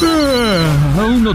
Ah, ¿No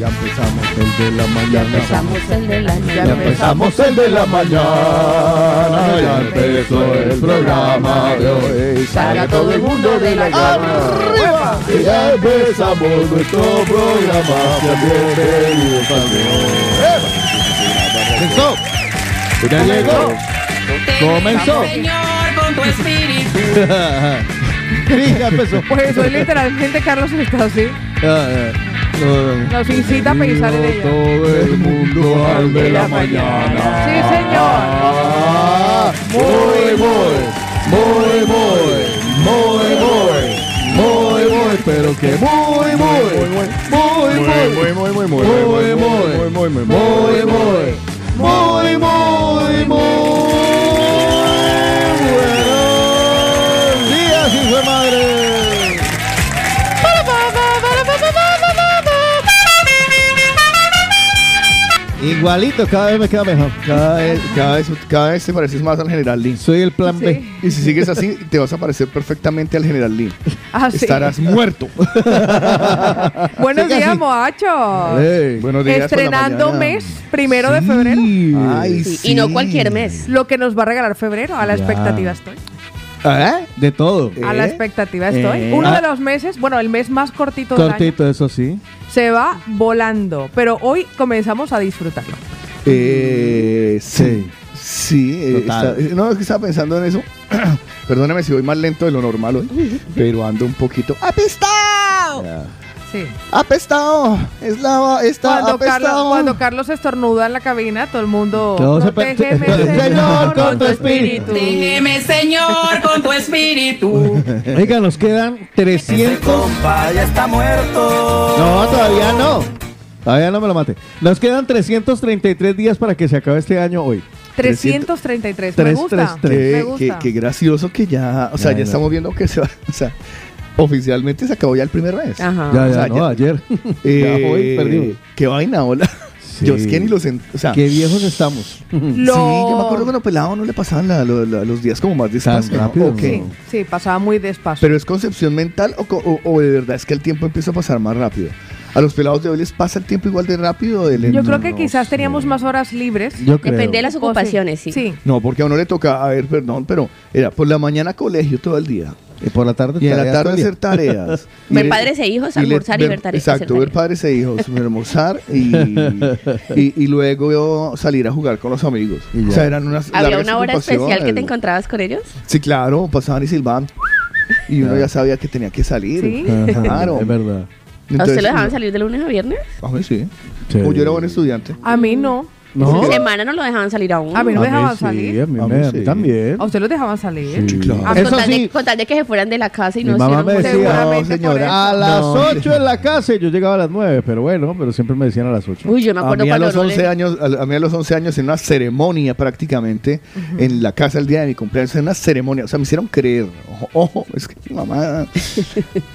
Ya empezamos el de la mañana. Empezamos el de la Ya empezamos el de la mañana. Ya empezó el programa de hoy. Saca todo el mundo de Ah, la cama. Y ya empezamos nuestro programa. Sean bienvenidos al de hoy. Ya llegó. Comenzó. Señor, con tu espíritu. Ya empezó. Pues eso es literalmente Carlos está así. Ah, Nos incita a pensar en ello. Bienvenido Todo el mundo al de la mañana. Sí, señor. Ah, muy, muy, muy, muy, muy, muy, muy, muy, pero que muy, muy, muy, muy, muy, muy, muy, muy, muy, muy, muy, muy, muy, muy, buenos días, hijo de madre. Igualito, cada vez me queda mejor. Cada vez, cada vez, cada vez te pareces más al general Lee. Soy el plan B. Sí. Y si sigues así, te vas a parecer perfectamente al general Lee. Ah, sí. Estarás muerto. Buenos Sigue días, así. Moacho. Ey. Eh, Buenos días. por la Estrenando mañana. mes, Ah. primero de febrero. Ay, Y, sí. y no cualquier mes. Lo que nos va a regalar febrero. A la expectativa estoy. ¿Eh? De todo. A la expectativa estoy. Eh. Uno Ah. de los meses, bueno, el mes más cortito, del Cortito, eso sí. año, se va volando. Pero hoy comenzamos a disfrutarlo. Eh, sí. Sí. Sí, eh, Total. está- no, es que estaba pensando en eso. Perdóname si voy más lento de lo normal hoy, pero ando un poquito Ah, apestado. Sí. Apestado. Es la, está Cuando Carlos, apestado. cuando Carlos estornuda en la cabina, todo el mundo. Todo se per- Protégeme, Señor, Señor, con con tu tu espíritu. Déjeme, Señor, con tu espíritu. Oiga, nos quedan 300. compa ya está muerto. No, todavía no. Todavía no me lo mate. Nos quedan 333 días para que se acabe este año hoy. 333. Me Tres, gusta. tres, Qué, tres. Me qué- gusta. qué gracioso que ya, o sea, ya, Ya, ya. estamos viendo que se va, o sea, oficialmente se acabó ya el primer mes. Ajá. Ya, ya, O sea, no, ya- ayer. Eh, Ya, hoy perdimos. Qué vaina, hola. Sí. Yo es que ni los, en- o sea, Qué viejos estamos. Sí, yo me Lo- acuerdo cuando pelado no le pasaban la- lo- la- los días como más Tan despacio. ¿no? rápido. Ok. Sí, sí, pasaba muy despacio. Pero es concepción mental o, co- o- o de verdad es que el tiempo empieza a pasar más rápido. A los pelados de hoy les pasa el tiempo igual de rápido. del- Yo no, creo que no quizás sé. teníamos más horas libres. Yo creo. Depende de las ocupaciones, sí. Sí. No, porque a uno le toca, a ver, perdón, pero era por la mañana colegio todo el día. Y Eh, por la tarde. Y en la tareas tarde todo el día. hacer tareas. Y Ver le- padres e hijos, le- almorzar y ver tare- hacer Exacto, ver tareas. padres e hijos, almorzar y, y, y luego salir a jugar con los amigos. Y ya. O sea, eran unas ¿Había largas una hora especial que te ocupaciones. encontrabas con ellos? Sí, claro, pasaban y silbaban. Y uno ya sabía que tenía que salir. Sí. Ajá, Claro. Es verdad. ¿A usted Entonces, lo dejaban salir de lunes a viernes? A mí sí. Sí. O yo era buen estudiante. A mí no. No. En semana no lo dejaban salir aún. A mí no A me mí dejaban sí, salir. A mí, A mí me- a sí. mí también. A usted los dejaban salir. Sí, claro. Ah, Eso con, tal sí. de, con tal de que se fueran de la casa y Mi no mamá hicieran me mucho- decía, Seguramente no, por señora. eso. A las No. 8 en la casa y yo llegaba a las 9, pero bueno, pero siempre me decían a las 8. Uy, yo me A acuerdo mí a cuando los no le- 11 años, a, a mí a los 11 años en una ceremonia prácticamente en la casa el día de mi cumpleaños, en una ceremonia, o sea, me hicieron creer. Ojo, ojo, es que mi mamá.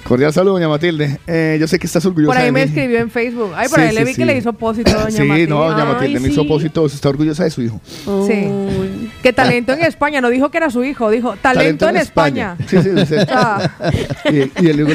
Cordial saludo, doña Matilde. Eh, yo sé que estás orgullosa Por ahí de me mí. escribió en Facebook. Ay, por Sí, ahí le sí, vi sí. que le hizo pos y todo, doña sí, Matilde. no, doña Ay, Matilde me sí. hizo opósito, está orgullosa de su hijo. Sí. Uy. Que talento en España. No dijo que era su hijo. Dijo talento, en España. Sí, sí, sí. Ah. y, y luego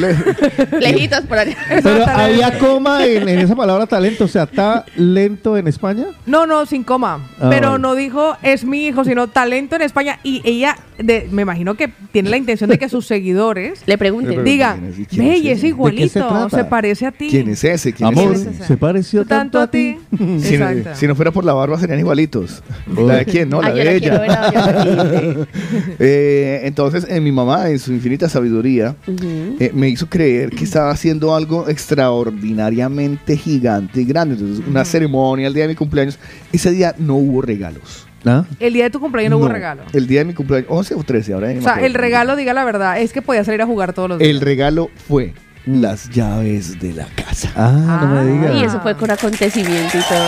le, Lejitos por allá. Pero Talento. había coma en, en esa palabra talento, o sea, ¿está lento en España? No, no, sin coma. Ah, pero vale. no dijo es mi hijo, sino talento en España. Y ella, de- me imagino que tiene la intención de que sus seguidores Le pregunté. Pero- digan, ¿quién es- quién ve, es y es ese? igualito, se, se trata? parece a ti. ¿Quién es ese? ¿Quién es Amor, ese? ese? se pareció tanto a ti. Si, no- Exacto. si no fuera por la barba serían igualitos. Oh. ¿La de quién? No, la Ay, yo de la quiero ella. ver a doña Matilde. Eh, entonces, eh, mi mamá, en su infinita sabiduría, Ujú. eh, me hizo creer que estaba haciendo algo extraordinariamente gigante y grande. Entonces, una ceremonia el día de mi cumpleaños. Ese día no hubo regalos. ¿Ah? El día de tu cumpleaños no, hubo regalo. El día de mi cumpleaños, 11 o 13, ahora. ya ni O me sea, acuerdo. el regalo, diga la verdad, es que podía salir a jugar todos los días. El regalo fue las llaves de la casa. Mm. Ah, no Ah. me digas. Y eso fue con acontecimiento y todo.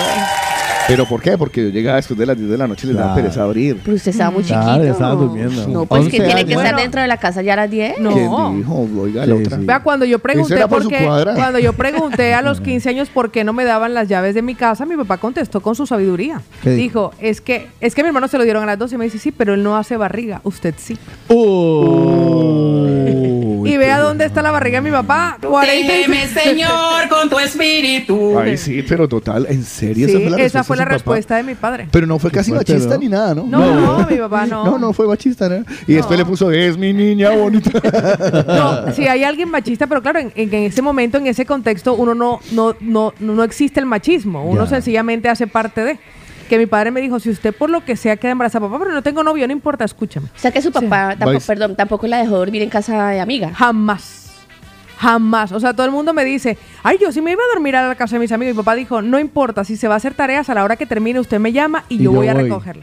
¿Pero por qué? Porque yo llegaba después de las 10 de la noche y les daba Claro. pereza abrir. Pero usted estaba muy chiquito. Claro, estaba durmiendo. No, pues que 11 tiene que años. estar Bueno. dentro de la casa ya a las 10. No. ¿Quién dijo? Oiga, la Sí, otra. sí. Vea, cuando yo pregunté era por por su qué, cuadra. cuando yo pregunté a los 15 años por qué no me daban las llaves de mi casa, mi papá contestó con su sabiduría. ¿Qué dijo? Dijo, es que, es que mi hermano se lo dieron a las 12 y me dice, sí, pero él no hace barriga, usted sí. Uy. y vea dónde está la barriga de mi papá. 45. Señor, con tu espíritu. Ay, sí, pero total, en serio, Sí, esa fue la respuesta. de su papá? respuesta de mi padre. Pero no fue casi fuerte, machista ¿no? ni nada, ¿no? No, no, mi papá no. No, no fue machista, ¿no? Y después le puso, es mi niña bonita. No, si hay alguien machista, pero claro, en, en ese momento, en ese contexto, uno no, no, no, no, no existe el machismo. Uno Ya. sencillamente hace parte de. Que mi padre me dijo, si usted por lo que sea queda embarazada, papá, pero no tengo novio, no importa, escúchame. O sea que su papá, tampoco, Vais. perdón, tampoco la dejó dormir en casa de amiga. Jamás. Jamás. O sea, todo el mundo me dice, ay, yo sí me iba a dormir a la casa de mis amigos. Y mi papá dijo, no importa, si se va a hacer tareas, a la hora que termine usted me llama y, Y yo, yo voy, a voy". recogerla.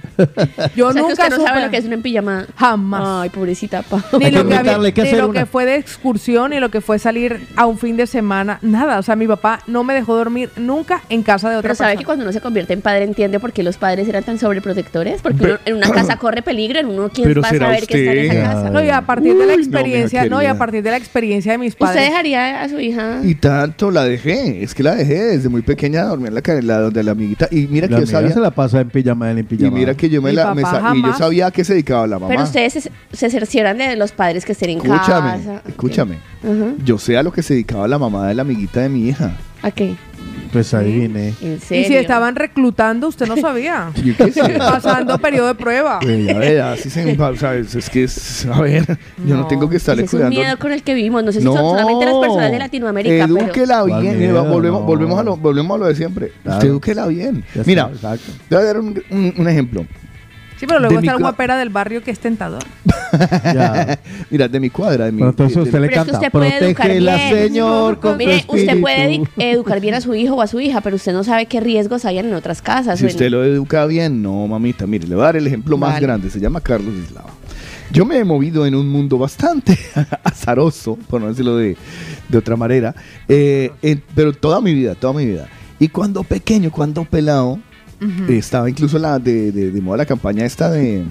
Yo o sea que nunca usted no sabe supe. lo que es una empijamada. Jamás. Ay, pobrecita, pa. Ni Hay lo, que que, había- invitarle, hay que ni hacer lo una. que fue de excursión, ni lo que fue salir a un fin de semana, nada. O sea, mi papá no me dejó dormir nunca en casa de otra Pero sabe que persona. cuando uno se convierte en padre entiende por qué los padres eran tan sobreprotectores, porque Pero- uno en una casa corre peligro, en uno quién Pero va a será saber que está en usted. esa casa. No, y a partir de la Uy, no, mija experiencia, no, y a querida. partir de la experiencia de mis ¿Usted padres. dejaría a su hija? Y tanto la dejé, es que la dejé desde muy pequeña a dormir en la, ca- la donde la amiguita. Y mira La que yo amiga sabía. se la pasa en pijama, él en Y pijama. mira que yo me Mi la. me papá sa- y yo jamás. sabía a qué se dedicaba la mamá. Pero ustedes se, se cercioran de los padres que estén en Escúchame, casa. escúchame. Ajá. Yo sé a lo que se dedicaba la mamá de la amiguita de mi hija. ¿A qué? Pues ahí viene. ¿En serio? Y si estaban reclutando, usted no sabía. Yo qué sé. Pasando periodo de Ah. prueba. Pues, a ver, así se. o sea, es que. es- a ver, yo no No, tengo que Ese estarle pues es un cuidando. miedo con el que vivimos. No sé si son solamente las personas de Latinoamérica, pero... Edúquela ¿Cuál bien. miedo? eh, volvemos, No. volvemos, a lo, volvemos a lo de siempre. Claro. Usted edúquela bien. Ya está, Mira, exacto. te voy a dar un, un- un ejemplo. Sí, pero De luego mi está la cla- guapera del barrio que es tentador. Ya. Mira, de mi cuadra. De mi, Pero entonces de- de- usted le Pero es que canta. usted puede educar Protégela, bien. Señor, con tu Eh, Mire, usted puede espíritu". edi- educar bien a su hijo o a su hija, pero usted no sabe qué riesgos hay en otras casas. Si o en- usted lo educa bien, no, mamita. Mire, le voy a dar el ejemplo más Vale. grande. Se llama Carlos Islava. Yo me he movido en un mundo bastante azaroso, por no decirlo de, de otra manera, eh, en- pero toda mi vida, toda mi vida. Y cuando pequeño, cuando pelado, eh, estaba incluso la de, de, de moda la campaña esta de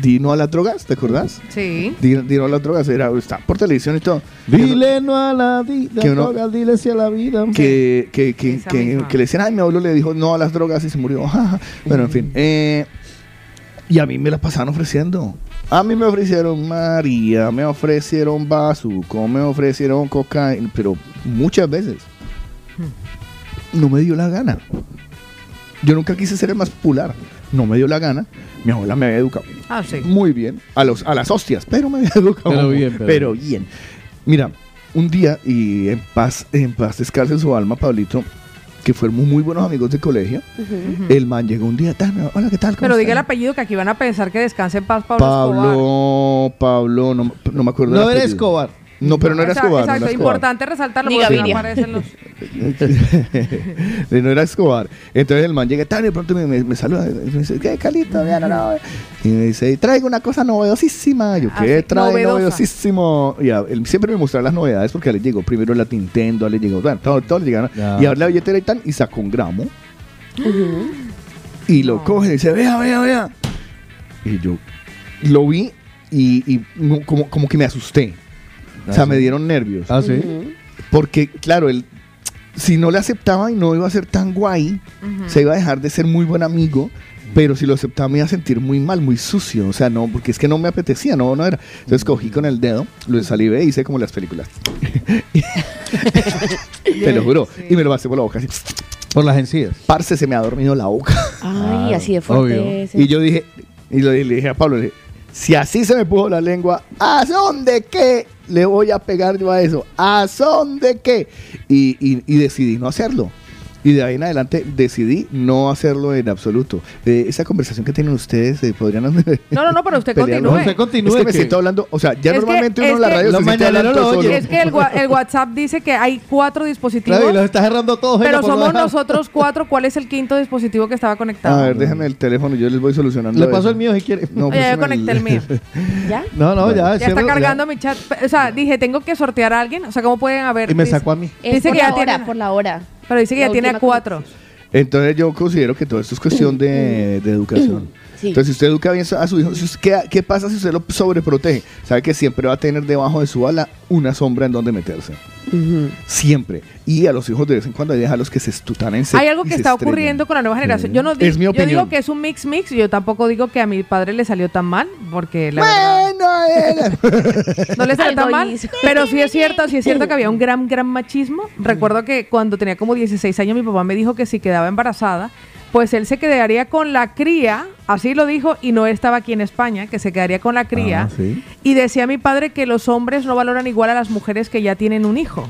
Dino a las drogas, ¿te acordás? Sí. Di- Dino a las drogas, era, está por televisión y todo. Dile no a la vida, que uno- dile sí a la vida. que, que, que, Esa que- misma. que le decían, ay, mi abuelo le dijo no a las drogas y se murió. bueno, en fin. eh, y a mí me la pasaban ofreciendo. A mí me ofrecieron María, me ofrecieron bazuco, me ofrecieron cocaína, pero muchas veces Hmm. no me dio la gana. Yo nunca quise ser el más popular, no me dio la gana. Mi abuela me había educado Ah, sí. muy bien, a, los, a las hostias, pero me había educado. Pero bien, pero bien. Mira, un día, y en paz, en paz descanse su alma, Pablito, que fuimos muy buenos amigos de colegio, Ujú. el man llegó un día, "Tan, hola, ¿qué tal? ¿Cómo Pero diga el están?" apellido que aquí van a pensar que descanse en paz Pablo, Escobar. Pablo, Pablo, no, no me acuerdo. No el era apellido. Escobar. No, pero no era Esa- Escobar. no Exacto, era Escobar. importante resaltarlo Ni porque si no Gaviria. aparecen los... no era Escobar. Entonces el man llega tan de pronto me, me, me saluda. y Me dice, ¿qué, Calito? Mira, no, no". Y me dice, traigo una cosa novedosísima. Yo, ¿qué Así, trae Ah, novedosa. novedosísimo? Y a- él siempre me mostraba las novedades porque le llegó primero la Nintendo, le llegó, bueno, todo, todo le llegaron. Ya. Y ahora la billetera y tan, y sacó un gramo. Y lo coge y dice, vea, vea, vea. Y yo lo vi y, y no- como, como que me asusté. O sea, Ah, me sí. dieron nervios. Ah, sí. Ujú. Porque, claro, él, si no le aceptaba y no iba a ser tan guay, se iba a dejar de ser muy buen amigo, pero si lo aceptaba me iba a sentir muy mal, muy sucio. O sea, no, porque es que no me apetecía, no, no era. Entonces cogí con el dedo, lo salivé y hice como las películas. Te lo juro. Y me lo pasé por la boca así. Por las encías. Parce, se me ha dormido la boca. Ay, Claro, así de fuerte obvio. ese. Y yo dije, y le, le dije a Pablo, le dije, si así se me puso la lengua, ¿a dónde qué le voy a pegar yo a eso? ¿A dónde qué? Y, y- y decidí no hacerlo. Y de ahí en adelante decidí no hacerlo en absoluto. Eh, esa conversación que tienen ustedes, eh, podrían... No, no, no, pero usted Pelear, continúe. No, se continúe. es que me que- siento hablando, o sea, ya Es que- normalmente uno es en la que- radio Los se siente mañaneros hablando lo oyen. solo. Es que el, wa- el WhatsApp dice que hay cuatro dispositivos, Claro, y los está cerrando todos. pero Helio, por somos favor. nosotros cuatro. ¿Cuál es el quinto dispositivo que estaba conectado? A ver, déjame el teléfono, yo les voy solucionando. Le paso eso. el mío si quiere. No, Oye, pues, yo conecté el mío. ¿Ya? No, no, ya. Ya cierro, está cargando mi chat. O sea, dije, tengo que sortear a alguien. O sea, ¿cómo pueden haber? Y me Dice- sacó a mí. Es Dice por que la ya hora, tiene- por la hora. Pero dice que La ya tiene a última cuatro. Entonces yo considero que todo esto es cuestión de, de educación. Sí. Entonces, si usted educa bien a su hijo, si usted- ¿qué, qué pasa si usted lo sobreprotege? Sabe que siempre va a tener debajo de su ala una sombra en donde meterse. Ujú. Siempre. Y a los hijos de vez en cuando hay que dejarlos que se estutanen. se- Hay algo y que se está estrellen. ocurriendo con la nueva generación. Yo no di- Es mi Yo digo opinión. que es un mix mix. Yo tampoco digo que a mi padre le salió tan mal, porque la verdad, Bueno, era- no le salió tan Algo mal. hizo. Pero sí es cierto, sí es cierto que había un gran, gran machismo. Recuerdo que cuando tenía como 16 años mi papá me dijo que si quedaba embarazada, pues él se quedaría con la cría, así lo dijo, y no estaba aquí en España, que se quedaría con la cría. Ah, sí. Y decía mi padre que los hombres no valoran igual a las mujeres que ya tienen un hijo.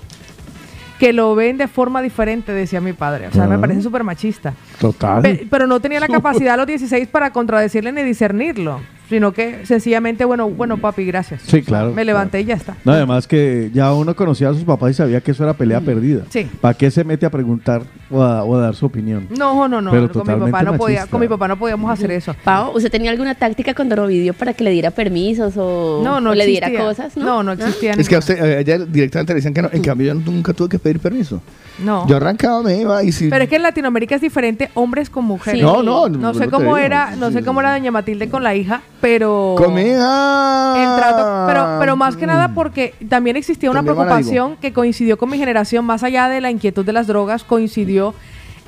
Que lo ven de forma diferente, decía mi padre. O sea, me Ah. parece súper machista. Total. Pe- pero no tenía la capacidad a los 16 para contradecirle ni discernirlo, sino que sencillamente, bueno, bueno, papi, gracias. Sí, claro. Me levanté y ya está. No, además que ya uno conocía a sus papás y sabía que eso era pelea perdida. Mm, Sí. ¿Para qué se mete a preguntar o a, o a dar su opinión? No, no, no, Pero con mi papá totalmente no podía, machista. con mi papá no podíamos hacer eso. Pau, ¿usted tenía alguna táctica con Dorovidio para que le diera permisos o, No, no o le diera existía. cosas? No, ¿Ah? no, no existía. es que ninguna. a usted, a ella directamente le dicen que no. En cambio, yo nunca tuve que pedir permiso. Mm. No. Yo arrancaba, me iba y si. Pero es que en Latinoamérica es diferente hombres con mujeres. Sí. No, no, No sé te cómo digo. era, no sé cómo era doña Matilde con la hija, pero Comida. el trato, pero, pero más que Mm. nada porque también existía una También me la digo. preocupación que coincidió con mi generación, más allá de la inquietud de las drogas, coincidió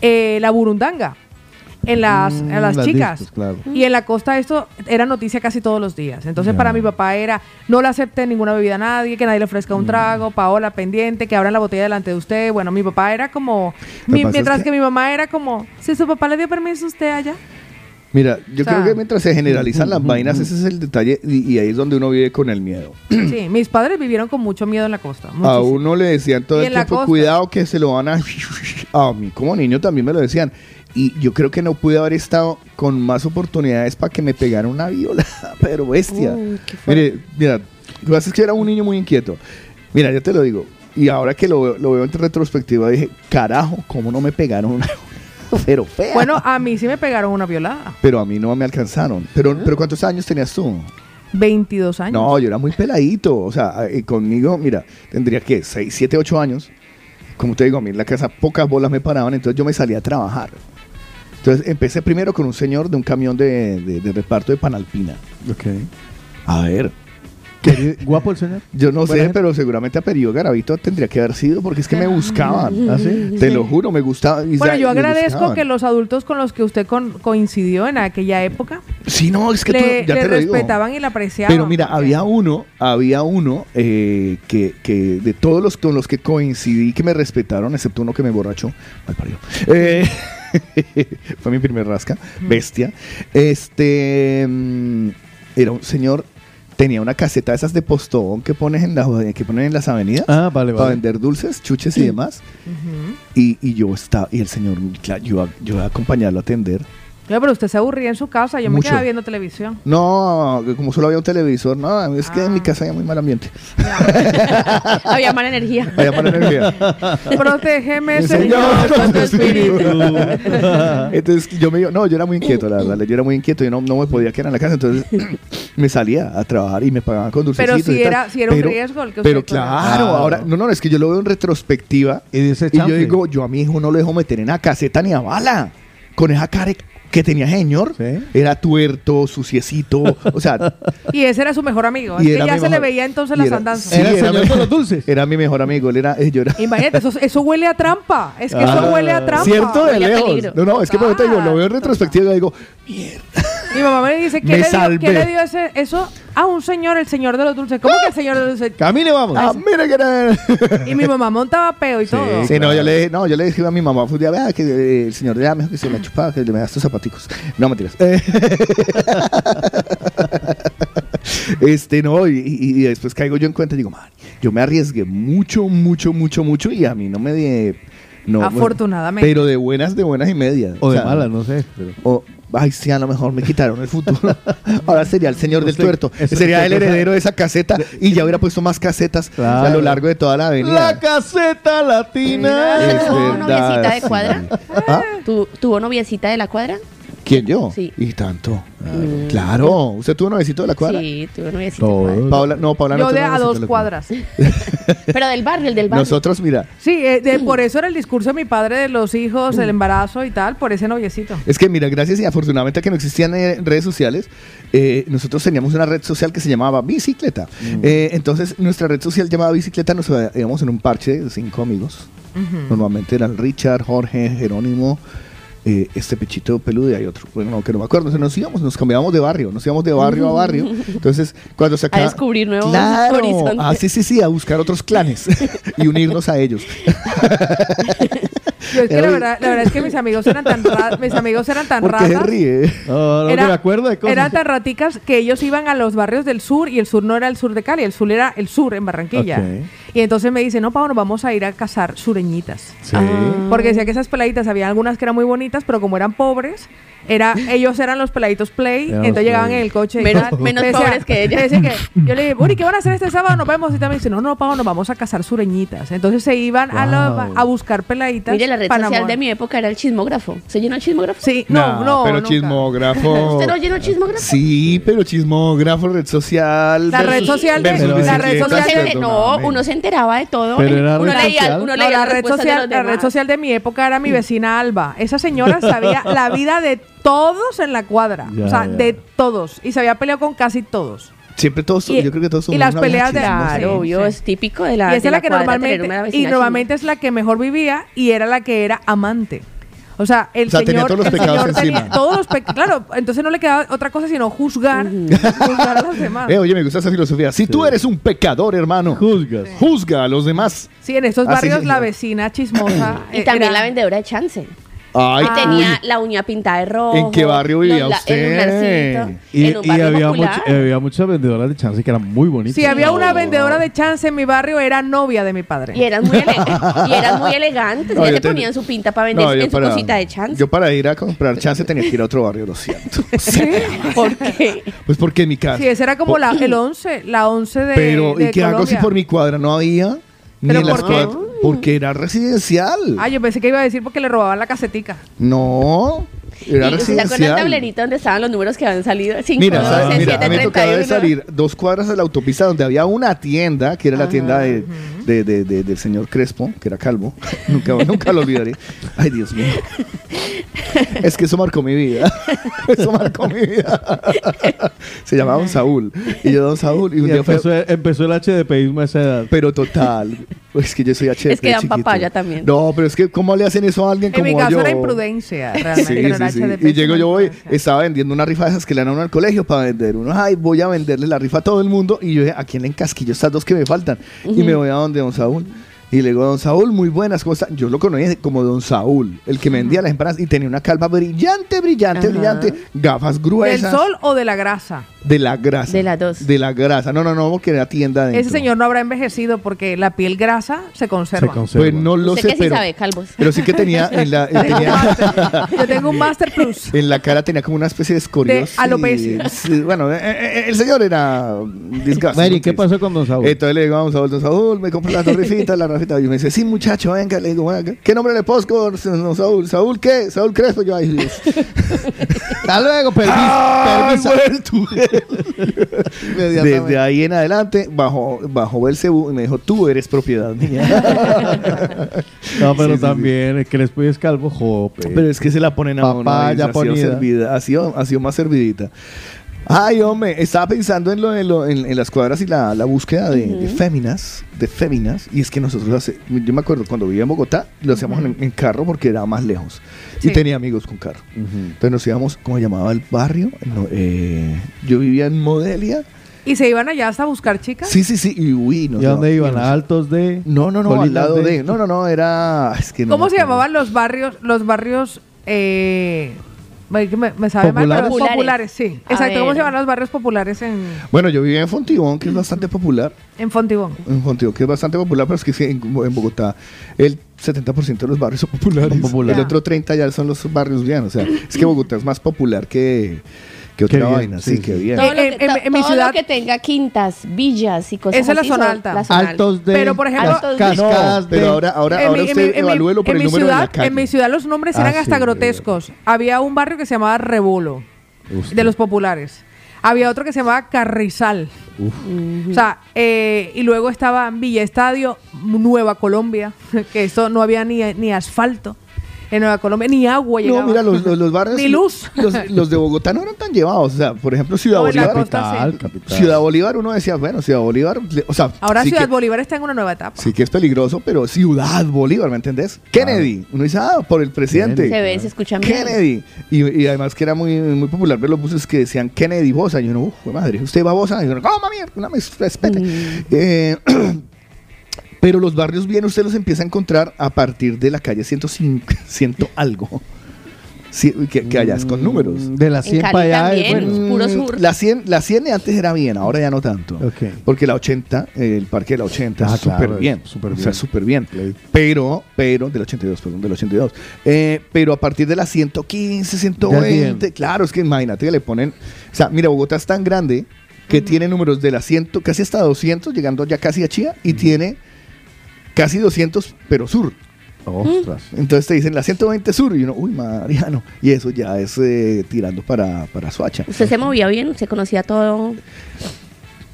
eh, la burundanga en las, Mm, en las, las chicas. discos, claro. Y en la costa esto era noticia casi todos los días. Entonces Ya. para mi papá era, no le acepte ninguna bebida a nadie, que nadie le ofrezca Mm. un trago, Paola pendiente, que abran la botella delante de usted. Bueno, mi papá era como, Lo mi- que pasa es mientras que... que- mi mamá era como, si su papá le dio permiso a usted allá. Mira, yo O sea- mm, creo que mientras se generalizan las vainas, ese es el detalle y, y ahí es donde uno vive con el miedo. sí, mis padres vivieron con mucho miedo en la costa. A muchísimo. uno le decían todo Y el en la tiempo, costa. cuidado que se lo van a... A mí como niño también me lo decían. Y yo creo que no pude haber estado con más oportunidades para que me pegara una viola, pero bestia. Uy, qué fuerte. Mire, mira, lo que pasa es que yo era un niño muy inquieto. Mira, yo te lo digo. Y ahora que lo, veo- lo veo en retrospectiva, dije, carajo, ¿cómo no me pegaron una pero fea? Bueno, a mí sí me pegaron una violada. Pero a mí no me alcanzaron. Pero, Ah. pero ¿cuántos años tenías tú? 22 años. No, yo era muy peladito. O sea, eh, conmigo, mira, tendría que 6, 7, 8 años. Como te digo, a mí en la casa pocas bolas me paraban, entonces yo me salía a trabajar. Entonces empecé primero con un señor de un camión de, de- de reparto de Panalpina. Ok. A ver. Querido- ¿Guapo el señor? Yo no Buena sé, gente. pero seguramente a Perío Garavito tendría que haber sido porque es que me buscaban. ¿Ah, sí? Te lo juro, me gustaba. y Bueno, ya- yo me agradezco buscaban. que los adultos con los que usted con- coincidió en aquella época Sí, no, es que tú- le, ya le te lo digo. respetaban y la apreciaban. Pero mira, porque- había uno, había uno eh, que, que de todos los con los que coincidí que me respetaron, excepto uno que me emborrachó, mal parido. Eh, fue mi primer rasca, bestia. Este mm, era un señor, tenía una caseta de esas de postobón que pones en las que ponen en las avenidas Ah, vale, para vale. vender dulces, chuches y demás. Y, y yo estaba, y el señor, claro, yo, yo iba a acompañarlo a atender. Oye, pero usted se aburría en su casa, yo Mucho. me quedaba viendo televisión. No, como solo había un televisor, no, es que Ah. en mi casa había muy mal ambiente. Había mala energía. Vaya para la energía. Protégeme, El señor. Señor con con tu espíritu. Entonces yo me iba- no, yo era muy inquieto, la verdad, yo era muy inquieto, yo no, no me podía quedar en la casa, entonces me salía a trabajar y me pagaban con dulcecitos Pero si y tal. era- si era un riesgo el que Pero usted corría. claro, ahora, no, no, es que yo lo veo en retrospectiva Y dice y yo chanfle. digo, yo a mi hijo no lo dejo meter en la caseta ni a bala, con esa cara que tenía ese señor, Sí. era tuerto, suciecito, o sea, Y ese era su mejor amigo. Es Y que era ya mi se le mejor- veía entonces y las era- andanzas. Sí, Era el era señor mi- de los dulces. era mi mejor amigo, él era, yo era... Imagínate, eso, eso huele a trampa. Es que eso Ah, huele a trampa. Cierto de Huele a lejos. peligro. No, no, es que por eso te digo, lo veo en Total, retrospectiva y digo, mierda. Mi mamá me dice, Me ¿qué, le dio, salvé. ¿qué le dio ese, eso a un señor, el señor de los dulces? ¿Cómo que el señor de los dulces? Camine, vamos. Ah, mira que era. Y mi mamá montaba peo y todo. Sí, no, yo le, dije- no, yo le dije a mi mamá, fue un día, "Vea que eh, el señor de la me dijo que Mm. se la chupaba, que le me da estos zapaticos. No, mentiras. Eh. este, no, y, y- y después caigo yo en cuenta y digo, man, yo me arriesgué mucho, mucho, mucho, mucho y a mí no me di... No, pues, Afortunadamente. Pero de buenas, de buenas y medias. O de sea, mala, no sé. pero- O, ay, sí, a lo mejor me quitaron el futuro. Ahora sería el señor del Usted- tuerto. eso- Sería el usted- heredero de esa caseta y ya hubiera puesto más casetas Claro. a lo largo de toda la avenida. La caseta latina. ¿Tuvo Es noviecita verdad, de sí. cuadra? ¿Ah? ¿Tu- ¿Tuvo noviecita de la cuadra? ¿Quién yo? Sí. Y tanto. Ah, Mm. Claro. ¿Usted tuvo un novecito de la cuadra? Sí, tuve un noviecito por ahí. Todo. Paula, no, Paula no Yo tuvo de a novecito dos de la cuadras. Pero del barrio, el del barrio. Nosotros, mira, Sí, eh, de- por eso era el discurso de mi padre de los hijos, el embarazo y tal, por ese noviecito. es que mira, gracias y afortunadamente a que no existían eh, redes sociales, eh, nosotros teníamos una red social que se llamaba Bicicleta. Eh, entonces, nuestra red social llamada Bicicleta, nos íbamos en un parche de cinco amigos. Normalmente eran Richard, Jorge, Jerónimo, eh, este pechito peludo y hay otro. Bueno, no, que no me acuerdo. Entonces, nos íbamos, nos cambiábamos de barrio, nos íbamos de barrio a barrio. Entonces, cuando se A acaba- descubrir nuevos Claro. horizontes. Ah, sí, sí, sí, a buscar otros clanes y unirnos a ellos. Yo es que Era la muy- verdad, la verdad es que mis amigos eran tan ra- mis amigos eran tan Porque se ratas. ríe. No, no, Era- me acuerdo de cosas. Eran tan raticas que ellos iban a los barrios del sur y el sur no era el sur de Cali, el sur era el sur en Barranquilla. Ok. Y entonces me dicen, no, Pablo, vamos a ir a cazar sureñitas. Sí. Ah. Porque decía que esas peladitas, había algunas que eran muy bonitas, pero como eran pobres, era, ellos eran los peladitos play, Eran los entonces llegaban en play. el coche. y Menos- tal. menos Me decía- pobres que ellas. me decía que- yo le dije, Uri, ¿qué van a hacer este sábado? Nos vemos. Y también dice, no, no, Pablo, nos vamos a cazar sureñitas. Entonces se iban a, la- Wow. a buscar peladitas. Mire, la red para social de amor. mi época era el chismógrafo. ¿Se llenó el chismógrafo? Sí, no, no. pero nunca. chismógrafo. ¿Usted no llenó el chismógrafo? Sí, pero chismógrafo, red social. La red social de- versus la red Uno bicicleta, social se de- enter- no, perdóname. uno se enteraba de todo. Pero en- era uno red leía, social. uno No, leía la las red respuestas de social, los la red demás. social de mi época era mi vecina Alba. Esa señora sabía la vida de todos en la cuadra, Ya, o sea, ya. de todos y se había peleado con casi todos. Siempre todos, Y- yo creo que todos y las una vieja peleas de- chismosa. Claro, Sí, obvio, sí. es pues, típico de la. y esa de es la que cuadra normalmente tener una y vecina normalmente es la que mejor vivía y era la que era amante. O sea, el O sea, señor, tenía todos los el pecados señor tenía encima. todos los pe- claro, entonces no le quedaba otra cosa sino juzgar, juzgar a los demás. Eh, oye, me gusta esa filosofía. Si tú eres un pecador, hermano, Juzgas. juzga a los demás. Sí, en estos Así barrios se- la vecina chismosa chimba. Y eh, también era- la vendedora de chance. Ay, que uy. tenía la uña pintada de rojo. ¿En qué barrio los vivía la- usted? En un arcito, Y, en un y barrio había, popular. much- eh, había muchas vendedoras de chance que eran muy bonitas. Si había una vendedora de chance en mi barrio era novia de mi padre. Y eran muy, ele- y eran muy elegantes. No, ya yo se ten- ponían su pinta para vender No, yo en su para- cosita de chance. Yo para ir a comprar chance tenía que ir a otro barrio, lo siento. ¿Por qué? Pues porque en mi casa. Sí, ese era como Por- la, el 11, la 11 de. Pero, ¿y de qué hago si Colombia. por mi cuadra no había? Ni ¿Pero en las por qué? cuadras- Porque era residencial. Ah, yo pensé que iba a decir porque le robaban la casetica. No, ¿Y era ¿Se residencial. acuerdan del tablerito donde estaban los números que habían salido? 5, Mira, Ah, ¿sabes? 12, mira, 7, a mí me tocaba de 31. salir dos cuadras a la autopista donde había una tienda, que era la tienda de, de- de- de- del señor Crespo, que era calvo. Nunca, nunca lo olvidaré. Ay, Dios mío. Es que eso marcó mi vida. Eso marcó mi vida. Se llamaba Don Saúl. Y yo Don Saúl. Y un Y día fue- empezó, empezó el HDPismo a esa edad. pero total. Es que yo soy HD. Es que dan chiquito. papaya también. No, pero es que, ¿cómo le hacen eso a alguien En como mi caso yo? era imprudencia, Sí, realmente. sí, no era sí. HDP, Y llego yo hoy, imprudencia. estaba vendiendo una rifa de esas que le dan a uno al colegio para vender. Uno, ay, voy a venderle la rifa a todo el mundo. Y yo dije, ¿a quién le encasquillo estas dos que me faltan? Y me voy a donde don Saúl. Y le digo, don Saúl, muy buenas, ¿cómo está? Yo lo conocí como don Saúl, el que me vendía las empanadas y tenía una calva brillante, brillante, brillante, gafas ¿Del gruesas. sol o de la grasa? De la grasa. De las dos. De la grasa. No, no, no, porque era tienda de. Ese señor no habrá envejecido porque la piel grasa se Se conserva. conserva. Pues no lo Usted sé, que sí pero. sabe, calvos. Pero sí que tenía en la, eh, tenía- Yo tengo un Master Plus. en la cara tenía como una especie de escoriosis. De alopecia. Sí, Bueno, eh, eh, el señor era disgustado. Mary, ¿qué pasó con Don Saúl? Entonces le digo, vamos a don Saúl, me compro las dos rifitas, la rafita. Y me dice, sí, muchacho, venga. Le digo, venga, ¿qué nombre le pongo? No, Saúl, ¿Saúl qué? ¿Saúl Crespo? Yo, ay, Dios. Hasta luego, permiso. ¡Ah, permiso. Inmediatamente. Desde ahí en adelante bajó, bajó el cebú y me dijo, tú eres propiedad mía. No, pero Sí, sí, sí. también el Crespo y es calvo, jope. Pero es que se la ponen a uno, Papaya y ha sido ponida. servida, ha sido, ha sido más servidita. Ay, hombre, estaba pensando en lo de lo- en, en las cuadras y la, la búsqueda de, de féminas, de féminas, y es que nosotros hace- yo me acuerdo cuando vivía en Bogotá, lo hacíamos en, en carro porque era más lejos. Y Sí. tenía amigos con carro. Entonces nos íbamos, ¿cómo se llamaba el barrio? No, eh, yo vivía en Modelia. ¿Y se iban allá hasta buscar chicas? Sí, sí, sí. Y uy, nos ¿Y a dónde íbamos- iban? ¿A altos de? No, no, no, al colinas lado de. No, no, no, era. es que no ¿Cómo me se acuerdo. llamaban los barrios? Los barrios. Eh, me, me- me sabe mal, pero ¿Populares? populares, sí. A Exacto, ¿cómo ver. se llaman los barrios populares en, Bueno, yo vivía en Fontibón, que es bastante popular. en Fontibón? en Fontibón, que es bastante popular, pero es que sí, en, en Bogotá el 70% de los barrios son populares. Son populares. El otro 30% ya son los barrios bien. O sea, es que Bogotá es más popular que, que otra Qué bien, vaina. Sí, sí, qué sí. bien. Todo, lo, En- que, en- to- en mi todo ciudad- lo que tenga quintas, villas y cosas Esa es la así zona son- alta. la zona alta. Altos de. Pero, por ejemplo, cas- Altos de- cascadas No, pero de- ahora, ahora, En ahora mi- en mi- usted en mi- evalúelo por en el mi número ciudad, de la calle. En mi ciudad los nombres Ah, eran sí, hasta de grotescos. Había un barrio que se llamaba Rebolo, Uf. de los populares. Había otro que se llamaba Carrizal. O sea, eh, y luego estaba Villa Estadio, Nueva Colombia, que eso no había ni, ni asfalto en Nueva Colombia, ni agua llegaba. No, mira, los, los, los barrios. Ni luz. Los, los de Bogotá no eran tan llevados. O sea, por ejemplo, Ciudad No, en la Bolívar. costa. Capital, sí. capital. Ciudad Bolívar, uno decía, bueno, Ciudad Bolívar. le- O sea, Ahora sí Ciudad que, Bolívar está en una nueva etapa. Sí que es peligroso, pero Ciudad Bolívar, ¿me entendés? Kennedy. Uno dice, ah, por el presidente. Se ven, se escuchan bien. Kennedy. Y, y además que era muy, muy popular ver los buses que decían Kennedy Bosa. Y uno, uff, madre, usted va a Bosa. Y uno, no, mami, no me respete. Eh, pero los barrios bien usted los empieza a encontrar a partir de la calle 105, ciento algo. Sí, que, que hayas con números. Mm, De las En 100 Cali para allá. es también. bueno. puro Mm, sur. La 100, la 100 antes era bien, ahora ya no tanto. Ok. Porque la 80, eh, el parque de la 80, Ah, es súper claro, bien. es súper O sea, bien. súper bien. Play. Pero, pero, del 82, perdón, del 82. Eh, pero a partir de la 115, 120, bien. claro, es que imagínate que le ponen. O sea, mira, Bogotá es tan grande que tiene números de la 100, casi hasta 200, llegando ya casi a Chía, y tiene casi 200, pero sur. Mm. Ostras. Entonces te dicen la 120 sur, y uno, uy, Mariano. Y eso ya es eh, tirando para, para Soacha. Usted se movía bien, se conocía todo.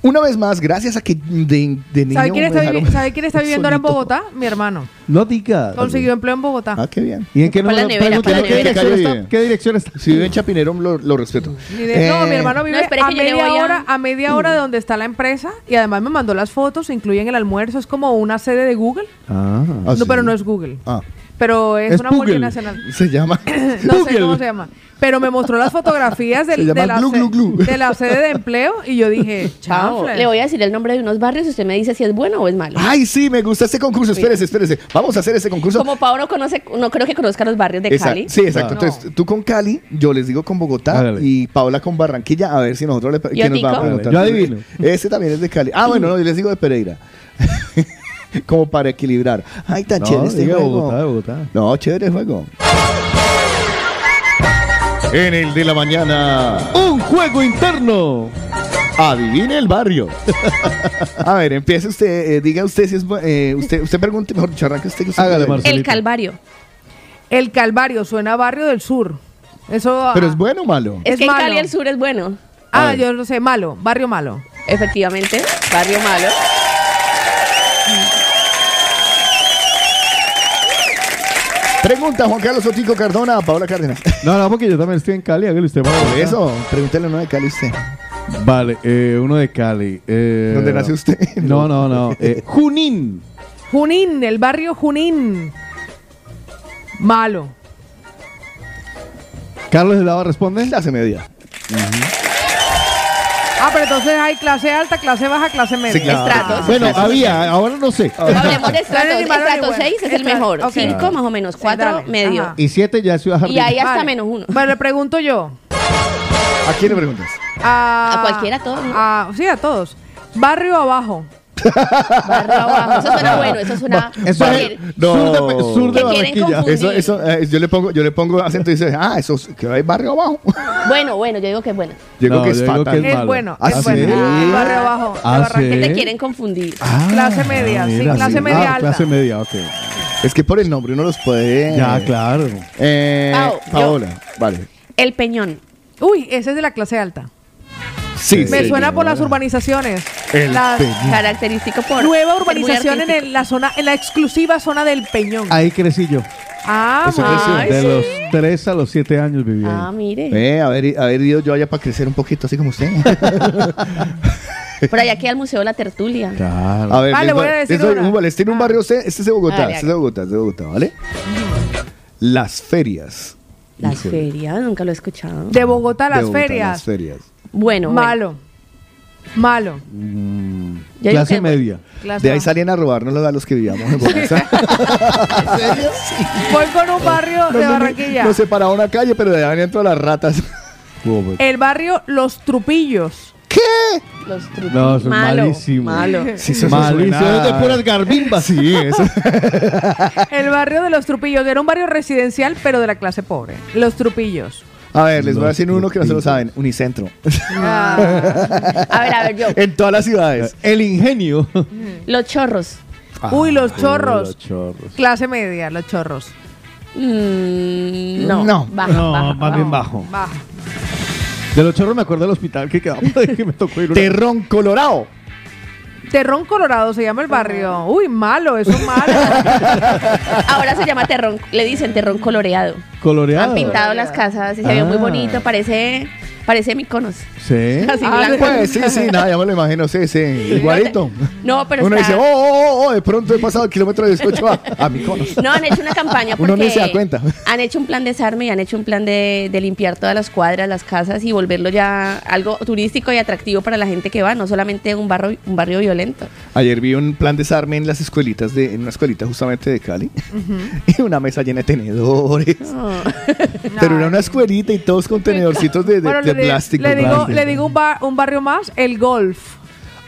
Una vez más, gracias a que de, de niño. ¿Sabe quién, me está vivi- dejaron sabe quién está viviendo ahora en solito. Bogotá? Mi hermano. No digas. Consiguió empleo en Bogotá. Ah, qué bien. ¿Y en qué Para la número? nevera, Pregúntale, para la ¿qué nevera. dirección Calle- está? ¿Qué dirección está? Si vive en Chapinero, lo, lo respeto. Ni de- no, Eh, mi hermano vive No, espere a, que yo le media voy a- hora, a media hora de donde está la empresa y además me mandó las fotos, incluyen el almuerzo, es como una sede de Google. Ah. Ah, no, sí. pero no es Google. Ah, Pero es, es una Google. multinacional. Se llama. No sé cómo se llama. Pero me mostró las fotografías del- Se de, llama la Glu, se- Glu, Glu. de la sede de empleo y yo dije, Chao. chao. Le voy a decir el nombre de unos barrios y usted me dice si es bueno o es malo. Ay, sí, me gusta este concurso. Espérese, espérese. Vamos a hacer ese concurso. Como Pau no conoce, no creo que conozca los barrios de Exacto. Cali. Sí, exacto. No. Entonces, tú con Cali, yo les digo con Bogotá Hágale. y Paola con Barranquilla, a ver si nosotros le ¿Y a que nos va a Tico? preguntar. Yo adivino. Ese también es de Cali. Ah, bueno, no, yo les digo de Pereira. Como para equilibrar. Ay, tan No, chévere este diga juego. Bogotá, Bogotá. No, chévere juego. En el de la mañana, Un juego interno. adivine el barrio. A ver, empiece usted, eh, diga usted si es bu- eh, usted, usted pregunte, mejor dicho, arranque usted. que usted- Hágale, Marcelo. El Calvario. El Calvario suena a barrio del sur. Eso. Pero ah, es bueno o malo. Es, Es que en malo. Cali el sur es bueno. Ah, yo no sé, malo, barrio malo. Efectivamente, barrio malo. Pregunta Juan Carlos Otico Cardona a Paola Cárdenas. No, no, porque yo también estoy en Cali. Hágale usted. para Por Bogotá. eso, pregúntale uno de Cali usted. Vale, eh, uno de Cali. Eh, ¿Dónde nació usted? No, no, no. eh, Junín. Junín, el barrio Junín. Malo. Carlos de Lava responde. Clase media. Ah, pero entonces hay clase alta, clase baja, clase media. Sí, claro. Estratos. Ah, Bueno, había, ahora no sé. Hablemos de estratos. Claro, ni malo ni Estrato bueno. 6 es el Estrato, mejor. ok. 5 más o menos. Sí, 4 dale, medio. ajá. Y siete ya es Ciudad Jardín. Y ahí hasta Vale. menos uno. Bueno, le pregunto yo. ¿A quién le preguntas? A, A cualquiera, a todos, ¿no? a- sí, a todos. Barrio abajo. Barrio abajo. Eso Ah. suena bueno. Eso suena. Eso es bien. No. sur de, Pe- sur de Que quieren Barranquilla. confundir. Eso, eso, eh, yo le pongo, yo le pongo acento y dice, ah, eso es- que hay barrio abajo. Bueno, bueno, yo digo que es bueno. Yo creo No, que es yo digo fatal. que Es malo. bueno, ¿Ah, es bueno. sí? Barrio abajo. de Ah, Barranquilla. Que ¿Eh? te quieren confundir. Ah, Clase media, sí, clase media Ah, alta. Clase media, ok. Es que por el nombre uno los puede. Ya, claro. Eh, Pao, Paola, vale. El Peñón. Uy, ese es de la clase alta. Sí, Me sí. suena por las urbanizaciones. El la Peñón. Característico por. nueva ser muy urbanización en artístico. el- la zona, en la exclusiva zona del Peñón. Ahí crecí yo. Ah, Eso ma- creció. ay, De sí. los 3 a los 7 años viví ahí. Ah, mire. Eh, haber, haber ido yo allá para crecer un poquito, así como usted. Por allá queda el Museo de la Tertulia. Claro. A ver, Ah, le les voy va- a decir les doy una. un, vale, este tiene un Ah. barrio, usted, este es de Bogotá, Dale, este es de Bogotá, este es de Bogotá, ¿vale? Mm. Las ferias. Las Híjole. ferias, nunca lo he escuchado. De Bogotá a las De Bogotá, Las ferias. ferias. Bueno, bueno. Malo. Malo. Mm, Yo digo clase que- media. Clase De ahí baja. salían a robarnos a los que vivíamos en Bogotá. ¿En serio? Voy con un barrio de Barranquilla. Nos separaba una calle, pero de ahí venían todas las ratas. pues, El barrio Los Trupillos. ¿Qué? Los truquillos. No, eso es malo, malísimo. Malo. Sí, Malísimo. Es de puras garbimbas. Sí, eso. El barrio de Los Trupillos era un barrio residencial, pero de la clase pobre. Los Trupillos. A ver, les voy a decir uno que no se lo saben. Unicentro. Ah. Ah. A ver, a ver, yo. en todas las ciudades. El ingenio. Los chorros. Ah, Uy, los chorros. Los chorros. Clase media, los chorros. Mm, no. No. baja, No, baja, más bien bajo. Baja. De los chorros me acuerdo del hospital que quedaba que me tocó ir. una- Terrón Colorado. Terrón Colorado se Ah. llama el barrio. Uy, malo, eso es malo. Ahora se llama terrón, le dicen terrón coloreado. Coloreado. Han pintado las casas y se ve muy Ah. bonito, parece, parece Miconos. Sí. Así Ah, blanco. Pues sí, sí, nada, ya me lo imagino, sí, sí, igualito. No, pero Uno está- dice, oh, oh, oh, de pronto he pasado el kilómetro 18 a, a Mykonos. No, han hecho una campaña porque "Oh". Uno ni se da cuenta. han hecho un plan de desarme y han hecho un plan de, de limpiar todas las cuadras, las casas y volverlo ya algo turístico y atractivo para la gente que va, no solamente un barrio, un barrio violento. Ayer vi un plan desarme en las escuelitas, de, en una escuelita justamente de Cali, y una mesa llena de tenedores. No. Pero era una escuelita y todos con tenedorcitos de, de- Bueno, de le, di- plástico. le digo, plástico. le digo un, bar- un barrio más, el golf.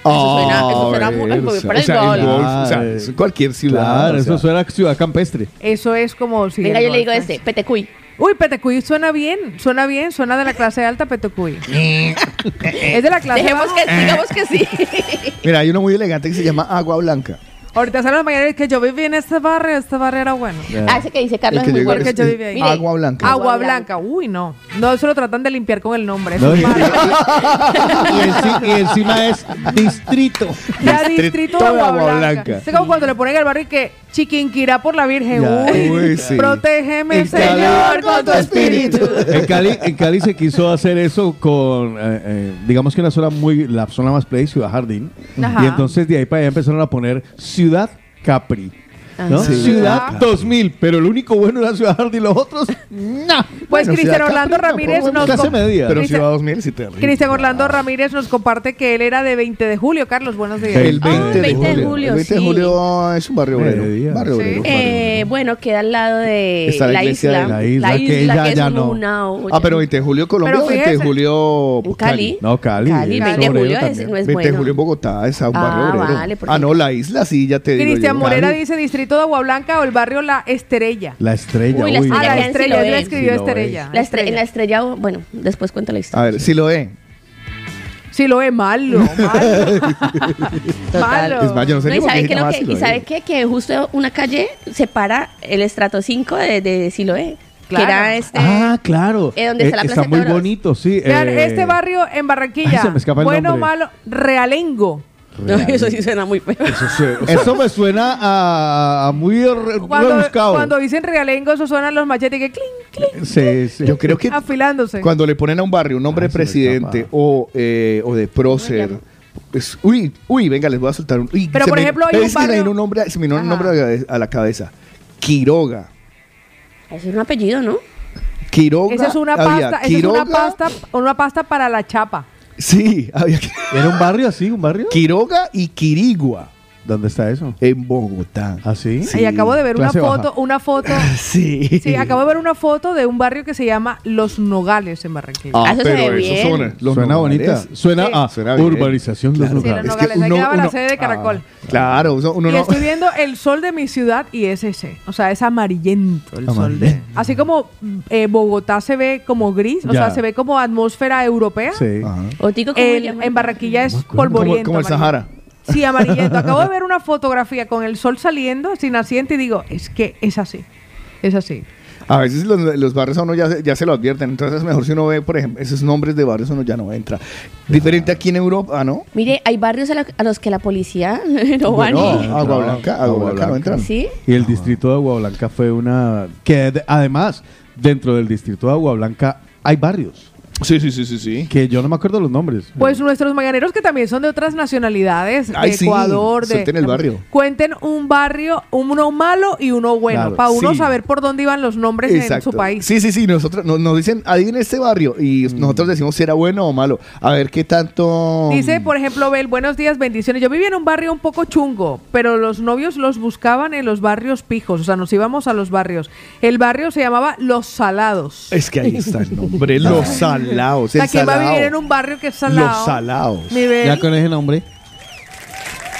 Ah, suena- eso suena muy- ver, muy o sea, para el o sea, golf. o sea, Ay. es cualquier ciudad. Claro, o sea. eso suena ciudad campestre. Eso es como si. Venga, el yo le digo golf, este, Petecuy. Uy, Petecuy suena bien, suena bien, suena de la clase alta Petecuy. es de la clase Dejemos baja. que, digamos que sí. Mira, hay uno muy elegante que se llama Agua Blanca. Ahorita salen las mañanas que yo viví en este barrio, este barrio era bueno. Ah, ese que dice Carlos es El que muy llegó bueno. Porque yo viví ahí. Mire, Agua Blanca. Agua Agua blanca, uy no. No, eso lo tratan de limpiar con el nombre. eso No, es y- malo. Y, enci- y encima es distrito. Ya Distrito distrito de de Agua Agua Blanca. Blanca. Es como cuando le ponen al barrio y que chiquinquirá por la Virgen. Ya, uy, uy, sí. protégeme, En cada- Señor, con tu espíritu. En Cali, en Cali se quiso hacer eso con, eh, eh, digamos que una zona muy, la zona más play, Ciudad Jardín. Ajá. Y entonces de ahí para allá empezaron a poner Ciudad Capri. ¿no? Sí. Ciudad 2000, pero el único bueno era Ciudad Jardín, los otros, nah. Pues Bueno, Cristian Ciudad Orlando Capri, Ramírez tampoco, nos clase com- media. Pero Cristian- Ciudad 2000 sí terrible. Cristian Orlando Ramírez nos comparte que él era de 20 de julio, Carlos, buenos días. El Ah, 20 de 20 de julio. julio, El 20 de sí. julio es un barrio obrero. Mediodía. Barrio Sí. obrero. Eh, bueno, queda al lado de Está la la iglesia isla. de la isla, que ya- que es ya un- no. una olla. Ah, pero 20 de julio Colombia Pero o 20 de fíjese, julio En Cali. No, Cali. Cali, es 20 de obrero julio es- también. no es 20 de bueno. julio en Bogotá es a un Ah, barrio obrero. vale, porque- ah, no, la isla sí, ya te digo. Cristian yo. Morera Cali. dice distrito de Agua Blanca o el barrio La Estrella. La estrella. Uy, la Ah, estrella la queda en estrella, él la Siloé. escribió Siloé. estrella. La estre- en la estrella, bueno, después cuento la A historia. ver, si lo ve. Sí, lo es malo, malo. malo. Es más, yo no sé No, ni y por qué sabe, se que, lo llama que- y Siloé. sabe que, que justo una calle separa el estrato 5 de, de Siloé, Claro. que era este... Ah, claro. Eh, ¿dónde está la Plaza de muy Toros? bonito, sí. Vean, eh, este barrio en Barranquilla, ay, se me escapa el bueno o nombre. malo, realengo. No, eso sí suena muy feo. Eso me suena a, a muy re- Cuando, rebuscado. cuando dicen realengo, eso suenan los machetes que clink, clink, Sí, sí. Yo creo que afilándose. cuando le ponen a un barrio un Ay, nombre de Ah, se me presidente escapa. o, eh, o de prócer. llama? es- uy, uy, venga, les voy a soltar un. uy, Pero, se por me- ejemplo, hay un es que me barrio- vino un nombre, se me vino un Ajá. nombre a la- a la cabeza. Quiroga. Eso es un apellido, ¿no? Quiroga. Esa es una había pasta, esa es una Quiroga- pasta, una pasta para la chapa. Sí, había Qui- ¿Era un barrio así, un barrio? Quiroga y Quirigua ¿Dónde está eso? en Bogotá. ¿Ah, sí? Sí. y acabo de ver una clase foto, baja. una foto. Sí. Sí, acabo de ver una foto de un barrio que se llama Los Nogales en Barranquilla. Ah, eso se ve bien. suena bonita. Suena Sí. a Suena bien. urbanización de los Sí, lugares. los Nogales, ahí quedaba la sede de Caracol. claro, uno, uno y Ah, no. estoy viendo el sol de mi ciudad y es ese. O sea, es amarillento el sol. de- Amarillento. Así como eh, Bogotá se ve como gris, o Ya. sea, se ve como atmósfera europea. Sí. Ajá. Otico, ¿cómo el- le llaman? en Barranquilla es acuerdo. Como, polvoriento. como el amarillo. Sahara. Sí, amarillento. Acabo de ver una fotografía con el sol saliendo, sin naciente, y digo, es que es así. Es así. A veces los, los barrios a uno ya, se- ya se lo advierten. Entonces, mejor si uno ve, por ejemplo, esos nombres de barrios, uno ya no entra. Diferente aquí en Europa, ah, ¿no? Mire, hay barrios a, la- a los que la policía no va Bueno, ni... Agua Blanca, Agua Agua Blanca no Blanca. entran. ¿Sí? Y el distrito de Agua Blanca fue una... Que de- además, dentro del distrito de Agua Blanca hay barrios. Sí, sí, sí, sí, sí. Que yo no me acuerdo los nombres. Pues nuestros mañaneros que también son de otras nacionalidades, Mm. Ay, de sí, Ecuador, de Em, suelten el barrio. Cuenten un barrio, uno malo y uno bueno, Claro, para uno sí. saber por dónde iban los nombres en su país. Sí, sí, sí. Nosotros nos, nos dicen, adivina este barrio. Y nosotros decimos si era bueno o malo. A ver qué tanto. Dice, por ejemplo, Bel, buenos días, bendiciones. Yo vivía en un barrio un poco chungo, pero los novios los buscaban en los barrios pijos, o sea, nos íbamos a los barrios. El barrio se llamaba Los Salados. Es que ahí está el nombre. Los salados. o sea, El ¿quién va a salao. vivir en un barrio que es salado? Los salados. Mi Bel. ese nombre.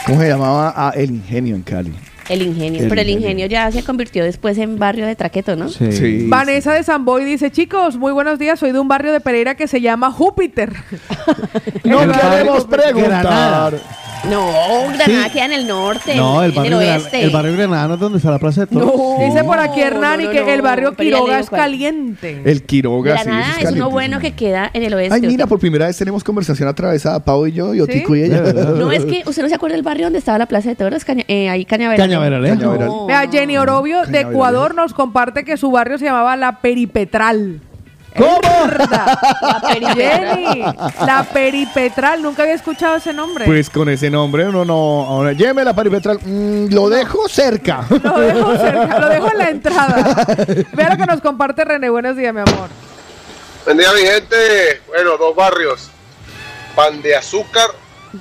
¿Cómo se llamaba? Ah, el ingenio en Cali. El ingenio. El Pero el Ingenio. ingenio ya se convirtió después en barrio de Traqueto, ¿no? Sí. Sí. Vanessa de Samboy dice, chicos, muy buenos días, soy de un barrio de Pereira que se llama Júpiter. No El barrio- queremos preguntar. Granada. No, Granada Sí. este. queda en el norte, No, el en el barrio, Granada- oeste. el barrio Granada no es donde está la plaza de toros. No. Dice por aquí No, Hernani no, no, que el no, barrio pero ya le Quiroga digo es cuál. caliente. El Quiroga, sí, Granada eso es uno calientísimo. bueno que queda en el oeste. Ay, o mira, sea. por primera vez tenemos conversación atravesada, Pau y yo, y Otico ¿Sí? y ella. No, es que usted no se acuerda del barrio donde estaba la Plaza de Toros, Caña- eh, ahí Cañaveral. Cañaveral, ¿eh? Cañaveral. No. Vea, Jenny Orobio de Cañaveral. Ecuador nos comparte que su barrio se llamaba La Peripetral. La periferia. Jenny, La Peripetral, nunca había escuchado ese nombre. Pues con ese nombre uno no. Ahora, lléveme la paripetral. Mm, lo dejo cerca. Lo dejo, cerca, lo dejo en la entrada. Vea lo que nos comparte René. Buenos días, mi amor. Buen día, mi gente. Bueno, dos barrios: Pan de Azúcar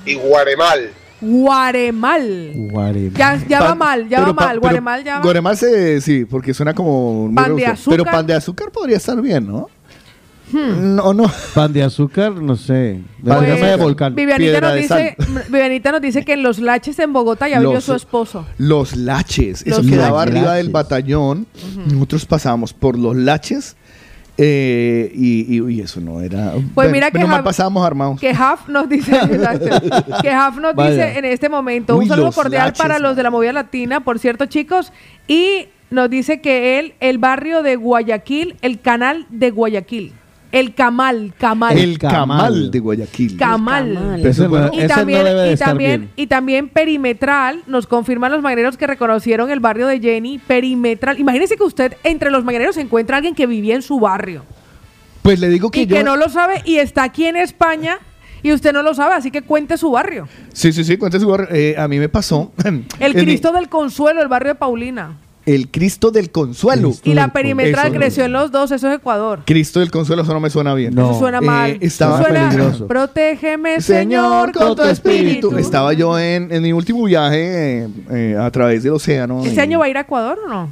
y Guaremal. Guaremal. Ya, ya va Pan- mal, ya va pero pa- mal. pero Guaremal ya va Guaremal se, sí, porque suena como. muy Pan de ruso. Pero azúcar. Hmm. pan de azúcar podría estar bien, ¿no? No, no. Pan de azúcar, no sé. De Pan llama de de azúcar. volcán. Vive- Pues, Vivianita Piedra nos, de dice, Vivianita nos dice que en los laches en Bogotá ya vino Los- su esposo. Los laches. Eso Los quedaba laches. arriba del Laches. batallón. Nosotros pasamos por los laches. eh, y, y- uy, eso no era. Pues mira que mal Javi- pasábamos armados. Que Haf nos dice, exacto, que Haf nos dice en este momento, Uy, un saludo los cordial laches, para los de la movida latina, por cierto, chicos, y nos dice que él, el barrio de Guayaquil, el canal de Guayaquil, el Camal, Camal, El camal Camal. de Guayaquil. Camal. Camal. Ese Bueno, no, Y ese no también, debe de y, estar también, bien. y también perimetral, nos confirman los mañaneros que reconocieron el barrio de Jenny, perimetral. Imagínese que usted entre los mañaneros encuentra a alguien que vivía en su barrio Pues le digo que y yo. que no lo sabe y está aquí en España y usted no lo sabe, así que cuente su barrio. Sí, sí, sí, cuente su barrio. Eh, a mí me pasó. en El mi- Cristo del Consuelo, el barrio de Paulina. el Cristo del Consuelo. Y la Eso perimetral no. creció en los dos, eso es Ecuador. Cristo del Consuelo, eso no me suena bien. No. Eso suena Eh, mal. estaba suena, peligroso. Protégeme, Señor, con tu espíritu. Estaba yo en, en mi último viaje eh, eh, a través del océano. ¿Ese y- año va a ir a Ecuador o no?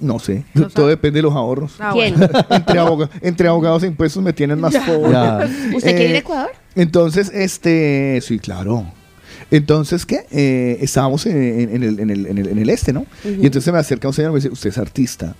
No sé. No Todo sabe. depende de los ahorros. Ah, ¿Quién? bueno. entre, aboga- entre abogados e impuestos me tienen más pobre. Ya. ¿Usted quiere Eh, ir a Ecuador? Entonces, este, sí, claro. Entonces, ¿qué? Eh, estábamos en, en- en el, en el- en el- en el este, ¿no? Y entonces se me acerca un señor y me dice, usted es artista.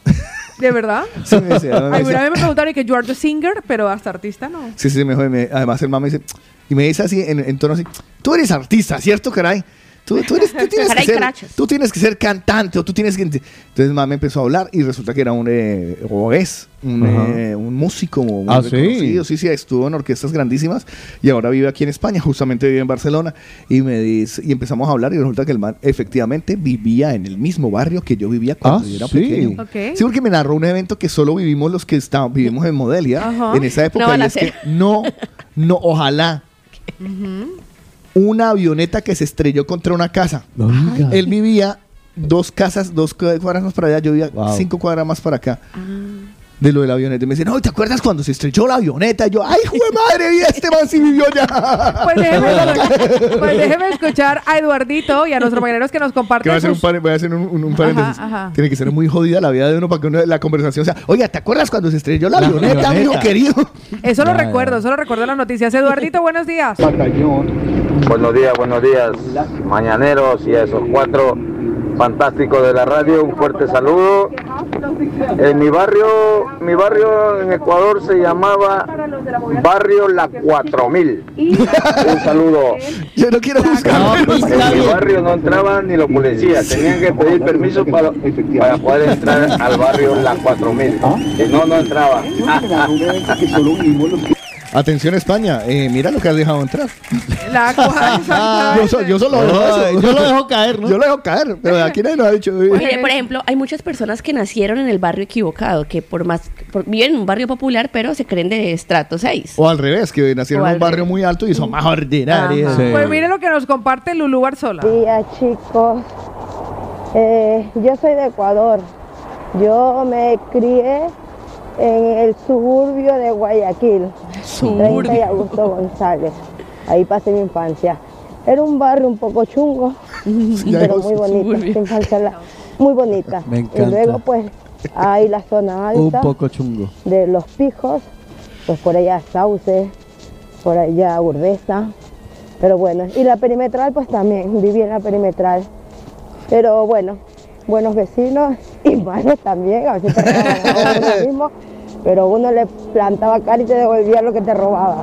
¿De verdad? Sí, me decía, me decía, Alguna vez me preguntaron y que you are the singer, pero hasta artista no. Sí, sí, me dijo, y me- además el mamá dice, y me dice así, en, en tono así, tú eres artista, ¿cierto, caray? Tú, tú eres, tú, tienes que Caray, ser, crachas. tú tienes que ser cantante o tú tienes que... Entonces mamá empezó a hablar y resulta que era un... eh, o es un, Ajá. eh, un músico muy Ah, ¿sí? reconocido. Sí, sí, estuvo en orquestas grandísimas y ahora vive aquí en España, justamente vive en Barcelona. Y me dice, y empezamos a hablar y resulta que el man efectivamente vivía en el mismo barrio que yo vivía cuando Ah, yo era sí. pequeño. Ok. Sí, porque me narró un evento que solo vivimos los que está- vivimos en Modelia, Ajá. en esa época. No van y a es que ser. no, no, ojalá. Una avioneta que se estrelló contra una casa. No diga. Él vivía dos casas, dos cu- cuadras más para allá, yo vivía Wow. cinco cuadras más para acá. Ah. De lo de la avioneta. Y me dice, no, ¿te acuerdas cuando se estrelló la avioneta? Y yo, ¡ay, jue madre! Y este man sí vivió ya. Pues déjeme, pues déjeme escuchar a Eduardito y a nuestros mañaneros que nos Que voy a comparten hacer un, sus, par- voy a hacer un- un- un paréntesis. ajá. Tiene que ser muy jodida la vida de uno para que uno, la conversación sea, oye, ¿te acuerdas cuando se estrelló la, La avioneta, avioneta. mijo querido? Eso lo Ya, ya. recuerdo, eso lo recuerdo en las noticias. Eduardito, buenos días. Buenos días, buenos días, mañaneros y a esos cuatro fantásticos de la radio, un fuerte saludo. En mi barrio, mi barrio en Ecuador se llamaba Barrio La 4000. Un saludo. Yo no quiero buscar. No, pero- pues, En mi barrio no entraban ni los policías, tenían que pedir permiso para, para poder entrar al barrio La 4000. Si no, no entraban. Atención España, eh, mira lo que has dejado entrar. La cual- yo, so- yo solo dejo eso. Ay, yo lo dejo caer, ¿no? Yo lo dejo caer, pero de aquí nadie nos ha dicho. eh, Mire, por ejemplo, hay muchas personas que nacieron en el barrio equivocado, que por más por- viven en un barrio popular, pero se creen de estrato 6. O al revés, que nacieron O en al un barrio revés. muy alto y son más ordinarios. Sí. Pues mire lo que nos comparte Lulú Barzola. días, chicos. Eh, yo soy de Ecuador. Yo me crié en el suburbio de Guayaquil, 30 de Augusto González. Ahí pasé mi infancia. Era un barrio un poco chungo, Ya pero dijo muy bonito. suburbio. Esta infancia la- muy bonita. Me Y luego encanta. pues hay la zona alta Un poco chungo. de los pijos, pues por allá Sauce, por allá Urdesa, pero bueno, y la perimetral pues también, viví en la perimetral Pero bueno, buenos vecinos y malos también, a veces te robaban a uno mismo, pero uno le plantaba cara y te devolvía lo que te robaba.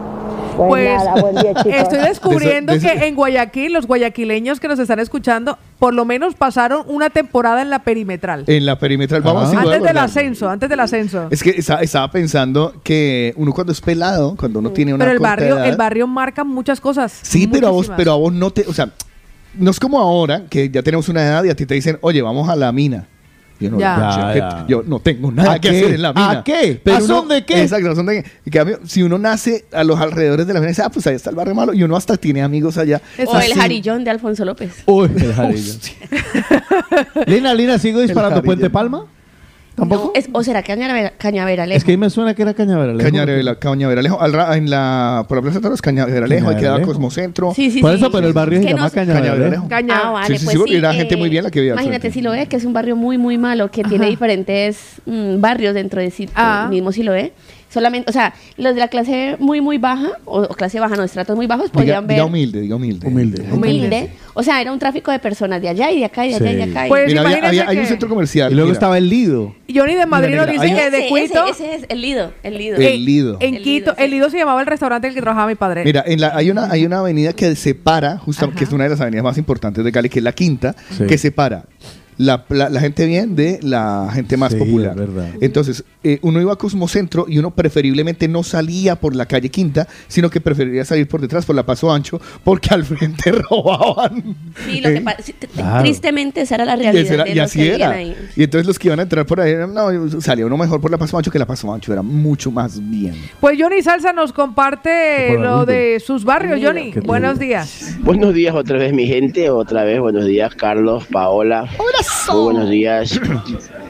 Pues, Pues nada, buen día, chicos. estoy descubriendo De eso- de eso- que en Guayaquil, los guayaquileños que nos están escuchando, por lo menos pasaron una temporada en la perimetral. En la perimetral. Ah. Vamos a antes del ascenso, antes del ascenso. Es que esa- estaba pensando que uno cuando es pelado, cuando uno tiene una Pero el corta barrio, edad- el barrio marca muchas cosas. Sí, pero a vos, muchísimas. pero a vos no te, o sea, no es como ahora que ya tenemos una edad y a ti te dicen, "Oye, vamos a la mina." Yo no, Ya. yo- Ya, que- ya. yo no tengo nada ¿A que qué? hacer en la mina. ¿A qué? Pero ¿A son uno- de qué? Exacto, ¿a son de qué? En cambio, si uno nace a los alrededores de la mina, dice, "Ah, pues allá está el barrio malo" y uno hasta tiene amigos allá. O el Así- jarillón de Alfonso López. Uy, el jarillo. Lina, Lina, ¿sigo disparando jarillo. Puente Palma? ¿Tampoco? No, es- ¿O será Cañavera- Cañaveralejo? Es que ahí me suena que era Cañaveralejo. Cañaverale- Cañaveralejo, al ra- en la por la Plaza de Toros, Cañaveralejo, ahí queda Cañaveralejo. Cosmocentro. ¿eh? Sí, sí, Por sí. eso, pero el barrio Es se que llama no- Cañaveralejo. Cañaveralejo. Caña. Ah, vale, Sí, sí, pues sí, sí. porque era gente muy bien la que vivía al Imagínate frente. Siloé, que es un barrio muy, muy malo, que tiene Ajá. diferentes mm, barrios dentro de sí, Ah. el mismo Siloé. Solamente, o sea, los de la clase muy, muy baja, o, o clase baja, no, estratos muy bajos, Diga, podían ver diga humilde, diga humilde. Humilde. humilde. humilde. O sea, era un tráfico de personas de allá y de acá y de allá y de Sí. acá. y- Pues, Mira, había- imagínense había- hay un que- centro comercial. Y luego mira. estaba el Lido. Johnny de Madrid Mira, nos mira, dice ahí- que de Ese- Quito. Ese, ese es el Lido, el Lido. Eh, El Lido. En El Quito, Lido, sí. el Lido se llamaba el restaurante en el que trabajaba mi padre. Mira, en la, hay, una, hay una avenida que separa, justo, que es una de las avenidas más importantes de Cali, que es la quinta, Sí. que separa la, pla- la gente bien de la gente más Sí, popular. es verdad. Entonces, eh, uno iba a Cosmocentro y uno preferiblemente no salía por la calle quinta, sino que preferiría salir por detrás, por la Paso Ancho, porque al frente robaban. Sí, lo que Eh, pa- sí, te- te- claro. tristemente esa era la y realidad. ese era- de y los así que vivían era. ahí. Y entonces los que iban a entrar por ahí, no, salía uno mejor por la Paso Ancho que la Paso Ancho, era mucho más bien. Pues Johnny Salsa nos comparte Por lo algún de sus barrios, Johnny. Qué Buenos duro. días. Buenos días otra vez mi gente, otra vez buenos días Carlos, Paola. Muy buenos días.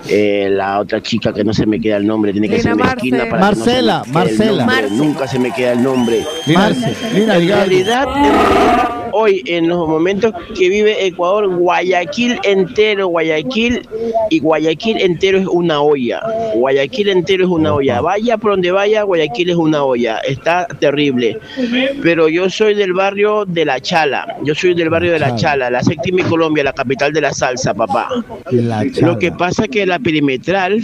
Eh, la otra chica que no se me queda el nombre, tiene que Lina ser Marce. mezquina para que no se me Marcela, quede el Marcela. nombre, Marce. Nunca se me queda el nombre. Lina, Marce. Lina, En diga algo. realidad, hoy en los momentos que vive Ecuador, Guayaquil entero, Guayaquil y Guayaquil entero es una olla. Guayaquil entero es una olla. Vaya por donde vaya, Guayaquil es una olla. Está terrible. Pero yo soy del barrio de La Chala. Yo soy del barrio de La Chala, la séptima y Colombia, la capital de la salsa, papá. La Lo que charla. pasa que la perimetral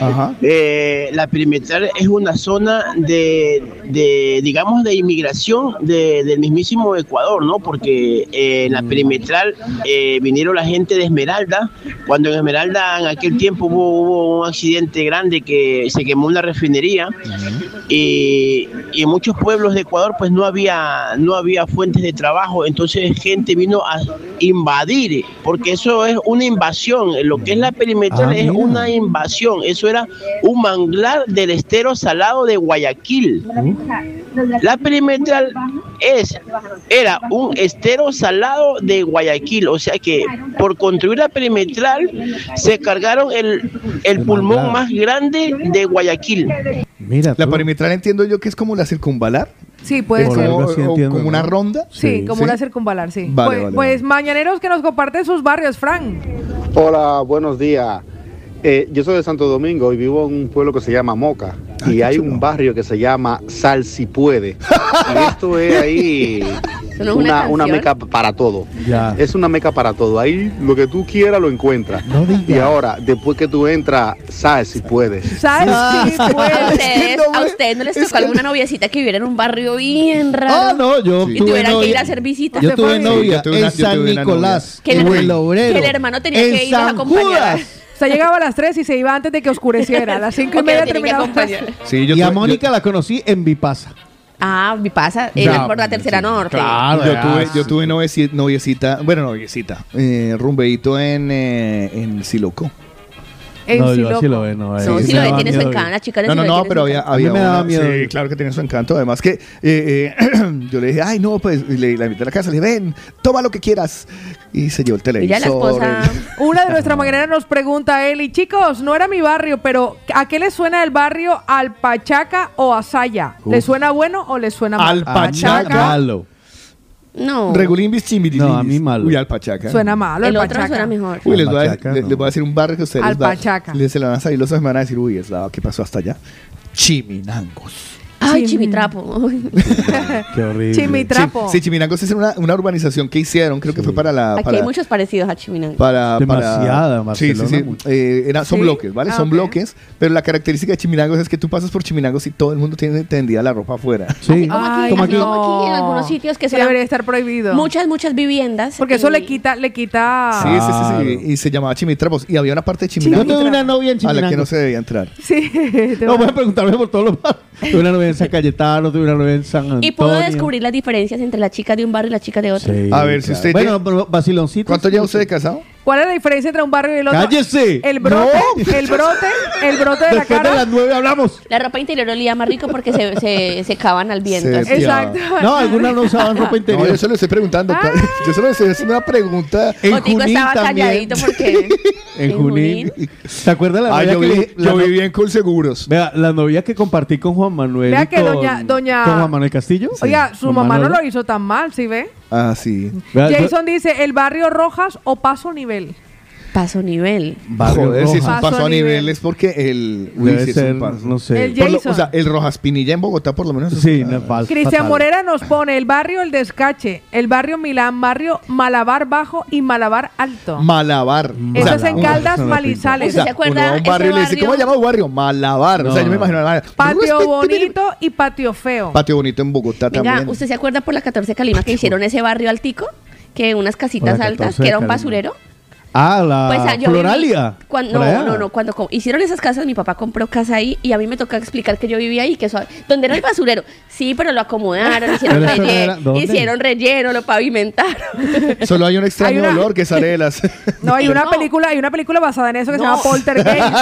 Ajá. eh, la perimetral es una zona de, de, digamos, de inmigración de- del mismísimo Ecuador, ¿no? Porque eh, en la perimetral eh, vinieron la gente de Esmeralda, cuando en Esmeralda en aquel tiempo hubo, hubo un accidente grande que se quemó una refinería y, y en muchos pueblos de Ecuador pues no había, no había fuentes de trabajo, entonces gente vino a invadir, porque eso es una invasión, lo que es la perimetral Ah, es mira. una invasión. Eso era un manglar del estero salado de Guayaquil. La perimetral es, era un estero salado de Guayaquil. O sea que por construir la perimetral se cargaron el, el El manglar. pulmón más grande de Guayaquil. Mira, La tú. perimetral entiendo yo que es como la circunvalar, Sí, puede Por ser. como, algo así o- entiendo, como ¿no? una ronda. Sí, Sí, como sí. una circunvalar, sí. Vale, pues, vale, pues vale. mañaneros que nos comparten sus barrios, Fran. Hola, buenos días. Eh, yo soy de Santo Domingo y vivo en un pueblo que se llama Moca. Ah, Y qué hay chulo. un barrio que se llama Sal Si Puede. Y esto es ahí Eso no es una una, una canción. meca para todo. Ya. Es una meca para todo. Ahí lo que tú quieras lo encuentras. No digas. Y ahora, después que tú entras, sal si puedes. Sal si Ah, A puedes. ustedes, no a me- ustedes no les es tocó que- alguna noviecita que viviera en un barrio bien raro. Ah, no, yo Sí. Y tuve tuvieran que ir novia. a hacer visitas. Yo tuve Sí, novia yo tuve una- en yo tuve San una novia. Nicolás, Que el en herma- el obrero, que el hermano tenía en que ir a San acompañar. Judas. O sea, llegaba a las 3 y se iba antes de que oscureciera. A las 5 y Porque media lo tienen que terminaba. acompañar. Sí, Y a tuve- Mónica la conocí en Vipasa. Ah, mi pasa, era por la tercera norte. Claro, yo era- tuve, yo tuve noveci- noviecita, bueno, noviecita, eh, rumbeíto en, eh, en Siloco. En no, yo Siloco. así lo veo, no. eh, No, sí si me lo daba detiene su miedo. encanto, las chicas de No, no, Siloé no, tienen pero su había, encanto. había A mí me daba una- miedo. Sí, claro que tenía su encanto. Además que eh, eh, yo le dije, ay, no, pues y le, la invité a la casa, le dije, ven, toma lo que quieras. Y se llevó el Y ya televisor. la esposa. el- Una de nuestras mañaneras nos pregunta Eli, chicos, no era mi barrio, pero ¿a qué le suena el barrio al Pachaca o a Saya? ¿Le Uf. suena bueno o le suena mal? Al Pachaca. Galo. No. Regulimbis chimirilis. No, a mí malo. Uy, al Pachaca. Suena malo El el, otro Pachaca. suena mejor. Uy, Al les voy, a, Pachaca, les- no. les voy a decir un barrio que ustedes Al les va- Pachaca. les se le van a salir los ojos y me van a decir, uy, es la, ¿qué pasó hasta allá? Chiminangos. Ah, Ay, chimitrapo. Qué horrible. Chimitrapo. Sí, sí, Chimirango es una, una urbanización que hicieron, creo que fue para la. Aquí para- hay muchos parecidos a Chiminango. para, Demasiada, para- sí, sí, sí. Barcelona. Eh, era- son ¿Sí? bloques, ¿vale? Ah, son ok. bloques, pero la característica de Chimirangos es que tú pasas por Chimirangos y todo el mundo tiene tendida la ropa afuera. Sí. Ah. Como aquí, Como así aquí. como aquí en algunos No. sitios que Sí, son debería estar prohibido. muchas, muchas viviendas. Porque eso y- le quita, le quita. Sí, sí, sí, sí, y se llamaba Chimitrapos y había una parte de Chimirangos Yo tuve una novia en a la que Chimirangos. no se debía entrar. Sí, te No va- voy a preguntarme por todos los barrios. Tuve una novia en San Cayetano, tuve una novia en San pues, Antonio. Y puedo descubrir las diferencias entre las chicas de un barrio y las chicas de otro. Sí, A ver, si claro. usted Bueno, te- pero vaciloncito. ¿Cuánto lleva usted de casado? ¿Cuál es la diferencia entre un barrio y el otro? ¡Cállese! El brote, el brote, el brote de la Después cara. de las nueve hablamos. La ropa interior olía más rico porque se, se, se cavan al viento. Se- así. Exacto. No, algunas no usaban ropa No, interior. yo se lo estoy preguntando. Ah. Yo solo estoy haciendo una pregunta. En Otico Junín estaba también. calladito porque... En Junín. ¿Se acuerda la Ah, novia yo, que vi- la yo no- viví en Colseguros. Vea, la novia que compartí con Juan Manuel. Vea y que con- doña- doña- Con Juan Manuel Castillo. Oiga, su mamá no lo Manuel. hizo tan mal, ¿sí ve? Ah, sí. Vea, do- Jason dice, el barrio Rojas o Paso Nivel. Paso nivel. Barrio Joder, si es un Rojas. paso a nivel es porque el. uy, Debe si es un ser, paso. no sé. El Por lo- Jason. o sea, el Rojas Pinilla en Bogotá, por lo menos. es sí, una- no, fal- Cristian fatal. Morera nos pone el barrio El Descache, el barrio Milán, barrio Malabar Bajo y Malabar Alto. Malabar. Eso Malabar. es en Uy, Caldas, eso no Manizales. O sea, ¿Se acuerda uno va a un ese barrio y le dice, barrio? ¿cómo se llama un barrio? Malabar. o sea, No. yo me imagino Malabar. Patio Bonito y Patio Feo. Patio Bonito en Bogotá Venga, también. ¿usted se acuerda por la 14 Calima que hicieron ese barrio altico? Que unas casitas Por la altas, 14 que era un Calima. basurero. Ah, la Pues ah, yo viví- Floralia. cuan- Por allá. no, no, no, cuando co- hicieron esas casas, mi papá compró casa ahí y a mí me toca explicar que yo vivía ahí, que eso, donde era el basurero. Sí, pero lo acomodaron, hicieron, Pero eso no relle- era- ¿dónde? hicieron relleno, lo pavimentaron. Solo hay un extraño Hay una- olor que sale de las... No, hay Sí, una no. película, hay una película basada en eso que se No. llama Poltergeist.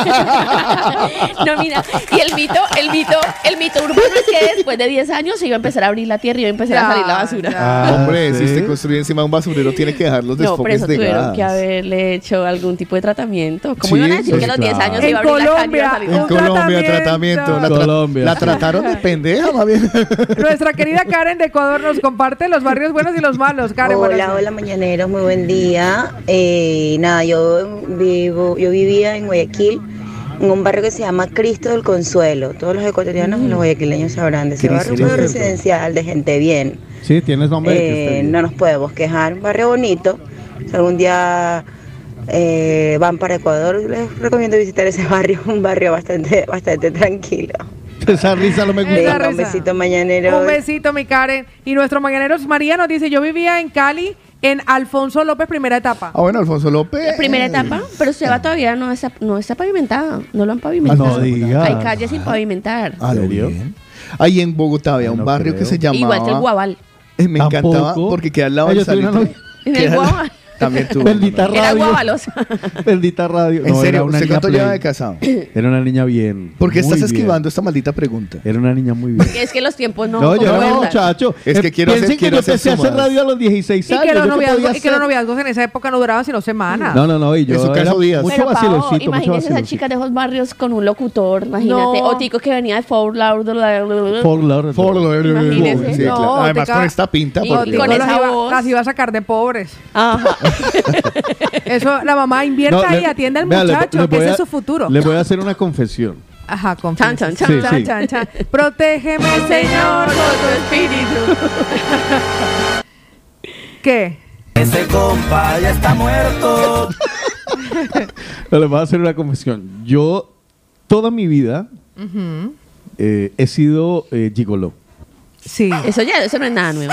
no, mira, y el mito, el mito, el mito urbano es que después de 10 años se iba a empezar a abrir la tierra y iba a empezar a salir la basura. Ya, Ah, Hombre, si sí. usted construye encima de un basurero, tiene que dejar los No, por desfoques eso de tuvieron gas. que haberle hecho algún tipo de tratamiento. ¿Cómo Sí, iban a decir pues que a los 10 claro. años se iba a En abrir la calle y iba a Colombia, salir En la Un Colombia, tratamiento. tratamiento. La, tra- Colombia. la trataron de pendeja, más bien. Nuestra querida Karen de Ecuador nos comparte los barrios buenos y los malos. Karen, buenos hola, días. hola mañaneros, muy buen día. Eh, nada, yo vivo, yo vivía en Guayaquil, en un barrio que se llama Cristo del Consuelo. Todos los ecuatorianos y Mm. los guayaquileños sabrán de ese barrio, Cristo un barrio del Consuelo. residencial de gente bien. Sí, tienes nombre. de que Eh, usted- no nos podemos quejar, un barrio bonito. Si algún día eh, van para Ecuador, les recomiendo visitar ese barrio, un barrio bastante, bastante tranquilo. Esa risa no me gusta. Esa Venga, un risa. besito mañanero. Un besito, mi Karen. Y nuestro mañaneros María nos dice, yo vivía en Cali en Alfonso López, primera etapa. Ah, bueno, Alfonso López. La primera etapa, pero se va todavía no está, no está pavimentada, no lo han pavimentado. Ah, No digas. Hay calles sin pavimentar. Ah, lo ¿Serio? bien. Ahí en Bogotá había Ah, un no barrio que creo. se llamaba... Igual que el Guabal. Eh, me encantaba Tampoco. porque queda al lado Ah, del yo tuve una salitre. novia. En el Queda- Guabal. También tuvo. Bendita radio. Era guabalosa. Bendita radio. En No, serio, era una ¿usted niña cuánto lleva play. de casado? Era una niña bien. ¿Por qué muy estás bien. esquivando esta maldita pregunta? Era una niña muy bien. Que es que los tiempos no. No, yo era concuerdan. un muchacho. Es que Eh, quiero hacer- Piensen que quiero yo hacer empecé a hacer sumadas. radio a los 16 Y años. que, los ¿yo qué noviazgos, podía y que los hacer? noviazgos en esa época no duraban sino semanas. No, no, no. Y yo En su era caso, días. Mucho Pero, Pao, vacilocito, mucho imagínese esa vacilocito. chica de esos barrios con un locutor, imagínate. No. O tico que venía de Fort Lauderdale. Por la- Por lo Imagínese. Sí, No, claro. te Además, ca- con esta pinta. Y- por y Dios. con Las esa iba- voz. Las iba a sacar de pobres. Ajá. Eso, la mamá No, invierta le- y atiende al vea, le- muchacho, le que voy ese a- es su futuro. Le voy a hacer una confesión. Ajá, Chan, confianza. chan, chan. Sí. Chan, chan, chan. Protégeme, Señor, con tu espíritu. ¿Qué? No, les voy a hacer una confesión. Yo, toda mi vida, eh, he sido eh, gigoló. Sí. Eso ya, eso no es nada nuevo.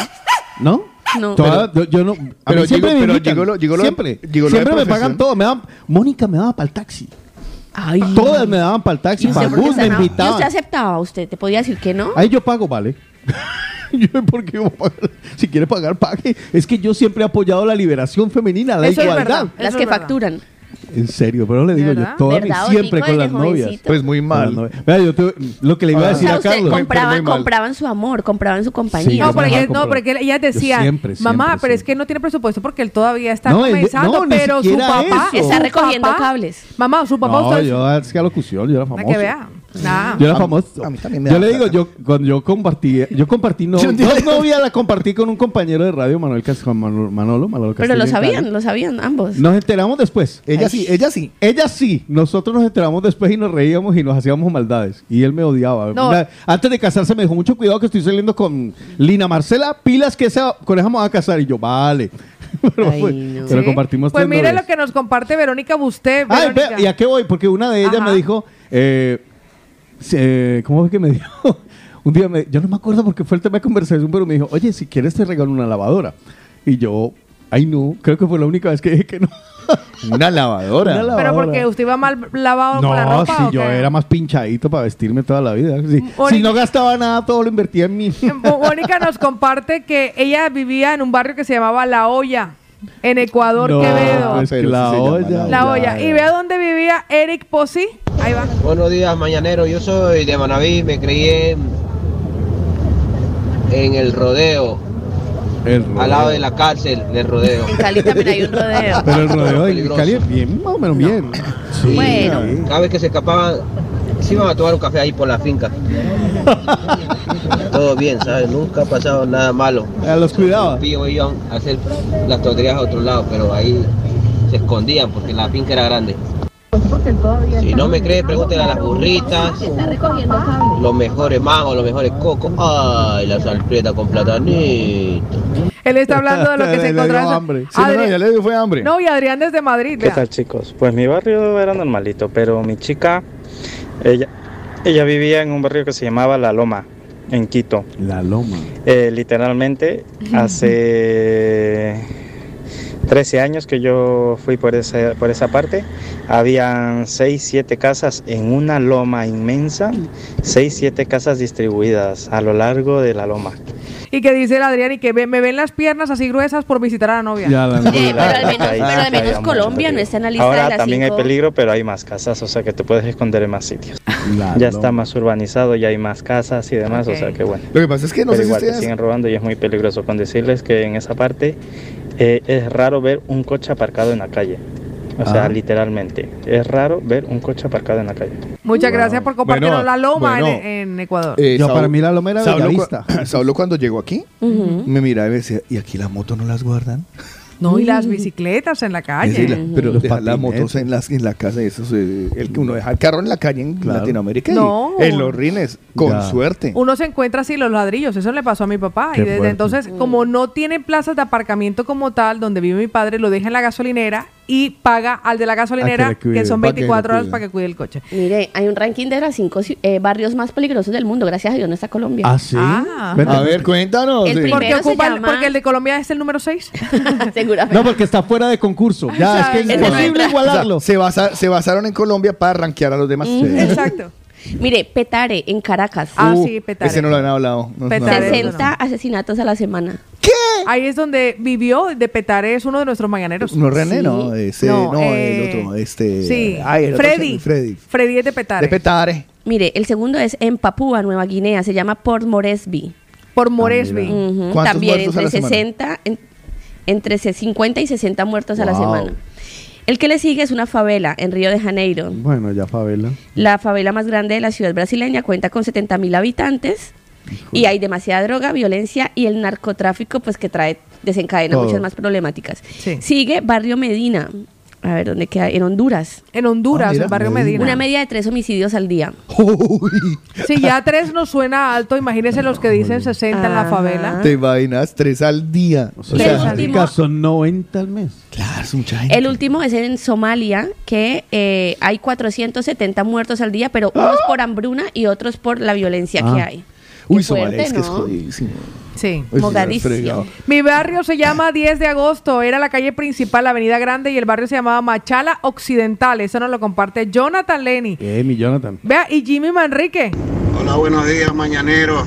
¿No? No. Toda- yo, yo no. a pero mí siempre gigolo- me pero invitan. gigolo- gigolo- siempre. gigolo de siempre me pagan profesión. todo. Me daban, Mónica me daba para el taxi. Ay. Todas me daban para el ¿Y taxi. usted Para por qué bus me se enojaba? ¿Y usted invitaban. aceptaba? ¿Usted te podía decir que no? Ahí yo pago, vale. yo, ¿por qué voy a pagar? Si quiere pagar, pague. Es que yo siempre he apoyado la liberación femenina, la Eso es igualdad. verdad. Las Eso que es verdad. facturan. En serio, pero le digo yo, ¿Verdad? toda mi- ¿Verdad, Otico, siempre con desde las novias. jovencito? Pues muy Con las mal. novias. Vea, yo tuve- lo que le iba a Ah. O decir sea, a usted Carlos. compraban, mal. compraban su amor, compraban su Sí, compañía. yo No, porque, trabajaba con no, pro- porque ellas Yo decían, siempre, siempre, mamá, pero siempre. es que él no tiene presupuesto porque él todavía está No, él- comenzando, no, ni pero su siquiera papá eso. su Está recogiendo papá- cables. Mamá, su papá No, usted- yo hacía locución, yo era Para famoso. que vea. Ah. Yo era A- famoso. a mí también me yo da le digo, yo cuando yo compartí, yo compartí no, dos novias la compartí con un compañero de radio, Manuel Cas- Juan Manolo, Manolo, Manolo Pero lo Castillo en Cali. sabían, lo sabían ambos. Nos enteramos después. Ella sí, ella sí. Ella sí. Nosotros nos enteramos después y nos reíamos y nos hacíamos maldades. Y él me odiaba. No. Una- antes de casarse me dijo, mucho cuidado que estoy saliendo con Lina Marcela, pilas que esa coneja me va a casar. Y yo, vale. pero, fue- pero Sí. compartimos Pues tres mira novias. lo que nos comparte Verónica Busté. Ay, Verónica. ve- ¿y a qué voy? Porque una de ellas Ajá. me dijo, eh, se- ¿cómo es que me dijo? Un día me, yo no me acuerdo porque fue el tema de conversación, pero me dijo, oye, si quieres te regalo una lavadora. Y yo, ay no, creo que fue la única vez que dije que no. Una lavadora. Una Pero lavadora. porque usted iba mal lavado con la No, ropa. ¿o si yo qué? Mm, era más pinchadito para vestirme toda la vida. Si, Ori- si no gastaba nada, todo lo invertía en mí. Mo- Mónica nos comparte que ella vivía en un barrio que se llamaba La Hoya, en Ecuador, No, Quevedo. pues que Pero la sí se llama olla. La Hoya. Y vea dónde vivía Eric Pozzi. Ahí va. Buenos días, mañanero. Yo soy de Manaví, me crié en, en el rodeo, al lado de la cárcel del rodeo. En Cali también hay un rodeo. Pero el rodeo en Peligroso. Cali es bien, más o menos bien. Sí, Bueno. sí. Cada vez que se escapaban, se iban a tomar un café ahí por la finca. Todo bien, ¿sabes? Nunca ha pasado nada malo. A los cuidaba. Ellos iban a hacer las tortillas a otro lado, pero ahí se escondían porque la finca era grande. Si no me crees, pregúntenle a las burritas, los mejores mangos, los mejores cocos. Ay, la salprieta con platanito. Él está hablando de lo que se encontraba. Adri- le dio fue hambre. No, y Adrián desde Madrid. ¿Qué vea. tal chicos? Pues mi barrio era normalito, pero mi chica, ella, ella vivía en un barrio que se llamaba La Loma, en Quito. La loma. Eh, literalmente hace 13 años que yo fui por esa, por esa parte, habían 6, 7 casas en una loma inmensa, 6, 7 casas distribuidas a lo largo de la loma. Y que dice el Adrián y que ve- me ven las piernas así gruesas por visitar a la novia. Ya, la novia. Eh, pero al menos, Ahí pero al sí que menos había mucho Colombia no está en la lista de Ahora las también cinco. hay peligro, pero hay más casas, o sea que te puedes esconder en más sitios. La ya está más urbanizado, ya hay más casas y demás, Ok. o sea que bueno. Lo que pasa es que no Pero sé si igual te ustedes- siguen robando y es muy peligroso. Con decirles que en esa parte eh, es raro ver un coche aparcado en la calle. O sea, Ah. literalmente. Es raro ver un coche aparcado en la calle. Muchas gracias por compartirnos Bueno, la loma bueno. en, en Ecuador. Eh, Yo, Saúl- para mí la loma era Saulo Bellavista. cua- Saulo cuando llegó aquí, Ujú. me miraba y me decía, ¿y aquí las motos no las guardan? No, y las bicicletas en la Es calle. decir, la- pero Los dejar las patinetes. motos en, las, en la casa, eso es, eh, el que uno deja el carro en la calle en Claro. Latinoamérica y No. en los rines, con Ya. suerte. Uno se encuentra así los ladrillos, eso le pasó a mi papá. Qué y desde fuerte. entonces, Mm. como no tiene plazas de aparcamiento como tal, donde vive mi padre, lo deja en la gasolinera y paga al de la A gasolinera, Ah, que le Ah, que, cuide, son pa' que lo 24 horas cuide. para que cuide el coche. Mire, hay un ranking de los cinco ci- eh, barrios más peligrosos del mundo. Gracias a Dios no está Colombia. Ah. A ver, cuéntanos. El sí. primero Porque, se ocupa el- llama- porque el de Colombia es el número 6. Seguramente. No, porque está fuera de concurso. Ya, es que es imposible igualarlo. O sea, se, basa- se basaron en Colombia para rankear a los demás. Ujú. Ah, Sí. Exacto. Ah, Mire, Petare, en Caracas. Uh, Ese no lo han hablado. No, no, Petare. no, no. 60 asesinatos a la semana. Ahí es donde vivió, de Petare es uno de nuestros mañaneros. No, René, Sí. no. Ese, no, el eh, otro. Este, sí. ay, el otro Freddy. se- Freddy. Freddy es de Petare. De Petare. Mire, el segundo es en Papúa, Nueva Guinea. Se llama Port Moresby. Por Moresby. Ujú, Ah, ¿Cuántos También muertos a entre la semana? 60, en- entre se- 50 y 60 muertos a la Wow. semana. El que le sigue es una favela en Río de Janeiro. Bueno, ya favela. La favela más grande de la ciudad brasileña cuenta con 70 mil habitantes y hay demasiada droga, violencia y el narcotráfico pues que trae desencadena Todo. muchas más problemáticas. Sí. Sigue Barrio Medina. A ver, ¿dónde queda? En Honduras. En Honduras, Ah, en mira, el barrio Medina. Medina. Una media de tres homicidios al día. Si ya tres nos suena alto, imagínense los que dicen 60 en la Ah. favela. Te imaginas, tres al día. O O sea, último- marica, son 90 al mes. Claro, es Eh, mucha gente. El último es en Somalia, que eh, hay 470 muertos al día, pero unos por hambruna y otros por la violencia que Ah. hay. Uy, Qué Somalia, fuerte, es que es ¿no? jodidísimo. Sí. Uy, sí, Mogadiscio. fregado. Mi barrio se llama 10 de agosto, era la calle principal, la avenida grande, y el barrio se llamaba Machala Occidental. Eso nos lo comparte Jonathan Lenny. Eh, mi Jonathan. Vea, y Jimmy Manrique. Hola, buenos días, mañaneros.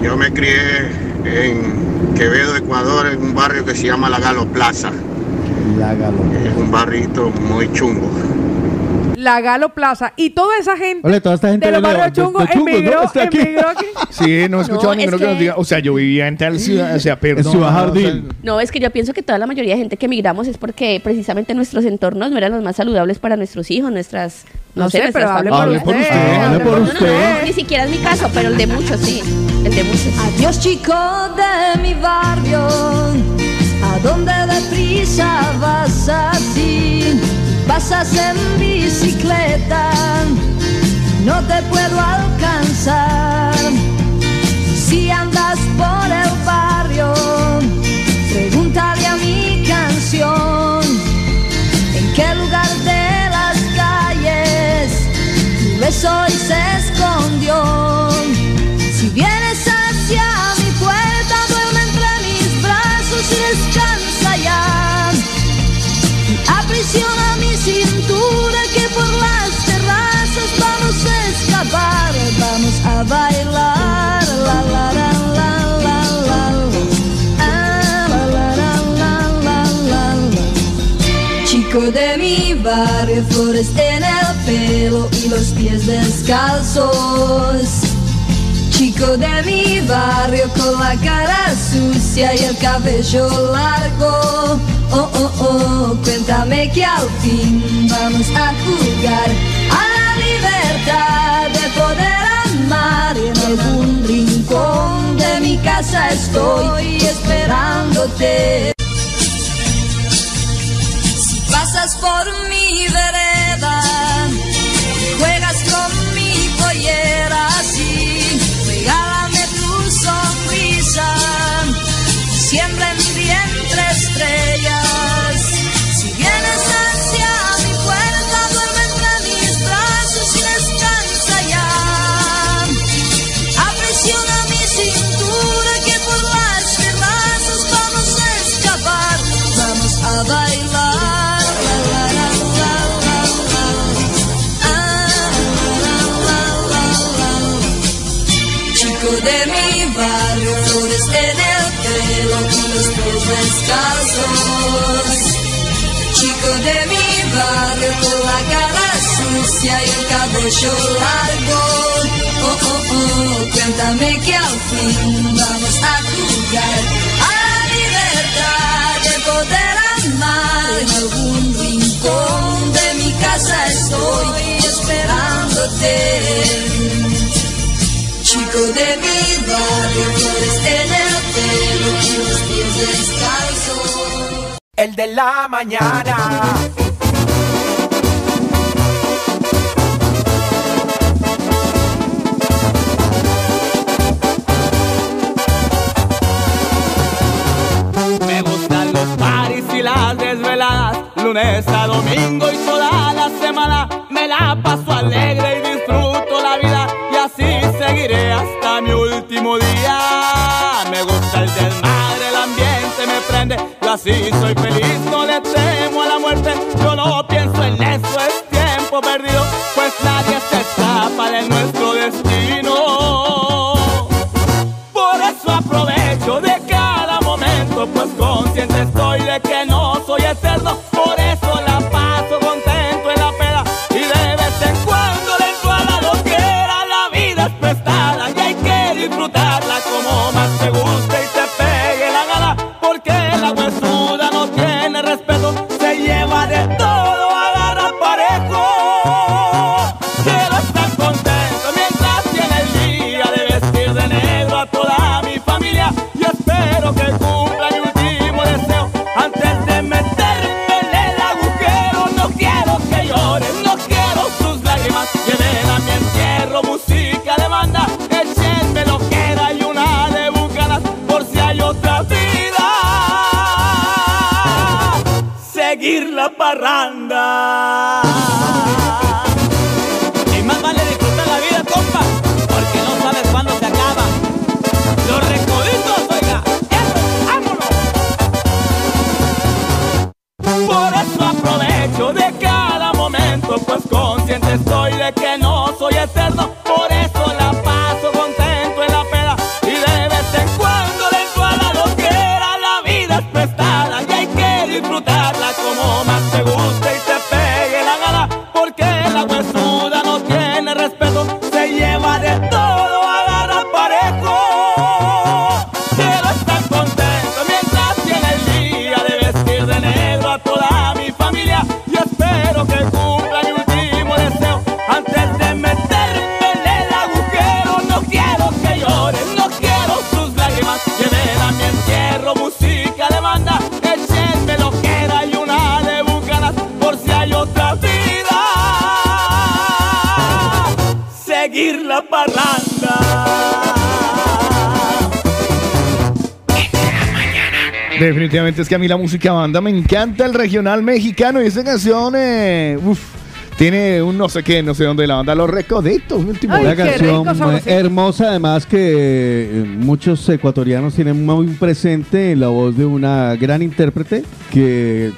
Yo me crié en Quevedo, Ecuador, en un barrio que se llama La Galo Plaza. La galo. Es un barrito muy chungo. la Galo Plaza y toda esa gente Oye, toda esta gente de los viene de- barrios de- chungos de chungos, emigró, ¿no? Está aquí. emigró aquí. Sí, no he escuchado es ninguno que... que- nos diga. O sea, yo vivía en tal ciudad, o sea, perdón. Ciudad no, o sea, Jardín. No, es que yo pienso que toda la mayoría de gente que emigramos es porque precisamente nuestros entornos no eran los más saludables para nuestros hijos, nuestras. No, No sé, sé, nuestras pero hable familias. por Hable por usted, usted, hable por No, no, usted. no, ni siquiera es mi caso, pero el de muchos sí. El de muchos. Adiós chico de mi barrio, a donde deprisa vas así, pasas en bicicleta, no te puedo alcanzar. Si andas por el barrio, pregúntale a mi canción, en qué lugar de las calles tu beso hoy se escondió. Si vienes hacia mi puerta, duerme entre mis brazos y descansa ya. Aprisiona mi cintura que por las terrazas vamos a escapar, vamos a bailar. La, la, la, la, la, la, la. Ah, la, la, la, la, la, la, la. Chico de mi barrio, flores en el pelo y los pies descalzos. Chico de mi barrio con la cara sucia y el cabello largo. Oh, oh, oh, cuéntame que al fin vamos a jugar a la libertad de poder amar. Y en algún rincón de mi casa estoy esperándote. Si pasas por mi vereda, juegas con mi pollera así, regálame tu sonrisa, siembra en mi vientre estrellas. Si vienes hacia mi puerta, duerme entre mis brazos y descansa ya. Apresiona mi cintura que por las terrazas vamos a escapar, vamos a bailar. La, la, la, la, la, la. Ah, la, la, la, la, la. Chico de mi barrio, flores en el pelo y los pies descalzos. Chico de mi barrio con la cara sucia y el cabello largo. Oh, oh, oh, cuéntame que al fin vamos a jugar a la libertad de poder amar. En algún rincón de mi casa estoy esperándote. Chico de mi barrio, flores en el pelo y los pies descalzos. El de la mañana. Me gustan los paris y las desveladas, lunes a domingo y toda la semana. Me la paso alegre y disfruto la vida y así seguiré hasta mi último día. Me gusta el desmadre, el ambiente me prende. Yo así soy feliz, no le temo a la muerte. Yo no pienso en eso, es tiempo perdido, pues nadie se escapa de nuestro destino. Por eso aprovecho de cada momento, pues consciente estoy de que no soy eterno. Por eso la paso contento en la peda y de vez en cuando le entro a la loquera. La vida es prestada y hay que disfrutarla como más te guste y te pegue la gana. Porque la huesuda no tiene respeto, se lleva de todo, agarra parejo. Quiero estar contento mientras tiene el día de vestir de negro a toda mi familia y espero que cumpla mi último deseo antes de meterme en el agujero. No quiero que lloren, no quiero sus lágrimas. Lleven a mi entierro música de banda, échenme lo que era y una de bucanas por si hay otra vida. Seguir la parranda. Y más vale disfrutar la vida, compa, porque no sabes cuándo se acaba. Los recoditos, oiga, eso, vámonos. Por eso aprovecho de cada momento, pues consciente estoy de que no soy eterno. Por eso la paso contento en la peda y de vez en cuando le entro a la loquera. La vida es prestada y hay que disfrutarla como más te guste y te pegue la gana. Definitivamente es que a mí la música banda me encanta el regional mexicano y esa canción, eh, uf, tiene un no sé qué, no sé dónde de la banda Los Recoditos, mi último. una canción eh, hermosa, además que eh, muchos ecuatorianos tienen muy presente la voz de una gran intérprete que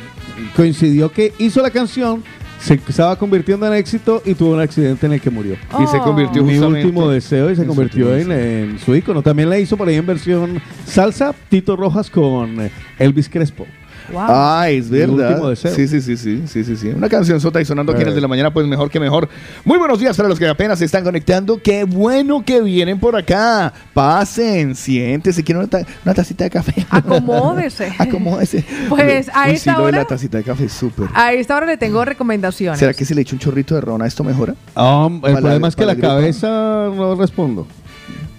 coincidió que hizo la canción, se estaba convirtiendo en éxito y tuvo un accidente en el que murió. Y se convirtió mi justamente- último deseo y se convirtió en, en su ícono. También la hizo por ahí en versión salsa Tito Rojas con eh, Elvis Crespo. Wow. Ah, es Mi verdad. último deseo. Sí, sí, sí, sí, sí, sí, sí. Una canción sota y sonando aquí en las de la mañana, pues mejor que mejor. Muy buenos días para los que apenas se están conectando. Qué bueno que vienen por acá. Pasen, siéntense, quieren una, ta- una tacita de café. Acomódese. Acomódese. Pues a Uy, sí, esta lo de hora, Ah, la tacita de café, es súper. a esta hora le tengo recomendaciones. ¿Será que si le echo un chorrito de ron a esto mejora? Ah, el problema es que la cabeza no respondo.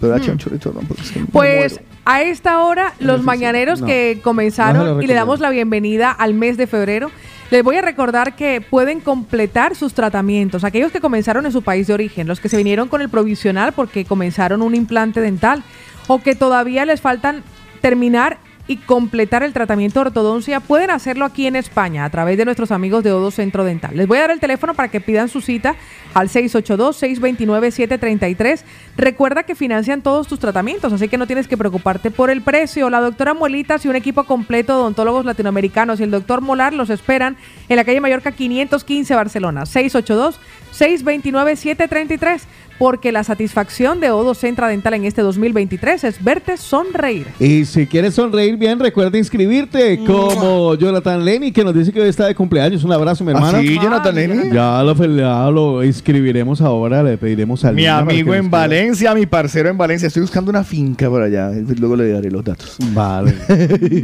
Pero le Mm. echo un chorrito de ron porque es que me Pues a esta hora, los mañaneros no. que No se comenzaron lo y le damos la bienvenida al mes de febrero, les voy a recordar que pueden completar sus tratamientos. Aquellos que comenzaron en su país de origen, los que se vinieron con el provisional porque comenzaron un implante dental o que todavía les faltan terminar y completar el tratamiento de ortodoncia, pueden hacerlo aquí en España a través de nuestros amigos de Odo Centro Dental. Les voy a dar el teléfono para que pidan su cita al 682-629-733. Recuerda que financian todos tus tratamientos, así que no tienes que preocuparte por el precio. La doctora Muelitas y un equipo completo de odontólogos latinoamericanos y el doctor Molar los esperan en la calle Mallorca 515 Barcelona, 682-629-733, porque la satisfacción de Odo Centro Dental en este 2023 es verte sonreír. Y si quieres sonreír bien, recuerda inscribirte como Jonathan Lenny, que nos dice que hoy está de cumpleaños. Un abrazo, mi ¿Ah, hermana. sí, Jonathan Lenny? Ya lo, fel- ya lo inscribiremos ahora, le pediremos al Mi amigo en Valencia, mi parcero en Valencia. Estoy buscando una finca por allá. Luego le daré los datos. Vale.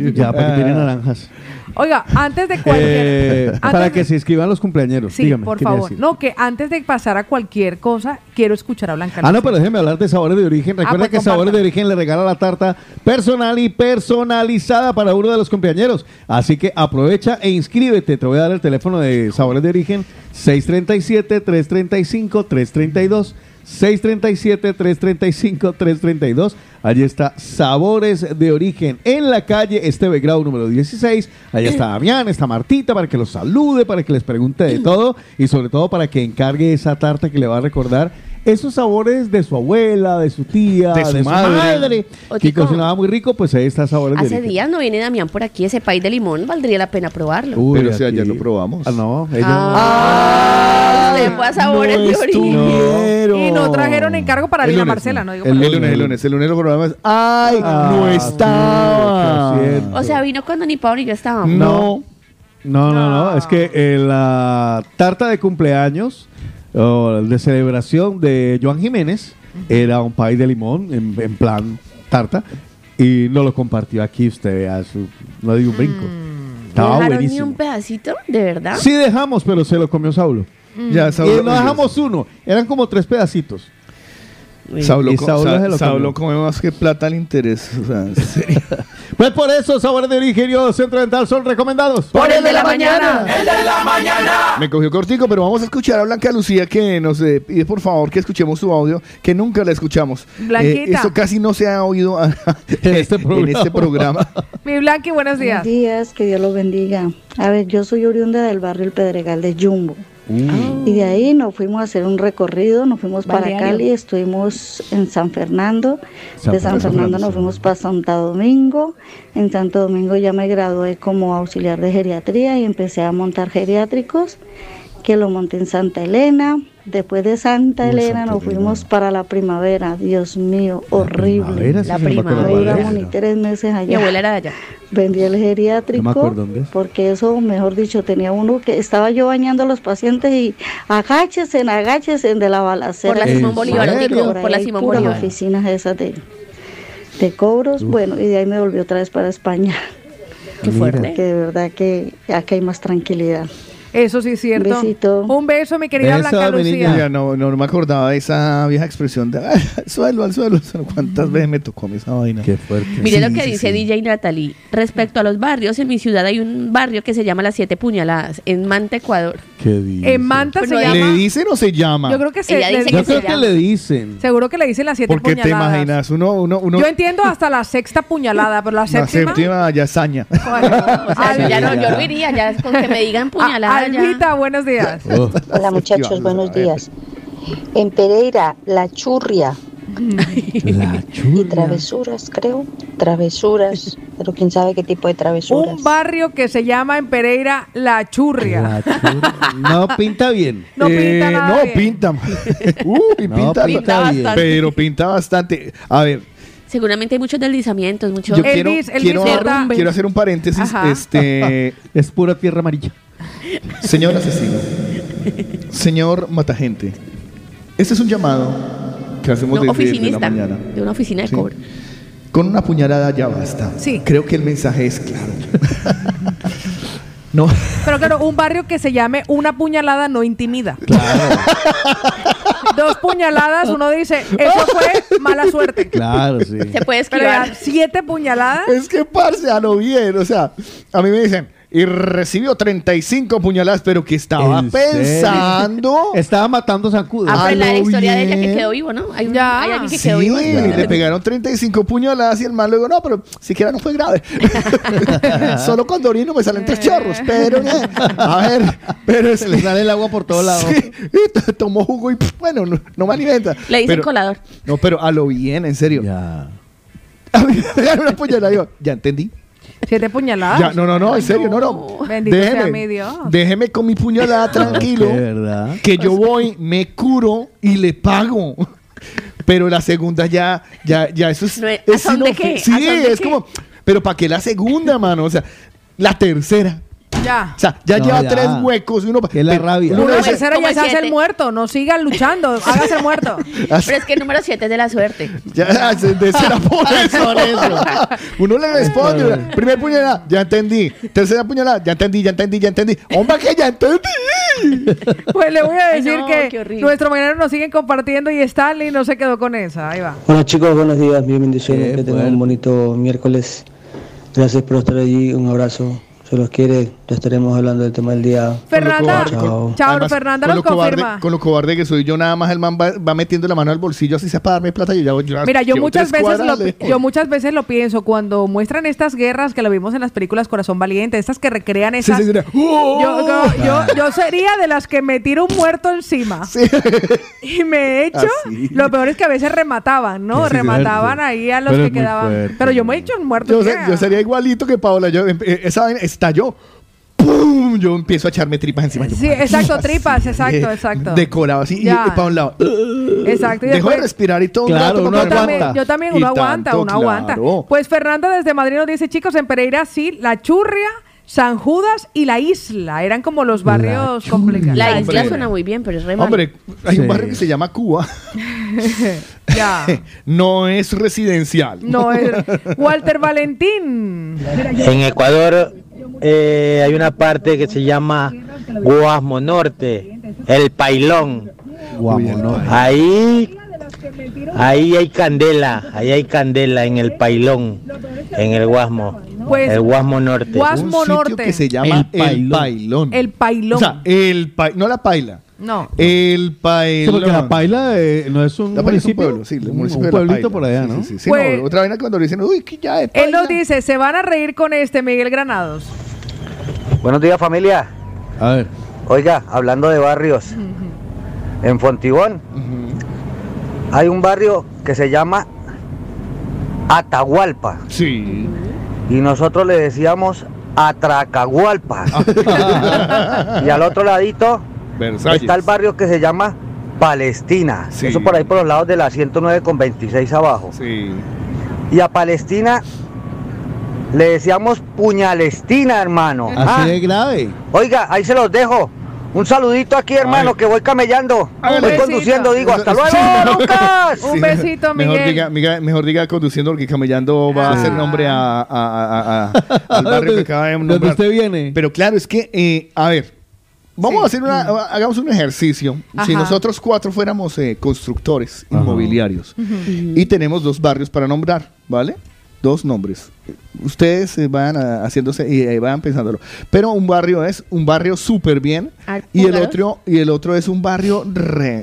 Ah. ya, para que tiene naranjas. Oiga, antes de cualquier... Eh, antes para de- que se inscriban los cumpleañeros. Sí, Dígame, por ¿qué me iba a favor. decir? No, que antes de pasar a cualquier cosa, quiero escuchar a Blanca. Ah, no, pero déjeme hablar de sabores de origen. Recuerda pues, que Sabores comparta. de Origen le regala la tarta personal y personalizada para uno de los compañeros. Así que aprovecha e inscríbete. Te voy a dar el teléfono de Sabores de Origen 637-335-332. 637-335-332. Allí está Sabores de Origen en la calle Esteve Grau número 16. Allí está Damián, está Martita para que los salude, para que les pregunte de todo y sobre todo para que encargue esa tarta que le va a recordar esos sabores de su abuela, Ah, de su tía, Ah, De su madre. que Otico. cocinaba muy rico, pues ahí está Sabores de Hace Origen. días no viene Damián por aquí, ese país de limón, valdría la pena probarlo. Uy, Pero si aquí- ayer lo probamos. Ah, no, ella Ah, usted fue a sabores de origen. Y no trajeron encargo para El Lina lunes, Marcela, no digo El para- lunes, el lunes, el lunes lo Ah, programas. ¡Ay! no estaba. O sea, vino cuando ni Pablo y yo estábamos. No. No, no, no. Es que eh, la tarta de cumpleaños o de celebración de Joan Jiménez era un pay de limón en, en plan tarta y no lo compartió aquí. Usted vea, su- no dio un brinco. ¿No Estaba dejaron ni buenísimo. un pedacito? ¿De verdad? Sí dejamos, pero se lo comió Saulo. Mm. Ya, Saulo y no comió. dejamos uno. Eran como tres pedacitos. Saulo, Y co- Saulo Sa- se lo Saulo comió. come más que plata al interés. O sea, en serio. Pues por eso, sabores de origen y Odo centro dental son recomendados. Por el de la mañana. El de la mañana. Me cogió cortico, pero vamos a escuchar a Blanca Lucía que nos eh, pide por favor que escuchemos su audio, que nunca la escuchamos. Blanquita. esto casi no se ha oído a- en este programa. Mi Blanqui, buenos días. Buenos días, que Dios los bendiga. A ver, yo soy oriunda del barrio El Pedregal de Jumbo. Uh. Y de ahí nos fuimos a hacer un recorrido, nos fuimos para Balneario. Cali, estuvimos en San Fernando, San de San Fernando, Fernando San nos fuimos para Santo Domingo, en Santo Domingo ya me gradué como auxiliar de geriatría y empecé a montar geriátricos, que lo monté en Santa Elena, después de Santa Uy, Elena Santa nos fuimos para la primavera, Dios mío, horrible. primavera, sí La se me acuerda No cuál era. duramos ni tres meses allá. Mi abuela era de allá. Vendí el geriátrico. No me acuerdo dónde es. Porque eso, mejor dicho, tenía uno que estaba yo bañando a los pacientes y agáchese, agáchese de la balacera. Por la Simón ¿En Bolívar, serio? Tico, por la ahí, Simón puras Bolívar. oficinas esas de, de cobros. Bueno, y de ahí me volvió otra vez para España. Ah, Qué fuerte. Que de verdad que acá hay más tranquilidad. Eso sí es cierto. Besito. Un beso, mi querida Esa, Blanca mi Lucía. niña, no, no me acordaba de esa vieja expresión de "Ah, al suelo, al suelo, al suelo". Mm. ¿Cuántas veces me tocó a mí esa vaina? Qué fuerte. Mire lo que dice DJ Natalie. Respecto a los barrios, en mi ciudad hay un barrio que se llama Las Siete Puñaladas, en Manta, Ecuador. ¿Qué dice? En Eh, Manta se llama. ¿Le dicen o se llama? Yo creo que se- Ella le dice que Yo dicen- creo que le dicen. Seguro que le dicen las siete Porque te puñaladas. imaginas, uno, uno, uno, Yo entiendo hasta la sexta puñalada, pero la la séptima. séptima pues, ya hazaña. O sea, yo ya no, yo no iría, ya con que me digan puñalada. ya. Alvita, buenos días. Oh. Hola muchachos, buenos días. En Pereira, la churria. Y travesuras, creo. Travesuras. Pero quién sabe qué tipo de travesuras. Un barrio que se llama en Pereira La Churria. No pinta bien. No pinta nada Eh, no, bien. pinta. Uy, No, pinta, pinta bastante. Pero pinta bastante. A ver, Seguramente hay muchos deslizamientos, muchos. yo quiero, quiero, derrumbes. quiero hacer un paréntesis. Ajá. Este, es pura tierra amarilla. Señor asesino, señor matagente, este es un llamado que hacemos No, desde oficinista. la mañana. De una oficina de Sí. cobro. Con una puñalada ya basta. Creo que el mensaje es claro. no. Pero claro, un barrio que se llame una puñalada no intimida. Dos puñaladas, uno dice, eso fue mala Ah, suerte. Claro, sí. Se puede Pero ya, esquivar. siete puñaladas. Es que, parce, a lo bien. O sea, a mí me dicen, y recibió 35 puñaladas, pero que estaba ¿En serio? pensando. Estaba matando zancudos. Ah, pero A la lo historia de ella que bien. quedó vivo, ¿no? Hay, un- Ya. hay alguien que Sí, quedó vivo. le pegaron 35 puñaladas y el man luego, no, pero siquiera no fue grave. Solo cuando orino me salen tres chorros, pero eh, a ver, pero es Se le sale el agua por todos lados. Sí, y to- tomó jugo y pff, bueno, no, no me alimenta. Le dicen Pero- colador. No, pero a lo bien, en serio. A mí me pegaron una puñalada y yo, ya entendí. Siete Ah, puñaladas. Ya, no, no, no, en serio, no, no. Bendito sea mi Dios. Déjeme, déjeme con mi puñalada tranquilo, De verdad. que yo voy, me curo y le pago. Pero la segunda ya, ya, ya, eso es. No, ¿a es son de inofe- qué? ¿A Sí, son de es qué? como. Pero ¿para qué la segunda, mano? O sea, la tercera. Ya. O sea, ya No, lleva ya. tres huecos y uno. Qué la pero- rabia. uno Uno dice, tercera como ya se hace siete. el muerto. No sigan luchando. Hágase el muerto. Pero es que el número 7 es de la suerte. Ya, se- de- será por eso. Por eso. Uno le responde, ¿verdad? primer puñalada, ya entendí. Tercera puñalada, ya entendí, ya entendí, ya entendí. Hombre, que ya entendí. Pues le voy a Ay, decir no, qué que horrible. nuestro mañanero nos siguen compartiendo y Stanley no se quedó con esa. Ahí va. Bueno chicos, buenos días, bien bendiciones, Qué que tengan fuerte. un bonito miércoles. Gracias por estar allí, un abrazo, se los quiere, ya estaremos hablando del tema del día. Fernanda, cobarde, con- chao, Además, Fernanda con nos lo cobarde- confirma. con lo cobarde que soy yo, nada más el man va, va metiendo la mano al bolsillo, así sea para darme plata. Yo ya voy- ya Mira, yo llevo muchas tres veces lo, cuadras, pi- le- yo muchas veces lo pienso cuando muestran estas guerras que lo vimos en las películas Corazón Valiente, estas que recrean Sí, esas. sí, mira. ¡Oh! Yo, yo, Ah. yo- yo sería de las que me tiro un muerto encima. Y me he hecho. Así. Lo peor es que a veces remataban, ¿no? Ah, Sí, sí, remataban cierto. ahí a los Pero que es muy quedaban. fuerte. Pero yo me he hecho un muerto. Yo, se- encima. yo sería igualito que Paola. Yo, em- eh, esa vaina estalló. ¡Pum! Yo empiezo a echarme tripas encima. Yo, Sí, exacto, tripas, exacto, eh, exacto. Decorado así. Y, Ya. para un lado. Exacto, y Dejo de después- respirar y todo un Claro, rato uno para yo poder- también, aguanta. yo también, Y uno aguanta, tanto, uno aguanta. claro. Pues Fernanda desde Madrid nos dice, chicos, en Pereira sí, La Churria, San Judas y La Isla. Eran como los barrios complicados. La Hombre. isla suena muy bien, pero es re malo. Hombre, hay un Sí. barrio que se llama Cuba. Ya. No es residencial. Ah. No, es Walter Valentín. En Ecuador eh, hay una parte que se llama Guasmo Norte, el Pailón. Guamo, no. Ahí, ahí hay candela, ahí hay candela en el Pailón, en el Guasmo, Pues, el Guasmo Norte. Guas- Un Asmo sitio Norte. que se llama El El Pailón. Pailón. El Pailón. O sea, el pa- no la paila. no. El Sí, Pailón. porque la Paila eh, no es un La Paila es un municipio. pueblo, sí, el municipio un de La pueblito Paila. por allá, Sí, ¿no? sí, sí. Sí, Pues- no, otra vaina cuando le dicen, uy, que ya es Él nos paila. dice, se van a reír con este, Miguel Granados. Buenos días familia. A ver. Oiga, hablando de barrios, en Fontibón hay un barrio que se llama Atahualpa Sí. y nosotros le decíamos Atracahualpa. y al otro ladito Versalles. está el barrio que se llama Palestina. Sí. Eso por ahí por los lados de la 109 con 26 abajo. Sí. Y a Palestina le decíamos Puñalestina, hermano. Ah. Así de grave. Oiga, ahí se los dejo. Un saludito aquí, hermano, Ay. que voy camellando. Hágale. Voy Besito. conduciendo, digo, hasta luego, Sí, no. Lucas. Un besito, Miguel. Mejor diga, miga- mejor diga conduciendo porque camellando va a hacer nombre a, a- a- a- a- al barrio que acaba de Ah. ¿Dónde nombrar. usted viene? Pero claro, es que, eh, a ver, Vamos a hacer una, hagamos un ejercicio. Si Ajá. nosotros cuatro fuéramos eh, constructores inmobiliarios y tenemos dos barrios para nombrar, ¿vale? Dos nombres. Ustedes eh, van ah, haciéndose y eh, van pensándolo. Pero un barrio es un barrio súper bien Ah, y el claro. otro y el otro es un barrio re.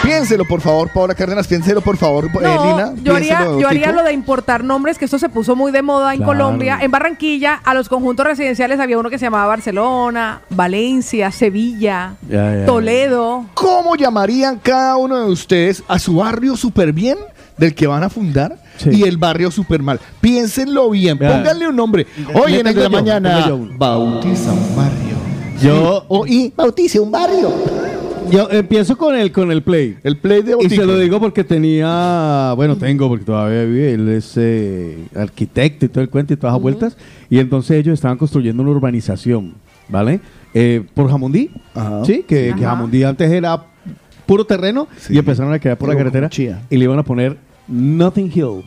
piénselo por favor, Paola Cárdenas, piénselo por favor, eh, Lina. No, yo haría, piénselo, yo haría Tico. lo de importar nombres, que eso se puso muy de moda en Claro. Colombia. En Barranquilla, a los conjuntos residenciales había uno que se llamaba Barcelona, Valencia, Sevilla, Ya, ya. Toledo. ¿Cómo llamarían cada uno de ustedes a su barrio súper bien del que van a fundar y el barrio súper mal? Piénsenlo bien, Ya. pónganle un nombre. Hoy en el Tengo yo, de la tengo mañana, yo uno. bautiza un barrio. Yo- O, y bautice un barrio. Yo empiezo con el, con el play. El play de Y Botico. se lo digo porque tenía, bueno, tengo, porque todavía vive, él es eh, arquitecto y todo el cuento y todas las vueltas. Y entonces ellos estaban construyendo una urbanización, ¿vale? Eh, por Jamundí, Ah. ¿sí? Que, que Ajá. Jamundí antes era puro terreno y empezaron a quedar por la Pero carretera con chía. y le iban a poner Nothing Hill.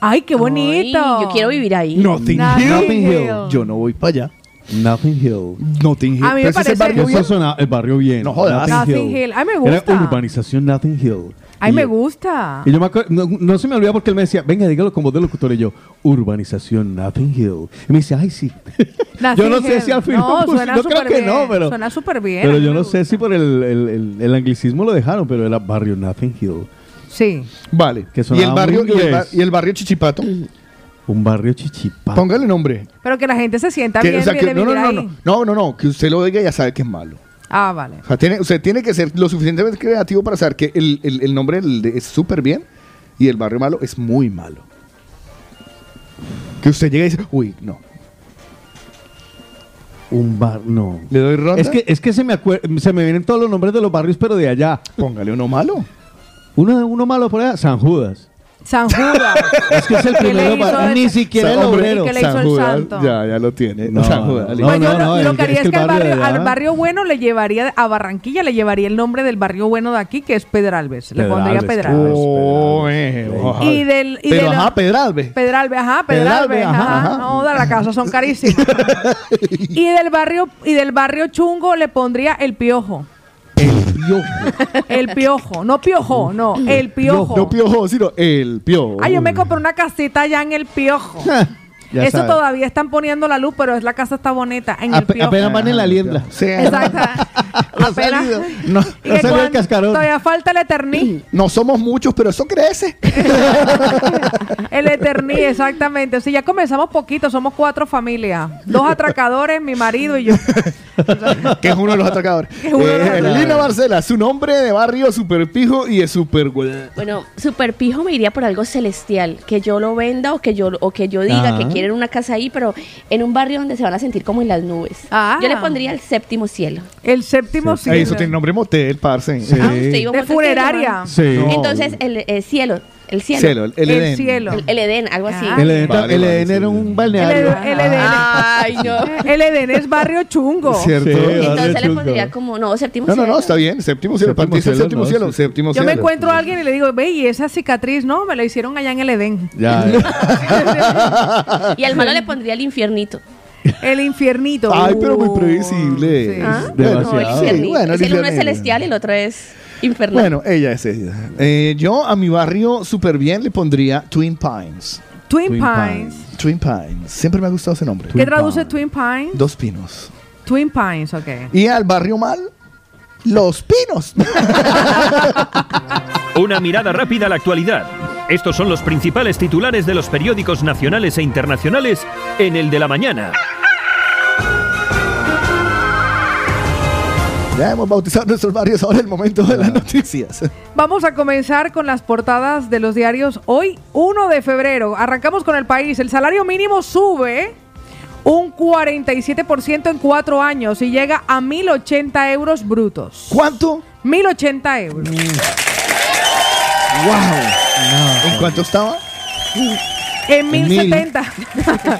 ¡Ay, qué bonito! Ay, yo quiero vivir ahí. Nothing Hill. Nothing Hill. Yo no voy para allá. Nothing Hill. Pues Nothing Hill. A mí me Pero ese es el parece- barrio bien. Eso sonaba- el barrio bien. No jodas. Nothing Hill. Ay, me gusta. Era urbanización Nothing Hill. Ay, Y me yo- gusta. Y yo me acuerdo, no, no se me olvida porque él me decía, venga, dígalo con voz de locutor. Y yo, urbanización Nothing Hill. Y me dice, ay, sí. yo no sé si al final. No, pues, suena no creo súper que bien, no, pero. Suena súper bien. pero a mí yo me no gusta. sé si por el, el- el- el anglicismo lo dejaron, pero era barrio Nothing Hill. Sí. Vale. Que Y sonaba el barrio muy y el, inglés. bar- y el barrio Chichipato. Un barrio chichipa. Póngale nombre. Pero que la gente se sienta Que- bien, o sea, que- viene no, no, vivir no, ahí. no, no, no, no, que usted lo diga y ya sabe que es malo. Ah, vale. O sea, tiene, usted tiene que ser lo suficientemente creativo para saber que el, el- el nombre del- de- es súper bien y el barrio malo es muy malo. Que usted llega y dice, uy, no. Un bar, no. ¿Le doy ronda? Es que, es que se, me acuer- se me vienen todos los nombres de los barrios, pero de allá. Póngale uno malo. Uno, uno malo por allá, San Judas. San Judas. Es que es el ¿Qué le primero, hizo pa- el- ni siquiera el San- hombre, obrero. ¿y qué le hizo San el Judas, santo? Ya, ya lo tiene. No, San Judas, no, listo. Pues yo lo- no, lo es que que- haría es es que que el al barrio barrio, de allá- al barrio bueno le llevaría a Barranquilla, le llevaría el nombre del barrio bueno de aquí, que es Pedralbes. Le pondría Pedralbes, Pedralbes. Oh, eh, ojalá. Y del- y Pero de lo- ajá, Pedralbes. Pedralbes, ajá, Pedralbes, Pedralbes, ajá, ajá. ajá. No, de la casa son carísimas. y del barrio y del barrio chungo le pondría el piojo. El piojo, no piojo, no, el piojo. No piojo, sino el piojo. Ah, yo me compré una casita allá en el piojo. Ya Eso sabe. todavía están poniendo la luz, pero es la casa está bonita en el Ape- piojo. apenas van en la liendra. Exacto. Apenas- No, Y que no salió el cuando- cascarón. Todavía falta el eterní. No somos muchos, pero eso crece. El eterní, exactamente. O sea, ya comenzamos poquito, somos cuatro familias. Dos atracadores, mi marido y yo. que es uno de los atracadores. Que es uno de los Eh, atracadores. Lina Marcela, su nombre de barrio super pijo y es super güey. Bueno, super pijo me iría por algo celestial, que yo lo venda o que yo o que yo diga Ah. que quieren una casa ahí, pero en un barrio donde se van a sentir como en las nubes. Yo le pondría el séptimo cielo. Ah. El séptimo Ahí eso tiene nombre motel, parce. Ah, usted iba a De montar funeraria. cielo, Sí. ¿no? No. Entonces el, eh, cielo, el cielo, Cielo, el- el El Edén. cielo. el, el Edén, algo así. El Edén, Vale, el vale, Edén sí, era un balneario. Ah. El Edén. Ay, no. El Edén es barrio chungo. Cierto. Sí, Entonces le pondría como no séptimo No, no, cielo. no, está bien. Séptimo cielo, Séptimo partiste cielo, séptimo no, cielo, sí, sí. séptimo Yo cielo. me encuentro a alguien y le digo, ve, y esa cicatriz, no, me la hicieron allá en el Edén. Ya, ya. Y al malo le pondría el infiernito. El infiernito. Ay, pero muy previsible. Uh, Sí. Ah, Es ¿Ah? No, el demasiado. infiernito. Sí, bueno, Es el el uno es infierno. celestial y el otro es infernal. Bueno, ella es ella. Eh, yo a mi barrio súper bien le pondría Twin Pines. Twin Twin Pines. Twin Pines. Siempre me ha gustado ese nombre. ¿Qué traduce Twin Pines? Dos pinos. Twin Pines, ok. Y al barrio mal, Los Pinos. Una mirada rápida a la actualidad. Estos son los principales titulares de los periódicos nacionales e internacionales en el de la mañana. ya hemos bautizado nuestros barrios. Ahora es el momento de las noticias. Vamos a comenzar con las portadas de los diarios hoy, 1 de febrero. Arrancamos con el país. El salario mínimo sube un 47% en cuatro años y llega a 1.080 euros brutos. ¿Cuánto? 1.080 euros. ¡Wow! ¿En cuánto estaba? En En 1070.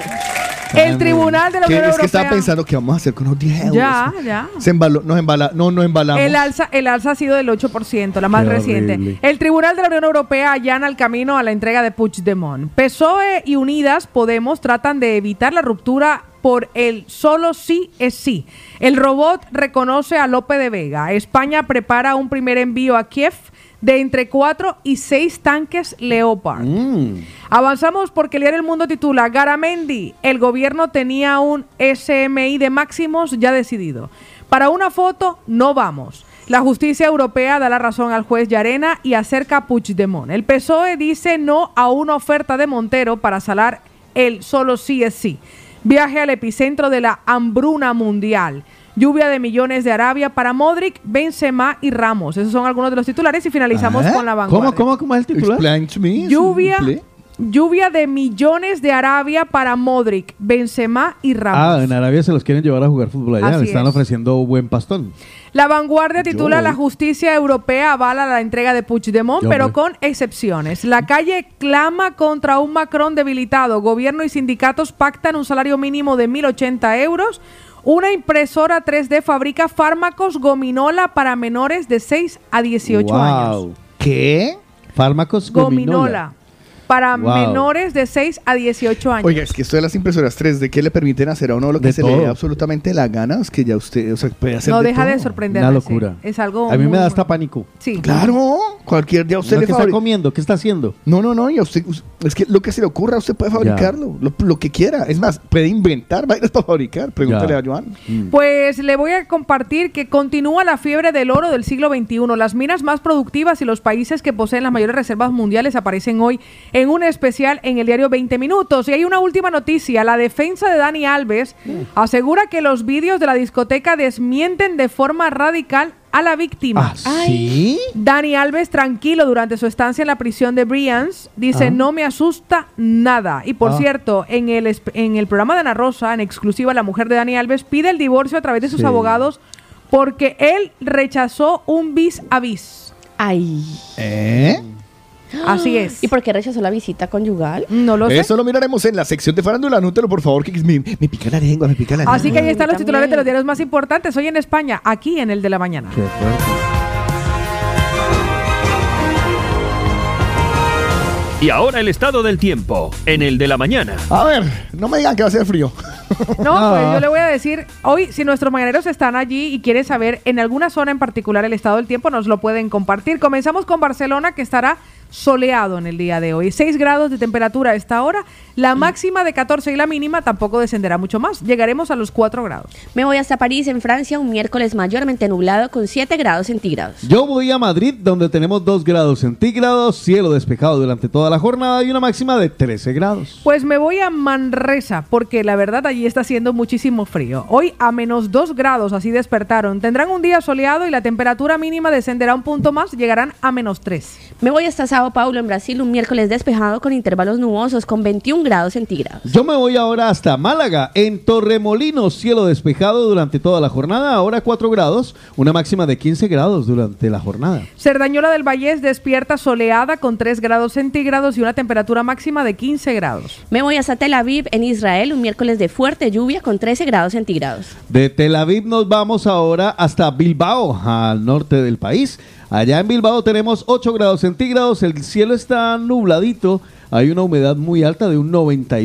el Tribunal de la Que Unión es que estaba Europea. pensando que vamos a hacer con unos 10 euros. Ya, ya. Se embaló, nos embala, no, nos embalamos. El alza, el alza ha sido del 8%, la más Qué reciente. horrible. El Tribunal de la Unión Europea allana el E camino a la entrega de Puigdemont. PSOE y Unidas Podemos tratan de evitar la ruptura por el solo sí es sí. El robot reconoce a Lope de Vega. España prepara un primer envío a Kiev de entre 4 y 6 tanques Leopard. Mm. Mm. Avanzamos porque leer el mundo titula Garamendi, el gobierno tenía un SMI de máximos ya decidido. Para una foto no vamos. La justicia europea da la razón al juez Llarena y acerca a Puigdemont. El PSOE E dice no a una oferta de Montero para salar el solo sí es sí. Viaje al epicentro de la hambruna mundial. Lluvia de millones de Arabia para Modric, Benzema y Ramos. Esos son algunos de los titulares y finalizamos ¿Ah? con la vanguardia. ¿Cómo, cómo, cómo es el titular? Explain to me. Lluvia, simple. lluvia de millones de Arabia para Modric, Benzema y Ramos. Ah, en Arabia se los quieren llevar a jugar fútbol allá. Así Le están es. ofreciendo buen pastón. La vanguardia titula Yo. La justicia europea avala la entrega de Puigdemont, Yo, pero hombre. con excepciones. La calle clama contra un Macron debilitado. Gobierno y sindicatos pactan un salario mínimo de 1.080 euros. Una impresora 3D fabrica fármacos gominola para menores de 6 a 18 años. ¿Qué? Fármacos Gominola. gominola. Para Wow. menores de 6 a 18 años. Oiga, es que esto de las impresoras 3D, ¿qué le permiten hacer a uno lo que De se le todo. dé absolutamente la gana? Es que ya usted, o sea, puede hacer no deja de todo. sorprenderme. Una sí. locura. Es algo. A mí muy me da bueno. hasta pánico. Sí. Claro, cualquier día usted Uno, le ¿Qué está fabrica. comiendo? ¿Qué está haciendo? No, no, no, y a usted, us- es que lo que se le ocurra, usted puede fabricarlo, lo, lo que quiera. Es más, puede inventar vainas para fabricar. Pregúntale Ya. Mm. a Joan. Pues le voy a compartir que continúa la fiebre del oro del siglo XXI. Las minas más productivas y los países que poseen las mayores reservas mundiales aparecen hoy en un especial en el diario 20 Minutos. Y hay una última noticia. La defensa de Dani Alves Mm. asegura que los vídeos de la discoteca desmienten de forma radical a la víctima. ¿Ah, ¿Sí? Dani Alves, tranquilo durante su estancia en la prisión de Brians, dice, Ah. no me asusta nada. Y por Ah. cierto, en el, esp- en el programa de Ana Rosa, en exclusiva, la mujer de Dani Alves pide el divorcio a través de sus Sí. abogados porque él rechazó un bis a bis. Ay. ¿Eh? ¡Ah! Así es. ¿Y por qué rechazó la visita conyugal? No lo sé. Eso lo miraremos en la sección de farándula. Anúntelo, por favor, que me, me pica la lengua, me pica la lengua. Así que ahí están los también. titulares de los diarios más importantes. Hoy en España, aquí en el de la mañana. Qué fuerte. Y ahora el estado del tiempo, en el de la mañana. A ver, no me digan que va a ser frío. No, pues yo le voy a decir, hoy si nuestros mañaneros están allí y quieren saber en alguna zona en particular el estado del tiempo, nos lo pueden compartir. Comenzamos con Barcelona, que estará soleado en el día de hoy. 6 grados de temperatura a esta hora, la máxima de 14 y la mínima tampoco descenderá mucho más. Llegaremos a los 4 grados. Me voy hasta París, en Francia, un miércoles mayormente nublado con 7 grados centígrados. Yo voy a Madrid, donde tenemos 2 grados centígrados, cielo despejado durante toda la jornada y una máxima de 13 grados. Pues me voy a Manresa, porque la verdad allí está haciendo muchísimo frío. Hoy a menos 2 grados, así despertaron. Tendrán un día soleado y la temperatura mínima descenderá un punto más, llegarán a menos 3. Me voy hasta Sao Paulo, en Brasil, un miércoles despejado con intervalos nubosos con 21 grados centígrados. Yo me voy ahora hasta Málaga, en Torremolinos, cielo despejado durante toda la jornada, ahora 4 grados, una máxima de 15 grados durante la jornada. Cerdañola del Vallés despierta soleada con 3 grados centígrados y una temperatura máxima de 15 grados. Me voy hasta Tel Aviv, en Israel, un miércoles de fuerte lluvia con 13 grados centígrados. De Tel Aviv nos vamos ahora hasta Bilbao, al norte del país. Allá en Bilbao tenemos 8 grados centígrados, el cielo está nubladito, hay una humedad muy alta de un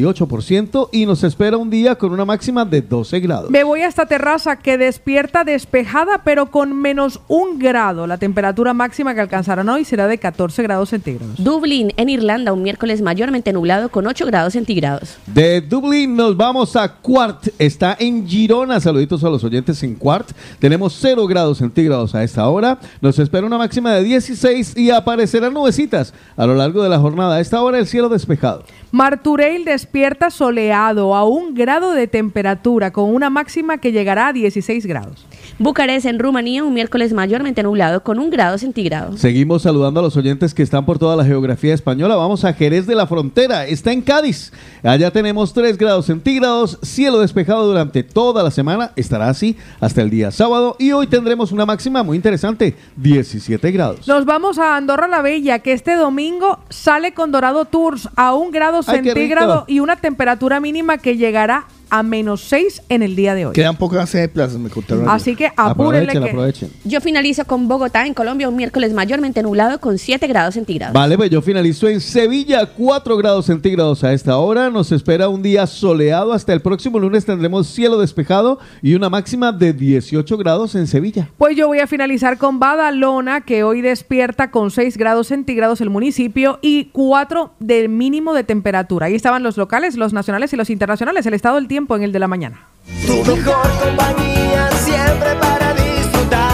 98% y nos espera un día con una máxima de 12 grados. Me voy hasta Terraza que despierta despejada pero con menos un grado. La temperatura máxima que alcanzarán hoy será de 14 grados centígrados. Dublín, en Irlanda, un miércoles mayormente nublado con 8 grados centígrados. De Dublín nos vamos a Quart, está en Girona, saluditos a los oyentes en Quart, tenemos 0 grados centígrados a esta hora, nos espera una máxima de 16 y aparecerán nubecitas a lo largo de la jornada, a esta hora el cielo despejado. Martureil despierta soleado a un grado de temperatura con una máxima que llegará a 16 grados. Bucarest, en Rumanía, un miércoles mayormente nublado con 1 grado centígrado. Seguimos saludando a los oyentes que están por toda la geografía española. Vamos a Jerez de la Frontera, está en Cádiz. Allá tenemos 3 grados centígrados, cielo despejado durante toda la semana, estará así hasta el día sábado y hoy tendremos una máxima muy interesante, 17 grados. Nos vamos a Andorra la Bella, que este domingo sale con Dorado Tours a un grado Ay, qué centígrado rico. y una temperatura mínima que llegará a menos 6 en el día de hoy. Quedan pocas eh, plazas, me contaron. Así que apúrenle Aprovechen, que- aprovechen. Yo finalizo con Bogotá, en Colombia, un miércoles mayormente nublado con 7 grados centígrados. Vale, pues yo finalizo en Sevilla, 4 grados centígrados a esta hora. Nos espera un día soleado. Hasta el próximo lunes tendremos cielo despejado y una máxima de 18 grados en Sevilla. Pues yo voy a finalizar con Badalona, que hoy despierta con 6 grados centígrados el municipio y 4 del mínimo de temperatura. Ahí estaban los locales, los nacionales y los internacionales. El estado del tiempo en el de la mañana. Tu mejor compañía siempre para disfrutar.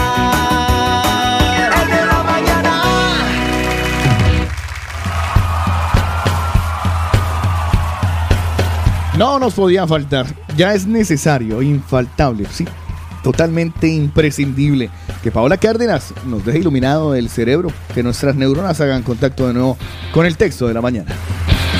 El de la mañana. No nos podía faltar. Ya es necesario, infaltable, sí. Totalmente imprescindible que Paola Cárdenas nos deje iluminado el cerebro, que nuestras neuronas hagan contacto de nuevo con el texto de la mañana.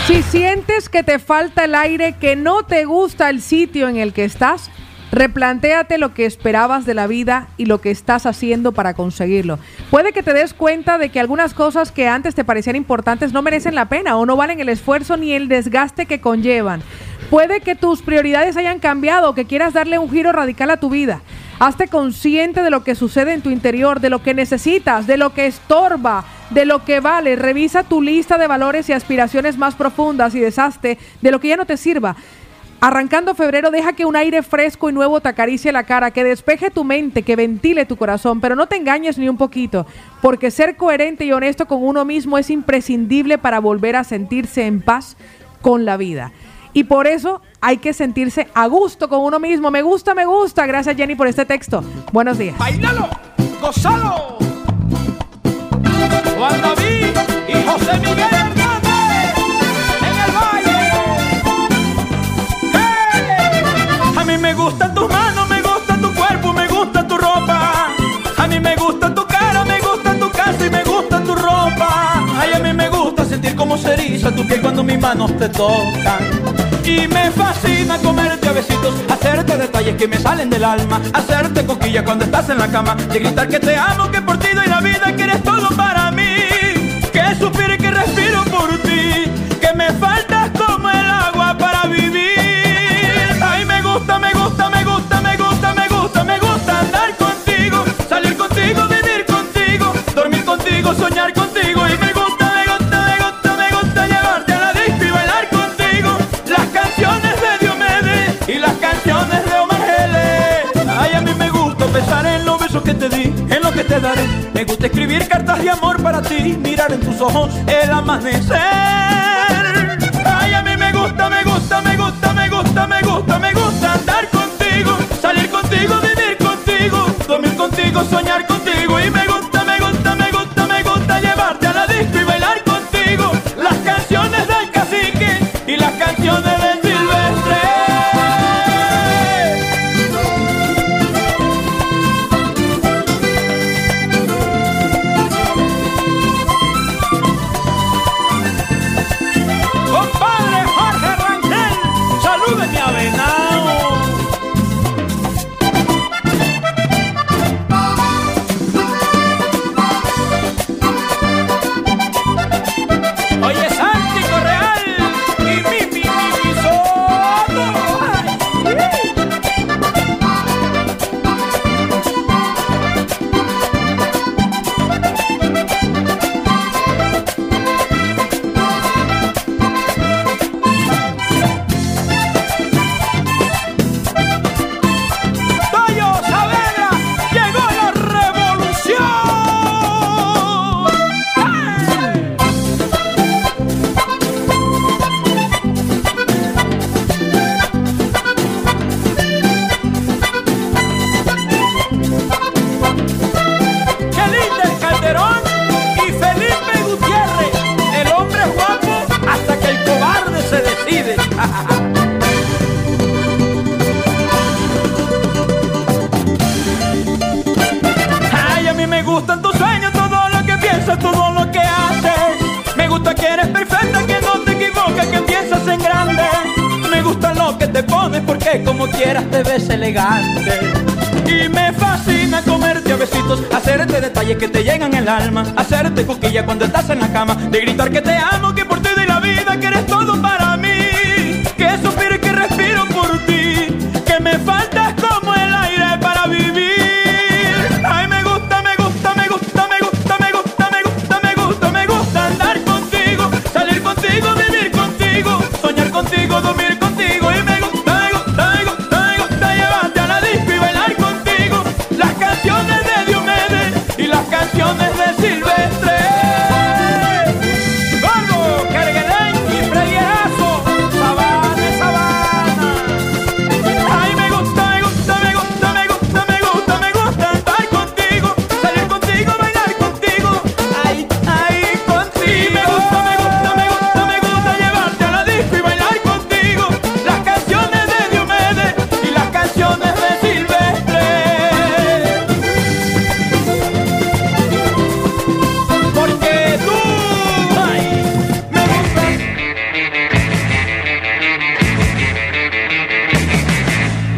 Si sientes que te falta el aire, que no te gusta el sitio en el que estás, replantéate lo que esperabas de la vida y lo que estás haciendo para conseguirlo. Puede que te des cuenta de que algunas cosas que antes te parecían importantes no merecen la pena o no valen el esfuerzo ni el desgaste que conllevan. Puede que tus prioridades hayan cambiado o que quieras darle un giro radical a tu vida. Hazte consciente de lo que sucede en tu interior, de lo que necesitas, de lo que estorba, de lo que vale. Revisa tu lista de valores y aspiraciones más profundas y deshazte de lo que ya no te sirva. Arrancando febrero, deja que un aire fresco y nuevo te acaricie la cara, que despeje tu mente, que ventile tu corazón, pero no te engañes ni un poquito, porque ser coherente y honesto con uno mismo es imprescindible para volver a sentirse en paz con la vida. Y por eso hay que sentirse a gusto con uno mismo. Me gusta, me gusta. Gracias Jenny por este texto. Buenos días. ¡Bailalo! ¡Gozalo! Juan David y José Miguel Hernández en el baile. ¡Hey! A mí me gustan tus manos, me gusta tu cuerpo, me gusta tu ropa. A mí me gusta tu cara, me gusta tu casa y me gusta tu ropa. Ay, a mí me gusta sentir cómo se eriza tu piel cuando mis manos te tocan. Y me fascina comerte a besitos, hacerte detalles que me salen del alma, hacerte coquilla cuando estás en la cama y gritar que te amo, que por ti doy la vida, que eres todo para mí, que suspiro y que respiro por ti, que me faltas como el agua para vivir. Ay, me gusta, me gusta, me gusta, me gusta, me gusta, me gusta andar contigo, salir contigo, vivir contigo, dormir contigo, soñar contigo y me gusta, me gusta, me gusta, me gusta llevarte a la disco y bailar contigo las canciones de Diomedes y las canciones de Omar Geles. Ay, a mí me gusta pensar en los besos que te di, en lo que te daré. Me gusta escribir cartas de amor para ti, mirar en tus ojos el amanecer. Ay, a mí me gusta, me gusta, me gusta, me gusta, me gusta, me gusta andar contigo, salir contigo, vivir contigo, dormir contigo, soñar contigo y me gusta, me gusta, me gusta, me gusta llevarte a la disco y bailar contigo las canciones del cacique y las canciones del silvestre. Compadre Jorge Rangel, salúdeme a Venao. Oye, Santi Correal y mi, mi, mi, mi Soto. Ay, sí. Toyo Saavedra, llegó la revolución. Kelly Calderón y Felipe Gutiérrez, el hombre guapo hasta que el cobarde se decide. Ay, a mí me gustan tus sueños, todo lo que piensas, todo lo que haces. Me gusta que eres perfecta, que no te equivocas, que piensas en grande. Me gusta lo que te pones porque como quieras te ves elegante. Y me fascina comerte a besitos, hacerte detalles que te llegan el alma, hacerte coquilla cuando estás en la cama, de gritar que te amo, que por ti doy la vida, que eres todo para mí, que suspiro y que respiro por ti,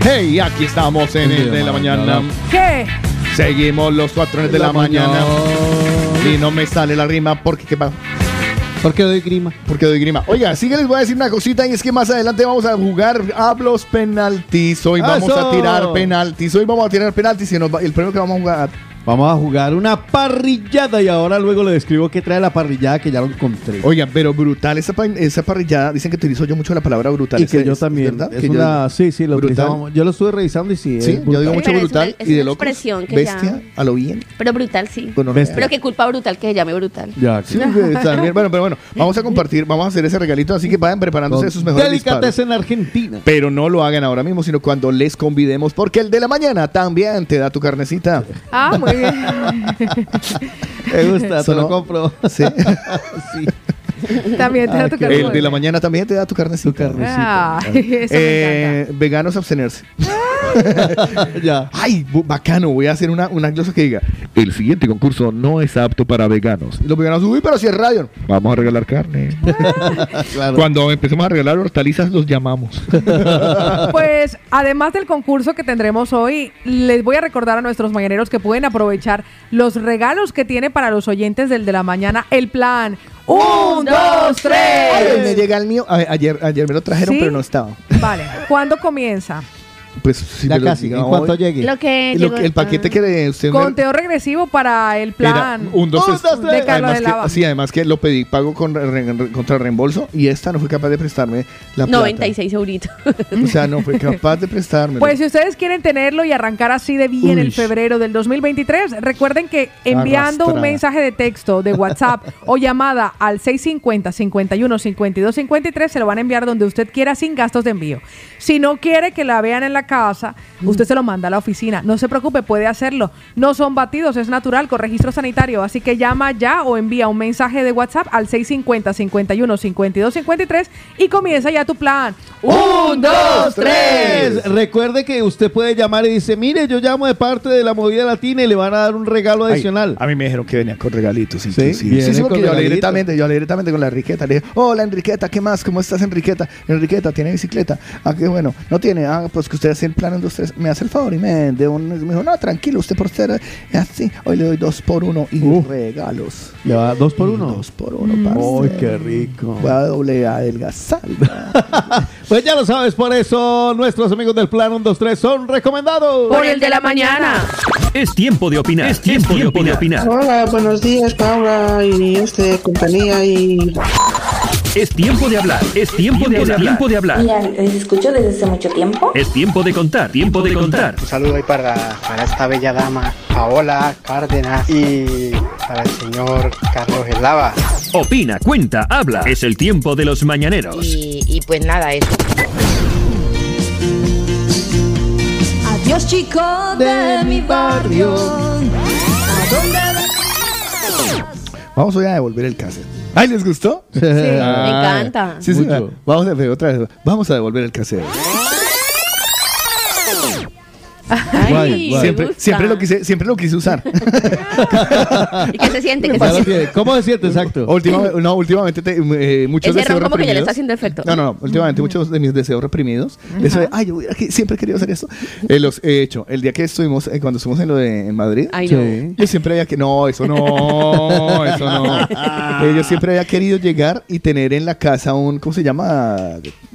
Hey, aquí estamos en el de la mañana. ¿Qué? Seguimos los cuatrones de la, mañana. Y no me sale la rima porque qué pasa. Porque doy grima. Porque doy grima. Oiga, sí que les voy a decir una cosita y es que más adelante vamos a jugar a los penaltis. Hoy vamos ¡Eso! a tirar penaltis. Hoy vamos a tirar penaltis y nos va- el primero que vamos a jugar. Vamos a jugar una parrillada y ahora luego le describo qué trae la parrillada que ya lo encontré. Oiga, pero brutal esa, pa- esa parrillada. Dicen que utilizo yo mucho la palabra brutal. Y que ¿Es- yo es también. verdad? es Que yo- una, sí, sí, lo Brutal. utilizamos. Yo lo estuve revisando y sí. es Sí, yo brutal. digo mucho Pero es brutal una- es y una de locos. expresión que ya- bestia, a lo bien. Pero brutal, sí. gonorrea. Pero qué culpa brutal que se llame brutal. Ya, Sí, que también. Bueno, pero bueno, vamos a compartir, vamos a hacer ese regalito, así que vayan preparándose sus mejores disparos. en Argentina. Pero no lo hagan ahora mismo, sino cuando les convidemos, porque el de la mañana también te da tu carnecita. Ah, muy bien. Me gusta, te Sonó- lo compro. Sí. También te va a Ah, qué tocar. bueno. muy el de la bien. mañana también te da tu carnecita. Ah, eso me encanta. Eh, veganos abstenerse. ya. Ay, bu- bacano, voy a hacer una, una glosa que diga. El siguiente concurso no es apto para veganos. Y los veganos, uy, pero si es radio. Vamos a regalar carne. Cuando empecemos a regalar hortalizas, los llamamos. Pues además del concurso que tendremos hoy, les voy a recordar a nuestros mañaneros que pueden aprovechar los regalos que tiene para los oyentes del de la mañana el plan. ¡Un, dos, Ay, me tres! llega el mío. A- ayer, ayer me lo trajeron, Eh. ¿Sí? pero no estaba. Vale, ¿cuándo comienza? Pues sí Ya me lo casi, llega en cuanto hoy. llegue. Lo que Y lo llegó- ah. que- el paquete que usted Este, me- Conteo regresivo para el era plan. un, dos, tres. de Carlos Además de que- Lava. sí, además que lo pedí pago con, re- re- contra reembolso y esta no fue capaz de prestarme la plata. 96 euritos. O sea, no fue capaz de prestarme. Pues si ustedes quieren tenerlo y arrancar así de bien Uy. el febrero del 2023, recuerden que enviando un Arrastrada. mensaje de texto de WhatsApp o llamada al 650 51 52 53 se lo van a enviar donde usted quiera sin gastos de envío. Si no quiere que la vean en la casa, Mm. usted se lo manda a la oficina. No se preocupe, puede hacerlo. No son batidos, es natural con registro sanitario, así que llama ya o envía un mensaje de WhatsApp al 650 51 52 53 y comienza ya tu plan. ¡Un, dos, tres! Recuerde que usted puede llamar y dice, mire, yo llamo de parte de la movida latina y le van a dar un regalo Ay, adicional. a mí me dijeron que venía con regalitos, inclusive. Sí, sí, viene con porque yo hablé regalitos. directamente, yo hablé directamente con la Enriqueta. Le dije, hola Enriqueta, ¿qué más? ¿Cómo estás Enriqueta? Enriqueta, ¿tiene bicicleta? Ah, qué bueno. No tiene. Ah, pues que usted hace el plan en dos, tres. Me hace el favor y me de un... Me dijo, no, tranquilo, usted por ser así. Hoy le doy dos por uno y regalos. Le va dos por uno. Mm. Dos por uno, parce. ¡Ay, qué rico! Voy a doble adelgazar. Pues ya lo sabes, por eso nuestros amigos del Plan 1, 2, 3 son recomendados. Por el de la mañana. Es tiempo de opinar. Es tiempo, de opinar. Hola, buenos días, Paula y este compañía y Es tiempo de hablar. Es tiempo, de, hablar. tiempo de hablar. les escucho desde hace mucho tiempo. Es tiempo de contar. Tiempo de contar. Un saludo ahí para, para esta bella dama, Paola Cárdenas, y para el señor Carlos Elava. Opina, cuenta, habla. Es el tiempo de los mañaneros. Y, y pues nada, eso. Adiós chico de, mi barrio. ¿A dónde Vamos hoy a devolver el cassette. ¿Ay, les gustó? Sí, me encanta. Sí, sí, Mucho. vamos a ver otra vez. Vamos a devolver el cassette. Ay, me siempre, gusta. siempre, lo quise, siempre lo quise usar. ¿Y qué se siente? ¿Qué Ya se lo siente? tiene. ¿Cómo se siente? Exacto. no, últimamente te- eh, muchos Ese ron deseos como que ya le reprimidos. está haciendo efecto. Mm. No, no, no. Últimamente muchos de mis deseos reprimidos. Eso de, ay, yo hubiera que- siempre he querido hacer esto. eh, los he hecho. El día que estuvimos, eh, cuando estuvimos en lo de en Madrid, Ay, sí, no. yo siempre había que, no, eso no, eso no. Eh, yo siempre había querido llegar y tener en la casa un, ¿cómo se llama?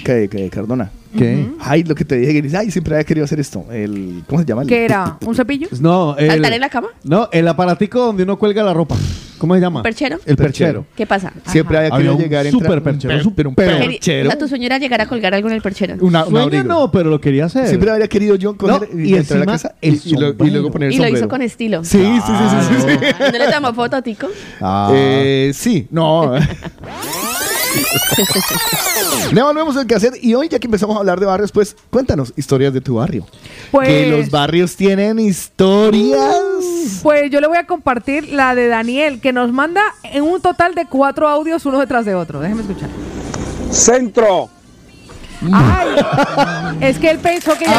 Que, que- Cardona. ¿Qué? Ay, lo que te dije, que dices, ay, siempre había querido hacer esto. El, ¿Cómo se llama? El- ¿Qué era? ¿Un cepillo? No, el, ¿Saltar en la cama? no, el aparatico donde uno cuelga la ropa. ¿Cómo se llama? ¿Un perchero? El perchero. ¿Qué pasa? Siempre había querido Había un llegar súper entrar- perchero, un per- súper un pero- Queri- O sea, tu sueño era llegar a colgar algo en el perchero. Una- un Sueño abrigo. no, pero lo quería hacer. Siempre habría querido yo coger No, y entrar a encima la casa el y, y lo- y luego poner el y lo sombrero. hizo con estilo. Sí, sí, sí, sí, sí, sí. ¿No le tomó foto, Tico? Eh, sí, no. Le volvemos el cassette y hoy ya que empezamos a hablar de barrios, pues cuéntanos historias de tu barrio. Pues- Que los barrios tienen historias. Pues yo le voy a compartir la de Daniel, que nos manda en un total de cuatro audios uno detrás de otro. Déjeme escuchar. Centro. Ay, es que él pensó que ya...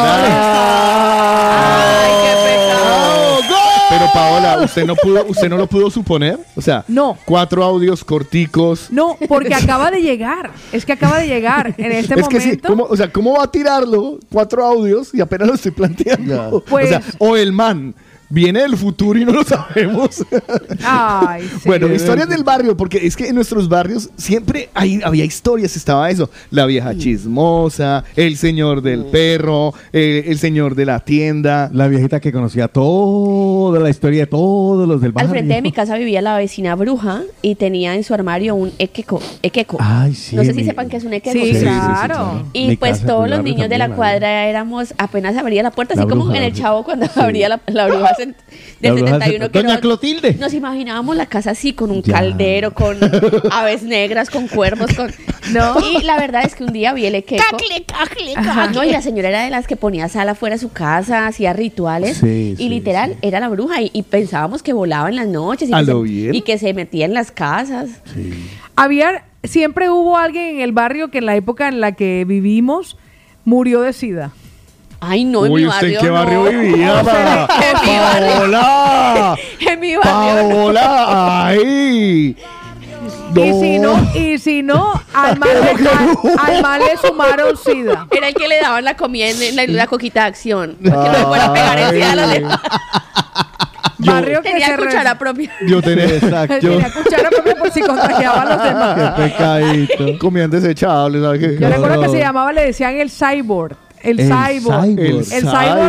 ¡Ay, qué pecado! Pero Paola, usted no pudo, usted no lo pudo suponer. O sea, no. cuatro audios corticos. No, porque acaba de llegar. Es que acaba de llegar en este es momento. que sí, ¿cómo, o sea, ¿cómo va a tirarlo? Cuatro audios y apenas lo estoy planteando. Pues- o sea, o el man viene del futuro y no lo sabemos. Ay, sí. Bueno, historias del barrio, porque es que en nuestros barrios siempre hay- había historias, estaba eso. La vieja chismosa, el señor del perro, eh, el, señor de la tienda. La viejita que conocía toda la historia de todos los del Al barrio. frente de mi casa vivía la vecina bruja y tenía en su armario un equeco. equeco. Ay, sí, no sé si mi- sepan que es un equeco. Sí, Sí, sí, sí, claro. claro. Y Mi pues casa, todos mi los barrio niños de también, la la cuadra éramos, apenas abría la puerta, La así como bruja, en el la- chavo cuando abría la, la bruja cent- del La bruja 71. cent- que Doña no- Clotilde. Nos imaginábamos la casa así, con un Ya. caldero, con aves negras, con cuervos, con... Y la verdad es que un día vi el equeco. Ajá, cacle. No, y la señora era de las que ponía sal afuera de su casa, hacía rituales. Sí, y sí, literal, era la bruja. Y, y pensábamos que volaba en las noches. Y, ¿A que, lo se, bien? y que se metía en las casas. Había, siempre hubo alguien en el barrio que en la época en la que vivimos murió de sida. Ay, no, en mi barrio no. O sea, pa- en mi barrio. Paola. en mi barrio. Paola, ahí. Y si no, y si no, al mal, le, al, al mal le sumaron sida. Era el que le daban la comida en la, la coquita de acción. Para que no le fuera a pegar encima de la lengua. barrio que Tenía se re- cuchara propia. Yo tenía exacto. Tenía cuchara propia por si contagiaba a los demás. pecadito. Comían desechables, ¿sabes qué? Pues Yo recuerdo que se llamaba, le decían el cyborg. El, El cyborg. cyborg. El, El cyborg. Y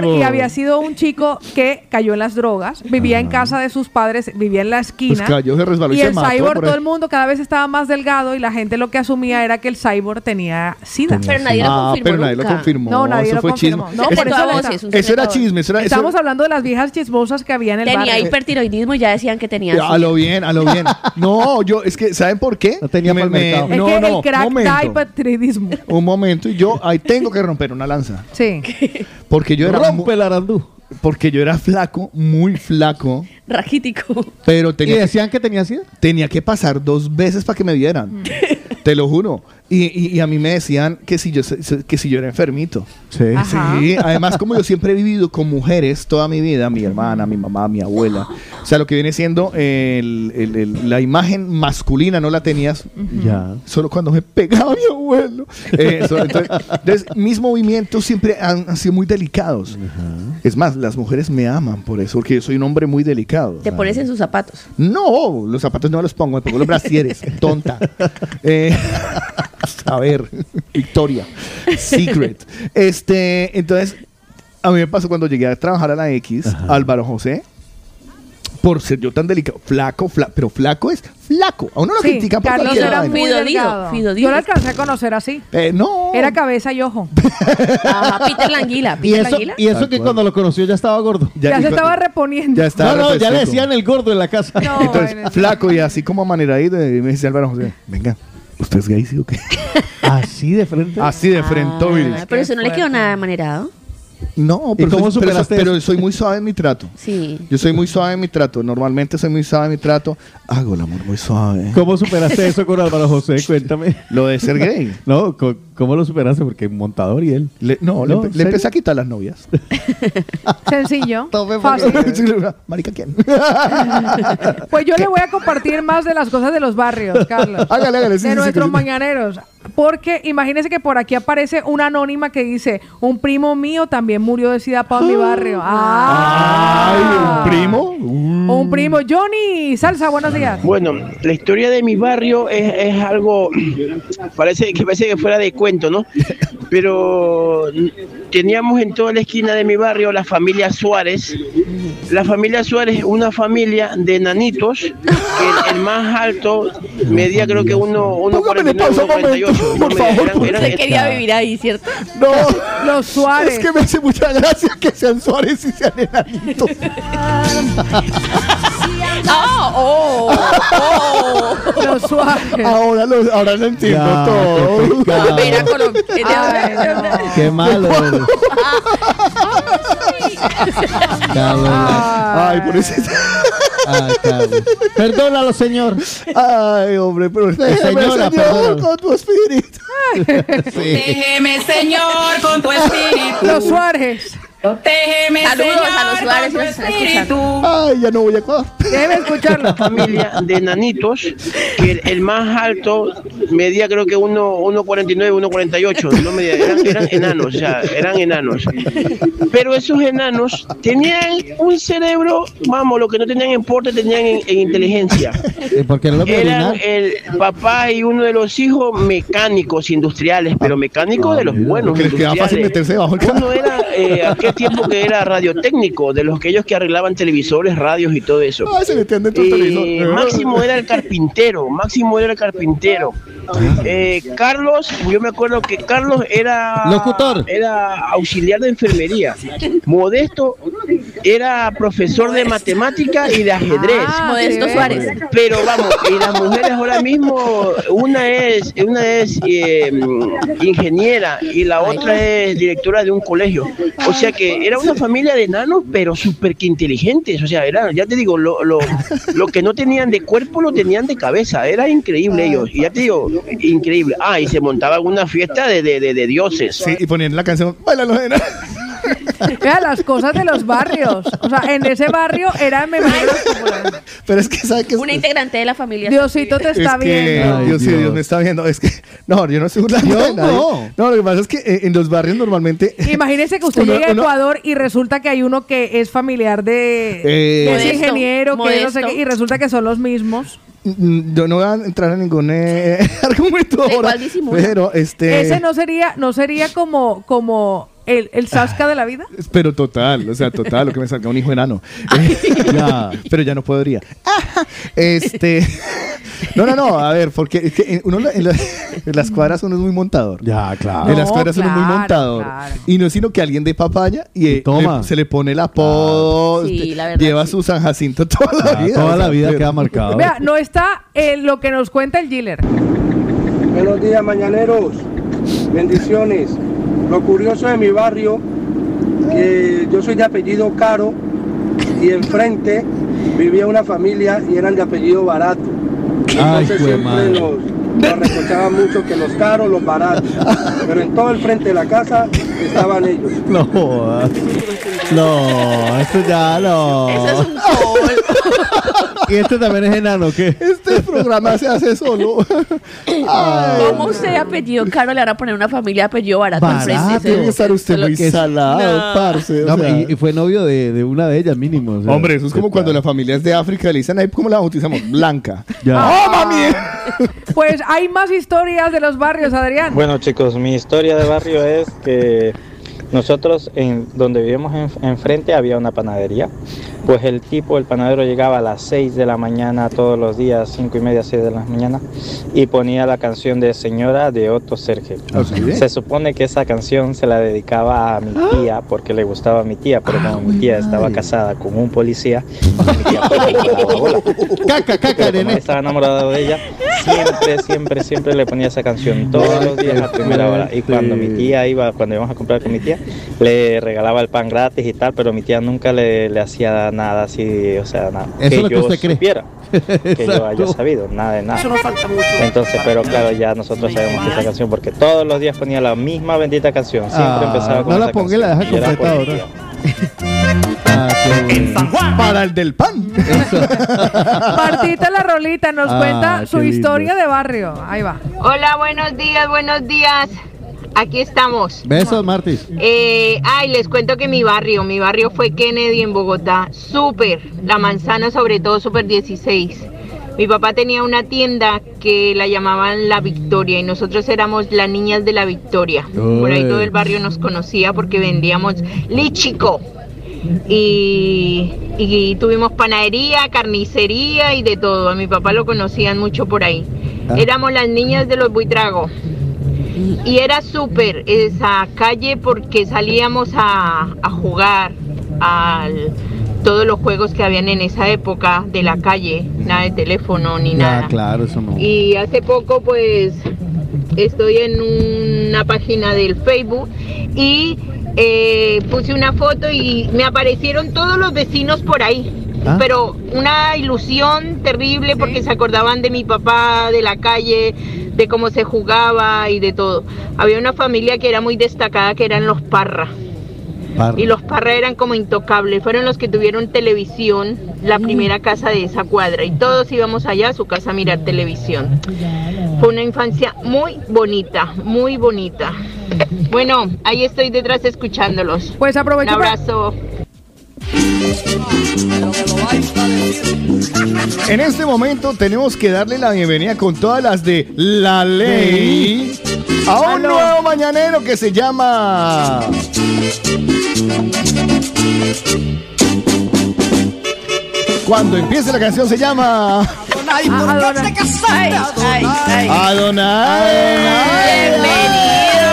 cyborg. había sido un chico que cayó en las drogas, vivía en casa de sus padres, vivía en la esquina. Pues cayó, se resbaló y y se el mató cyborg, por todo ahí. el mundo cada vez estaba más delgado y la gente lo que asumía era que el cyborg tenía sida. Pero nadie lo Ah, confirmó pero nadie lo nunca. confirmó, No, nadie eso lo fue confirmó. chisme. No, Eso- por eso Secreto a la- voces, un Eso era secreto a voces. chisme, eso era- eso- Estábamos hablando de las viejas chismosas que había en el Tenía barrio. hipertiroidismo y ya decían que tenía. eh, A lo bien, a lo bien. No, yo, es que, ¿saben por qué? No tenía pa'l mercado. Es que el crack da momento, hipertiroidismo. un momento, y yo ahí tengo que romper una lanza. Sí. Porque yo era. Rompe mu- Porque yo era flaco, muy flaco, Raquítico. pero tenía. ¿Y decían que tenía sida? Tenía que pasar dos veces para que me vieran. Te lo juro. Y, y- y a mí me decían que si yo, se- se- que si yo era enfermito. Sí. Ajá. Además, como yo siempre he vivido con mujeres toda mi vida, mi hermana, mi mamá, mi abuela. O sea, lo que viene siendo el- el- el- la imagen masculina no la tenías Ya. solo cuando me pegaba mi abuelo. Eh, so- entonces, entonces, mis movimientos siempre han, han sido muy delicados. Es más, las mujeres me aman por eso, porque yo soy un hombre muy delicado. Te pones en sus zapatos. No, los zapatos no me los pongo, me pongo los brasieres, tonta. Eh, a ver, Victoria, Secret. Este, entonces, a mí me pasó cuando llegué a trabajar a la X, Álvaro José, por ser yo tan delicado, flaco, fla- pero flaco es flaco. A uno lo Sí, critican por Carlos cualquier era vaina. muy delgado. Yo lo alcancé a conocer así. Eh, no. Era cabeza y ojo. Ajá, Peter Languila. Y Peter eso, Languila. y eso que cuando lo conoció ya estaba gordo. Ya, se estaba reponiendo. Ya estaba no, no, ya le refresco. decían el gordo en la casa. Entonces, flaco y así como amaneradito, y me dice Álvaro José, venga, ¿usted es gay, sí o qué? Así de frente. Así de frente, Billy. Ah, pero eso no le quedó nada manerado. No, pero, cómo soy, pero superaste soy- eso? pero soy muy suave en mi trato. Sí. Yo soy muy suave en mi trato. Normalmente soy muy suave en mi trato. Hago el amor muy suave. ¿Cómo superaste eso con Álvaro José? Cuéntame. Lo de ser gay. No, co- ¿cómo lo superaste? Porque montador y él. no, le, empe- le ¿serio? empecé a quitar las novias. Sencillo. fácil. Marica, ¿quién? Pues yo le voy a compartir más de las cosas de los barrios, Carlos. Hágale, hágale, sí, de sí, nuestros sí. mañaneros. Porque imagínense que por aquí aparece una anónima que dice: Un primo mío también murió de sida para mi barrio. ¡Ah! Ay, ¿Primo? Uh. Un primo. Johnny, salsa, buenos días. Bueno, la historia de mi barrio es, es algo, parece que parece que fuera de cuento, ¿no? Pero teníamos en toda la esquina de mi barrio la familia Suárez. La familia Suárez es una familia de nanitos, que el, el más alto medía creo que uno, uno Póngame pausa un momento, por favor. Usted quería vivir ahí, ¿cierto? No. Los Suárez. Es que me hace mucha gracia que sean Suárez y sean enanitos. Ah, oh, oh. Los Suárez. Ahora lo, ahora lo entiendo Ya, todo. qué pecado. Mira, Colombia. Qué malo. Ah. Carlos. Ah. Ay, por eso. Ay, Carlos. Perdónalo, señor. Ay, hombre, pero déjeme, señora, señor, perdónalo. con tu espíritu. Sí. Déjeme, Señor, con tu espíritu. Los Suárez. Protégeme, Saludos Señor, a los con usuarios que tu nos están espíritu. escuchando. Ay, ya no voy a Ecuador. Debe escuchar la familia de nanitos, que el, el más alto medía creo que uno- 1,49, 1,48, no medía, eran, eran enanos, o sea, eran enanos. Pero esos enanos tenían un cerebro, vamos, lo que no tenían en porte tenían en, en inteligencia. Porque no lo puedo Eran orinar. el papá y uno de los hijos mecánicos industriales, pero mecánicos de los buenos. que les quedaba fácil industriales. meterse bajo el carro. Uno era, eh, aquel tiempo que era radiotécnico, de los que ellos que arreglaban televisores, radios y todo eso. Ah, se metían dentro del Eh, televisor. Máximo era el carpintero, Máximo era el carpintero. Eh, Carlos, yo me acuerdo que Carlos era Locutor. era auxiliar de enfermería. Modesto era profesor de matemática y de ajedrez. Eh, Ah, Modesto sí. Suárez. Pero vamos, y las mujeres ahora mismo, una es, una es eh, ingeniera y la otra es directora de un colegio. O sea que era una familia de enanos, pero súper que inteligentes. O sea, era, ya te digo, lo, lo, lo que no tenían de cuerpo lo tenían de cabeza. Era increíble ellos. Y ya te digo, increíble. Ah, y se montaba una fiesta de, de, de, de dioses. Sí, y ponían la canción Baila los enanos. Vea las cosas de los barrios. O sea, en ese barrio era me imagino, Pero es que, ¿sabe qué? Una integrante de la familia. Diosito te está es que, viendo. Dios, sí, Dios me está viendo. Es que, no, yo no estoy burlando Yo de nadie. no. No, lo que pasa es que eh, en los barrios normalmente. Imagínese que usted Uno- llega a uno- Ecuador y resulta que hay uno que es familiar de Eh, que es Modesto, ingeniero, que no sé modesto. qué, y resulta que son los mismos. Mm, Yo no voy a entrar en ningún eh, argumento Da ahora. igual, disimula. Pero, este. Ese no sería, no sería como, como el, el Sasca de la vida. Pero total, o sea, total, lo que me salga un hijo enano. Ya, pero ya no podría. Este. No, no, no, a ver, porque es que en- uno la- en, la- en las cuadras uno es muy montador. Ya, claro. en las No, cuadras uno es muy claro, montador. claro. Y no es sino que alguien de papaya y, eh, toma. le- se le pone el apodo, Sí, te- la verdad, lleva su San Jacinto toda la Ah, vida. toda o la sea, vida pero- queda marcado. Vea, no está eh, lo que nos cuenta el Giller. Buenos días, mañaneros. Bendiciones. Lo curioso de mi barrio, que yo soy de apellido Caro y enfrente vivía una familia y eran de apellido Barato. Ay, Entonces jue siempre madre. nos, nos reprochaban mucho que los caros, los baratos. Pero en todo el frente de la casa estaban ellos. No jodas. No, esto ya no. Este Eso es un y este también es enano, ¿qué? Este programa se hace solo. ¿Cómo usted de apellido caro le van a poner una familia de apellido barato, al frente? Barato. Eso- Debe estar usted eso lo muy que es- salado, No. parce. o No, sea. y, y fue novio de, de una de ellas, mínimo. o sea. Hombre, eso es como cuando la familia es de África, le dicen ahí, ¿cómo la bautizamos? Blanca. Ya. ¡Oh, mami! Pues hay más historias de los barrios, Adrián. Bueno chicos, mi historia de barrio es que nosotros en donde vivíamos en- enfrente había una panadería. Pues el tipo, el panadero llegaba a las 6 de la mañana todos los días, 5 y media, 6 de la mañana, y ponía la canción de Señora de Otto Sergio. Ah, sí. Se supone que esa canción se la dedicaba a mi tía porque le gustaba a mi tía, Ah, pero como mi tía estaba casada con un policía, Caca, caca, como él estaba enamorado de ella, siempre, siempre, siempre le ponía esa canción todos los días a primera hora. Y cuando mi tía iba, cuando íbamos a comprar con mi tía, le regalaba el pan gratis y tal, pero mi tía nunca le, le hacía nada así, o sea, nada. Eso es lo que yo usted cree. supiera, que yo haya Exacto. sabido, nada de nada. Eso no falta mucho. Entonces, pero claro, ya nosotros sabemos que esa canción, porque todos los días ponía la misma bendita canción, siempre Ah, empezaba con no la esa ponga y la canción, deja y era completa por mi ahora. Ah, qué bueno. Para el del pan. Martita la rolita nos Ah, cuenta qué su lindo. historia de barrio. Ahí va. Hola, buenos días, buenos días. Aquí estamos. Besos, Martis. Eh, ay, les cuento que mi barrio, mi barrio fue Kennedy en Bogotá. Súper, la manzana sobre todo, súper 16. Mi papá tenía una tienda que la llamaban La Victoria y nosotros éramos las niñas de La Victoria. Por ahí Uy. todo el barrio nos conocía porque vendíamos lichico. Y, y tuvimos panadería, carnicería y de todo. A mi papá lo conocían mucho por ahí. Ah. Éramos las niñas de los buitragos. Y era súper esa calle porque salíamos a, a jugar a todos los juegos que habían en esa época de la calle, nada de teléfono Ah, ni Ya, nada. claro, eso no. Y hace poco pues estoy en una página del Facebook y eh, puse una foto y me aparecieron todos los vecinos por ahí. Ah. Pero una ilusión terrible porque se acordaban de mi papá, de la calle, de cómo se jugaba y de todo. Había una familia que era muy destacada que eran los Parra. Parra. Y los Parra eran como intocables, fueron los que tuvieron televisión, la primera casa de esa cuadra, y todos íbamos allá a su casa a mirar televisión. Fue una infancia muy bonita, muy bonita. Bueno, ahí estoy detrás escuchándolos. Pues aprovecho Un para- abrazo. En este momento tenemos que darle la bienvenida con todas las de la ley a un nuevo mañanero que se llama Cuando empiece la canción se llama Adonai. Ay, Bienvenido.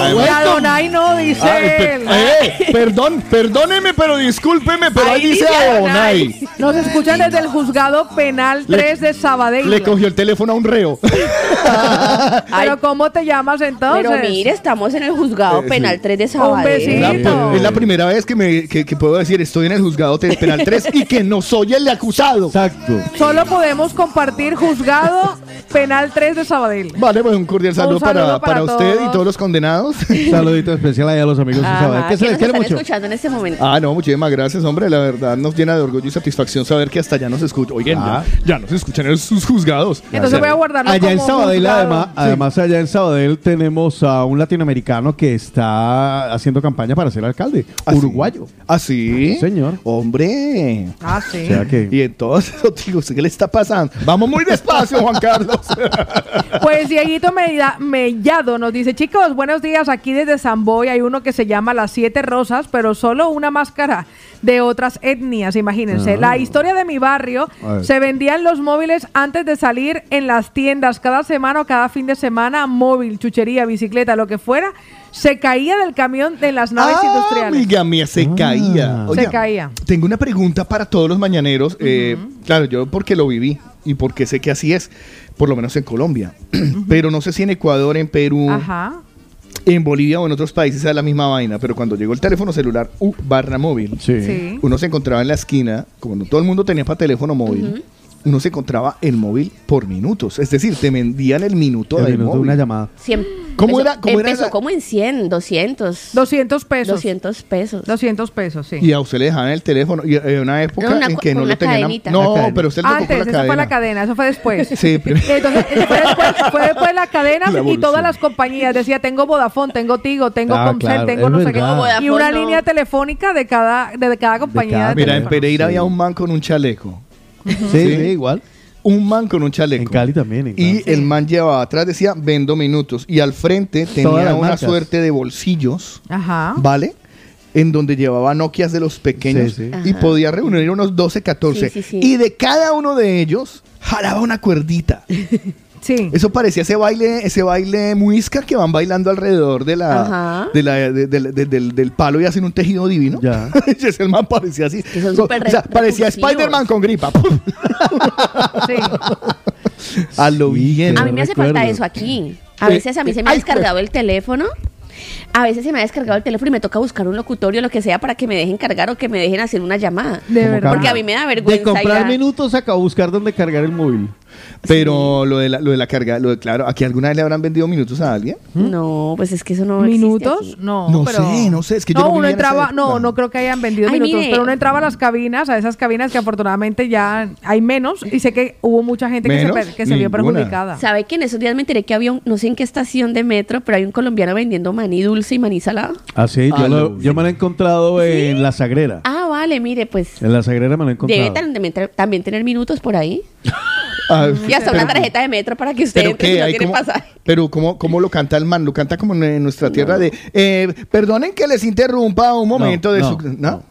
Y welcome. Adonai no dice Ah, pe- él. eh, perdón, perdóneme, pero discúlpeme, pero ahí, dice Adonai. Nos escuchan desde el juzgado penal Le- 3 de Sabadell. Le cogió el teléfono a un reo. Pero ¿cómo te llamas entonces? Pero mire, estamos en el juzgado Eh, penal 3 de Sabadell. La- es la primera vez que, me, que, que puedo decir estoy en el juzgado te- penal 3 y que no soy el acusado. Exacto. Solo podemos compartir juzgado penal 3 de Sabadell. Vale, pues un cordial saludo, para, saludo para para usted y todos. Ah, todos los condenados. Saludito especial ahí a los amigos de Ajá, Sabadell. Que se les Ah, nos quiere están mucho. escuchando en este momento? Ah, no, muchísimas gracias, hombre. La verdad nos llena de orgullo y satisfacción saber que hasta allá nos escuchan. Oigan, Ah. ya, ya nos escuchan en sus juzgados. Entonces voy a guardarlo Allá en como Sabadell, juzgado. además, además, allá en Sabadell tenemos a un latinoamericano que está haciendo campaña para ser alcalde. Uruguayo. ¿Ah, sí? Señor. Hombre. Ah, sí. O sea que- Y entonces, digo, ¿qué le está pasando? Vamos muy despacio, Juan Carlos. Pues Dieguito Mella- Mellado nos dice, chicos, buenos días, aquí desde Zamboy hay uno que se llama Las Siete Rosas, pero solo una máscara de otras etnias, imagínense. Ah. La historia de mi barrio, A ver. se vendían los móviles antes de salir en las tiendas, cada semana o cada fin de semana, móvil, chuchería, bicicleta, lo que fuera, se caía del camión de las naves Ah. industriales. Amiga mía, se Ah. caía. Se Oiga, caía. Tengo una pregunta para todos los mañaneros. eh, claro, yo porque lo viví y porque sé que así es, por lo menos en Colombia. Pero no sé si en Ecuador, en Mm. Perú, Ajá. en Bolivia o en otros países es la misma vaina. Pero cuando llegó el teléfono celular u barra móvil, Sí. uno se encontraba en la esquina, como no todo el mundo tenía para teléfono móvil. Ujú. Uno se encontraba el móvil por minutos. Es decir, te vendían el minuto El del minuto de móvil. una llamada. Cien- empezó- ¿Cómo era- cómo era empezó la- como en 100, 200. 200 pesos. 200 pesos. 200 pesos, sí. Y a usted le dejaban el teléfono. Y eh, una época Era una en co- que no con lo una tenían. cadenita. No, Una cadena. pero usted lo tocó Antes, la esa fue la cadena. cadena, Ah, eso fue después. Sí, pero- Entonces, fue después, fue después la cadena La y evolución. todas las compañías. Decía, tengo Vodafone, tengo Tigo, tengo Ah, Comcel, claro, tengo es no sé verdad. No, qué. Y Vodafone una no. línea telefónica de cada, de cada compañía. De Mira, en teléfono. Pereira había un man con un chaleco. Sí, sí, igual. Un man con un chaleco. En Cali también. en Y el man llevaba atrás, decía, vendo minutos. Y al frente tenía las una marcas. suerte de bolsillos, Ajá. ¿vale? En donde llevaba Nokias de los pequeños Sí, sí. y Ajá. podía reunir unos 12, 14. Sí, sí, sí. Y de cada uno de ellos jalaba una cuerdita. Sí. Eso parecía ese baile, ese baile muisca que van bailando alrededor de la, Ajá. de la- de- de- de- del, del palo y hacen un tejido divino. Y ese man parecía así. son No, súper o sea, re- parecía repulsivos. Spider-Man con gripa. Sí. A lo bien. A mí me hace falta eso aquí. A Eh, veces a mí se me ha ay, descargado el teléfono. A veces se me ha descargado el teléfono y me toca buscar un locutorio, lo que sea, para que me dejen cargar o que me dejen hacer una llamada. De verdad. Porque a mí me da vergüenza. De comprar ya. minutos acá, buscar dónde cargar el móvil. Pero lo de, la, lo de la carga, lo de, claro, ¿aquí alguna vez le habrán vendido minutos a alguien? No, pues es que eso no existe ¿Minutos? No, No pero- sé, no sé, es que yo no, no uno vivía en esa entraba, época. no, no creo que hayan vendido Ay, minutos, mire. pero uno entraba a las cabinas, a esas cabinas que afortunadamente ya hay menos, y sé que hubo mucha gente que se, ¿Menos? per- que se vio Ninguna. perjudicada. ¿Sabe que en esos días me enteré que había un, no sé en qué estación de metro, pero hay un colombiano vendiendo maní dulce y maní salado? Ah, sí, Ah, yo, lo- yo me lo he encontrado en La Sagrera. Ah, vale, mire, pues En La Sagrera me lo he debe encontrado. tan- también, también tener minutos por ahí. Ah, Y hasta pero- una tarjeta de metro para que usted ¿Pero entre si qué? no Ahí tiene como- pasaje. Pero ¿cómo, ¿cómo lo canta el man? Lo canta como en, en nuestra tierra de... eh, perdonen que les interrumpa un momento de no, su... ¿no?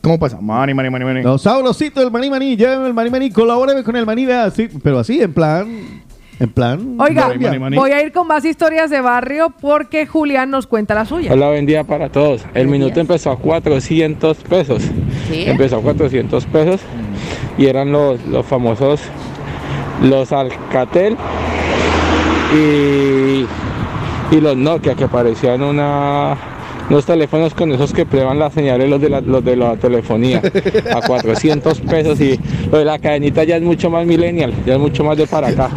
¿Cómo pasa? Mani, mani, mani, mani. No, sabrosito el maní maní, lléveme el maní maní, colabóreme con el maní, vea, sí, pero así, en plan, en plan. Oiga, Colombia. voy a ir con más historias de barrio porque Julián nos cuenta la suya. Hola, buen día para todos. El minuto empezó a 400 pesos. Sí. Empezó a 400 pesos y eran los, los famosos, los Alcatel y, y los Nokia que parecían una, unos teléfonos con esos que prueban las señales los de la, los de la telefonía a 400 pesos y lo de la cadenita ya es mucho más millennial, ya es mucho más de para acá.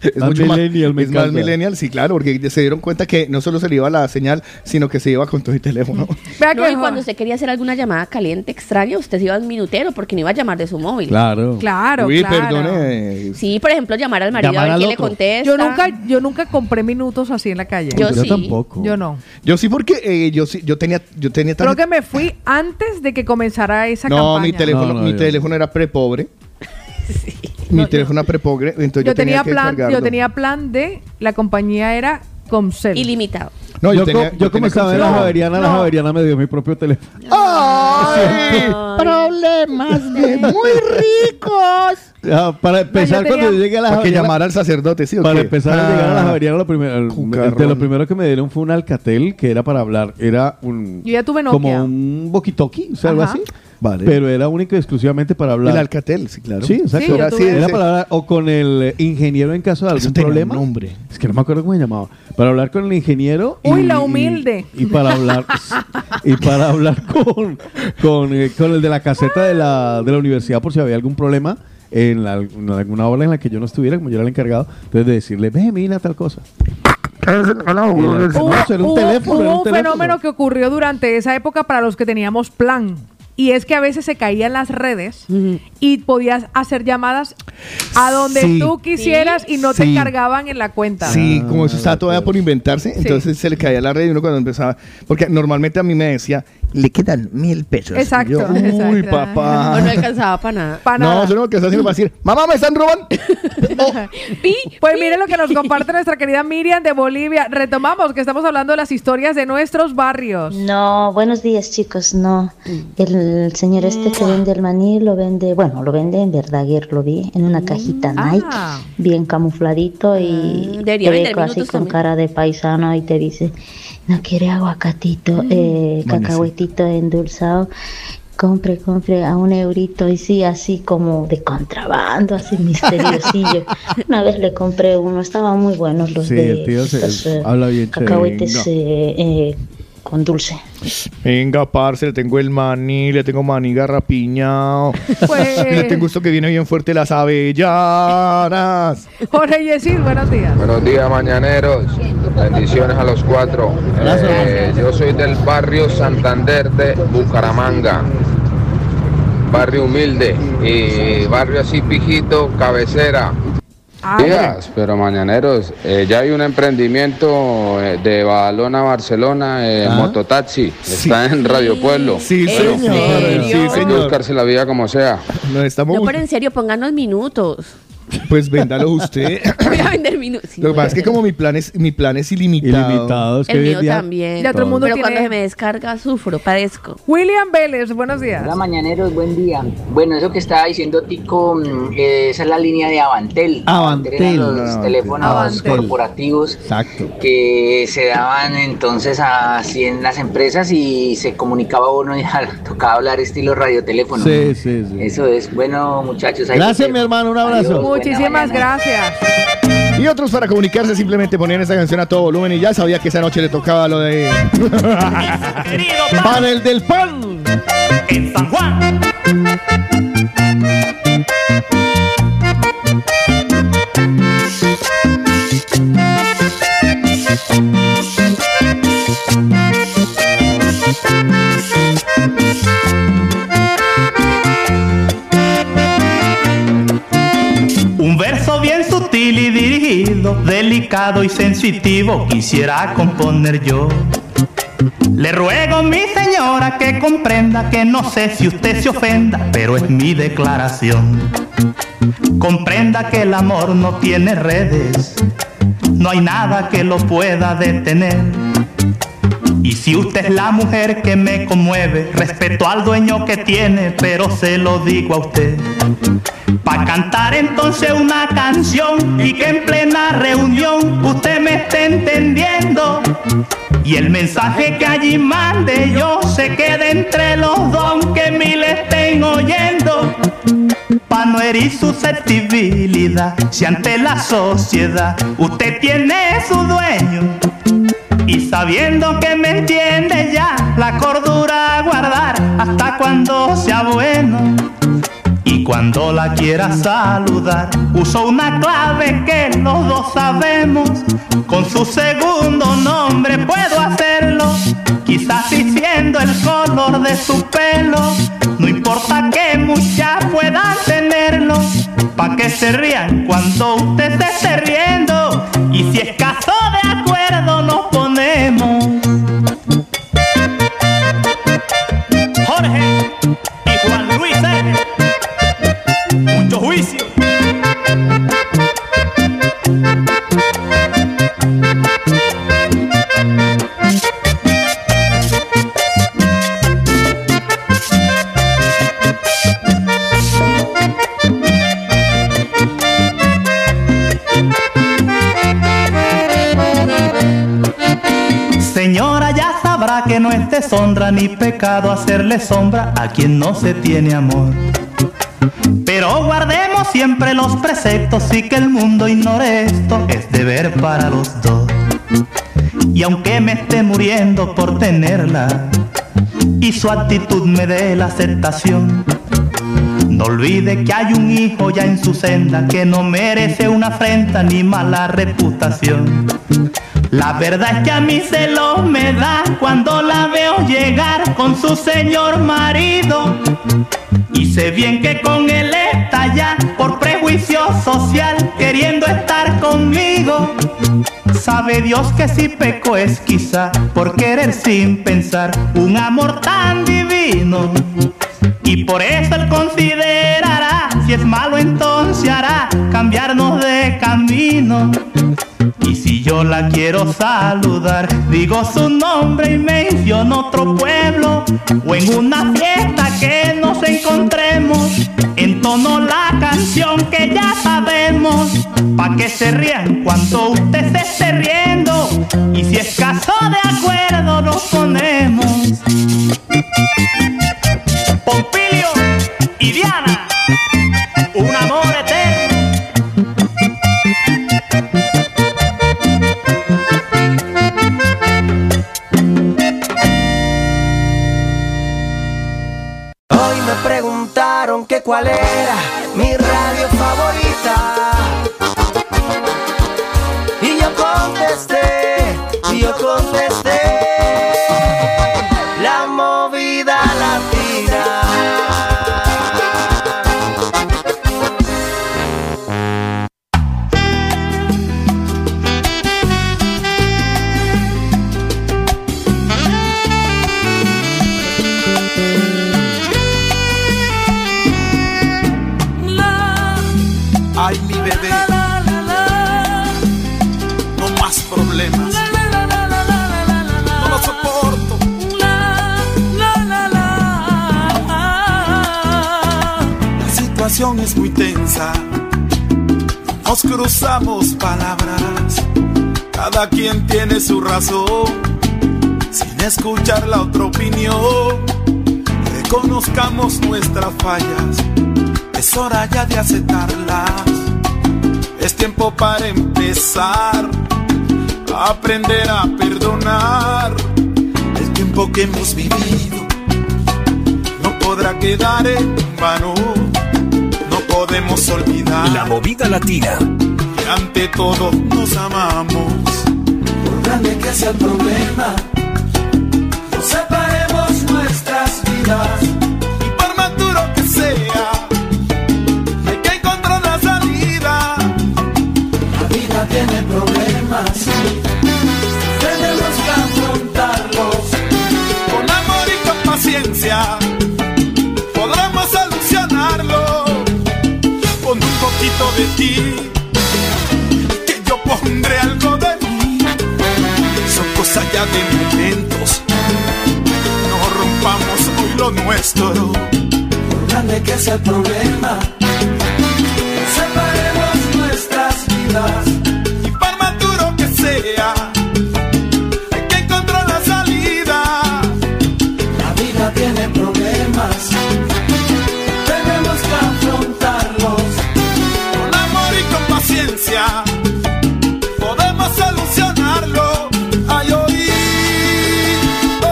es Más mucho millennial, me más, es más encanta. millennial, sí, claro, porque se dieron cuenta que no solo se le iba la señal, sino que se iba con todo el teléfono. No, y cuando usted quería hacer alguna llamada caliente extraña, usted se iba al minutero porque no iba a llamar de su móvil. Claro. Claro, Uy, claro. perdone. Sí, por ejemplo, llamar al marido Llamar a ver al quién le otro. contesta. Yo nunca, yo nunca compré minutos así en la calle. Yo Yo sí. tampoco. Yo no. Yo sí porque eh, yo sí, yo tenía, yo tenía Creo tan- que me fui antes de que comenzara esa No, campaña. mi teléfono, No, no, mi yo- teléfono era prepobre. Mi teléfono era prepobre, entonces yo, yo tenía, que plan, cargarlo. yo tenía plan de la compañía era Comcel. Ilimitado. No, yo yo, tenía- co- yo yo como tenía estaba en conserva. la Javeriana, la No. Javeriana me dio mi propio teléfono. Ah, Problemas de muy ricos. Ah, para empezar, tenía- cuando yo llegué a la Para que Javeriana- llamara al sacerdote, ¿sí o Para qué? empezar a llegar a la Ah. Javeriana, lo primero, el- el- de lo primero que me dieron fue un Alcatel que era para hablar. Era un. Yo ya tuve Nokia. Como un walkie-talkie, o sea, algo Ajá. así. Pero era único y exclusivamente para hablar. El Alcatel, sí, claro. Sí, exacto. Era era, así, ese- para hablar o con el ingeniero en caso de algún problema. Es que no me acuerdo cómo se llamaba. Para hablar con el ingeniero. Uy, la humilde. Y, para hablar y para hablar con, con, eh, con el de la caseta de la, de la universidad por si había algún problema en, la- en alguna hora en la que yo no estuviera, como yo era el encargado, entonces de decirle, ve, mira tal cosa. Hubo, No, era un hubo- teléfono, era hubo un un teléfono. fenómeno que ocurrió durante esa época para los que teníamos plan. Y es que a veces se caían las redes y podías hacer llamadas a donde Sí. tú quisieras y no te Sí. cargaban en la cuenta. Sí, como eso Ah, estaba todavía pues. por inventarse, entonces se le caía la red y uno cuando empezaba. Porque normalmente a mí me decía, le quedan mil pesos. Y Exacto, yo, Uy, exacto. papá. O no alcanzaba para nada. No, yo no que está haciendo para decir, mamá, me están robando. Oh. Pues miren lo que nos comparte nuestra querida Miriam de Bolivia. Retomamos que estamos hablando de las historias de nuestros barrios. No, buenos días chicos, no. Mm. El señor este que vende el maní lo vende, bueno, lo vende en Verdaguer, lo vi en Mm. una cajita Ah. Nike, bien camufladito Mm, y te debería ve vender así minutos con también. cara de paisano y te dice, no quiere Mm. aguacatito, eh, Buenísimo. cacahuetito endulzado, compre, compre a un eurito y sí, así como de contrabando, así misteriosillo. una vez le compré uno, estaban muy buenos los Sí, de el tío se- estos, eh, habla bien chévere. cacahuetes No. eh, eh, con dulce. Venga, parce, le tengo el maní, le tengo maní garrapiñado. Pues. Le tengo esto que viene bien fuerte, las avellanas. Jorge Yesid, buenos días. Buenos días, mañaneros. Bendiciones a los cuatro. Eh, yo soy del barrio Santander de Bucaramanga. Barrio humilde y barrio así pijito, cabecera. Ah, Ah, Días, pero mañaneros, eh, ya hay un emprendimiento eh, de Badalona a Barcelona, Ah. eh, mototaxi, está en Radio Pueblo. Sí, señor. Sí, Hay que señor. buscarse la vida como sea. No estamos No, pero en serio, pónganos minutos. Pues véndalo usted. Voy a vender minutos. Sí, Lo que pasa es voy a que como mi plan es, mi plan es ilimitado. Ilimitado, vender. El mío también. Ya todo el mundo pero tiene- cuando se me descarga, sufro, padezco. William Vélez, buenos días. Hola mañaneros, buen día. Bueno, eso que estaba diciendo Tico, mm, eh, esa es la línea de Avantel. Avantel, eran los Avantel. teléfonos Avantel. corporativos Exacto. que se daban entonces así en las empresas y se comunicaba uno y al- tocaba hablar estilo radioteléfono. Sí, sí, sí. Eso es. Bueno, muchachos. ahí Gracias, los mi dejo. hermano, un abrazo. Adiós, buena Muchísimas gracias. Y otros para comunicarse simplemente ponían esa canción a todo volumen y ya sabía que esa noche le tocaba lo de... para el del pan. En San Juan. Un verso bien sutil y dirigido, delicado y sensitivo quisiera componer yo. Le ruego, mi señora, que comprenda que no sé si usted se ofenda, pero es mi declaración. Comprenda que el amor no tiene redes, no hay nada que lo pueda detener. Y si usted es la mujer que me conmueve, respeto al dueño que tiene, pero se lo digo a usted. Pa' cantar entonces una canción y que en plena reunión usted me esté entendiendo. Y el mensaje que allí mande yo se quede entre los dos que mil estén oyendo. Pa' no herir susceptibilidad, si ante la sociedad usted tiene su dueño. Y sabiendo que me entiende ya, la cordura a guardar hasta cuando sea bueno. Y cuando la quiera saludar, uso una clave que los dos sabemos. Con su segundo nombre puedo hacerlo, quizás diciendo el color de su pelo. No importa que muchas puedan tenerlo, pa' que se rían cuando usted se esté riendo. Y si es caso de acuerdo, nos ponemos. Jorge y Juan Luis, ¿eh? mucho juicio. Señora, ya sabrá que no es deshonra ni pecado hacerle sombra a quien no se tiene amor. Pero guardemos siempre los preceptos y que el mundo ignore esto, es deber para los dos. Y aunque me esté muriendo por tenerla y su actitud me dé la aceptación, no olvide que hay un hijo ya en su senda que no merece una afrenta ni mala reputación. La verdad es que a mí se lo me da cuando la veo llegar con su señor marido. Y sé bien que con él está ya por prejuicio social queriendo estar conmigo. Sabe Dios que si peco es quizá por querer sin pensar un amor tan divino. Y por eso él considerará, si es malo entonces hará cambiarnos de camino. Y si yo la quiero saludar, digo su nombre y menciono otro pueblo o en una fiesta que nos encontremos. Entono la canción que ya sabemos, pa' que se rían cuando usted se esté riendo. Y si es caso de acuerdo, nos ponemos. Pompilio y Diana, un amor eterno. Hoy me preguntaron que cuál era mi radio favorita. Y yo contesté, y yo contesté. La movida latina. Ay, mi bebé. No más problemas. No lo soporto. La situación es muy tensa. Nos cruzamos palabras. Cada quien tiene su razón. Sin escuchar la otra opinión. Reconozcamos nuestras fallas. Es hora ya de aceptarlas. Es tiempo para empezar a aprender a perdonar. El tiempo que hemos vivido no podrá quedar en vano. No podemos olvidar la movida latina. Que ante todo nos amamos. Por grande que sea el problema, Nos separemos nuestras vidas. y por más duro que sea, hay que encontrar la salida. La vida tiene problemas. Tenemos que afrontarlos. Con amor y con paciencia podremos solucionarlo. Con un poquito de ti, que yo pondré algo de mí. Son cosas ya de momentos. No rompamos hoy lo nuestro. Por grande que sea el problema. Separemos nuestras vidas. Y por más duro que sea, hay que encontrar la salida. La vida tiene problemas. Tenemos que afrontarlos. Con amor y con paciencia podemos solucionarlo. Ay, hoy.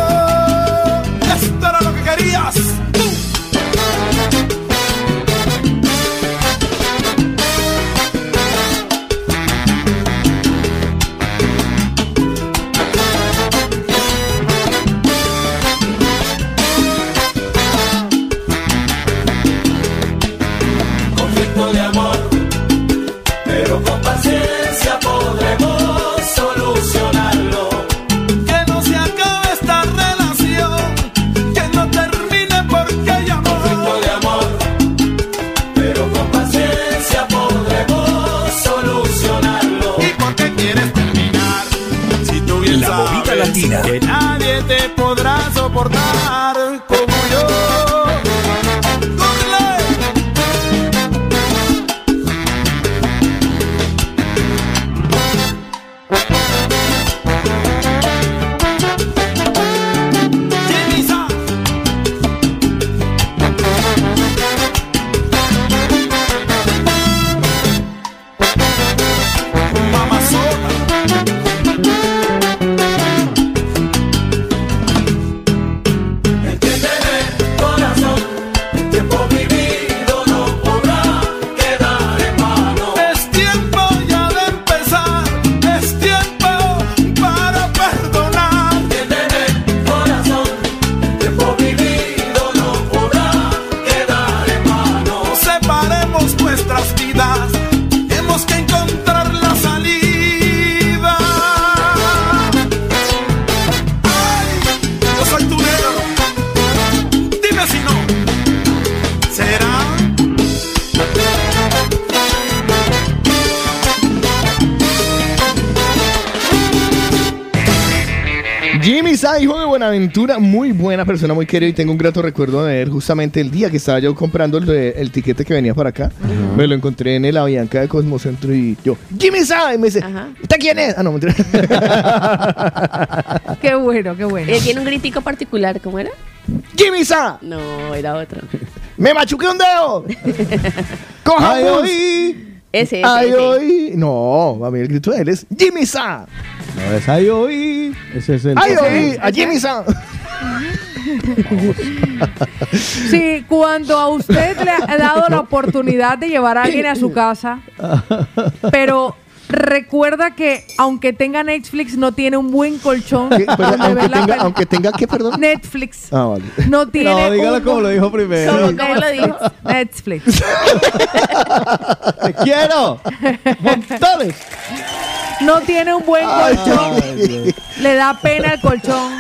Oh, esto era lo que querías. Tú. Latina. Que nadie te podrá soportar como yo. Jenisa. Entiéndeme, corazón, el tiempo vivido no podrá quedar en vano. Es tiempo ya de empezar, es tiempo para perdonar. Entiéndeme, corazón, el tiempo vivido no podrá quedar en vano. Separemos nuestras vidas, tenemos que encontrar la salida. Ay, yo soy tu negro, dime si no, será. Jimmy Sa, hijo de Buenaventura, muy buena persona, muy querido y tengo un grato recuerdo de él justamente el día que estaba yo comprando el, el tiquete que venía para acá. Me lo encontré en el Avianca de Cosmocentro y yo, Jimmy Sa, y me dice, ¿usted quién es? Ah, no, mentira. Qué bueno, qué bueno. Él tiene un gritico particular, ¿cómo era? ¡Jimmy Sa! No, era otro. ¡Me machuqué un dedo! ¡Coja Ay, bus! Ese, ese, ¡Ay, ese. oí! No, a mí el grito de él es Jimmy Sa. No, es ahí oí. Ese es el. ¡Ay, papá. oí! ¡A Jimmy Sa! Sí, cuando a usted le ha dado la oportunidad de llevar a alguien a su casa, pero recuerda que aunque tenga Netflix no tiene un buen colchón ¿Qué? Pero donde aunque ver la tenga- peli- aunque tenga, ¿qué, perdón? Netflix Ah, vale. no tiene No, dígalo un como lo dijo primero. ¿Cómo, Sí. cómo lo dijo? Netflix. ¡Te quiero! ¡Montones! No tiene un buen colchón. Le da pena el colchón.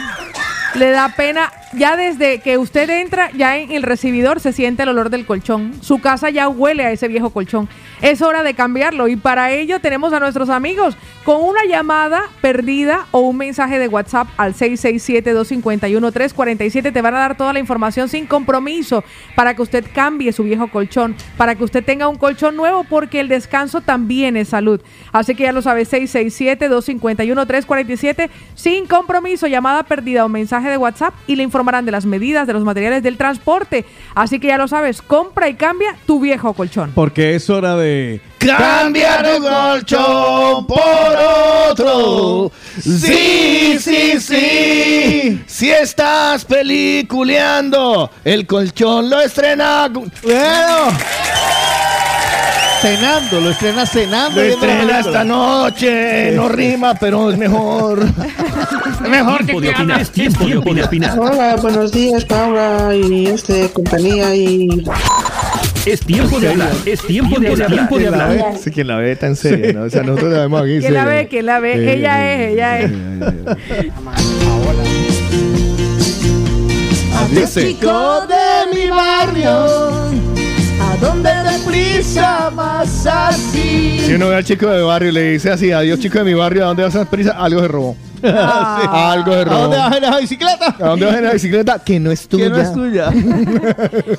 Le da pena. Ya desde que usted entra, ya en el recibidor se siente el olor del colchón. Su casa ya huele a ese viejo colchón. Es hora de cambiarlo. Y para ello tenemos a nuestros amigos con una llamada perdida o un mensaje de WhatsApp al 667-251-347. Te van a dar toda la información sin compromiso para que usted cambie su viejo colchón, para que usted tenga un colchón nuevo, porque el descanso también es salud. Así que ya lo sabe, 667-251-347, sin compromiso, llamada perdida o mensaje de WhatsApp y le informarán de las medidas, de los materiales, del transporte. Así que ya lo sabes, compra y cambia tu viejo colchón. Porque es hora de. Cambiar un colchón por otro. Sí, sí, sí. Si estás peliculeando, el colchón lo estrena. Bueno. Cenando, lo estrena cenando. Lo estrena esta noche. No rima, pero es mejor. mejor Tiempo de opinar, es tiempo de opinar. Hola, buenos días, Paula y este compañía y Es tiempo de hablar, es tiempo de hablar, tiempo de hablar. Sí, quien la ve está en serio, ¿no? O sea, nosotros la vemos aquí. ¿Quién la ve? serio. ¿Quién la ve? Eh, ella es, ella es. Dice, Chico de mi barrio, ¿a dónde te prisa más así? Si uno ve al chico de barrio y le dice así, adiós chico de mi barrio, ¿a dónde vas a dar prisa? Algo se robó. Algo se robó. Ah. ¿A dónde vas en la bicicleta? ¿A dónde vas en la bicicleta? Que no es tuya. Que no es tuya.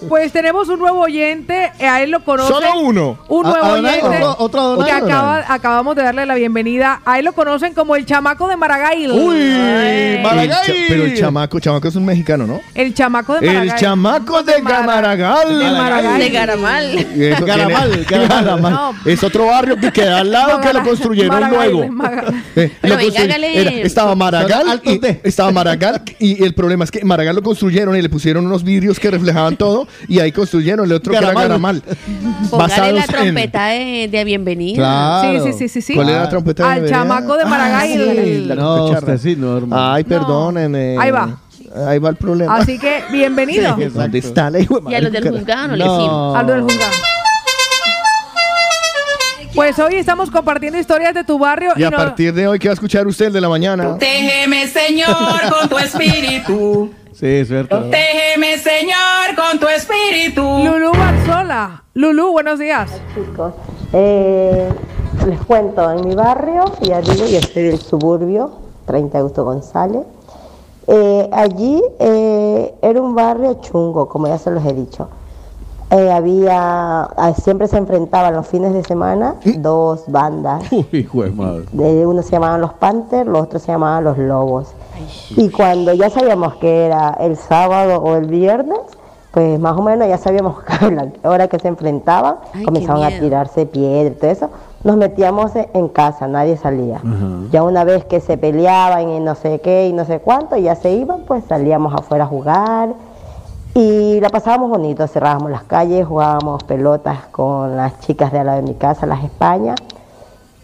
Pues tenemos un nuevo oyente, eh, a él lo conoce. Solo uno. Un nuevo ¿A- Adonai? oyente. ¿Otro- otro Adonai? que Otro acaba- acabamos de darle la bienvenida. A él lo conocen como el chamaco de Maragall. Ay. El cha- pero el chamaco, chamaco es un mexicano, ¿no? El chamaco de Maragall. El chamaco de Gamaragal. De Maragall. De Y eso tiene- Garamal, Garamal. Es otro barrio que queda al lado que lo construyeron Maragall, luego. Maragall. Eh, Pero lo venga, construy- hágale. era- estaba Maragall y, estaba Maragall y el problema es que Maragall lo construyeron y le pusieron unos vidrios que reflejaban todo y ahí construyeron el otro que era Garamal Garamal. Póngale la basados en- trompeta de, de bienvenida. Claro. Sí, sí, sí, sí, sí. ¿Cuál era la trompeta de Al Navidad? chamaco de Ah, Maragall. sí, la No, cocharra. usted sí, no, hermano. Ay, perdónenme. Ahí va. Ahí va el problema. Así que bienvenido. Sí, ¿Dónde está la hijo de Y a los madre? del juzgado no le Al del juzgado. Pues hoy estamos compartiendo historias de tu barrio Y a no- partir de hoy, ¿qué va a escuchar usted el de la mañana? Protégeme, Señor, con tu espíritu. Sí, es cierto. Protégeme, Señor, con tu espíritu. Lulú Barzola. Lulú, buenos días. Eh, les cuento, en mi barrio, ya digo, yo soy del suburbio, 30 Augusto González. Eh, allí eh, era un barrio chungo, como ya se los he dicho. Eh, había, ah, siempre se enfrentaban los fines de semana dos bandas. Hijo de madre. De uno se llamaban los Panthers, los otros se llamaban los Lobos. Y cuando ya sabíamos que era el sábado o el viernes, pues más o menos ya sabíamos a la hora que se enfrentaban, Ay, qué comenzaban a miedo. tirarse piedra y todo eso. Nos metíamos en- en casa, nadie salía. Ya una vez que se peleaban y no sé qué y no sé cuánto, y ya se iban, pues salíamos afuera a jugar y la pasábamos bonito. Cerrábamos las calles, jugábamos pelotas con las chicas de al lado de mi casa, las Españas.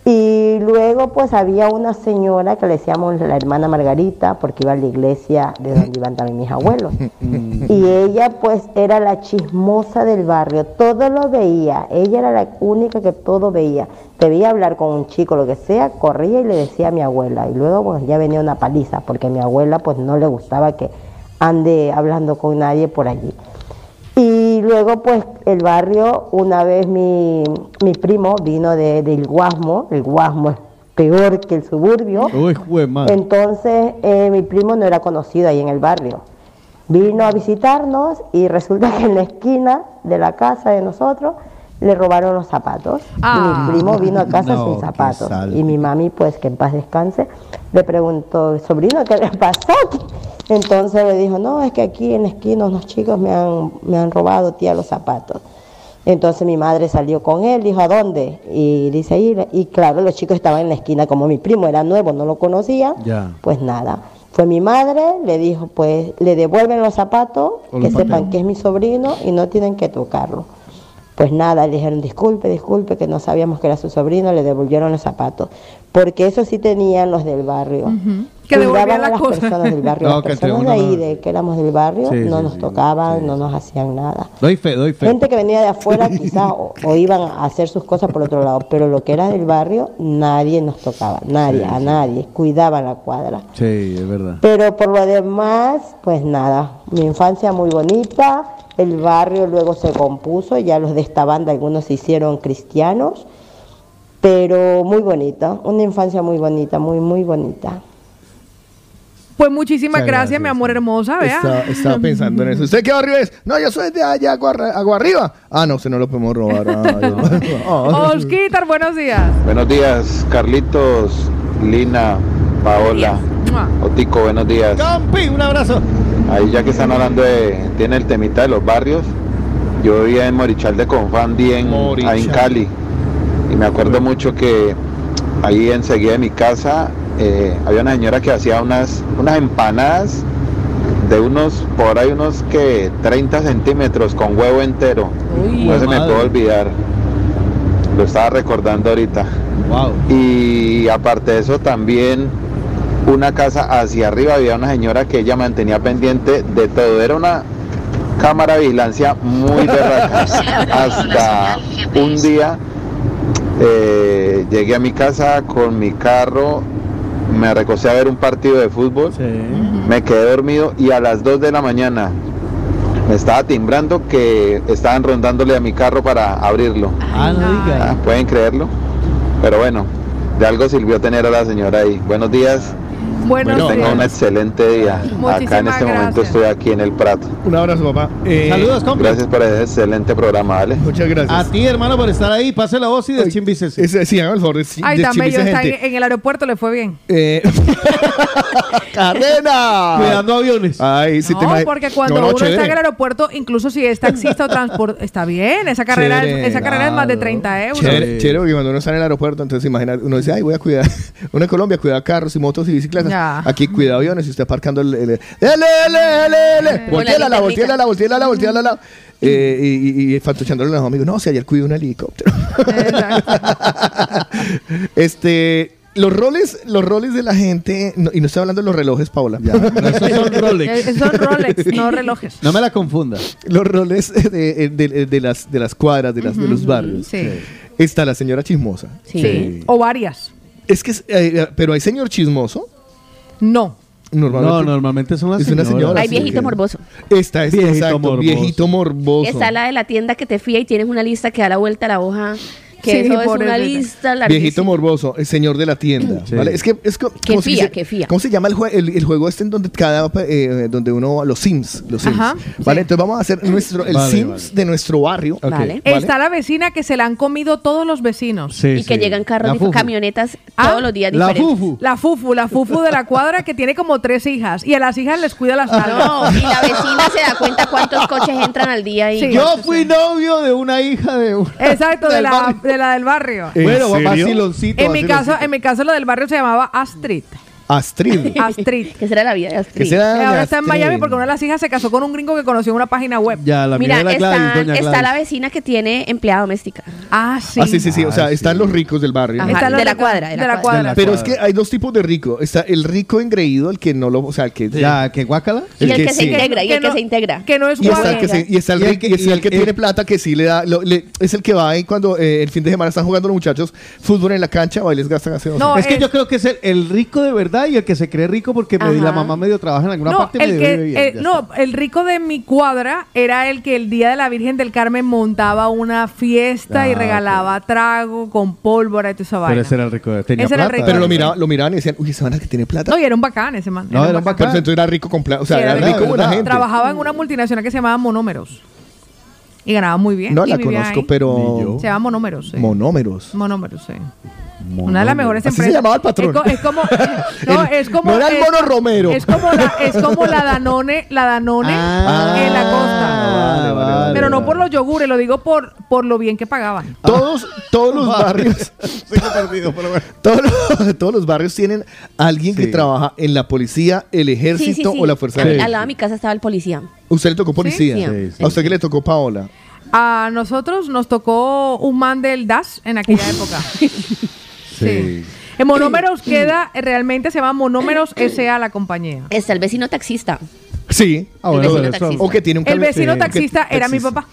Y luego pues había una señora que le decíamos la hermana Margarita porque iba a la iglesia de donde iban también mis abuelos. Y ella pues era la chismosa del barrio, todo lo veía, ella era la única que todo veía. Te veía hablar con un chico, lo que sea, corría y le decía a mi abuela. Y luego pues ya venía una paliza porque a mi abuela pues no le gustaba que ande hablando con nadie por allí. Y luego, pues, el barrio, una vez mi, mi primo vino de, del Guasmo, el Guasmo es peor que el suburbio. Uy, hijo de madre. Entonces, eh, mi primo no era conocido ahí en el barrio. Vino a visitarnos y resulta que en la esquina de la casa de nosotros le robaron los zapatos. Ah. y mi primo vino a casa No, sin qué zapatos. sal. Y mi mami, pues que en paz descanse, le preguntó, sobrino, ¿qué le pasó? Entonces le dijo, no, es que aquí en la esquina unos chicos me han, me han robado, tía, los zapatos. Entonces mi madre salió con él, dijo, ¿a dónde? Y dice, y, y claro, los chicos estaban en la esquina, como mi primo era nuevo, no lo conocía, Ya. pues nada. Fue mi madre, le dijo, pues le devuelven los zapatos, O que los sepan patean. que es mi sobrino y no tienen que tocarlo. Pues nada, le dijeron, disculpe, disculpe, que no sabíamos que era su sobrino, le devolvieron los zapatos. Porque eso sí tenían los del barrio. Que devolvían Cuidaban a la las cosa. personas del barrio. No, las que entre personas de uno ahí, no- de que éramos del barrio, Sí, no sí, nos sí, tocaban, no nos hacían nada. Doy fe, doy fe. Gente que venía de afuera quizás o, o iban a hacer sus cosas por otro lado, pero lo que era del barrio, nadie nos tocaba, nadie, Sí, a sí. nadie, cuidaban la cuadra. Sí, es verdad. Pero por lo demás, pues nada, mi infancia muy bonita, el barrio luego se compuso, ya los de esta banda algunos se hicieron cristianos, pero muy bonita, una infancia muy bonita, muy, muy bonita. Pues muchísimas Muchas gracias, gracias. mi amor hermosa, vea. Estaba, estaba pensando en eso. ¿Usted qué barrio es? No, yo soy de allá, Agua Agua Arriba. Ah, no, usted no lo podemos robar. Ay, Oh, Ah. Osquitar, buenos días. Buenos días, Carlitos, Lina, Paola, Otico, buenos días. Campi, un abrazo. Ahí ya que están hablando de, tiene el temita de los barrios. Yo vivía en Morichal de Confandi en, ahí en Cali. Y me acuerdo mucho que ahí enseguida de mi casa eh, había una señora que hacía unas, unas empanadas de unos, por ahí unos que 30 centímetros con huevo entero. no se me madre. puede olvidar. Lo estaba recordando ahorita. Y aparte de eso también una casa hacia arriba había una señora que ella mantenía pendiente de todo. Era una cámara de vigilancia muy berraca. Hasta un día eh, llegué a mi casa con mi carro, me recosté a ver un partido de fútbol, me quedé dormido y a las 2 de la mañana me estaba timbrando que estaban rondándole a mi carro para abrirlo. Ah, Pueden creerlo, pero bueno, de algo sirvió tener a la señora ahí. Buenos días. Buenos Tengan días. un excelente día. Acá en Muchísimas este momento estoy aquí en el Prato. Un abrazo, papá. Eh, Saludos, Gracias por ese excelente programa, ¿vale? Muchas A ti, hermano, por estar ahí. Pase la voz y deschimbices. Sí, hágame el favor. deschim- Ay, tan bello, deschimbice está gente. en, en el aeropuerto, le fue bien. Eh, ¡Cadena! Cuidando aviones. Ay, si te no, imag- porque cuando No, no, uno está chévere. en el aeropuerto, incluso si es taxista o transporte, está bien, esa carrera, es- Chévere, esa carrera es más de 30 euros. Chévere, chévere, porque cuando uno está en el aeropuerto, entonces imagina, uno dice, ay, voy a cuidar, uno en Colombia cuida carros y motos y bicicletas. Ya. Aquí cuida aviones y usted aparcando el... el, el- ¡Ele, ele, ele, ele! Volteala, la, volteala, la, volteala, la, volteala, la. Eh, y, y, y fantocheándole a los amigos, no, si ayer cuidé un helicóptero. este, los roles, los roles de la gente, no- y no estoy hablando de los relojes, Paola. esos son Rolex. Eh, Son Rolex, no relojes. No me la confunda. los roles de, de- de las, de las cuadras, de, las, de los barrios. sí. Está la señora chismosa. Sí. O varias. Es que, es- eh, pero hay señor chismoso. No. Normalmente. No, normalmente son las Es una señoras. señora. Hay viejito sí. morboso. Esta es Viejito exacto, morboso. viejito morboso. Está la de la tienda que te fía y tienes una lista que da la vuelta a la hoja Que Sí, eso es por una el- lista larguísima. Viejito morboso, el señor de la tienda. ¿vale? Es que es co- Que como si fía, se- que fía. ¿Cómo se llama el, jue- el- el juego este en donde cada eh, donde uno los Sims, los Sims. Ajá, Vale, entonces vamos a hacer nuestro el Vale, Sims de nuestro barrio. Vale. Está la vecina que se la han comido todos los vecinos. Sí, Y que sí. llegan carros La y fufu. camionetas Ah, todos los días diferentes. La fufu, la fufu de la cuadra que tiene como tres hijas y a las hijas les cuida las No, y la vecina se da cuenta cuántos coches entran al día y Yo fui novio de una hija de un- Exacto, de del la, barrio. de la del barrio. Eh, ¿En Bueno, serio? vaciloncito, En mi vaciloncito. caso, en mi caso la del barrio se llamaba Astrid. Astrid. Astrid. que será la vida de Astrid. ¿Qué será Que de ahora está en Astrid? Miami porque una de las hijas se casó con un gringo que conoció en una página web. Ya, la Mira, mía era Gladys, están- doña está Gladys. la vecina que tiene empleada doméstica. Ah, sí. Ah, sí, sí, sí. O sea, están los ricos del barrio. Ajá, ¿no? Están los de la ricos- cuadra, de la de la cuadra. cuadra. Pero es que hay dos tipos de rico. Está el rico engreído, el que no lo. O sea, el que. Ya, que guácala. Y el que, se sí. integra, y el que se integra. Que no es Y está, el que se- y está el, rico- y está el que tiene plata que sí le da. lo- le- es el que va ahí cuando eh, el fin de semana están jugando los muchachos fútbol en la cancha o ahí les gastan gaseosa. es que yo creo que es el, el rico de verdad y el que se cree rico porque me- Ajá. la mamá medio trabaja en alguna No, parte y el, medio que, vive bien, el- ya no, el rico de mi cuadra era el que el día de la Virgen del Carmen montaba una fiesta y Ah, regalaba trago con pólvora y toda esa vaina. era el rico de tenía Ese era el plata. rico. Pero lo, miraba- lo miraban y decían, uy, esa banda que tiene plata. No, y era un bacán ese man. No, un era un bacán. Pero entonces era rico con plata. O sea, Sí, era, era rico rico. con la gente. Trabajaba en una multinacional que se llamaba Monómeros. Y ganaba muy bien. No y la vivía conozco, ahí. pero. Se llama Monómeros, sí. Monómeros. Monómeros, sí. Una de las mejores Así empresas. se llamaba el patrón. Es, co- es como. No, es como. no era el es- mono Romero. Es como la, es como la Danone, la Danone Ah. en la costa. pero no por los yogures, lo digo por, por lo bien que pagaban. Todos, todos los barrios. Todos los, todos los barrios tienen alguien que trabaja en la policía, el ejército Sí, sí, sí. o la fuerza A mí, aérea. Al lado de mi casa estaba el policía. ¿Usted le tocó policía? Sí, sí. ¿A usted qué le tocó Paola? A nosotros nos tocó un man del DAS en aquella época. Sí. En Monómeros queda, realmente se llama Monómeros S.A. la compañía. Está el vecino taxista. Sí. Ah, El bueno, vecino eso. taxista. o que tiene un eh, El camión- vecino sí, taxista era mi papá.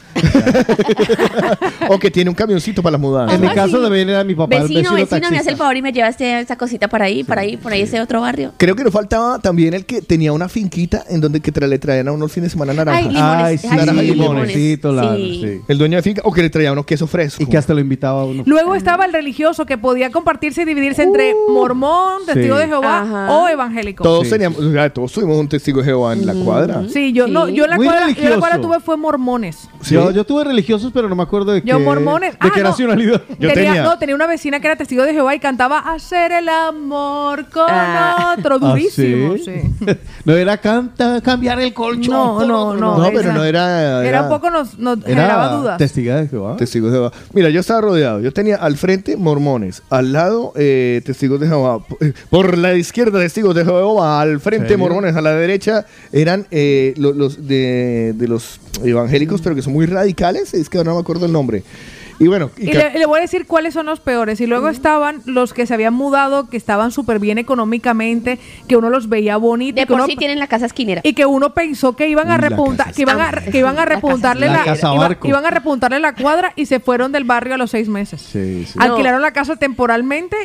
o que tiene un camioncito para las mudanzas. En mi caso Ajá, sí. también era mi vecino, vecino, me hace el favor y me lleva este- esta cosita para ahí, para ahí, por ahí ese otro barrio. Creo que nos faltaba también el que tenía una finquita en donde que tra- le traían a uno el fin de semana naranja. Ay, limones. Ay, sí, naranja y limones. limones. Limoncito, la- Sí. sí. El dueño de finca o que le traía a uno queso fresco. Y que hasta lo invitaba a uno. Luego estaba el religioso que podía compartirse y dividirse entre mormón, testigo Sí. de Jehová Uh. Ajá. o evangélico. Todos teníamos, o sea, todos tuvimos un testigo de Jehová en la cuadra. Mm. Sí, yo no, yo la Muy cuadra, yo la religioso. cuadra tuve fue mormones. Sí. Yo, yo tuve religiosos, pero no me acuerdo de Yo qué- mormones. de Ah, qué no. nacionalidad. tenía, no, tenía una vecina que era testigo de Jehová y cantaba hacer el amor con Ah. otro ¿Ah, durísimo. sí? sí. no era canta, cambiar el colchón. No, por no, otro. no, No, pero no era. Era, un poco nos, nos era generaba dudas. Testigo de Jehová. Mira, yo estaba rodeado. Yo tenía al frente mormones, al lado eh, testigos de Jehová. P- eh, Por la izquierda testigos de Jehová, al frente ¿Serio? mormones, a la derecha eran eh, lo- los, de, de los evangélicos, pero que son muy radicales. Es que ahora no me acuerdo el nombre. Y bueno, y Y ca- le, le voy a decir cuáles son los peores. Y luego estaban los que se habían mudado, que estaban súper bien económicamente, que uno los veía bonito. De que por uno- sí tienen la casa esquinera. y que uno pensó que iban a La repuntar, casa que iban a, esquinera. que iban a La casa repuntarle la, esquinera. La casa iba- barco. iban a repuntarle la cuadra y se fueron del barrio a los seis meses. Sí, sí. Alquilaron la casa temporalmente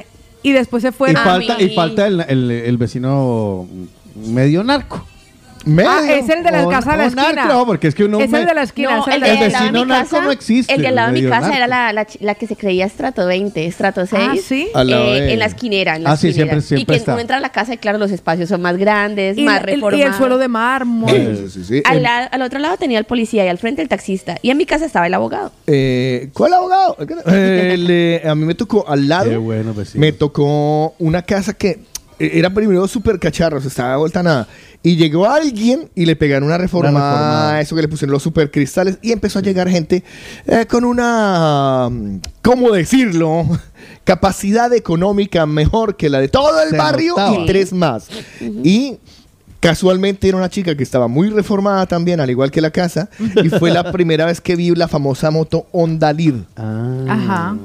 y después se Y fueron. falta, y falta el, el- el vecino medio narco. Ah, es el de la O- casa de la o esquina. narco, porque es que uno Es el de la esquina, es el de la esquina. vecino mi narco casa- no existe. El de al lado de mi medio casa narco. era la, la, chi- la que se creía estrato 20, estrato 6. Ah, sí. Al lado eh, de- En la esquinera. En la Ah, sí, esquinera. siempre- siempre y que está. uno entra a la casa y claro, los espacios son más grandes, Y, más el- reformados. y el suelo de mármol. Sí, sí, sí. Al, En- la- al otro lado tenía el policía y al frente el taxista. Y en mi casa estaba el abogado. Eh, ¿Cuál abogado? El, eh, a mí me tocó al lado. me tocó una casa que eh, era primero súper cacharros, estaba vuelta a nada. Y llegó alguien y le pegaron una reforma, Una reforma. eso que le pusieron los super cristales. Y empezó a llegar gente eh, con una, mm, ¿cómo decirlo? Capacidad económica mejor que la de todo el Se barrio notaba. y tres más. Y Casualmente era una chica que estaba muy reformada también, al igual que la casa, y fue la primera vez que vi la famosa moto Honda Lead. Ah. Ajá.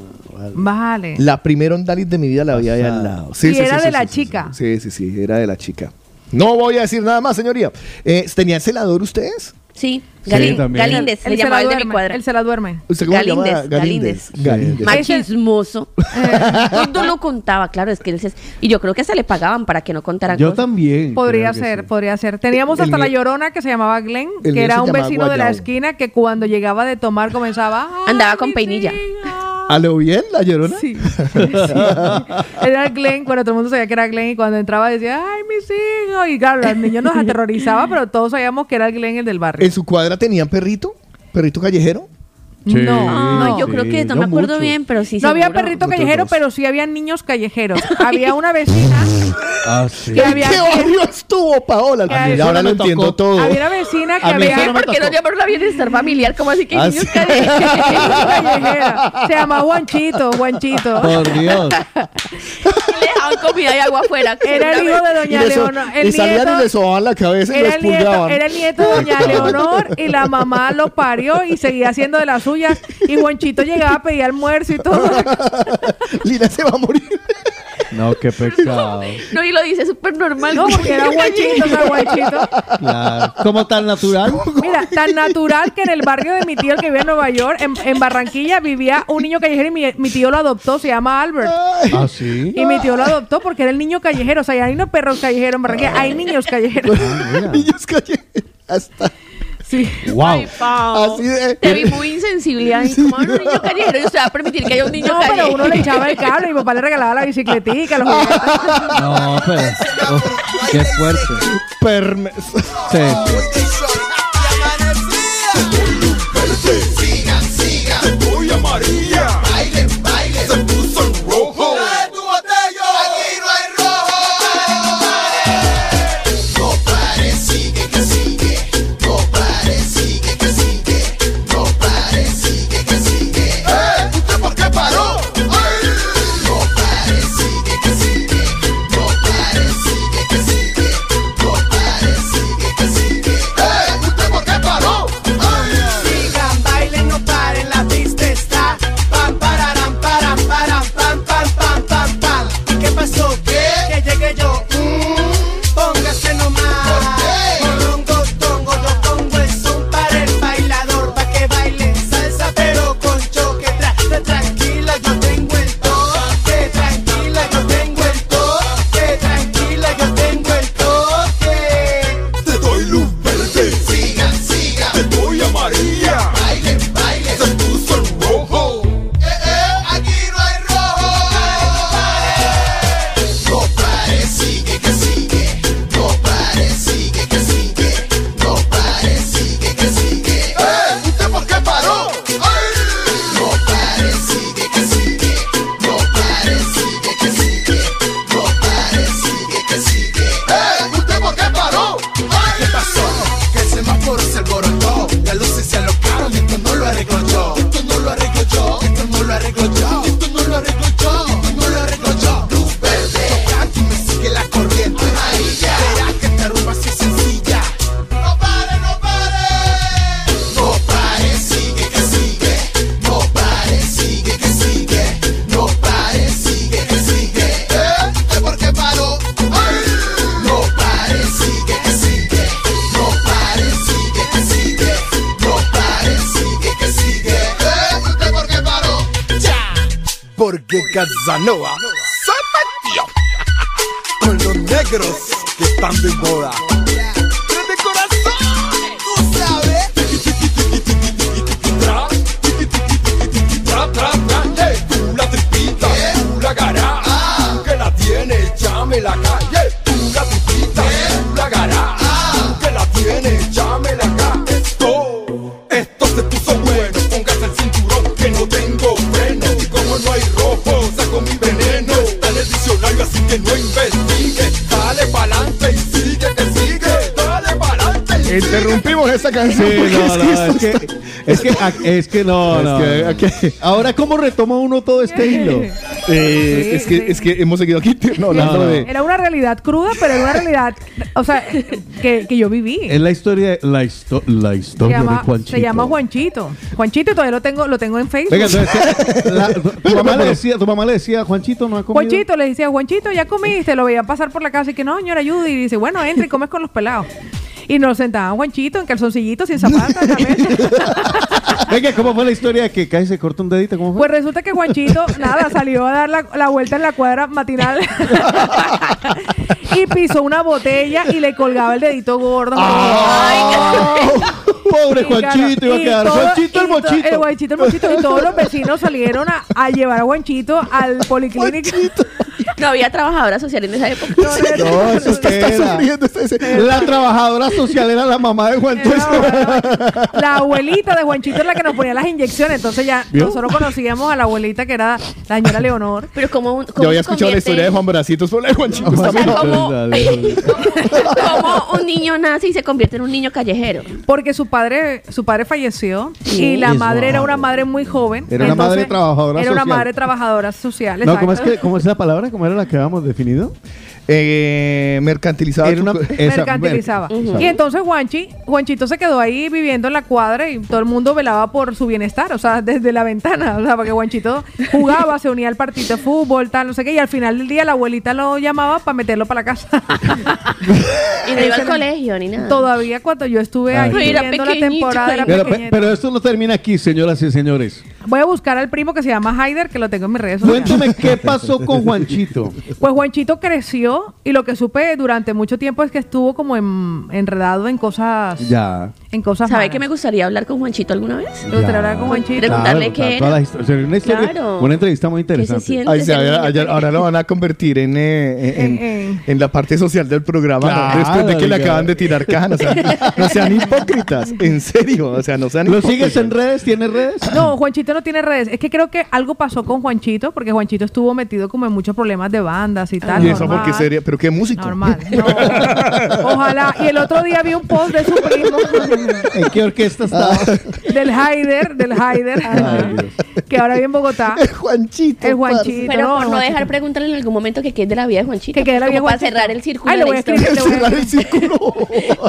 Vale. La primera Honda Lead de mi vida la vi ahí al lado. Sí, y sí, era sí, de sí, la sí, sí. chica. Sí, sí, sí, era de la chica. No voy a decir nada más, señoría. Eh, ¿Tenían celador ustedes? Sí, Sí, Galín, también. Galíndez, Él le se llamaba la el de mi duerme, cuadra. Él se la duerme. ¿Usted cómo le llamaba? Galíndez. Galíndez. Machismoso. Eh. Todo lo contaba, claro, es que él se- Y yo creo que se le pagaban para que no contara Yo cosas. también. Podría creo que E-, ser, podría ser. Teníamos El hasta la mío- llorona que se llamaba Glenn, que El mío era se un llamaba vecino de la Guayabo. esquina que cuando llegaba de tomar comenzaba. "Ay, Andaba con mis peinilla. hijas". ¿A lo bien la llorona? Sí. Era Glenn, cuando todo el mundo sabía que era Glenn y cuando entraba decía, ay, mis hijos. Y claro, los niños nos aterrorizaba, pero todos sabíamos que era el Glenn el del barrio. ¿En su cuadra tenían perrito? ¿Perrito callejero? No, yo creo que no, me acuerdo bien, pero sí. No había seguro. perrito callejero, pero sí había niños callejeros. había una vecina Ah, sí. que había... ¿Qué barrio estuvo, Paola? Ah, Mira, eso ahora no lo me entiendo tocó. todo. Había una vecina que A mí había... eso no me ¿Por qué no llamarlo a bienestar familiar? ¿Cómo así que Ah, niños sí. callejera? Se llamaba Juanchito, Juanchito. Por Dios. Le dejaban comida y agua afuera. Era el hijo de Y doña le so- Leonor. El le salían y nieto- le sobaban la cabeza y lo Era el, nieto, expulgaban. era el nieto de doña Leonor y la mamá lo parió y seguía haciendo de las suyas. Y Juanchito llegaba a pedir almuerzo y todo. Lina se va a morir. No, Oh, qué pecado. No, y lo dice súper normal. No, porque era Juanchito, o sea, Juanchito. Claro. ¿Cómo tan natural? Mira, tan natural que en el barrio de mi tío, el que vive en Nueva York, en, en Barranquilla, vivía un niño callejero y mi, mi tío lo adoptó, se llama Albert. ¿Ah, sí? Y mi tío lo adoptó porque era el niño callejero. O sea, hay no perros callejeros en Barranquilla, hay niños callejeros. Ah, Niños callejeros. Hasta. Sí. Wow. Así de. Te vi muy insensible. Ay, ¿Cómo era un niño callejero y usted va a permitir que haya un niño No, callejero? pero uno le echaba el cable y mi papá le regalaba la bicicletica, los juguetes. No, pero. uf, qué fuerte. Permes. Sí. Sigan, sigan, se voy amarilla. Bailen, bailen, se puso en rojo. ¡Trae tu botello! Aquí no hay rojo. No pare, sigue, que sigue. No pare, sigue, que sigue. No pare, sigue, que sigue. ¡Eh! ¿Usted por qué paró? ¡Ay! No pare, sigue, que sigue. No pare, sigue, que sigue. No pare, sigue, que sigue. ¡Eh! ¿Usted por qué paró? Sigan, bailen, no paren, la pista está. Pam, pararán, param, param, pam, pam, pam, pam, pam. ¿Y qué pasó? ¿Qué? Que llegué yo. Mm, póngase nomás. ¿Por qué? Morongo, tongo, yo pongo el son para el bailador, pa' que baile salsa, pero con choque. Tra- tranquila, yo tengo el toque. Tranquila, yo tengo el toque. Tranquila, yo tengo el toque. Te doy luz verde. Sigan, sigan. Te doy amarilla. Bailen, bailen. Se puso en rojo. Eh, eh, aquí no hay rojo. No pare, sigue, que sigue. No pare, sigue, que sigue. No pare, sigue, que sigue. ¡Eh! ¿Usted por qué paró? ¡Ay! No pare, sigue, que sigue. No pare, sigue, que sigue. No pare, sigue, que sigue. ¡Eh! ¿Usted por qué paró? ¿Qué pasó? Que el semáforo se alborotó La luces se alocaron y esto no lo arreglo yo Esto no lo arreglo yo Esto no lo arreglo yo Esto no lo arreglo yo Esto no lo arreglo yo Luz verde Tocando y me sigue la corriente Amarilla Verás que esta rumba sí es sencilla No pare, no pare. No pare, sigue que sigue. No pare, sigue que sigue. No pare, sigue que sigue. ¿Eh? ¿Usted por qué paró? ¡Ay! No pare, sigue que sigue. No pare, sigue que sigue. No pare, sigue que sigue. ¿Eh? ¿Usted por qué paró? ¡Ya! Porque Casanova se metió con los negros que están de moda. ¡Desde corazón! ¡Tú sabes! Tra, tra, tra, ey, tú la tripita, tú la gará, que la tiene, llame la calle, tú la tripita, tú la gará, que la tiene, llame la calle. Esto, esto se puso bueno, póngase el cinturón que no tengo freno, y como no hay rojo, saco mi veneno, está en el diccionario así que no investigue, dale pa'lante y sigue que sigue, dale pa'lante y sigue. Interrumpimos esa Sí, canción. porque no, no, esto es que, está- es que, a- es que no, no. Es que- Ahora, ¿cómo retoma uno todo este hilo? Eh, es, que, es que hemos seguido aquí no, hablando no. de. Era una realidad cruda, pero era una realidad, o sea, que, que yo viví. Es la historia, la, histo- la Se historia llama, de Juanchito. se llama Juanchito. Juanchito todavía lo tengo, lo tengo en Facebook. Venga, entonces, ¿qué? La- tu, mamá le decía, tu mamá le decía, Juanchito, ¿no ha comido? Juanchito le decía, Juanchito, ya comiste, lo veía pasar por la casa y que no, señora Judy, y dice, bueno, entra y comes con los pelados. Y nos sentaban Juanchito en calzoncillitos, sin zapatos. en la mesa. Venga, ¿cómo fue la historia de que cae se cortó un dedito? ¿Cómo fue? pues resulta que Juanchito, nada, salió a dar la, la vuelta en la cuadra matinal y pisó una botella y le colgaba el dedito gordo. ¡Ay! Ah. Pobre Y claro, Juanchito, iba a y quedar. todo- Juanchito el y to- mochito. El Juanchito el mochito. Y todos los vecinos salieron a, a llevar a Juanchito al policlínico. No había trabajadora social en esa época. No, eso está, está sufriendo. está- está- eh, la trabajadora social era la mamá de Juanchito. La abuelita de Juanchito era la que nos ponía las inyecciones. Entonces ya ¿Vio? nosotros conocíamos a la abuelita que era la señora Leonor. Pero como un. Yo había escuchado la historia de Juan Bracitos, solo la de Juanchito. O está sea, mejor. como- un niño nace y se convierte en un niño callejero. Porque su padre, su padre falleció Sí. y la Es madre era madre. una madre muy joven. Era una madre trabajadora Era una social. madre trabajadora social. No, ¿cómo es, exacto. que, ¿cómo es la palabra? ¿Cómo era la que habíamos definido? Eh, mercantilizaba. Era una, esa- mercantilizaba. Ujú. Y entonces Juanchi, Juanchito se quedó ahí viviendo en la cuadra y todo el mundo velaba por su bienestar, o sea, desde la ventana, o sea, porque Juanchito jugaba, se unía al partido de fútbol, tal, no sé qué, y al final del día la abuelita lo llamaba para meterlo para la casa. Y no iba al colegio ni nada. Todavía cuando yo estuve ahí Ay, Dios. Era viviendo la pequeñito, temporada era Pero, pequeñito. pero esto no termina aquí, señoras y señores. Voy a buscar al primo que se llama Haider, que lo tengo en mis redes sociales. Cuéntame qué pasó con Juanchito. Pues Juanchito creció y lo que supe durante mucho tiempo es que estuvo como en- enredado en cosas Ya. en cosas ¿Sabe malas. que me gustaría hablar con Juanchito alguna vez? Me gustaría hablar con Juanchito. Preguntarle Claro, qué todas era. las historias. Sería una, historia- Claro. una entrevista muy interesante. siente Ay, sí, ser un ahora, niño ahora- ahora lo van a convertir en, eh, en, en- en la parte social del programa ¿no? Claro, después de que le oiga. acaban de tirar cajas. O sea, no sean hipócritas, en serio. O sea, no sean ¿Lo hipócritas. sigues en redes? ¿Tienes redes? No, Juanchito no tiene redes. Es que creo que algo pasó con Juanchito, porque Juanchito estuvo metido como en muchos problemas de bandas y tal. Y eso normal. porque sería, pero qué músico. Normal. No. Ojalá. Y el otro día vi un post de su primo, ¿En qué orquesta estaba? del Haider, del Haider, que ahora vive en Bogotá. El Juanchito. El Juanchito. Pero por no Juanchito. dejar preguntarle en algún momento que quede de la vida de Juanchito. Que quede la como vida de para Juanchito. cerrar el círculo Ay, de le la voy a escribir, historia. le voy a Cerrar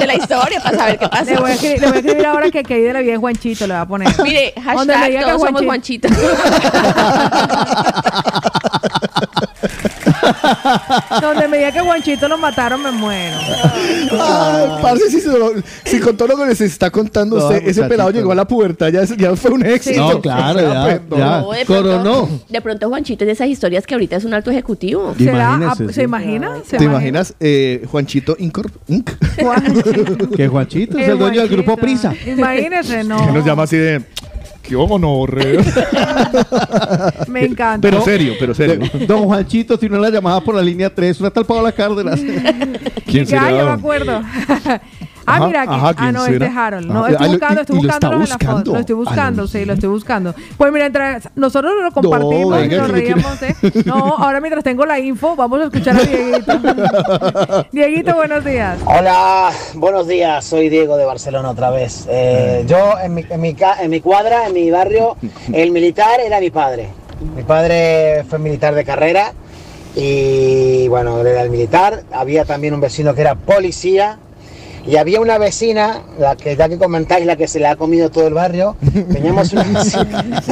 de la historia para saber qué pasa. Le voy a escribir, le voy a escribir ahora que que hay de la vida de Juanchito, le voy a poner. Mire, Donde le hashtag diga que todos somos Juanchi- Juanchito. Donde me diga que Juanchito lo mataron, me muero. Ay, parce, si, se lo- si con todo lo que les está contando No, usted, ese muchachito. pelado llegó a la pubertad, ya, es- ya fue un éxito. No, claro, O sea, pues, ya, perdón. ya. No, eh, de pronto- Coronó. De pronto Juanchito es de esas historias que ahorita es un alto ejecutivo. ¿Te ¿Será? imagínese, Ah, ¿se sí. imagina? ¿Te imaginas eh, Juanchito Incorp? Inc? que Juanchito Eh, es el, dueño del grupo Prisa. Imagínese, no. Que nos llama así de. ¡Qué honor! eh?" Me encanta. Pero serio, pero serio. Don Juanchito tiene una llamada por la línea 3. Una tal Paola Cárdenas. ¿Quién será? yo me acuerdo. ah, Ajá, mira, aquí. ajá, ah, ¿quién no, será? este es Harold. No, Ah, estoy ah, lo- buscando, estoy y- y lo buscando, está lo de la foto. buscando. Lo estoy Ah, no, buscando, sí, lo estoy buscando. Pues mira, mientras nosotros lo compartimos y venga, nos que yo quiero- reíamos, ¿eh? No, ahora mientras tengo la info, vamos a escuchar a Dieguito. Dieguito, buenos días. Hola, buenos días, soy Diego de Barcelona otra vez. Eh, yo en mi, en, mi, ca- en mi cuadra, en mi barrio, el militar era mi padre. Mi padre fue militar de carrera y bueno, él era el militar. Había también un vecino que era policía y había una vecina, la que ya que comentáis, la que se la ha comido todo el barrio. Teníamos una vecina.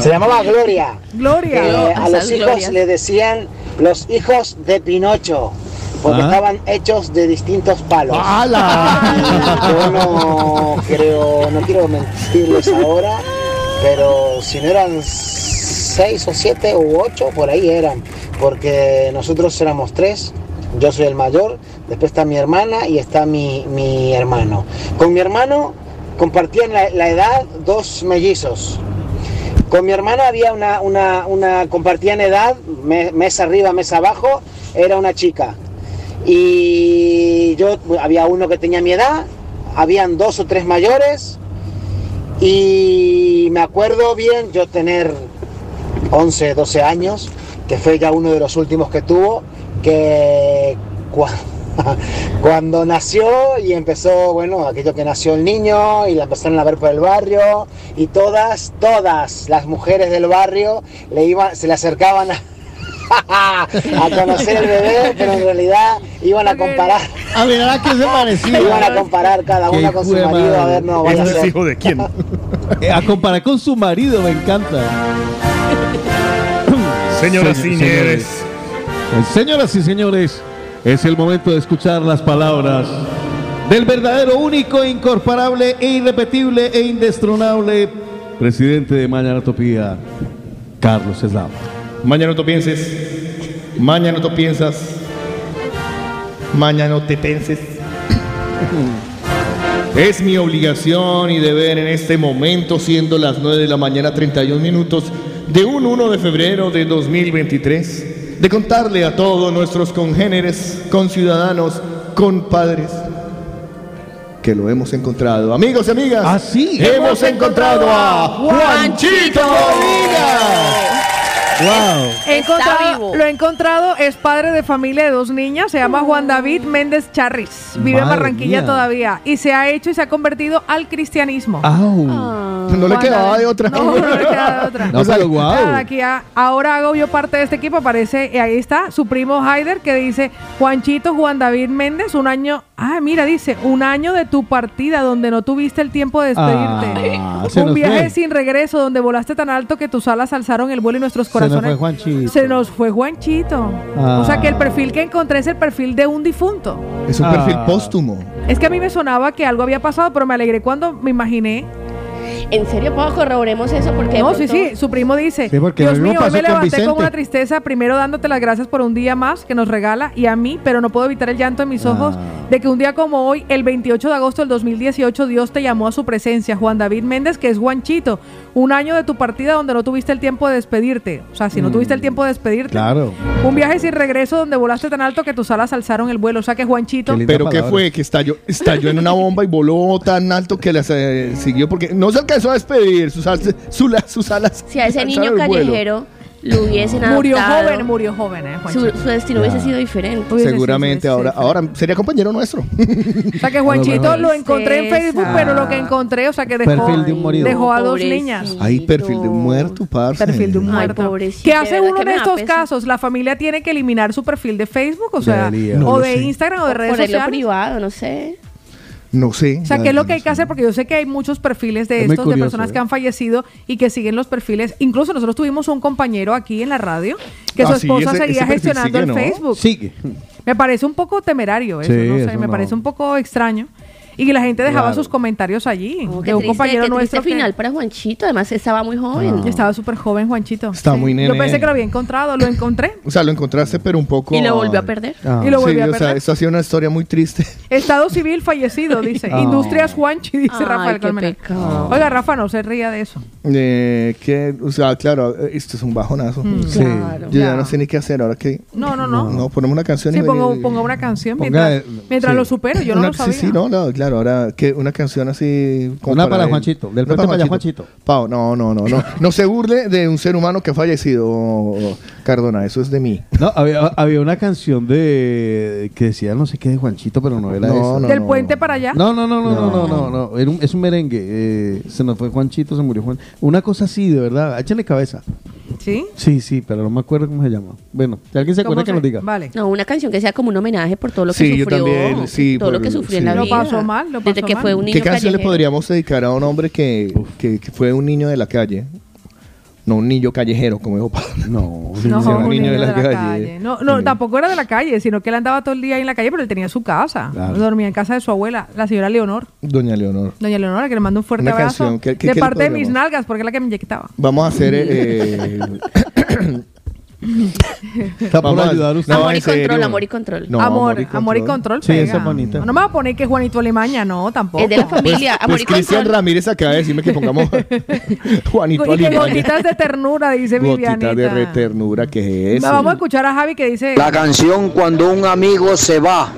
se llamaba Gloria. Gloria. Eh, a Esas los hijos glorias. le decían los hijos de Pinocho, porque Ah. estaban hechos de distintos palos. Y Yo no creo, no quiero mentirles ahora, pero si no eran seis o siete u ocho, por ahí eran, porque nosotros éramos tres. Yo soy el mayor, después está mi hermana y está mi, mi hermano. Con mi hermano compartían la- la edad dos mellizos. Con mi hermana había una, una, una compartían edad, me- mesa arriba, mesa abajo, era una chica. Y yo había uno que tenía mi edad, habían dos o tres mayores. Y me acuerdo bien yo tener 11, 12 años, que fue ya uno de los últimos que tuvo, que cua- cuando nació y empezó, bueno, aquello que nació el niño y la empezaron a ver por el barrio y todas, todas las mujeres del barrio le iban, se le acercaban a, a conocer el bebé, pero en realidad iban a comparar. A ver, ¿a qué se parecía? Iban a comparar cada Qué una con su jue marido, a madre. ver, no, vaya a ¿Ese es ser. hijo de quién? Eh, a comparar con su marido, me encanta. Señoras Señ- y señores. Eh, Señoras y señores, es el momento de escuchar las palabras del verdadero, único, incorporable e irrepetible e indestronable presidente de Mañanatopía, Carlos Eslava. Mañana no te pienses. Mañana no te piensas. Mañana no te penses. Es mi obligación y deber en este momento, siendo las 9 de la mañana 31 minutos de un 1 de febrero de 2023, de contarle a todos nuestros congéneres, conciudadanos, compadres, que lo hemos encontrado. Amigos y amigas, Ah, así hemos encontrado a Juanchito Molina. ¡Wow! He encontrado- Lo he encontrado, es padre de familia de dos niñas, se llama Juan David Méndez Charris, vive en Madre Barranquilla mía. todavía y se ha hecho y se ha convertido al cristianismo. Ah, Au. No le Juan quedaba David. de otra. No, no le quedaba de otra. No, O sea, pues, pero guau. nada, aquí a- ahora hago yo parte de este equipo, aparece, y ahí está, su primo Haider que dice, Juanchito, Juan David Méndez, un año, ah, mira, dice, un año de tu partida donde no tuviste el tiempo de despedirte. Ah, se un nos viaje fue. sin regreso donde volaste tan alto que tus alas alzaron el vuelo y nuestros Se nos corazones fue Juanchito. se nos fue Juanchito. Ah. O sea que el perfil que encontré es el perfil de un difunto. Es un Ah. perfil póstumo. Es que a mí me sonaba que algo había pasado, pero me alegré cuando me imaginé. ¿En serio, Pau? Corroboremos eso porque. de No, sí, pronto- sí, su primo dice, Sí, porque Dios lo mismo mío, hoy pasó me con levanté con Vicente". una tristeza, primero dándote las gracias por un día más que nos regala y a mí, pero no puedo evitar el llanto en mis ojos de que un día como hoy, el 28 de agosto del 2018, Dios te llamó a su presencia, Juan David Méndez, que es Juanchito, un año de tu partida donde no tuviste el tiempo de despedirte, o sea, si no Mm. tuviste el tiempo de despedirte, Claro. un viaje sin regreso donde volaste tan alto que tus alas alzaron el vuelo, o sea que Juanchito, Pero ¿qué fue? Que estalló, estalló en una bomba y voló tan alto que las eh, siguió porque no se alcanzó a despedir sus, alas- su la- sus alas. Si a ese niño alzaron el vuelo. callejero lo hubiesen adoptado. Murió joven, murió joven, eh, Su, Juanchito. su destino Ya. hubiese sido diferente. Seguramente ahora, ahora sería compañero nuestro. O sea que Juanchito mejor. lo encontré en Facebook, Ah. pero lo que encontré, o sea que dejó, Perfil de un morido. dejó a dos niñas. Hay perfil de un muerto, parce. Perfil de un muerto. ¿Qué hace verdad uno que en me da estos pesa. casos? La familia tiene que eliminar su perfil de Facebook, o sea, Debería. No o lo de sé. Instagram o de O redes ponerlo sociales. privado, no sé. No sé. O sea, la ¿qué es lo verdad. que hay que hacer? Porque yo sé que hay muchos perfiles de Es muy estos, de curioso, personas ¿eh? que han fallecido y que siguen los perfiles. Incluso nosotros tuvimos un compañero aquí en la radio que su Ah, sí, esposa ese- seguía ese perfil gestionando sigue, el ¿no? Facebook. Sigue. Me parece un poco temerario eso, Sí, no sé, eso me no. parece un poco extraño. Y que la gente dejaba Claro. sus comentarios allí. Qué de un triste, compañero qué triste nuestro. que- final para Juanchito. Además, estaba muy joven. Ah. Estaba súper joven, Juanchito. Está muy nene. Yo pensé que lo había encontrado, lo encontré. O sea, lo encontraste, pero un poco. Y lo volvió a perder. Ah, Y lo volvió sí, a O sea, perder. esto ha sido una historia muy triste. Estado civil fallecido, dice. Ah. Industrias Juanchi, dice Ay, Rafael qué Colmenar. pecado. Oiga, Rafa, no se ría de eso. Eh, que, o sea, claro, eh, esto es un bajonazo. Mm, Sí. claro. Yo ya Ya. no sé ni qué hacer ahora que. No, no, no. No, ponemos una canción Sí, y pongo, pongo una canción Ponga, mientras, eh, mientras sí. lo supero. Yo no Una- lo sabía. Sí, sí, no, no, claro, ahora que una canción así. como Una para él. Juanchito, del Una puente para allá, Pau, no, no, no, no. No se burle de un ser humano que ha fallecido, Cardona, eso es de mí. No, había, había una canción de que decía no sé qué de Juanchito, pero no era No, esa. no, Del puente para allá. No, no, no, no, no, no, No. no, no. Era un- es un merengue. eh, se nos fue Juanchito, se murió Juan. Una cosa así, de verdad. Échale cabeza. ¿Sí? Sí, sí, pero no me acuerdo cómo se llama. Bueno, si alguien se acuerda ¿Cómo que nos se- diga. No, una canción que sea como un homenaje por todo lo que Sí, yo sufrió. también, sí, todo lo por- que sufrió sí. en la Lo vida. pasó mal, lo Desde pasó que mal. fue un niño ¿Qué canción le callejero. podríamos dedicar a un hombre que, que, que fue un niño de la calle? No, un niño callejero, como dijo Pablo. Eh, No, No, un niño de la calle. No, no, tampoco era de la calle, sino que él andaba todo el día ahí en la calle, pero él tenía su casa. Claro. Dormía en casa de su abuela, la señora Leonor. Doña Leonor. Doña Leonora, que le mando un fuerte Una abrazo canción, ¿qué- qué- de qué le parte de mis podríamos? nalgas, porque es la que me inyectaba. Vamos a hacer. eh, Está por Vamos a- ayudar usted. No, Amor y en serio. Pues, control, amor y control. No, amor, amor y control. Sí, pega. esa es bonita. No, no me va a poner que Juanito Alimaña, no, tampoco. Es de la familia, Pues Cristian Ramírez acaba de decirme que pongamos Juanito Y que Alimaña. gotitas de ternura, dice Gotita de Vivianita. reternura, que es No, eso? Vamos a escuchar a Javi que dice, La canción Cuando un amigo se va.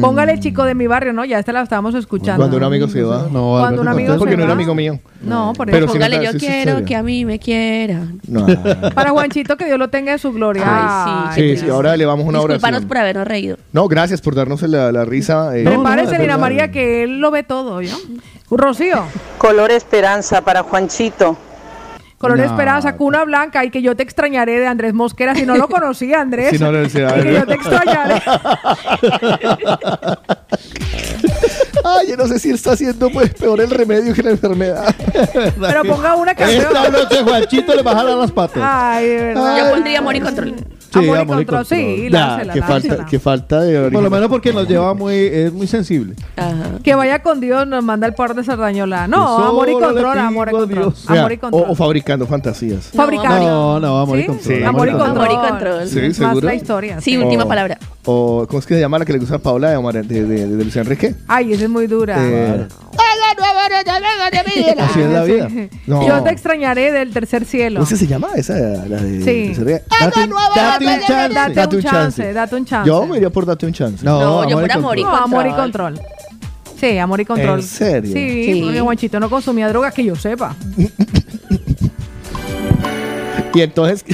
póngale chico de mi barrio, ¿no? Ya esta la estábamos escuchando. Cuando un amigo se va. No, Cuando un amigo porque se no era va. amigo mío. No, por Pero eso. si no Póngale, te- yo sí, sí, quiero sí. que a mí me quieran. No. Para Juanchito, que Dios lo tenga en su gloria. Ay, Sí, sí, ahora le vamos una Disculpanos oración. por habernos reído. No, gracias por darnos la, la risa. eh. Prepárese, No, no, Lina no, María, que él lo ve todo, ¿yo? Rocío, Color esperanza para Juanchito. Color No. Esperanza, Cuna Blanca y que yo te extrañaré de Andrés Mosquera. Si no lo conocía, Andrés. Si no lo decía, y que yo te ¿verdad? extrañaré. Ay, yo no sé si está haciendo pues, peor el remedio que la enfermedad. Pero ponga una canción. Esta noche Juanchito le bajará las patas. Ah. Ay, de verdad. Yo pondría amor y control. Amor y control, sí, lánzala, que falta, lánzala. que falta de Por lo origen. menos porque nos lleva muy, es muy sensible. Que vaya con Dios, nos manda el par de Sardañola. No, Yo amor y solo le control, pido amor y a control. Dios. Amor y Vea, control. O, o fabricando fantasías. Fabricando. No, no, amor y control. Amor y control. Amor y control. Sí, Más seguro. la historia. Sí, última palabra. O, ¿cómo es que se llama la que le gusta a Paula de, Omar- de, de, de Luis Enrique? Ay, esa es muy dura. Eh, Claro. así es la vida. No. Yo te extrañaré del tercer cielo. ¿Cómo se llama esa? La de, Sí. se ríe. Date, un- date un chance. Date un chance, date un chance. Yo me iría por date un chance. No, yo por amor y No, amor y control. control. Sí, amor y control. ¿En serio? Sí, Sí. porque Juanchito no consumía drogas que yo sepa. Y entonces,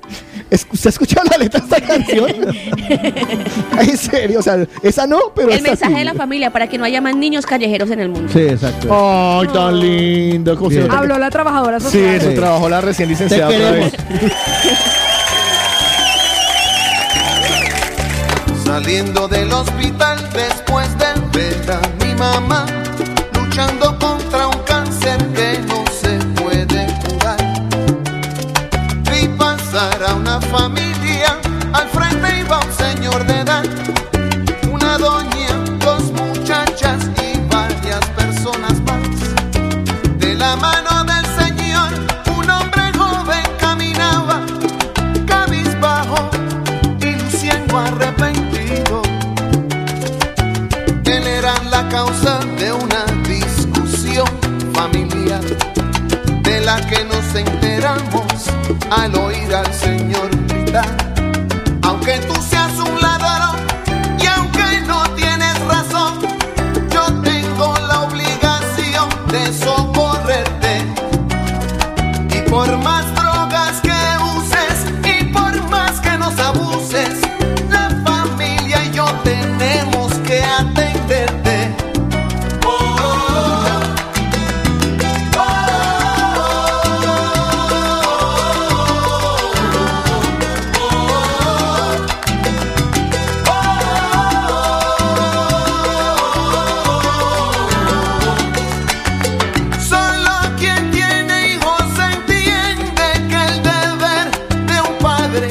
es- ¿usted ha escuchado la letra de esta canción? en serio, o sea, esa no, pero El esta mensaje sí. de la familia para que no haya más niños callejeros en el mundo. Sí, exacto. Ay, tan lindo. ¿Cómo se nota que- Habló la trabajadora Sí, social. eso trabajó la recién licenciada. otra queremos. vez. Saliendo del hospital después del beta, mi mamá luchando contra un cáncer que no se puede curar. Vi pasar a una familia, al frente iba un señor de edad, una doña, dos muchachas y varias personas más. De la mano del señor, un hombre joven caminaba, cabizbajo y luciendo arrepentido. Él era la causa de una discusión familiar, de la que nos enteramos al oír al Señor gritar. Aunque tú seas un ladrón y aunque no tienes razón, yo tengo la obligación de socorrerte. Y por más drogas que uses y por más que nos abuses, la familia y yo tenemos que atenderte. Oh, oh, oh. Solo quien tiene hijos entiende que el deber de un padre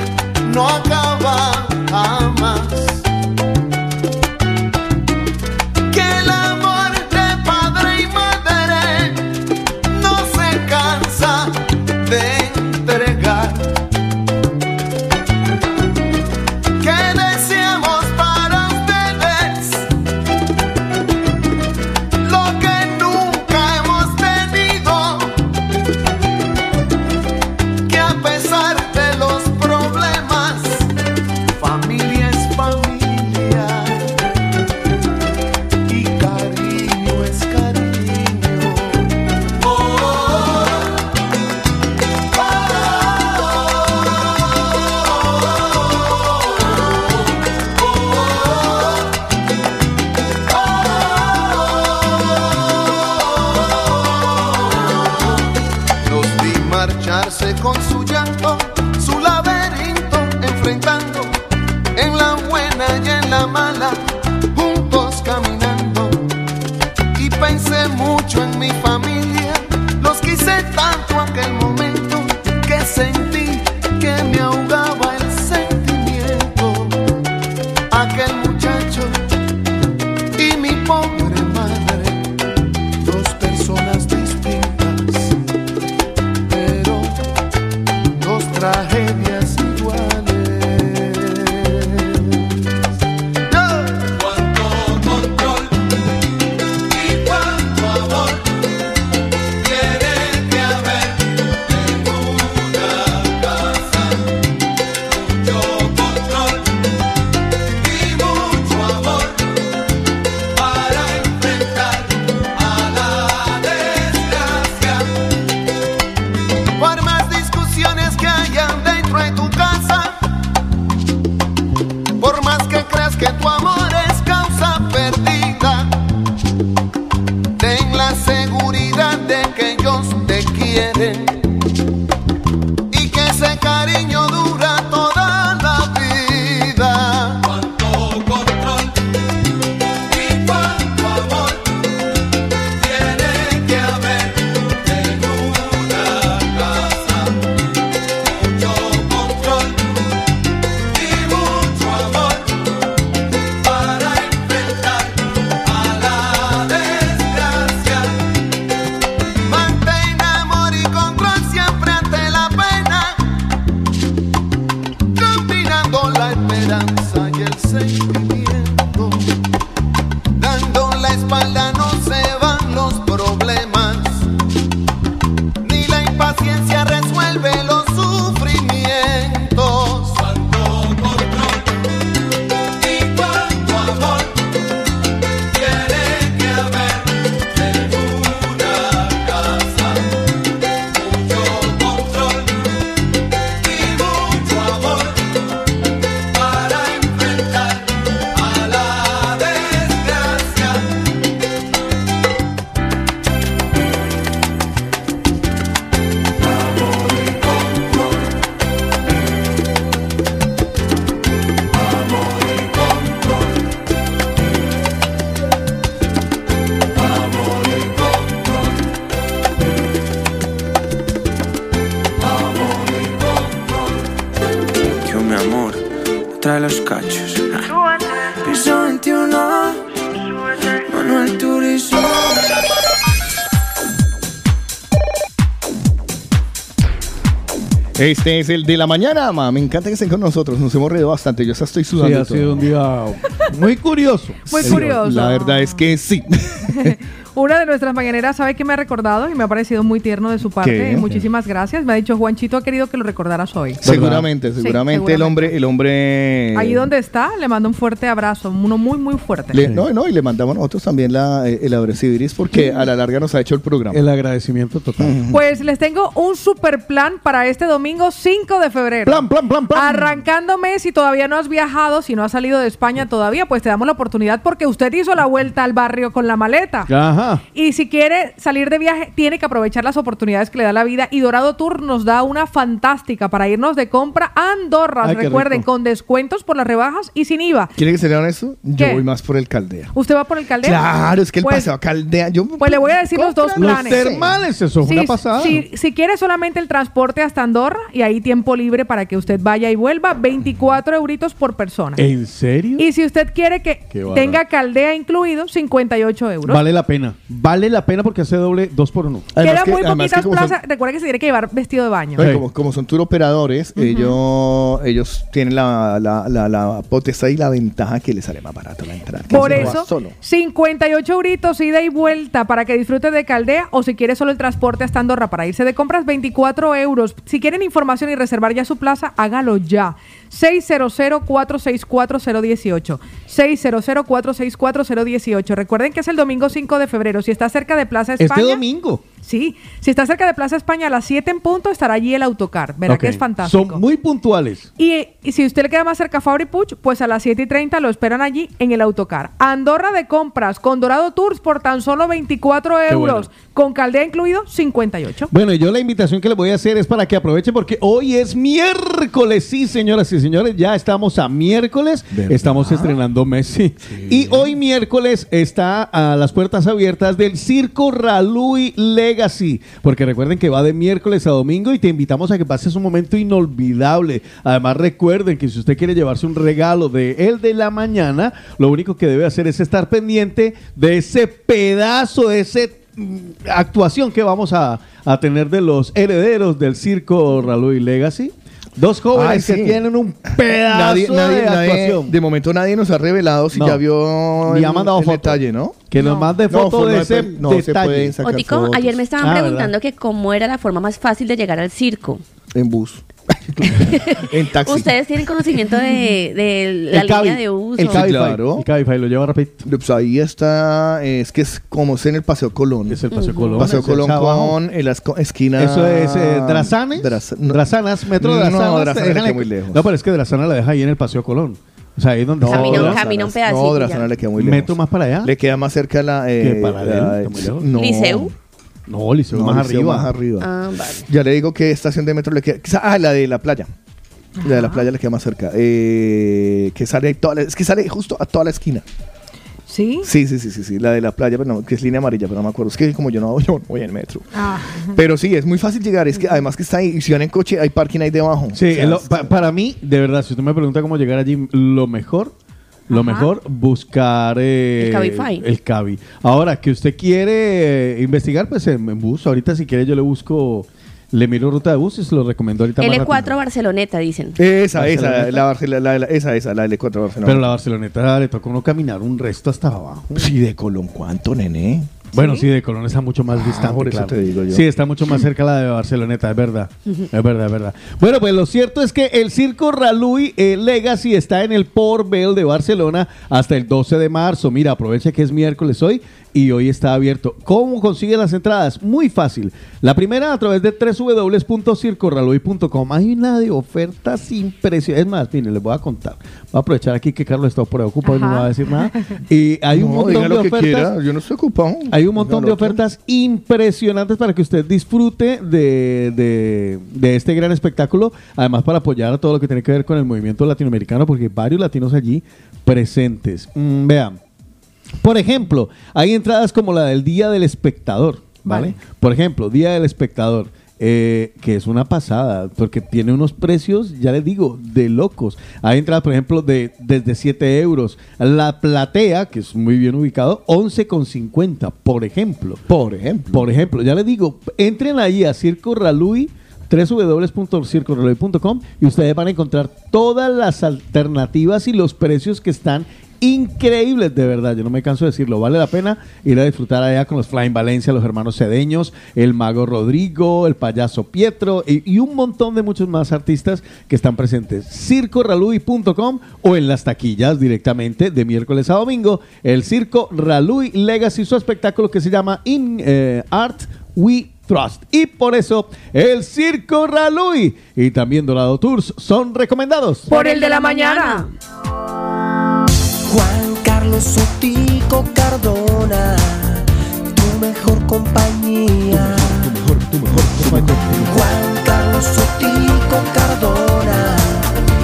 no acaba jamás. Que el amor de padre y madre no se cansa de entregar. Que deseamos para ustedes lo que nunca hemos tenido. Que a pesar de los problemas, familia es familia y cariño es cariño. Oh, oh, oh. Los vi marcharse con su llanto, su laberinto enfrentando, en la buena y en la mala, juntos caminando. Y pensé mucho en mi familia, los quise tanto aquel momento, que sentí que me ahogaba el sentimiento. Aquel muchacho y mi pobre madre, dos personas distintas pero dos tragedias iguales. Cuánto control y cuánto amor tiene que haber en una casa. Mucho control y mucho amor para enfrentar a la desgracia. Por más discusiones que hayan dentro de tu casa, por más que creas que tu amor es causa perdida, ten la seguridad de que ellos te quieren y que ese cariño dura toda la vida. Cuánto control y cuánto amor tiene que haber. Mucho control sonriendo. Dando la espalda no se van los problemas. Ni la impaciencia resuelve los sufrimientos. Cuánto control y cuánto amor tiene que haber en una casa. Mucho control y mucho amor para enfrentar a la desgracia. Yo, mi amor, trae los cachos. Piso 21, Manuel Turizo. Este es el de la mañana, ma. Me encanta que estén con nosotros. Nos hemos reído bastante. Yo ya estoy sudando. Sí, y ha todo. sido un día muy curioso. Muy curioso. La verdad es que sí. Una de nuestras mañaneras sabe que me ha recordado y me ha parecido muy tierno de su parte. ¿Qué? Muchísimas gracias. Me ha dicho Juanchito ha querido que lo recordaras hoy. Seguramente, seguramente, Sí, el hombre, el hombre. Ahí donde está, le mando un fuerte abrazo, uno muy, muy fuerte. Le- no, no, y le mandamos nosotros también la, eh, el abrecibiris porque a la larga nos ha hecho el programa. El agradecimiento total. Pues les tengo un super plan para este domingo 5 de febrero. Plan, plan, plan, plan. Arrancándome, si todavía no has viajado, si no has salido de España todavía, pues te damos la oportunidad porque usted hizo la vuelta al barrio con la maleta. Ajá. Y si quiere salir de viaje, tiene que aprovechar las oportunidades que le da la vida. Y Dorado Tour nos da una fantástica para irnos de compra a Andorra. Ay, qué Recuerden, rico. con descuentos por las rebajas y sin IVA. ¿Quiere que se lean eso? Yo ¿Qué? voy más por el caldea. ¿Usted va por el caldero? Claro, es que el Pues- paseo a caldea. Yo, Pues le voy a decir los dos Los planes. termales, eso es una Si- pasada. Si, si quiere solamente el transporte hasta Andorra y ahí tiempo libre para que usted vaya y vuelva, 24 euritos por persona. ¿En serio? Y si usted quiere que Qué barato. tenga caldea incluido, 58 euros. Vale la pena. Vale la pena porque hace doble dos por uno. Quedan muy poquitas plazas. Recuerda que se tiene que llevar vestido de baño. No, y como, como son tour operadores, ellos, ellos tienen la, la, la, la potestad y la ventaja que les sale más barato la entrada. Por Entonces, este eso, vas solo. 58 euritos ida y vuelta para que disfrute de Caldea o si quiere solo el transporte hasta Andorra para irse de compras, 24 euros. Si quieren información y reservar ya su plaza, hágalo ya. 600-464-018. 600-464-018. Recuerden que es el domingo 5 de febrero. Si está cerca de Plaza Este España... domingo. Sí. Si está cerca de Plaza España a las 7 en punto, estará allí el autocar. Verá Ok. que es fantástico. Son muy puntuales. Y, y si usted le queda más cerca a Fabri Puch, pues a las 7 y 30 lo esperan allí en el autocar. Andorra de compras con Dorado Tours por tan solo 24 Qué bueno. euros. Con caldea incluido, 58. Bueno, y yo la invitación que les voy a hacer es para que aprovechen porque hoy es miércoles. Sí, señoras y señores, ya estamos a miércoles. Estamos estrenando Messi. Y hoy miércoles está a las puertas abiertas del Circo Ralui Legacy. Porque recuerden que va de miércoles a domingo y te invitamos a que pases un momento inolvidable. Además, recuerden que si usted quiere llevarse un regalo de el de la mañana, lo único que debe hacer es estar pendiente de ese pedazo, de ese mm, actuación que vamos a, a tener de los herederos del circo Raluy Legacy. Dos jóvenes Ay, sí. que tienen un pedazo de actuación. de momento nadie nos ha revelado si No. ya vio Ni el, ha mandado el foto. detalle, ¿no? Que nos mande No, foto fue- de no, ese no se detalle. pueden sacar Otico, fotos. ayer me estaban Ah, preguntando que cómo era la forma más fácil de llegar al circo. En bus. en taxi. Ustedes tienen conocimiento de, de la línea El Cabi. de uso. El Cabify. Claro. El Cabify lo lleva rápido. Pues ahí está, eh, es que es como es en el Paseo Colón. Es el Paseo Ujú. Colón, Paseo es el Colón Chabao. con en la esco- esquina. Eso es eh, Drazanes. Draza- no. Drazanas, Metro No, Drazanas. Drazanas te dejan queda en- muy lejos. No, pero es que Drazanas la deja ahí en el Paseo Colón. O sea, ahí es donde Camina- Drazanas. camina un pedacito No, y Drazanas ya. le queda muy lejos. Metro más para allá. Le queda más cerca la. eh, Que Paralelo, la- está muy lejos. no. ¿Liceu? No, Liceo No, más Liceo arriba. más arriba. Ah, vale. Ya le digo que estación de metro le queda. quizá- Ah, la de la playa. La de la playa le queda más cerca. Eh, que sale toda la- es que sale justo a toda la esquina. ¿Sí? Sí, sí, sí, sí, sí. La de la playa, pero no, que es línea amarilla, pero no me acuerdo. Es que como yo no voy, yo no voy en metro. Ah. Pero sí, es muy fácil llegar. Es que además que está ahí. Y si van en coche, hay parking ahí debajo. Sí, O sea, es lo- es- pa- para mí, de verdad, si usted me pregunta cómo llegar allí, lo mejor, lo Ajá. mejor, buscar eh, El Cabify. el Cabi. Ahora, que usted quiere eh, investigar, pues en, en bus. Ahorita, si quiere, yo le busco Le miró ruta de buses, lo recomendó ahorita. más L4 rápido. Barceloneta, dicen. Esa, esa, Barceloneta. la, Barcel- la- la- esa, esa, la L4 Barcelona. Pero la Barceloneta le tocó uno caminar un resto hasta abajo. Sí, de Colón, ¿cuánto, nene? Ah, Bueno, sí, de Colón está mucho más distante. por eso claro. te digo yo. Sí, está mucho más cerca la de Barceloneta, es verdad. Es verdad, es verdad. Bueno, pues lo cierto es que el circo Ralui eh, Legacy está en el Port Bell de Barcelona hasta el 12 de marzo. Mira, aprovecha que es miércoles hoy y hoy está abierto. ¿Cómo consigue las entradas? Muy fácil. La primera a través de www.circoralui.com. Hay una de ofertas impresionantes. Es más, miren, les voy a contar. Voy a aprovechar aquí que Carlos está preocupado y no me va a decir nada. Y hay un No, montón diga de lo que ofertas. quiera, yo no estoy ocupado. Hay un montón de Garoto. ofertas impresionantes para que usted disfrute de, de- de este gran espectáculo. Además, para apoyar a todo lo que tiene que ver con el movimiento latinoamericano, porque hay varios latinos allí presentes. Mm, vean. Por ejemplo, hay entradas como la del Día del Espectador, ¿vale? Vale. Por ejemplo, Día del Espectador, eh, que es una pasada, porque tiene unos precios, ya les digo, de locos. Hay entradas, por ejemplo, de desde 7 euros. La platea, que es muy bien ubicado, 11,50, por ejemplo. Por ejemplo. Por ejemplo, ya les digo, entren ahí a Circo Ralui www.circoreloj.com y ustedes van a encontrar todas las alternativas y los precios que están increíbles de verdad, yo no me canso de decirlo, vale la pena ir a disfrutar allá con los Flying Valencia, los hermanos Cedeños, el mago Rodrigo, el payaso Pietro y, y un montón de muchos más artistas que están presentes. circoralui.com o en las taquillas directamente de miércoles a domingo, el Circo Ralui Legacy, su espectáculo que se llama In eh, Art We Trust. Y por eso el Circo Ralui y también Dorado Tours son recomendados. Por el de la mañana. Juan Carlos Sotico Cardona, tu mejor compañía. Juan Carlos Sotico Cardona,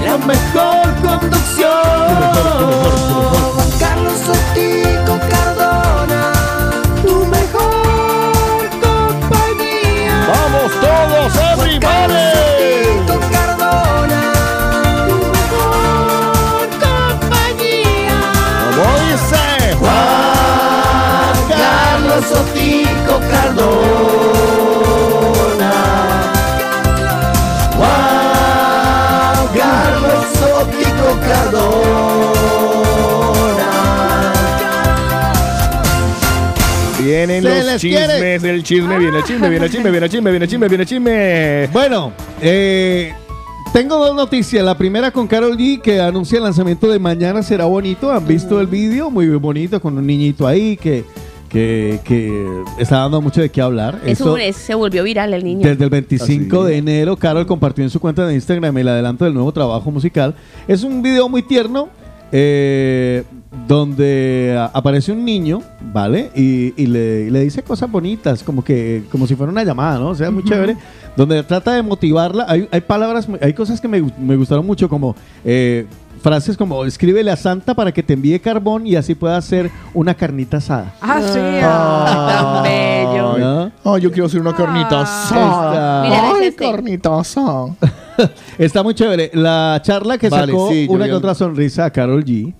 la mejor conducción. Juan Carlos Sotico Cardona, tu mejor compañía. ¡Vamos todos, Juan Carlos Sotico Cardona, tu mejor compañía. Juan Carlos Sotico Cardona. Juan Carlos Sotico Cardona. Vienen Se los les chismes, quiere. el chisme, viene el chisme, viene el chisme, viene el chisme, viene el chisme, viene el chisme. Bueno, eh, tengo dos noticias. La primera con Carol G, que anuncia el lanzamiento de Mañana Será Bonito. ¿Han visto el vídeo? Muy bonito, con un niñito ahí que, que, que está dando mucho de qué hablar. Es Eso- un- es- se volvió viral el niño. desde el 25 de enero, Carol compartió en su cuenta de Instagram el adelanto del nuevo trabajo musical. Es un video muy tierno eh, donde a- aparece un niño, ¿vale? Y, y le, y le dice cosas bonitas, como que como si fuera una llamada, ¿no? O sea, muy chévere. Donde trata de motivarla. Hay, hay palabras, muy- hay cosas que me, gu- me gustaron mucho, como... eh, Frases como escríbele a Santa para que te envíe carbón y así pueda hacer una carnita asada. Ah, sí. Ah, tan bello. ¿no? Ay, yo quiero Ah. hacer una carnita Ah, asada. Mira, ves Ay, este. carnita asada. Está muy chévere. La charla que Vale, sacó sí, yo una que vi el- otra sonrisa a Carol G.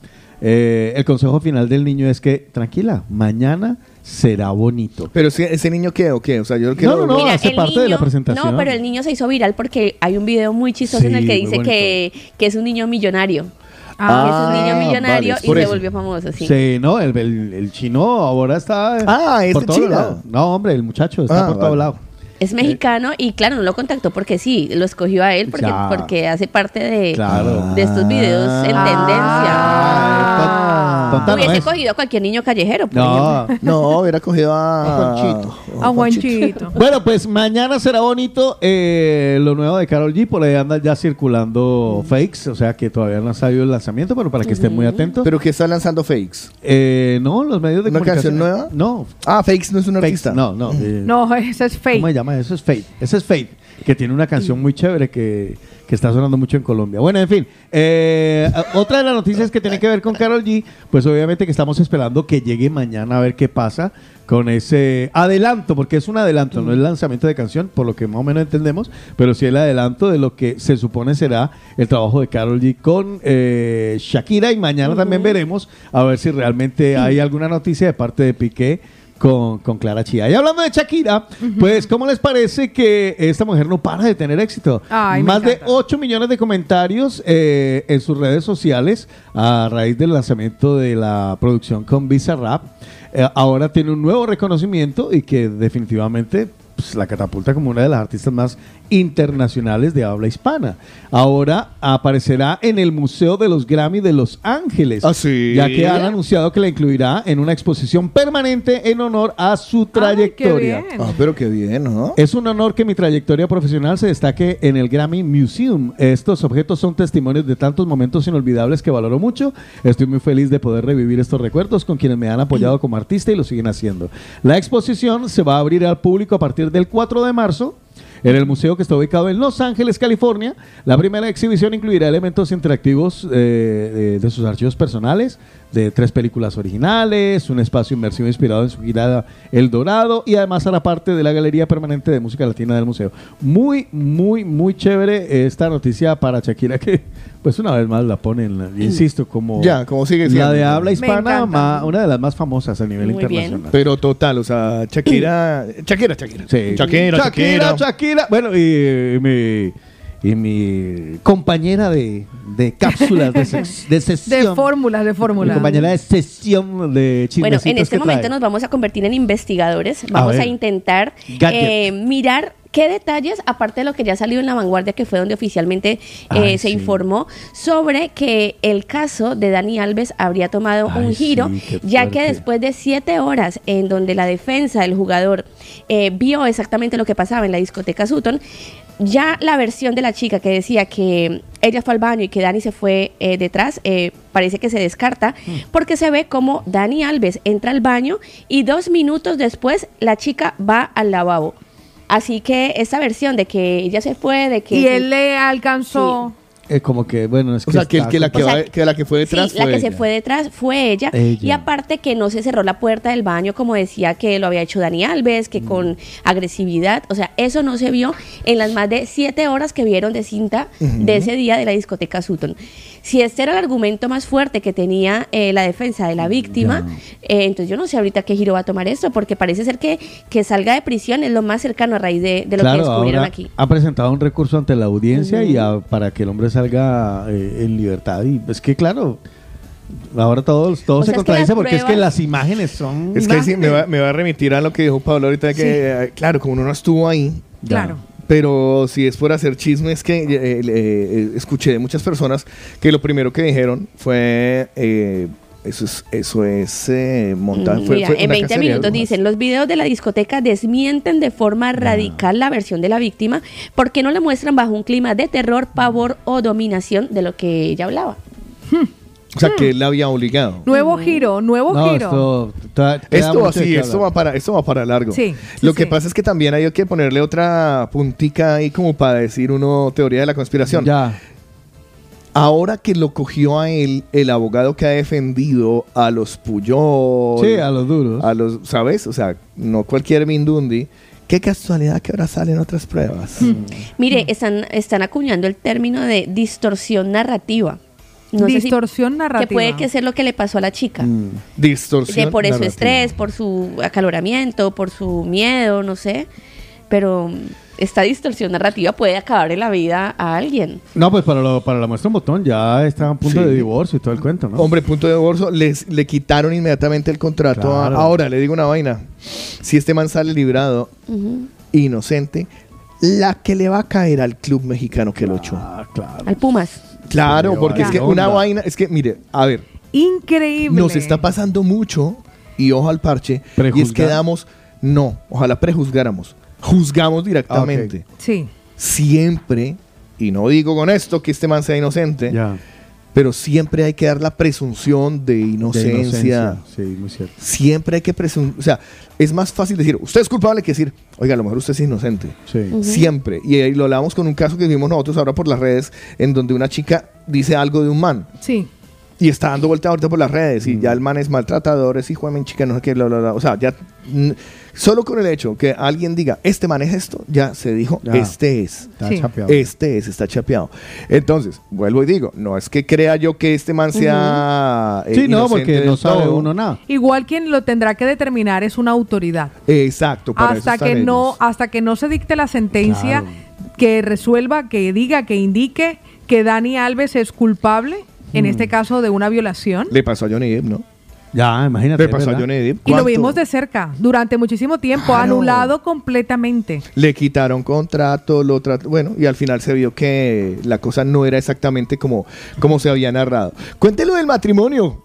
eh, el consejo final del niño es que, tranquila, mañana será bonito. Pero ese, ese niño qué o qué? O sea, yo No, no, no, Mira, hace el parte de la niño- presentación. No, pero el niño se hizo viral porque hay un video muy chistoso en el Sí, que muy dice bonito. que, que es un niño millonario. Ah, que es un niño millonario vale, y por se eso. volvió famoso, sí. Sí, no, el, el- el chino ahora está. Ah, es por de todos China. lados. No, hombre, el muchacho está Ah, por todo vale. lado. Es mexicano y claro, no lo contactó porque sí, lo escogió a él porque, Ya. porque hace parte de, Claro. de estos videos en Ah, tonta tendencia. no Hubiese es. cogido a cualquier niño callejero, por pues. No, ejemplo. No, hubiera cogido Ah, a. A Juanchito. Bueno, pues mañana será bonito eh, lo nuevo de Carol G. Por ahí andan ya circulando fakes, o sea que todavía no ha salido el lanzamiento, pero para que estén muy atentos. ¿Pero qué está lanzando fakes? Eh, no, los medios de ¿Una comunicación. canción nueva? No. Ah, fakes no es un artista. No, Mm. no. eh, No, esa es fake. ¿Cómo se llama? Eso es Fate. Ese es Fate, que tiene una canción muy chévere que, que está sonando mucho en Colombia. Bueno, en fin. eh, a- otra de las noticias que tiene que ver con Carol G, pues obviamente que estamos esperando que llegue mañana a ver qué pasa con ese adelanto, porque es un adelanto, no es lanzamiento de canción, por lo que más o menos entendemos, pero sí el adelanto de lo que se supone será el trabajo de Carol G con eh, Shakira y mañana también veremos a ver si realmente hay alguna noticia de parte de Piqué con, con Clara Chía. Y hablando de Shakira, pues, ¿cómo les parece que esta mujer no para de tener éxito? Ay, me Más de encanta. 8 millones de comentarios eh, en sus redes sociales a raíz del lanzamiento de la producción con Visa Rap. Eh, ahora tiene un nuevo reconocimiento y que definitivamente pues, la catapulta como una de las artistas más internacionales de habla hispana. Ahora aparecerá en el Museo de los Grammy de Los Ángeles, ya que han anunciado que la incluirá en una exposición permanente en honor a su trayectoria. Ah, pero qué bien, ¿no? Es un honor que mi trayectoria profesional se destaque en el Grammy Museum. Estos objetos son testimonios de tantos momentos inolvidables que valoro mucho. Estoy muy feliz de poder revivir estos recuerdos con quienes me han apoyado como artista y lo siguen haciendo. La exposición se va a abrir al público a partir del 4 de marzo. En el museo que está ubicado en Los Ángeles, California, la primera exhibición incluirá elementos interactivos eh, de, de sus archivos personales, de tres películas originales, un espacio inmersivo inspirado en su girada El Dorado y además a la parte de la Galería Permanente de Música Latina del museo. Muy, muy, muy chévere esta noticia para Shakira que pues una vez más la ponen, insisto, como, Ya, como sigue siendo. la de habla Me hispana, encanta. ma- una de las más famosas a nivel Muy bien. internacional. Pero total, o sea, Shakira. Shakira, Shakira. Sí. Shakira, Shakira. Shakira. Bueno, y, mi, y mi compañera de, de cápsulas, de, sex- de De sesión. fórmulas, de mi fórmulas. compañera de sesión de Bueno, chismecitos en este que momento trae. nos vamos a convertir en investigadores. Vamos a, ver. intentar Gadget. eh, mirar qué detalles, aparte de lo que ya salió en La Vanguardia, que fue donde oficialmente eh, Ay, se sí. informó, sobre que el caso de Dani Alves habría tomado un giro, sí, qué ya que fuerte. después de siete horas en donde la defensa del jugador eh, vio exactamente lo que pasaba en la discoteca Sutton, ya la versión de la chica que decía que ella fue al baño y que Dani se fue eh, detrás, eh, parece que se descarta, porque se ve como Dani Alves entra al baño y dos minutos después la chica va al lavabo. Así que esa versión de que ella se fue, de que... Y él le alcanzó. Eh, como que, bueno, es que. O sea, que, el- está que la, que, como- va- que la que fue detrás Sí, la fue que ella. se fue detrás fue ella. Ella. Y aparte que no se cerró la puerta del baño como decía que lo había hecho Dani Alves, que con agresividad, o sea, eso no se vio en las más de siete horas que vieron de cinta Ujú. de ese día de la discoteca Sutton. Si este era el argumento más fuerte que tenía eh, la defensa de la víctima, eh, entonces yo no sé ahorita qué giro va a tomar esto, porque parece ser que, que salga de prisión es lo más cercano a raíz de, de lo que Claro, descubrieron ahora aquí. ha presentado un recurso ante la audiencia Ujú. y a- para que el hombre salga eh, en libertad. Y es que, claro, ahora todos, todos O sea, se es que las contradicen porque es que pruebas- las imágenes son. Es que sí, me, va, grandes. me va a remitir a lo que dijo Pablo ahorita, de que, Sí. eh, claro, como uno no estuvo ahí. Claro. Pero si es por hacer chisme, es que eh, eh, eh, escuché de muchas personas que lo primero que dijeron fue. eh, eso es, eso es eh, montar. Mm, fue- Mira, fue en una 20 cacería de minutos brujas. Mm. dicen, los videos de la discoteca desmienten de forma radical la versión de la víctima porque no la muestran bajo un clima de terror, Mm. pavor o dominación de lo que ella hablaba. O sea, "Mm". que él la había obligado. Nuevo giro, nuevo giro. Esto así, esto va para, esto va para largo. Sí, Lo que pasa es que también hay que ponerle otra puntica ahí como para decir uno teoría de la conspiración. Ahora que lo cogió a él, el abogado que ha defendido a los Puyol. Sí, a los duros. A los, ¿sabes? O sea, no cualquier Mindundi. Qué casualidad que ahora salen otras pruebas. Mm. Mm. Mire, están, están acuñando el término de distorsión narrativa. No sé si- Distorsión narrativa. Que puede que sea lo que le pasó a la chica. Mm. Distorsión. De por su narrativa. estrés, por su acaloramiento, por su miedo, no sé. Pero mm, esta distorsión narrativa puede acabarle la vida a alguien. No, pues para, lo- para la muestra un botón ya está a punto de divorcio y todo el cuento, ¿no? Hombre, punto de divorcio, les, le quitaron inmediatamente el contrato. a- Claro. ahora, le digo una vaina. Si este man sale librado, inocente, la que le va a caer al club mexicano que lo echó. Ah, Claro, Al Pumas. claro porque es que Claro. una vaina, es que, mire, a ver, Increíble. nos está pasando mucho y ojo al parche, y es Prejuzgar. que damos, no, ojalá prejuzgáramos, juzgamos directamente Sí. siempre, y no digo con esto que este man sea inocente, pero siempre hay que dar la presunción de De inocencia. inocencia. Sí, muy cierto. Siempre hay que presumir, o sea, es más fácil decir, usted es culpable que decir, oiga, a lo mejor usted es inocente. Ujú. Siempre. Y ahí lo hablamos con un caso que vimos nosotros ahora por las redes, en donde una chica dice algo de un man. Sí. Y está dando vuelta ahorita por las redes. Mm. Y ya el man es maltratador, es hijo de mi chica, no sé qué, bla, bla, bla. O sea, ya. mm, Solo con el hecho que alguien diga, este man es esto, ya se dijo, Ya. este es. Está Sí. chapeado. Este es, está chapeado. Entonces, vuelvo y digo, no es que crea yo que este man sea. eh, Sí, no, inocente porque del no sabe todo. uno nada. Igual quien lo tendrá que determinar es una autoridad. Exacto, para eso hasta están que no ellos. hasta que no se dicte la sentencia que resuelva, que diga, que indique que Dani Alves es culpable en Mm. este caso de una violación. Le pasó a Johnny Depp, ¿no? Ya, imagínate. Le pasó ¿verdad? a Johnny Depp. Y lo ¿Cuánto? vimos de cerca durante muchísimo tiempo, anulado completamente. Le quitaron contrato, lo trató, bueno, y al final se vio que la cosa no era exactamente como, como se había narrado. Cuéntelo del matrimonio.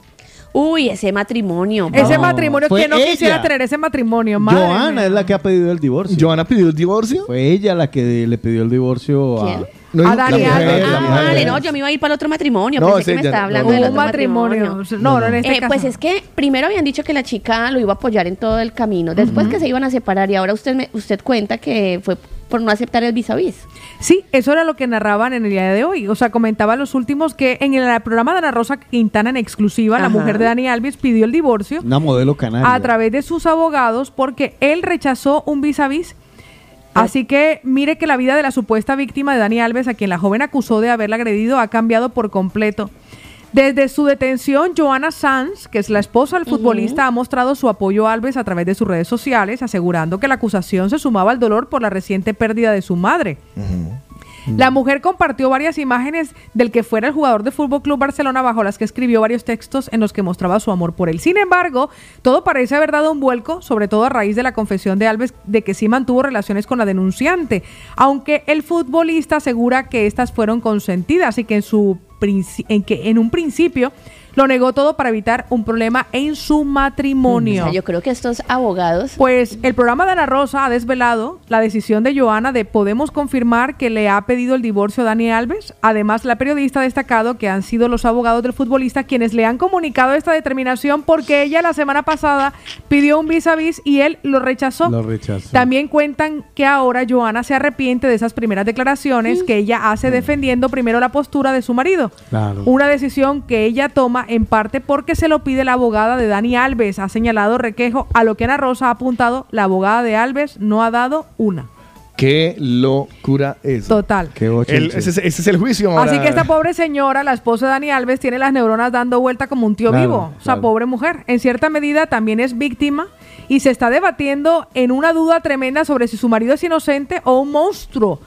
Uy, ese matrimonio. Ese No. matrimonio, fue quien no quisiera ella. tener ese matrimonio, madre Joana mía. es la que ha pedido el divorcio. ¿Joana pidió el divorcio? Fue ella la que le pidió el divorcio a. ¿Quién? A Dani la mujer, Alves. la Ah, mujer. Vale, no, yo me iba a ir para el otro matrimonio. No, pensé que sí, me ya, estaba no, hablando no, del no. otro Un matrimonio. matrimonio. No, no, en este Eh, Pues es que primero habían dicho que la chica lo iba a apoyar en todo el camino, después que se iban a separar y ahora usted me, usted cuenta que fue por no aceptar el vis a vis. Sí, eso era lo que narraban en el día de hoy. O sea, comentaba los últimos que en el programa de Ana Rosa Quintana en exclusiva, la Ajá. mujer de Dani Alves pidió el divorcio Una modelo a canaria. través de sus abogados porque él rechazó un vis a vis. Así que mire que la vida de la supuesta víctima de Dani Alves, a quien la joven acusó de haberla agredido, ha cambiado por completo. Desde su detención, Joana Sanz, que es la esposa del futbolista, ha mostrado su apoyo a Alves a través de sus redes sociales, asegurando que la acusación se sumaba al dolor por la reciente pérdida de su madre. La mujer compartió varias imágenes del que fuera el jugador de Fútbol Club Barcelona, bajo las que escribió varios textos en los que mostraba su amor por él. Sin embargo, todo parece haber dado un vuelco, sobre todo a raíz de la confesión de Alves de que sí mantuvo relaciones con la denunciante, aunque el futbolista asegura que estas fueron consentidas y que en, su princi- en, que en un principio lo negó todo para evitar un problema en su matrimonio. O sea, yo creo que estos abogados. Pues el programa de Ana Rosa ha desvelado la decisión de Joana de Podemos confirmar que le ha pedido el divorcio a Dani Alves. Además, la periodista ha destacado que han sido los abogados del futbolista quienes le han comunicado esta determinación porque ella la semana pasada pidió un vis a vis y él lo rechazó. Lo rechazó. También cuentan que ahora Joana se arrepiente de esas primeras declaraciones que ella Mm. hace defendiendo primero la postura de su marido. Claro. Una decisión que ella toma en parte porque se lo pide la abogada de Dani Alves, ha señalado Requejo, a lo que Ana Rosa ha apuntado, la abogada de Alves no ha dado una. Qué locura eso. Total. Qué El- ese, es- ese es el juicio. ahora. Así que esta pobre señora, la esposa de Dani Alves, tiene las neuronas dando vuelta como un tío Claro, vivo. O sea, claro. pobre mujer. En cierta medida también es víctima y se está debatiendo en una duda tremenda sobre si su marido es inocente o un monstruo.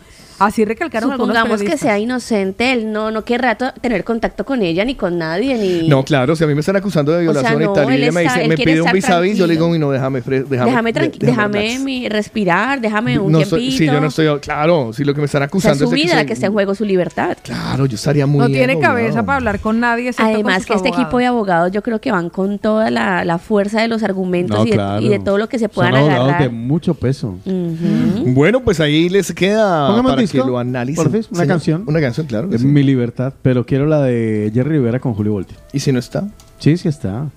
Así recalcaron algunos Supongamos que periodistas. sea inocente, él no, no querrá to- tener contacto con ella ni con nadie, ni No, claro, si a mí me están acusando de O sea, violación y no, tal, y él ella me está- dice, él me quiere pide un estar vis a vis, yo le digo, tranquilo. uy, no, déjame, fre- déjame, déjame tranqui- de- déjame relax". mi respirar, déjame un No tiempito. soy- sí, yo no estoy, claro, si lo que me están o sea, acusando su es de vida la soy- que está en juego, su libertad. Claro, yo estaría muy No tiene agobiado. cabeza para hablar con nadie. excepto con Además sus que este abogados. equipo de abogados yo creo que van con toda la, la fuerza de los argumentos No, y, de, claro. y de todo lo que se puedan Son abogados agarrar. de mucho peso. Mm. Bueno, pues ahí les queda ¿Mm? Pongamos para disco, que lo analicen. por fin, una Señor, canción. Una canción, claro. que Es sí. mi libertad, pero quiero la de Jerry Rivera con Julio Volti. ¿Y si no está? Sí, sí está.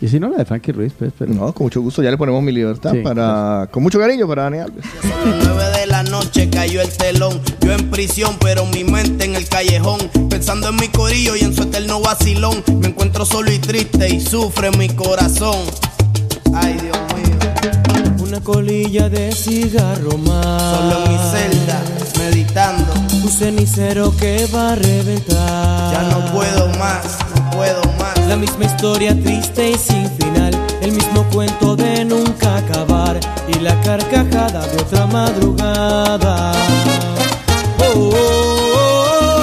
Y si no, la de Frankie Ruiz, pues, pero... No, con mucho gusto, ya le ponemos mi libertad Sí, para, con mucho cariño para Dani Alves. nueve de la noche cayó el telón. Yo en prisión, pero mi mente en el callejón. Pensando en mi corillo y en su eterno vacilón. Me encuentro solo y triste y sufre mi corazón. Ay, Dios mío. Una colilla de cigarro más. Solo en mi celda, meditando. Un cenicero que va a reventar. Ya no puedo más, no puedo más. La misma historia triste y sin final. El mismo cuento de nunca acabar. Y la carcajada de otra madrugada. Oh, oh, oh.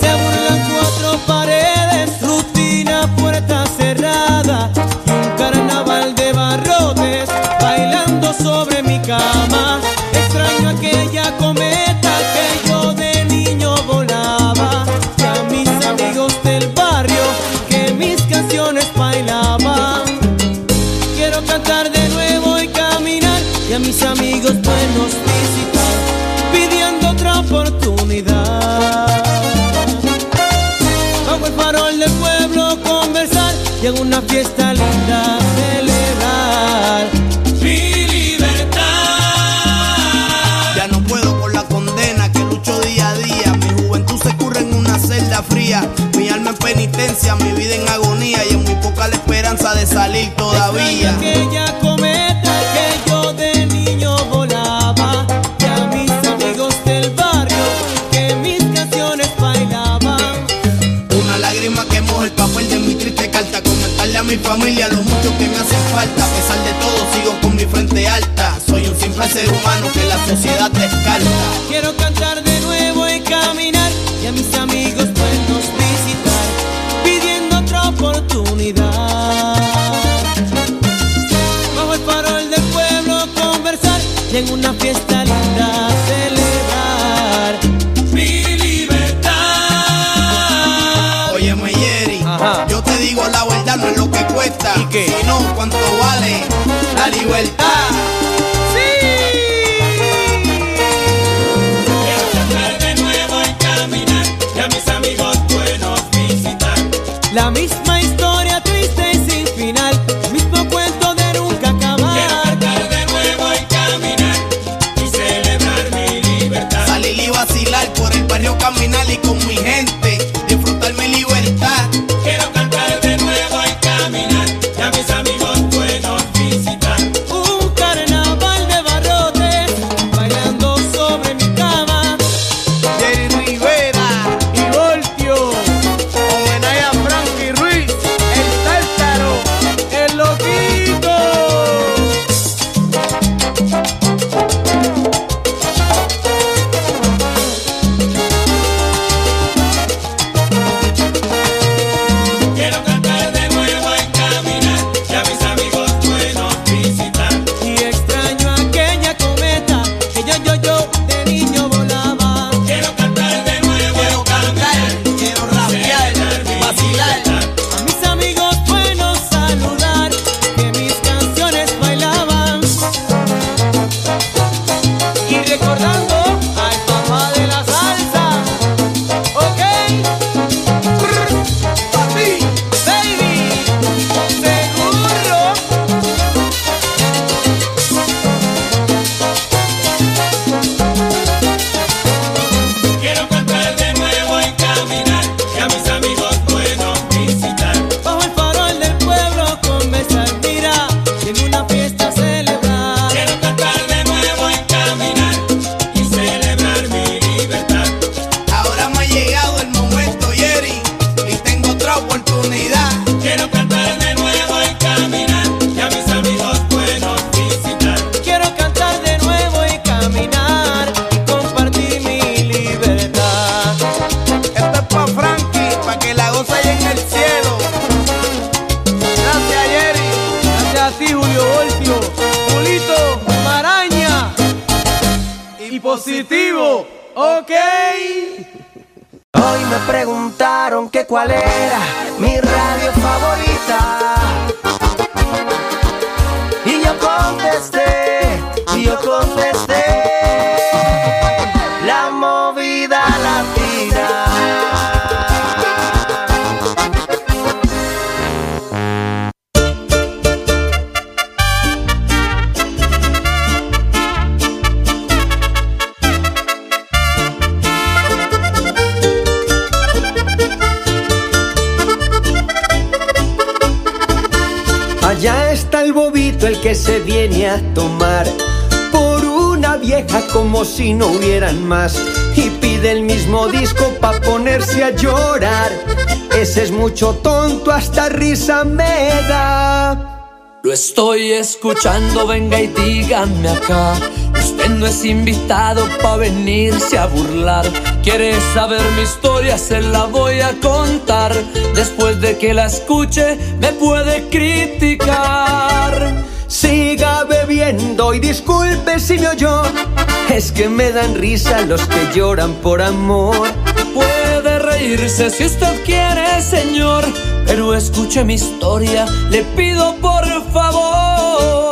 Se burlan cuatro paredes, rutina, puerta cerrada y un carnaval de barrotes bailando sobre mi cama. Extraño aquella cometa que yo de niño volaba y a mis amigos del barrio que mis canciones bailaban. Quiero cantar de nuevo y caminar y a mis amigos buenos visitar pidiendo otra oportunidad. Bajo el farol del pueblo conversar y en una fiesta linda celebrar mi libertad. Ya no puedo con la condena que lucho día a día. Mi juventud se curre en una celda fría. Mi alma en penitencia sentencia, mi vida en agonía y en muy poca la esperanza de salir todavía. aquella cometa que yo de niño volaba, y a mis amigos del barrio que mis canciones bailaban. Una lágrima que moja el papel de mi triste carta. Comentarle a mi familia lo mucho que me hacen falta. A pesar de todo, sigo con mi frente alta. Soy un simple ser humano que la sociedad descarta. Quiero cantar de nuevo y caminar y a mis amigos buenos visitar, pidiendo otra oportunidad. Bajo el farol del pueblo conversar y en una fiesta linda celebrar mi libertad. Oye, Jerry, yo te digo la verdad, no es lo que cuesta. ¿Y qué? Sino cuánto vale la libertad. Quiero cantar de nuevo y caminar y a mis amigos pues, buenos visitar. La misma historia triste y sin final, mismo cuento de nunca acabar. Quiero cantar de nuevo y caminar Y celebrar mi libertad. Salir y vacilar por el barrio, caminar y con mi gente disfrutar mi libertad. Quiero cantar de nuevo y caminar y a mis amigos buenos visitar. un carnaval de barrotes, bailando sobre mi cama. Jerry Rivera y Voltio, homenaje a Frankie Ruiz, el tártaro, el loquito. Quiero cantar de nuevo y caminar y a mis amigos buenos visitar. Y extraño aquella cometa que yo, yo, yo de niño volaba. Quiero cantar de nuevo, quiero cantar, quiero rapear, vacilar. A mis amigos buenos saludar, que mis canciones bailaban. Y recordando al papá de la salsa. Ok, Brr, papi, baby, seguro. Quiero cantar de nuevo y caminar y a mis amigos buenos visitar. Bajo el farol del pueblo conversar, mira, y en una fiesta celebrar. Quiero cantar de nuevo y caminar y celebrar mi libertad. Ahora me ha llegado el momento, Jerry, y tengo otra oportunidad. Quiero cantar de nuevo y caminar y a mis amigos buenos visitar. Quiero cantar de nuevo y caminar, compartir mi libertad. Esto es pa' Frankie, pa' que la goza ahí en el cielo. Gracias, Jerry. Gracias a ti, Julio Voltio, Julito, Maraña y positivo. Ok. Hoy me preguntaron que cuál era mi radio favorita. Y yo contesté, y yo contesté. La movida latina. Allá está el bobito el que se viene a tomar por una vieja como si no hubieran más y pide el mismo disco pa ponerse a llorar. Ese es mucho tonto, hasta risa me da. Lo estoy escuchando, venga y dígame acá. Usted no es invitado para venirse a burlar. Quiere saber mi historia, se la voy a contar. Después de que la escuche, me puede criticar. Siga bebiendo y disculpe si me oyó. Es que me dan risa los que lloran por amor. Puede reírse si usted quiere, señor. Pero escuche mi historia, le pido por favor.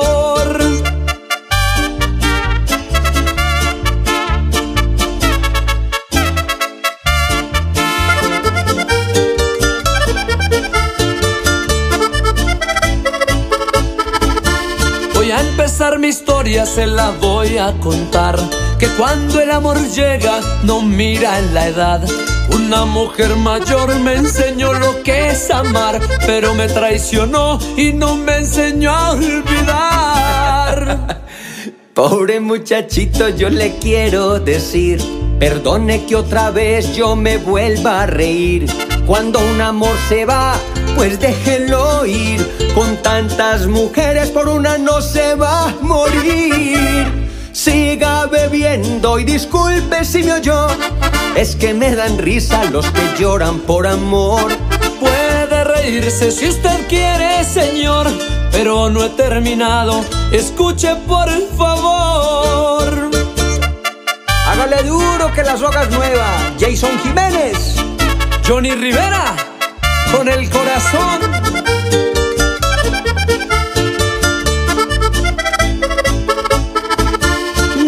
Voy a empezar mi historia, se la voy a contar. Que cuando el amor llega, no mira en la edad. Una mujer mayor me enseñó lo que es amar, pero me traicionó y no me enseñó a olvidar. Pobre muchachito, yo le quiero decir, perdone que otra vez yo me vuelva a reír. Cuando un amor se va, pues déjenlo ir. Con tantas mujeres por una no se va a morir. Siga bebiendo y disculpe si me oyó. Es que me dan risa los que lloran por amor. Puede reírse si usted quiere, señor, pero no he terminado. Escuche por favor. Hágale duro que las hojas nuevas. Jason Jiménez. Johnny Rivera. Con el corazón.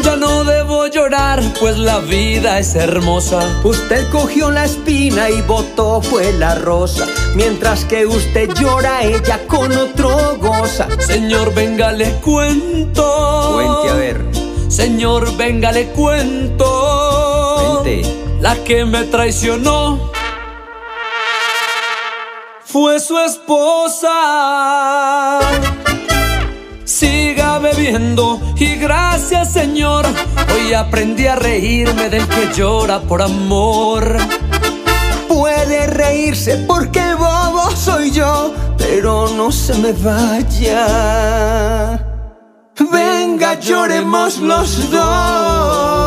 Ya no debo llorar, pues la vida es hermosa. Usted cogió la espina y botó fue la rosa. Mientras que usted llora, ella con otro goza. Señor, venga, le cuento. Cuente, a ver. Señor, venga, le cuento. La que me traicionó fue su esposa. Siga bebiendo y gracias, Señor. Hoy aprendí a reírme del que llora por amor. Puede reírse porque bobo soy yo, pero no se me vaya. Venga, lloremos los dos.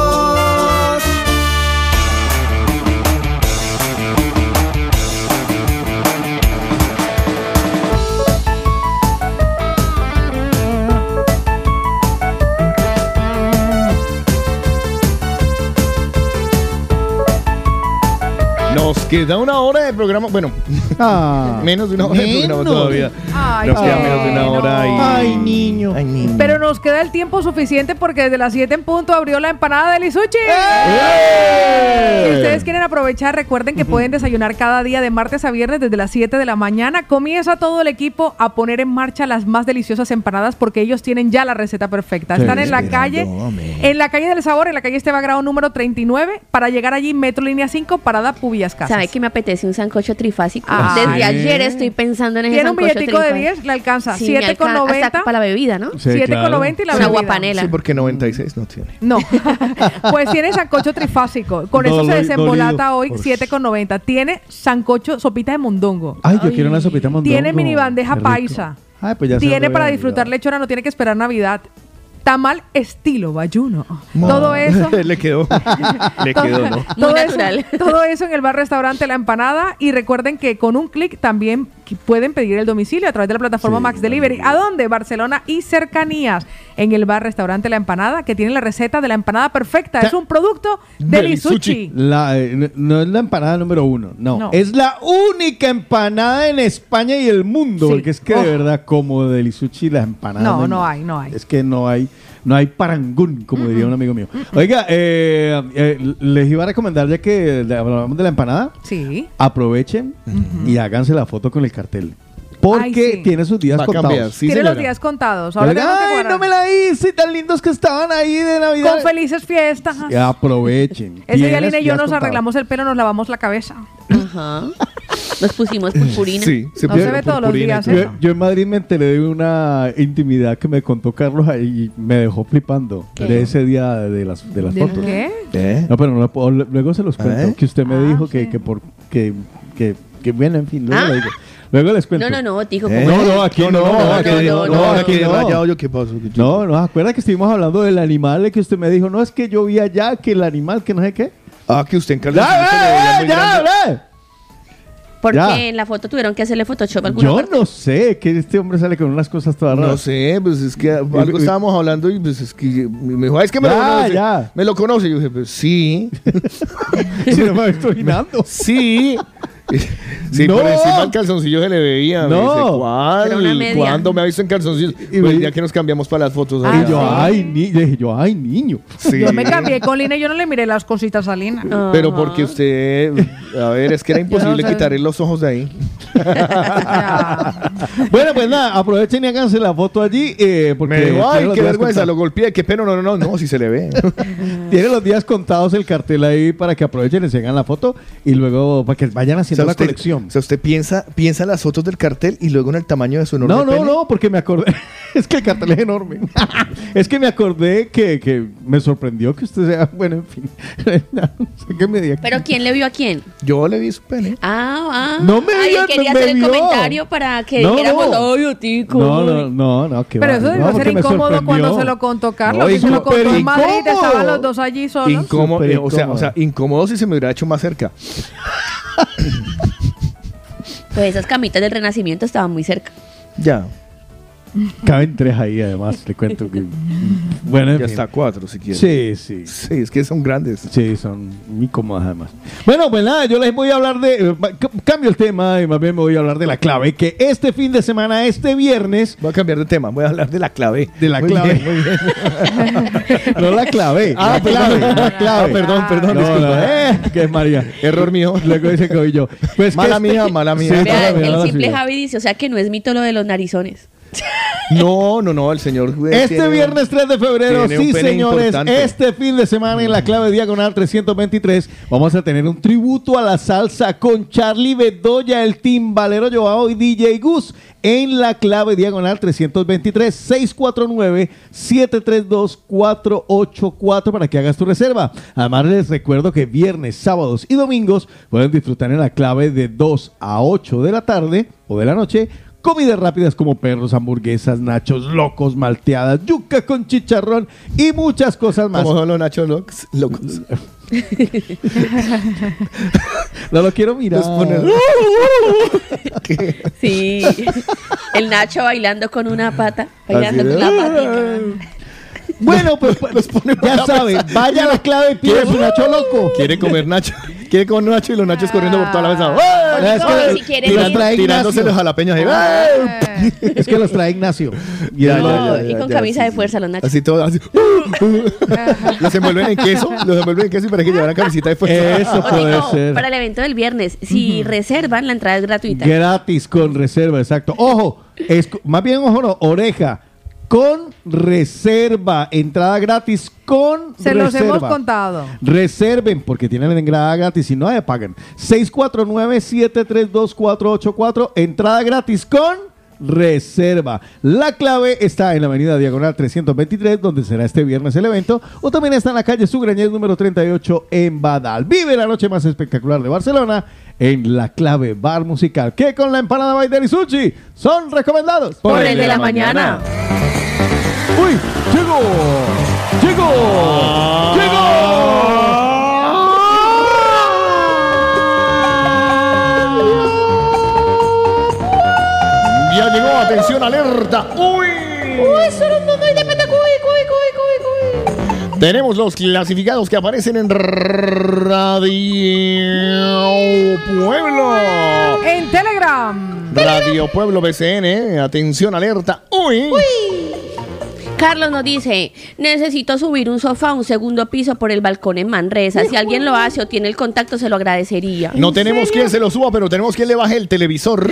Nos queda una hora de programa. Bueno, menos de una hora Ah. de programa menos. todavía. Ay, Nos queda menos de una bueno. hora y. Ay, niño. Ay, niño. Pero nos queda el tiempo suficiente porque desde las 7 en punto abrió la empanada del Isuchi. Si ustedes quieren aprovechar, recuerden que pueden desayunar cada día de martes a viernes desde las 7 de la mañana. Comienza todo el equipo a poner en marcha las más deliciosas empanadas porque ellos tienen ya la receta perfecta. Estoy Están en la esperando, calle, hombre. en la calle del sabor, en la calle Esteban Grado número 39, para llegar allí, Metro Línea 5, parada Pubillas Casas. ¿Sabe que me apetece un sancocho trifásico? Ah, Desde sí. ayer estoy pensando en ese Tiene un sancocho billetico de trifásico. 10, le alcanza. Sí, me 7 con alcanza, hasta 90. para la bebida, ¿no? Sí, 7 con claro. 90 y la Una bebida. guapanela. Sí, porque 96 no tiene. No. pues tiene sancocho trifásico. Con eso se Doli- desembolata dolido. hoy Por 7,90. Tiene sancocho, sopita de mondongo. Ay, yo quiero una sopita mondongo. Tiene mini bandeja Qué rico. paisa. Ay, pues ya se tiene me para había disfrutar lechona, no tiene que esperar Navidad. Tamal estilo bayuno. No. Todo eso. Le quedó. Le Todo- quedó, ¿no? Todo, eso, natural. todo eso en el bar restaurante La Empanada. Y recuerden que con un clic también qu- pueden pedir el domicilio a través de la plataforma Max Delivery. ¿A dónde? Barcelona y cercanías. En el bar restaurante La Empanada, que tiene la receta de la empanada perfecta. Es un producto del Isuchi. La, eh, no- no es la empanada número uno, no. No. Es la única empanada en España y el mundo. Sí. Porque es que Oh. de verdad, como del Isuchi, la empanada. No, no hay, no hay. Es que no hay, no hay parangún, como diría un amigo mío. Oiga, eh, eh, les iba a recomendar, ya que le hablábamos de la empanada, Sí. aprovechen y háganse la foto con el cartel. Porque Mm-hmm. Ay, sí. tiene sus días Va a contados. cambiar, sí, tiene los días contados. Ahora Ay, tenemos que no guardar. me la hice, tan lindos que estaban ahí de Navidad. Con felices fiestas. Aprovechen. Ese día Tienes Lina y yo días nos contados. arreglamos el pelo, nos lavamos la cabeza. Ajá. Nos pusimos purpurina. Sí, No se ve todos los días. ¿eh? Yo, yo en Madrid me enteré de una intimidad que me contó Carlos ahí y me dejó flipando ¿Qué? de ese día de las, de las ¿De fotos. qué? No, pero no lo puedo- luego se los ¿Eh? cuento. Que usted me dijo que, que por que, que, que bueno, en fin, luego, Ah. lo digo. Luego les cuento. No, no, no, dijo ¿Eh? como- No, no, aquí no, no, aquí no, no, aquí no. yo qué pasó. No, no, acuerda que estuvimos hablando del animal que usted me dijo, no, es que yo vi allá que el animal, que no sé qué. Ah, que usted en Carlos Ya, Isuchi se le veía muy grande. Porque Ya. en la foto tuvieron que hacerle Photoshop a alguna Yo parte. no sé, que este hombre sale con unas cosas todas raras. No sé, pues es que eh, algo estábamos hablando y pues es que me dijo, "Ah, es que me lo Ya, conoce. ya. Me lo conoce. Y yo dije, pues sí. Si no me estoy orinando. Sí. Sí, No. por encima el calzoncillo se le veía. Me No. dice, Era una ¿cuál? media. ¿Cuándo me ha visto en calzoncillo? Y- y- Pues el día que nos cambiamos para las fotos. y yo, ay, ni- yo dije, yo, ah. ay, niño. Yo me cambié con Lina y yo no le miré las cositas a Lina. Pero porque usted, a ver, es que era imposible sé. quitarle los ojos de ahí. Bueno, pues nada, aprovechen y háganse la foto allí. eh, porque Me dijo, ay, tiene los qué días vergüenza, lo contados. golpeé, qué pena, no, no, no, no, si se le ve. Tiene los días contados el cartel ahí para que aprovechen y se hagan la foto y luego para que vayan haciendo O sea, la usted- colección. O sea, usted piensa, piensa en las fotos del cartel y luego en el tamaño de su enorme No, no, pene. no, porque me acordé. es que el cartel es enorme. es que me acordé que, que me sorprendió que usted sea. Bueno, en fin. no sé qué me diga. Pero ¿quién le vio a quién? Yo le vi su pene. Ah, ah. No me Ay, vio, quería no me hacer el vio. comentario para que No, dijéramos, no. "Ay, Otico". No, no, no, no, qué Pero va, eso no, debió ser porque me incómodo sorprendió. cuando se lo contó Carlos. No, que se lo incómodo. contó en Madrid, Incómodo. estaban los dos allí solos. Incómodo, Súper eh, o sea, incómodo. o sea, incómodo si se me hubiera hecho más cerca. Pues esas camitas del Renacimiento estaban muy cerca. Ya. Caben tres ahí, además, te cuento que. Bueno, Ya está está cuatro, si quiere. Sí, sí. Sí, es que son grandes. Sí, son muy cómodas además. Bueno, pues nada, yo les voy a hablar de... eh, ca- Cambio el tema y más bien me voy a hablar de la clave, que este fin de semana, este viernes... Voy a cambiar de tema, voy a hablar de la clave. De la Muy clave. bien, muy bien. no la clave. Ah, la clave. la clave. Ah, perdón, perdón, No, disculpa. no, eh, que es María. Error mío. Luego dice que yo. Pues que Mala este- mía, mala mía. Sí, Vea, mala mía, el mala simple mía. Javi dice, o sea que no es mito lo de los narizones. No, no, no, el señor. eh, tiene Este un- viernes 3 de febrero, tiene un sí pene señores, importante. este fin de semana en la clave diagonal 323 vamos a tener un tributo a la salsa con Charlie Bedoya, el timbalero Joao y DJ Gus en la clave diagonal 323 649 732 484 para que hagas tu reserva. Además les recuerdo que viernes, sábados y domingos pueden disfrutar en la clave de 2 a 8 de la tarde o de la noche Comidas rápidas como perros, hamburguesas, nachos locos, malteadas, yuca con chicharrón y muchas cosas más. Como son los nachos locos. locos. No lo quiero mirar. Sí. el Nacho bailando con una pata, bailando Así con es. la patica. Bueno, pues, pues, ya saben, vaya a la clave y pide su nacho loco. Quiere comer nacho. Quiere comer nacho y los nachos corriendo por toda la mesa. ¡Ah! Es que- si quiere Tira- los trae tirándose Ignacio. los jalapeños. ahí. ¡Ah! Es que los trae Ignacio. Ya, ya, No, ya, y ya, con ya, camisa sí, de fuerza los sí. Nachos. Así todo, así. los envuelven en queso, los envuelven en queso y para que llevaran camisita de fuerza. Eso Otico, puede ser. para el evento del viernes, si reservan, la entrada es gratuita. Gratis con reserva, exacto. Ojo, es, más bien ojo no, oreja. Con reserva, entrada gratis con Se los reserva. hemos contado. Reserven porque tienen entrada gratis y no me pagan. 649-732-484. Entrada gratis con reserva. La clave está en la avenida Diagonal 323, donde será este viernes el evento. O también está en la calle Sugrañez número 38 en Badal. Vive la noche más espectacular de Barcelona en la clave bar musical. Que con la empanada Baider y sushi son recomendados. Por el de la mañana. ¡Uy! ¡Llegó! ¡Llegó! ¡Llegó! Ya llegó, atención, alerta. ¡Uy! Tenemos los clasificados que aparecen en Radio Pueblo. En Telegram. Radio Pueblo BCN, eh. atención, alerta. ¡Uy! Carlos nos dice, necesito subir un sofá a un segundo piso por el balcón en Manresa. Si alguien lo hace o tiene el contacto, se lo agradecería. No tenemos quien se lo suba, pero tenemos quien le baje el televisor.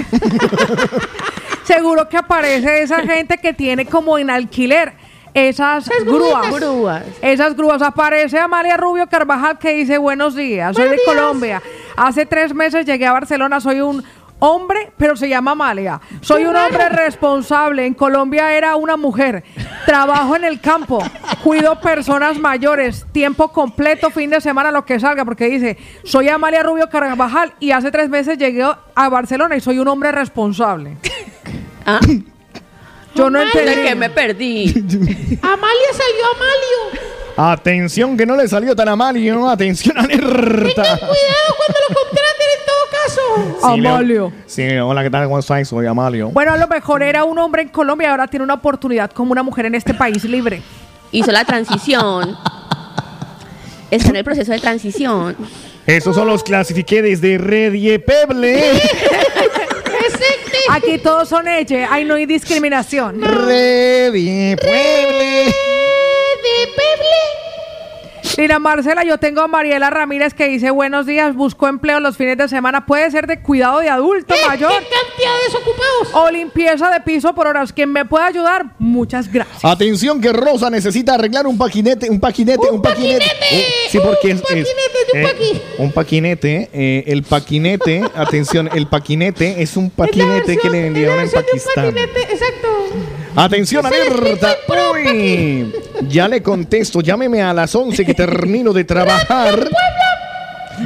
Seguro que aparece esa gente que tiene como en alquiler esas grúas. grúas. Esas grúas. Aparece Amalia Rubio Carvajal que dice, buenos días, soy de Colombia. Hace tres meses llegué a Barcelona, soy un... Hombre, pero se llama Amalia. Soy un hombre responsable. En Colombia era una mujer. Trabajo en el campo. Cuido personas mayores. Tiempo completo, fin de semana, lo que salga. Porque dice, soy Amalia Rubio Carvajal y hace tres meses llegué a Barcelona y soy un hombre responsable. ¿Ah? Yo no entendí. ¿De qué me perdí? Amalia salió Amalio. Atención, que no le salió tan a Mario. Atención, alerta. Cuidado cuando lo contraten en todo caso. Sí, Leo. Amalio. Sí, hola, ¿qué tal? ¿Cómo estáis? Soy Amalio. Bueno, a lo mejor era un hombre en Colombia y ahora tiene una oportunidad como una mujer en este país libre. Hizo la transición. Está en el proceso de transición. Esos son los clasifiqué desde Rediepeble. Aquí todos son eche. Ay, no hay discriminación. Rediepeble. Mira, Marcela, yo tengo a Mariela Ramírez que dice buenos días, busco empleo los fines de semana. Puede ser de cuidado de adulto mayor. ¿Qué cantidad de desocupados? O limpieza de piso por horas. Quien me pueda ayudar, muchas gracias. Atención que Rosa necesita arreglar un paquinete, un paquinete, un, paquinete. paquinete. Uh, sí, porque Un es, es- paquinete de un paqui. un paquinete, eh, el paquinete, atención, el paquinete es un paquinete que le vendieron en Pakistán. exacto. Atención, alerta. Uy, ya le contesto, llámeme a las 11 que termino de trabajar.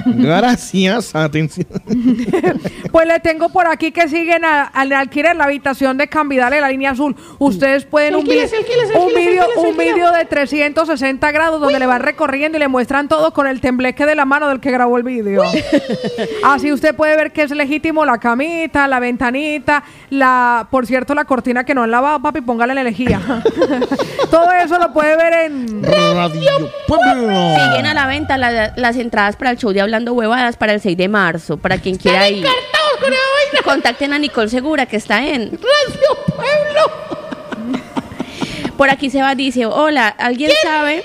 Gracias, atención. Pues le tengo por aquí que siguen a- al alquiler la habitación de Cambidale, la línea azul. Ustedes pueden un, Alquiles, vi- alquiles, un alquiles, vídeo alquiles, un vídeo de 360 grados donde le van recorriendo y le muestran todo con el tembleque de la mano del que grabó el vídeo. Así usted puede ver que es legítimo la camita, la ventanita, la, por cierto, la cortina que no han lavado, papi, póngale la lejía. todo eso lo puede ver en Radio Pueblo. Siguen a la venta la- las entradas para el show de Hablando Huevadas para el 6 de marzo, para quien quiera ir. Contacten a Nicole Segura, que está en Radio Pueblo. Por aquí se va, dice, hola, ¿alguien sabe?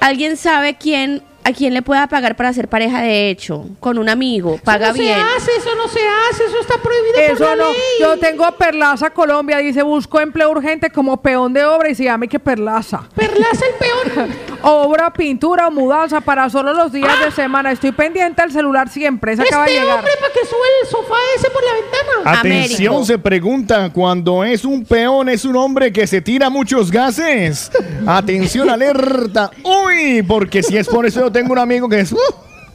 ¿Alguien sabe quién, a quién le pueda pagar para ser pareja de hecho? Con un amigo, paga eso no bien. se hace, eso no se hace, eso está prohibido Eso por la no. ley. Yo tengo a Perlaza Colombia, dice, busco empleo urgente como peón de obra y se llama y que Perlaza. Perlaza el peón. Ah. Obra, pintura o mudanza para solo los días de semana. Estoy pendiente al celular siempre. Esa Este acaba de llegar. hombre para que suba el sofá ese por la ventana. Atención, se pregunta, cuando es un peón, es un hombre que se tira muchos gases. Atención, alerta. Uy, porque si es por eso yo tengo un amigo que es uh,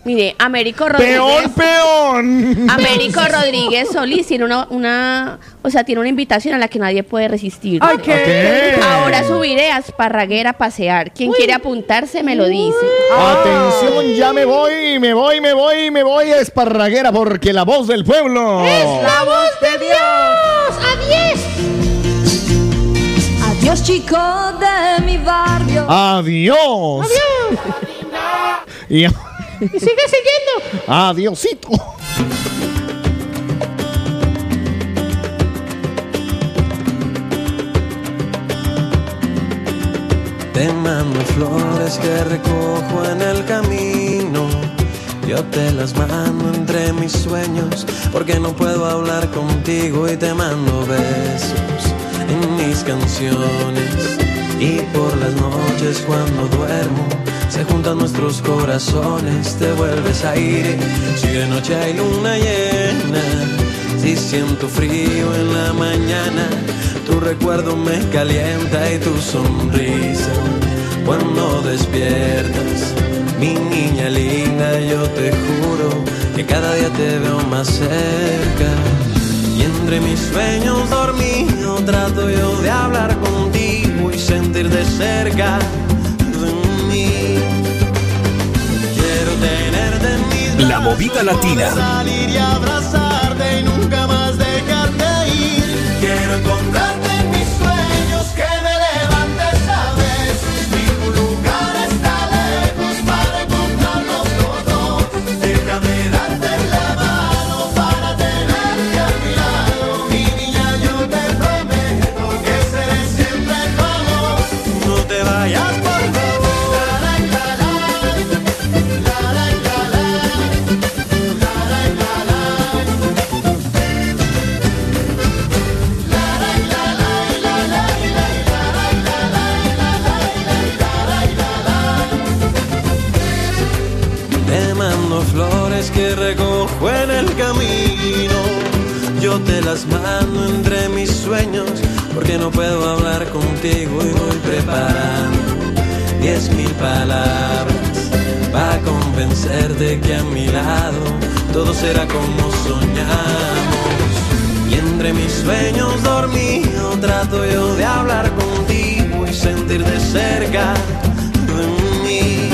Mire, Américo Rodríguez. peón, peón. Américo Rodríguez Solís tiene una, una- o sea, tiene una invitación a la que nadie puede resistir. Ay, ¿qué? Ok. Ahora subiré a Esparraguera a pasear. Quien quiere apuntarse me lo dice. Ah, Atención, ya me voy, me voy, me voy, me voy a Esparraguera porque la voz del pueblo. La voz de Dios. Adiós. Adiós chico de mi barrio. Adiós. Adiós. Y Y sigue siguiendo. adiósito. Te mando flores que recojo en el camino. Yo te las mando entre mis sueños porque no puedo hablar contigo y te mando besos en mis canciones. Y por las noches cuando duermo se juntan nuestros corazones, te vuelves aire. Si de noche hay luna llena, si siento frío en la mañana, tu recuerdo me calienta y tu sonrisa. Cuando despiertas, mi niña linda, yo te juro que cada día te veo más cerca. Y entre mis sueños dormido trato yo de hablar contigo y sentir de cerca de mí. Quiero tenerte en mis La movida latina. salir y abrazarte y nunca más dejarte ir. Quiero encontrarte en mis sueños que me levantes a vez. Ningún lugar está lejos para encontrarnos los dos. Déjame darte la mano para tenerte a mi lado. Mi niña, yo te prometo que seré siempre tu amor. No te vayas, por favor. Te mando flores que recojo en el camino. Yo te las mando entre mis sueños porque no puedo hablar contigo y voy preparando diez mil palabras para convencerte que a mi lado todo será como soñamos. Y entre mis sueños dormido trato yo de hablar contigo y sentir de cerca de mí.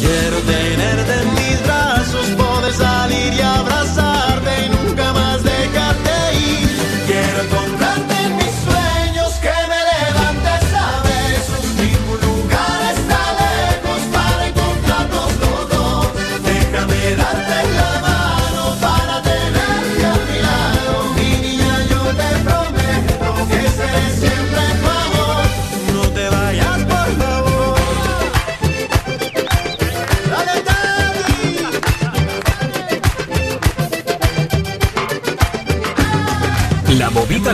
Quiero tenerte en mis brazos, poder salir y abrazarte y nunca más dejarte ir. Quiero encontrarte en mis sueños, que me levantes a besos. Ningún lugar está lejos para encontrarnos los dos.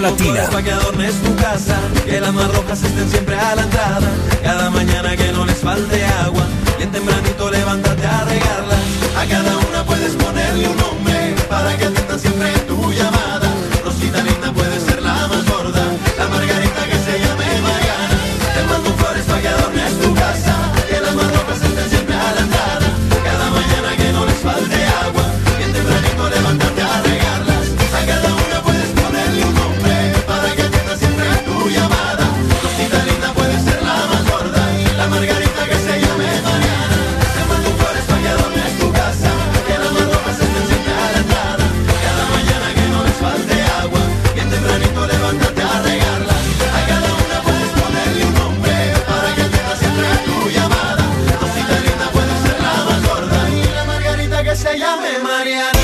Latina. Para que adornes tu casa, que las más rojas estén siempre a la entrada. Cada mañana que no les falte agua, bien tempranito levántate a regarlas. A cada una puedes ponerle un nombre, para que atiendan siempre tu llamada. Rosita linda puede ser la más gorda, la margarita que se llame Mariana. Te mando flores para que adornes tu casa, que las más rojas estén siempre a la entrada. Cada mañana que no les falte agua, bien tempranito levántate a regarlas. A cada una puedes ponerle un nombre, para que atienda siempre tu llamada. Rosita linda puede ser la más gorda, la margarita que se llame Mariana. Te mando flores para que adornes tu casa, que las más rojas estén siempre a la entrada. Cada mañana que no les falte agua, bien tempranito levántate a regarlas. A cada una puedes ponerle un nombre, para que atienda siempre tu llamada. Rosita linda puede ser la más gorda, y la margarita que se llame Mariana.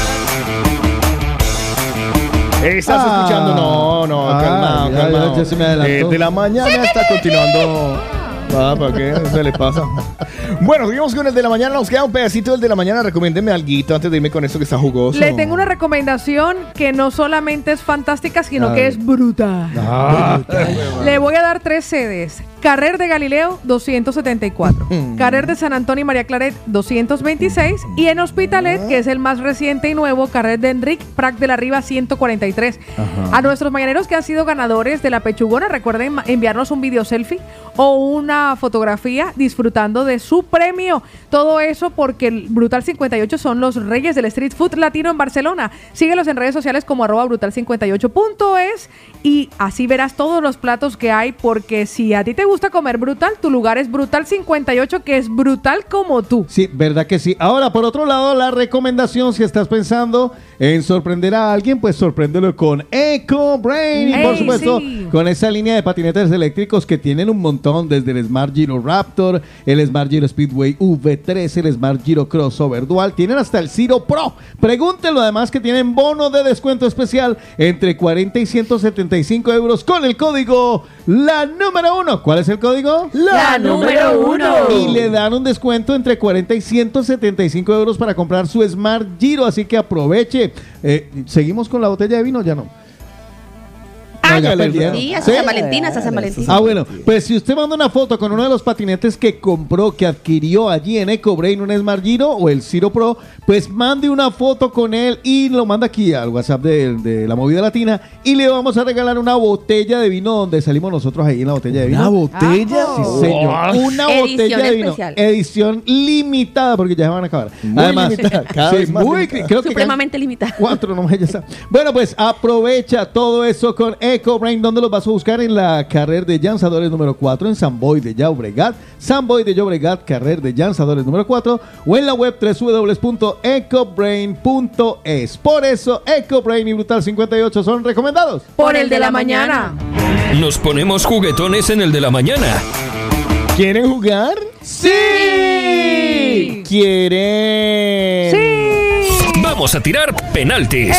Estás Ah. escuchando. No, no, Ah, calmado, ya, calmado. ya, ya se me adelantó. Eh, de la mañana está continuando. Ah, ¿para qué? Se le pasa. bueno, seguimos con el de la mañana. Nos queda un pedacito del de la mañana. Recomiéndeme algo antes de irme con esto que está jugoso. Le tengo una recomendación que no solamente es fantástica, sino A que ver. es bruta. Ah. Le voy a dar tres sedes. Carrer de Galileo, 274. Carrer de San Antonio y María Claret, 226. Y en Hospitalet, que es el más reciente y nuevo, Carrer de Enric Prac de la Riva, 143. Ajá. A nuestros mañaneros que han sido ganadores de la pechugona, recuerden ma- enviarnos un video selfie o una fotografía disfrutando de su premio. Todo eso porque el Brutal 58 son los reyes del street food latino en Barcelona. Síguelos en redes sociales como arroba brutal58.es y así verás todos los platos que hay porque si a ti te gusta comer brutal, tu lugar es Brutal 58 que es brutal como tú. Sí, verdad que sí. Ahora, por otro lado, la recomendación, si estás pensando en sorprender a alguien, pues sorpréndelo con Eco Brain. Y por Ey, supuesto, sí. con esa línea de patinetes eléctricos que tienen un montón, desde el Smart Giro Raptor, el Smart Giro Speedway V3, el Smart Giro Crossover Dual, tienen hasta el Ciro Pro. Pregúntenlo además que tienen bono de descuento especial entre 40 y 175 euros con el código La Número Uno. ¿Cuál es el código? La número uno. Y le dan un descuento entre 40 y 175 euros para comprar su Smart Giro, así que aproveche. Eh, ¿Seguimos con la botella de vino? Ya no. No, ya perdieron. Sí, hasta Ah, ¿Sí? San Valentín, hasta San Valentín. Ah, bueno, pues si usted manda una foto con uno de los patinetes que compró, que adquirió allí en EcoBrain, un Smart Giro o el Ciro Pro, pues mande una foto con él y lo manda aquí al WhatsApp de, de la movida latina y le vamos a regalar una botella de vino donde salimos nosotros ahí en la botella de vino. ¿Una botella? Sí, señor. Wow. Una Edición botella de vino. Ah, especial. Edición limitada porque ya se van a acabar. Muy limitada, cada sí, vez más muy- limitada. creo que ya- Supremamente limitada. Cuatro nomás, ya está. Bueno, pues aprovecha todo eso con EcoBrain, donde los vas a buscar en la carrera de lanzadores número 4 en San Boy de Llobregat, San Boy de Llobregat, carrera de lanzadores número 4, o en la web www.ecobrain.es. Por eso, EcoBrain y Brutal 58 son recomendados. Por el de la mañana. Nos ponemos juguetones en el de la mañana. ¿Quieren jugar? ¡Sí! ¿Quieren? Vamos a tirar penaltis.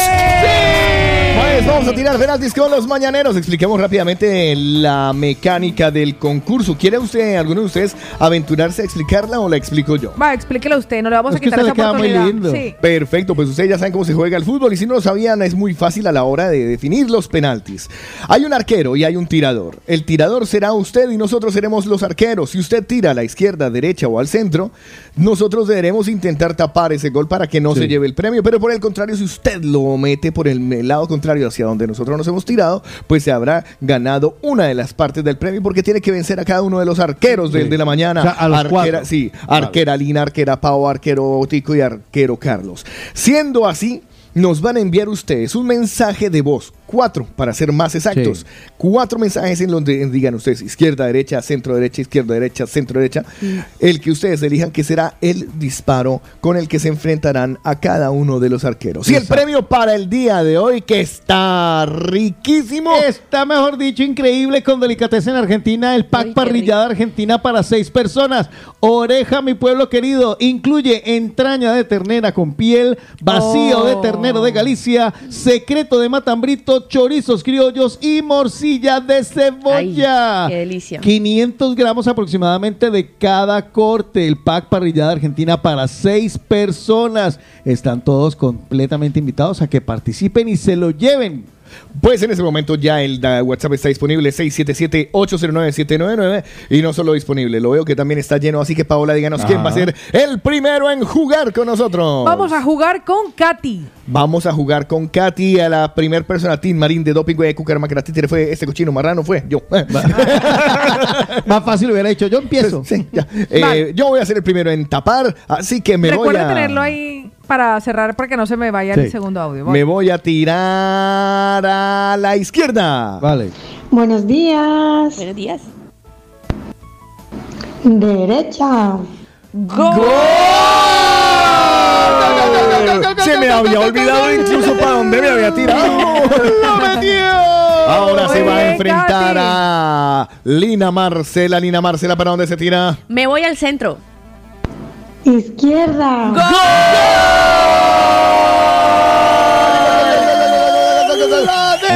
Pues vamos a tirar penaltis con los mañaneros. Expliquemos rápidamente la mecánica del concurso. ¿Quiere usted, alguno de ustedes, aventurarse a explicarla o la explico yo? Va, explíquelo usted, no le vamos Es a que quitar usted esa le queda muy oportunidad. lindo. Sí. Perfecto, pues ustedes ya saben cómo se juega el fútbol y si no lo sabían es muy fácil a la hora de definir los penaltis. Hay un arquero y hay un tirador. El tirador será usted y nosotros seremos los arqueros. Si usted tira a la izquierda, derecha o al centro, nosotros deberemos intentar tapar ese gol para que no se lleve el premio. Pero por el contrario, si usted lo mete por el lado contrario hacia donde nosotros nos hemos tirado, pues se habrá ganado una de las partes del premio porque tiene que vencer a cada uno de los arqueros del Sí. de la mañana. O sea, a los Arquera- cuatro. Sí, Vale. arquera. Arquera Lina, arquera Pau, arquero Tico y arquero Carlos. Siendo así, nos van a enviar ustedes un mensaje de voz, cuatro, para ser más exactos. Cuatro mensajes en donde digan ustedes izquierda, derecha, centro, derecha, izquierda, derecha, centro, derecha. El que ustedes elijan que será el disparo con el que se enfrentarán a cada uno de los arqueros. Y el premio para el día de hoy, que está riquísimo. Está, mejor dicho, increíble con delicatez en Argentina, el pack parrillada argentina para seis personas. Oreja, mi pueblo querido, incluye entraña de ternera con piel, vacío de ternero de Galicia, secreto de matambrito, chorizos criollos y morcilla de cebolla. Qué delicia. 500 gramos aproximadamente de cada corte. El pack parrillada argentina para seis personas. Están todos completamente invitados a que participen y se lo lleven. Pues en ese momento ya el da- WhatsApp está disponible, 677-809-799. Y no solo disponible, lo veo que también está lleno. Así que Paola, díganos quién Ajá. va a ser el primero en jugar con nosotros. Vamos a jugar con Katy. Vamos a jugar con Katy a la primer persona, Team Marín de Doping, de Cucarma, que la títere fue este cochino marrano, fue yo. Más fácil hubiera dicho, yo empiezo. Sí, ya. Eh, Vale. yo voy a ser el primero en tapar, así que me Recuerda voy a... tenerlo ahí para cerrar para que no se me vaya Sí. el segundo audio. Me voy a tirar a la izquierda. Vale. Buenos días. Buenos días. Derecha. Se me había olvidado incluso para dónde me había tirado. ¡Lo metió! Ahora se va a enfrentar a Lina Marcela. Lina Marcela, ¿para dónde se tira? Me voy al centro. Izquierda.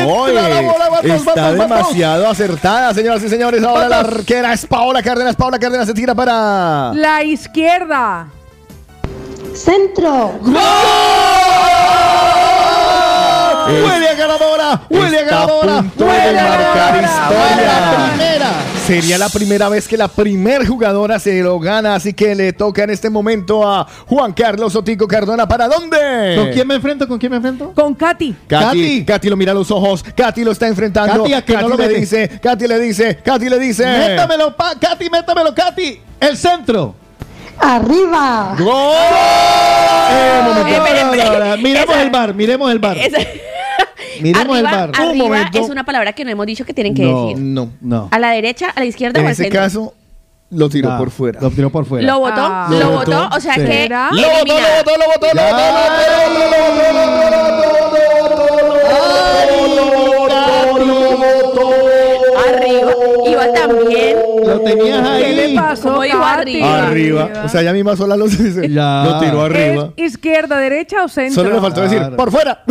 Oye, está demasiado acertada, señoras y señores. Ahora la Vamos. arquera es Paola Cárdenas. Paola Cárdenas se tira para... La izquierda. Centro. Huele a ganadora, huele a ganadora, huele a marcar historia. Sería la primera vez que la primer jugadora se lo gana, así que le toca en este momento a Juan Carlos Otico Cardona. ¿Para dónde? ¿Con quién me enfrento? ¿Con quién me enfrento? Con Katy. Katy, Katy lo mira a los ojos, Katy lo está enfrentando. Katy, ¿a que no lo le mete? dice, Katy le dice, Katy le dice. Métamelo, pa- Katy, métamelo, Katy. El centro. Arriba. ¡Gol! Eh, momento. Eh, espera, espera. Miremos Esa- el bar, miremos el bar. Esa- arriba, Miremos el bar. arriba es una palabra que no hemos dicho que tienen que no, decir. No, no. A la derecha, a la izquierda En o al ese centro. caso, lo tiró Ah, por fuera. Lo tiró por fuera. Lo votó, Ah. lo Lo votó, votó, o sea sí. que. ¿Será? Lo votó, eliminada. lo votó, lo votó, lo votó, lo votó. Arriba. Iba también. Lo tenías ¿Qué ahí. le pasó? Como dijo Katy? Arriba. O sea, ya misma sola lo dice. Ya. Lo tiró arriba. ¿Es izquierda, derecha o centro? Solo le faltó decir, Claro. por fuera.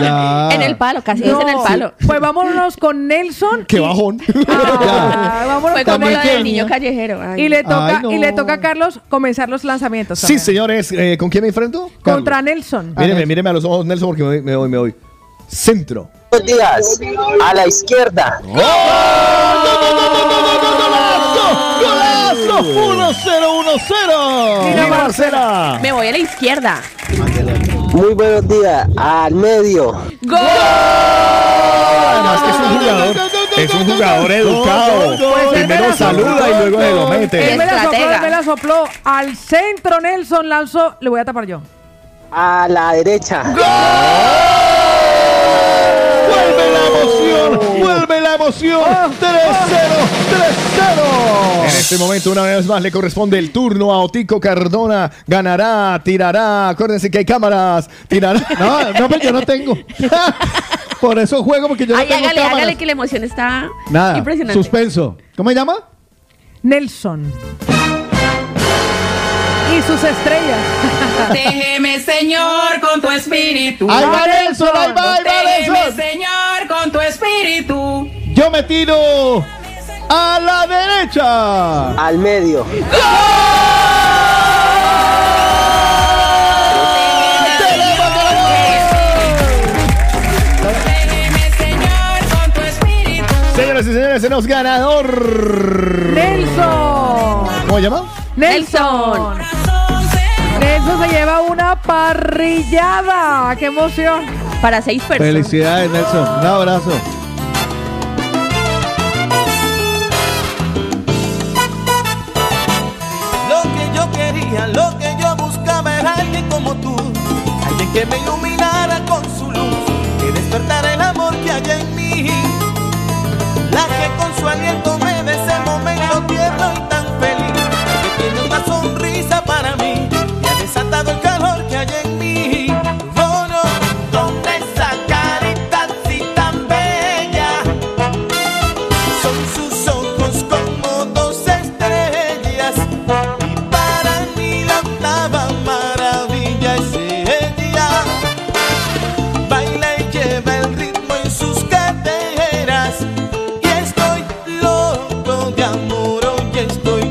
Ya. En el palo, casi es en el No. palo. Pues vámonos con Nelson. ¡Qué bajón! Ah, vámonos Fue con como Nelson. lo del niño callejero. Ay. Y le toca, Ay, no. y le toca a Carlos comenzar los lanzamientos. Sí, también. señores, eh, ¿con quién me enfrento? Contra Carlos. Nelson. Míreme, míreme a los ojos, Nelson, porque me voy, me voy, me voy. Centro. Buenos días. A la izquierda. ¡Golazo! 1-0-1-0. Mira, Mira, Marcela. Me voy a la izquierda. Muy buenos días. Al medio. ¡Gol! Además que es un jugador, es un jugador educado. Primero saluda y luego se lo Él me mete. la sopló, Estratega. él me la sopló. Al centro Nelson lanzó. Le voy a tapar yo. Ah, A la derecha. Vuelve la emoción, vuelve la emoción. Ah. 3-0, 3-0. En este momento, una vez más, le corresponde el turno a Otico Cardona. Ganará, tirará. Acuérdense que hay cámaras. Tirará. No, no, pero yo no tengo. Por eso juego, porque yo Ay, no tengo hágale, cámaras. hágale que la emoción está Nada, impresionante. suspenso. ¿Cómo se llama? Nelson. Y sus estrellas. Protégeme, Señor, con tu espíritu. ¡Ahí va Nelson! ¡Ahí va, ahí va Protégeme, Nelson! Señor, con tu espíritu. Yo me tiro a la derecha. Al medio. Protégeme, Señor, con tu espíritu. Señoras y señores, tenemos ganador. Nelson. ¿Cómo se llama? Nelson. Nelson se lleva una parrillada. ¡Qué emoción! Para seis personas. Felicidades, Nelson. Un abrazo. Lo que yo quería, lo que yo buscaba era alguien como tú, alguien que me iluminara con su luz, que despertara el amor que hay en mí, la que con su aliento me dé ese momento tierno y tan feliz, la que tiene una sonrisa para mí, y ha desatado el calor que hay en mí. Oh, no. ¿Dónde esa carita así tan bella? Son sus ojos como dos estrellas Y para mí la octava maravilla es ella Baila y lleva el ritmo en sus caderas Y estoy loco de amor, hoy estoy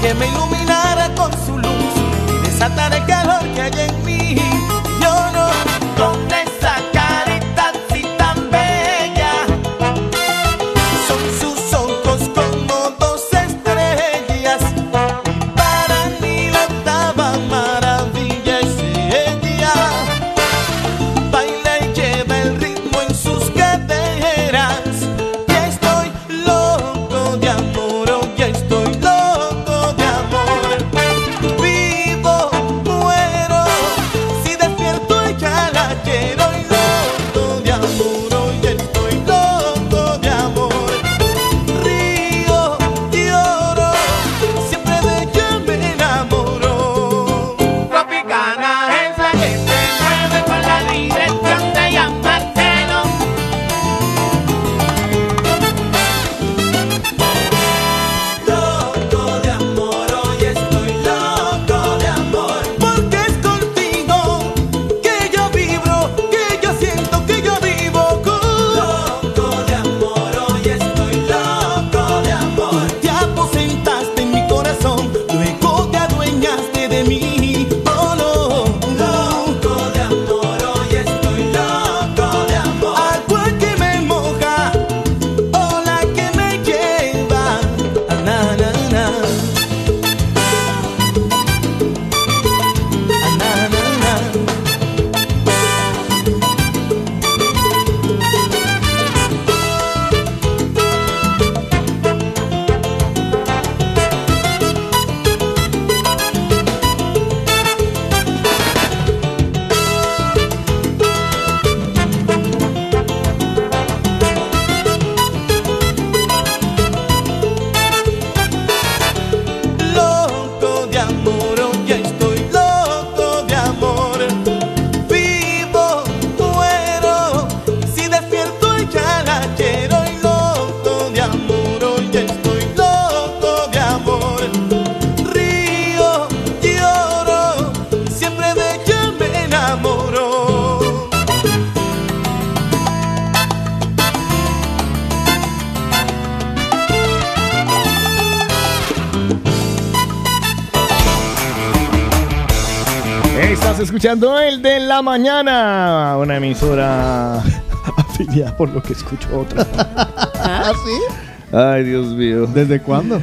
que me iluminara con su luz y desatara el calor que hay en mí. Yo no, con esa carita así tan bella, son sus ojos como dos estrellas. Y para mí bastaba maravilla y ella baila y lleva el ritmo en sus caderas. Ya estoy loco de amor, oh, ya estoy loco de amor. Vivo, muero, si despierto ya la quiero y loco de amor, oh, ya estoy loco de amor. Río, lloro, siempre de ella me enamoro. Tropicana es la que se mueve con la dirección de Jan Marcelo. Loco de amor, hoy estoy loco de amor. Porque es contigo que yo vibro, que yo siento, que yo vivo con. Loco de amor, hoy estoy loco de amor. Te aposentaste en mi corazón, luego te adueñaste de mí. Oh, no. Loco de amor, hoy estoy loco de amor. Agua que me moja, ola que me lleva. Na, na, na. Ah, Na, na, na. loco de amor, oh, ya estoy loco de amor. Vivo, muero, si despierto ya la quiero y loco de amor, oh, ya estoy loco de amor. Río, lloro, siempre de ella me oh. enamoro. Estás escuchando el de la mañana, una emisora afiliada por lo que escucho a otra. ¿Ah, sí? Ay, Dios mío. ¿Desde cuándo?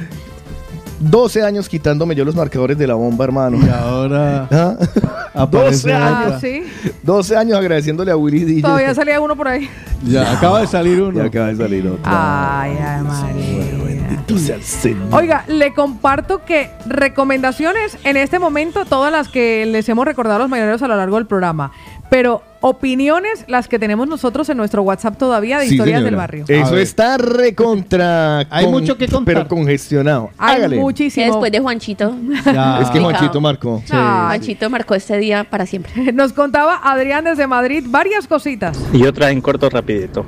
12 años quitándome yo los marcadores de la bomba, hermano. Y ahora. 12 aparece años. Ah, sí. 12 años agradeciéndole a Willy DJ. Todavía salía uno por ahí. Ya acaba de salir uno. Ya acaba de salir otro. Ay, ay, María. Bendito sea el Señor. Oiga, le comparto que recomendaciones en este momento, todas las que les hemos recordado a los mañaneros a lo largo del programa, pero opiniones las que tenemos nosotros en nuestro WhatsApp todavía de Sí, historias señora. del barrio. Eso está recontra. Hay mucho que contar. Pero congestionado. Hay Hágale. muchísimo. Después de Juanchito. Ya. Es que Juanchito marcó. Sí, Juanchito marcó este día para siempre. Nos contaba Adrián desde Madrid varias cositas. Y otra en corto rapidito.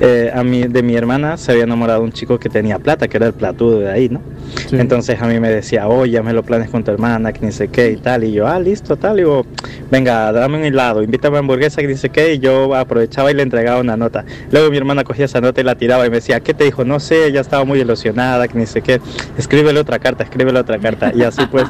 Eh, a mí, de mi hermana se había enamorado un chico que tenía plata, que era el platudo de ahí, ¿no? Entonces a mí me decía, oye, me lo planes con tu hermana, que ni sé qué y tal. Y yo, ah, listo, tal. Y yo, venga, dame un helado, invítame a hamburguesa, que ni sé qué. Y yo aprovechaba y le entregaba una nota. Luego mi hermana cogía esa nota y la tiraba y me decía, ¿qué te dijo? No sé, ella estaba muy ilusionada, que ni sé qué. Escríbele otra carta, escríbele otra carta. Y así pues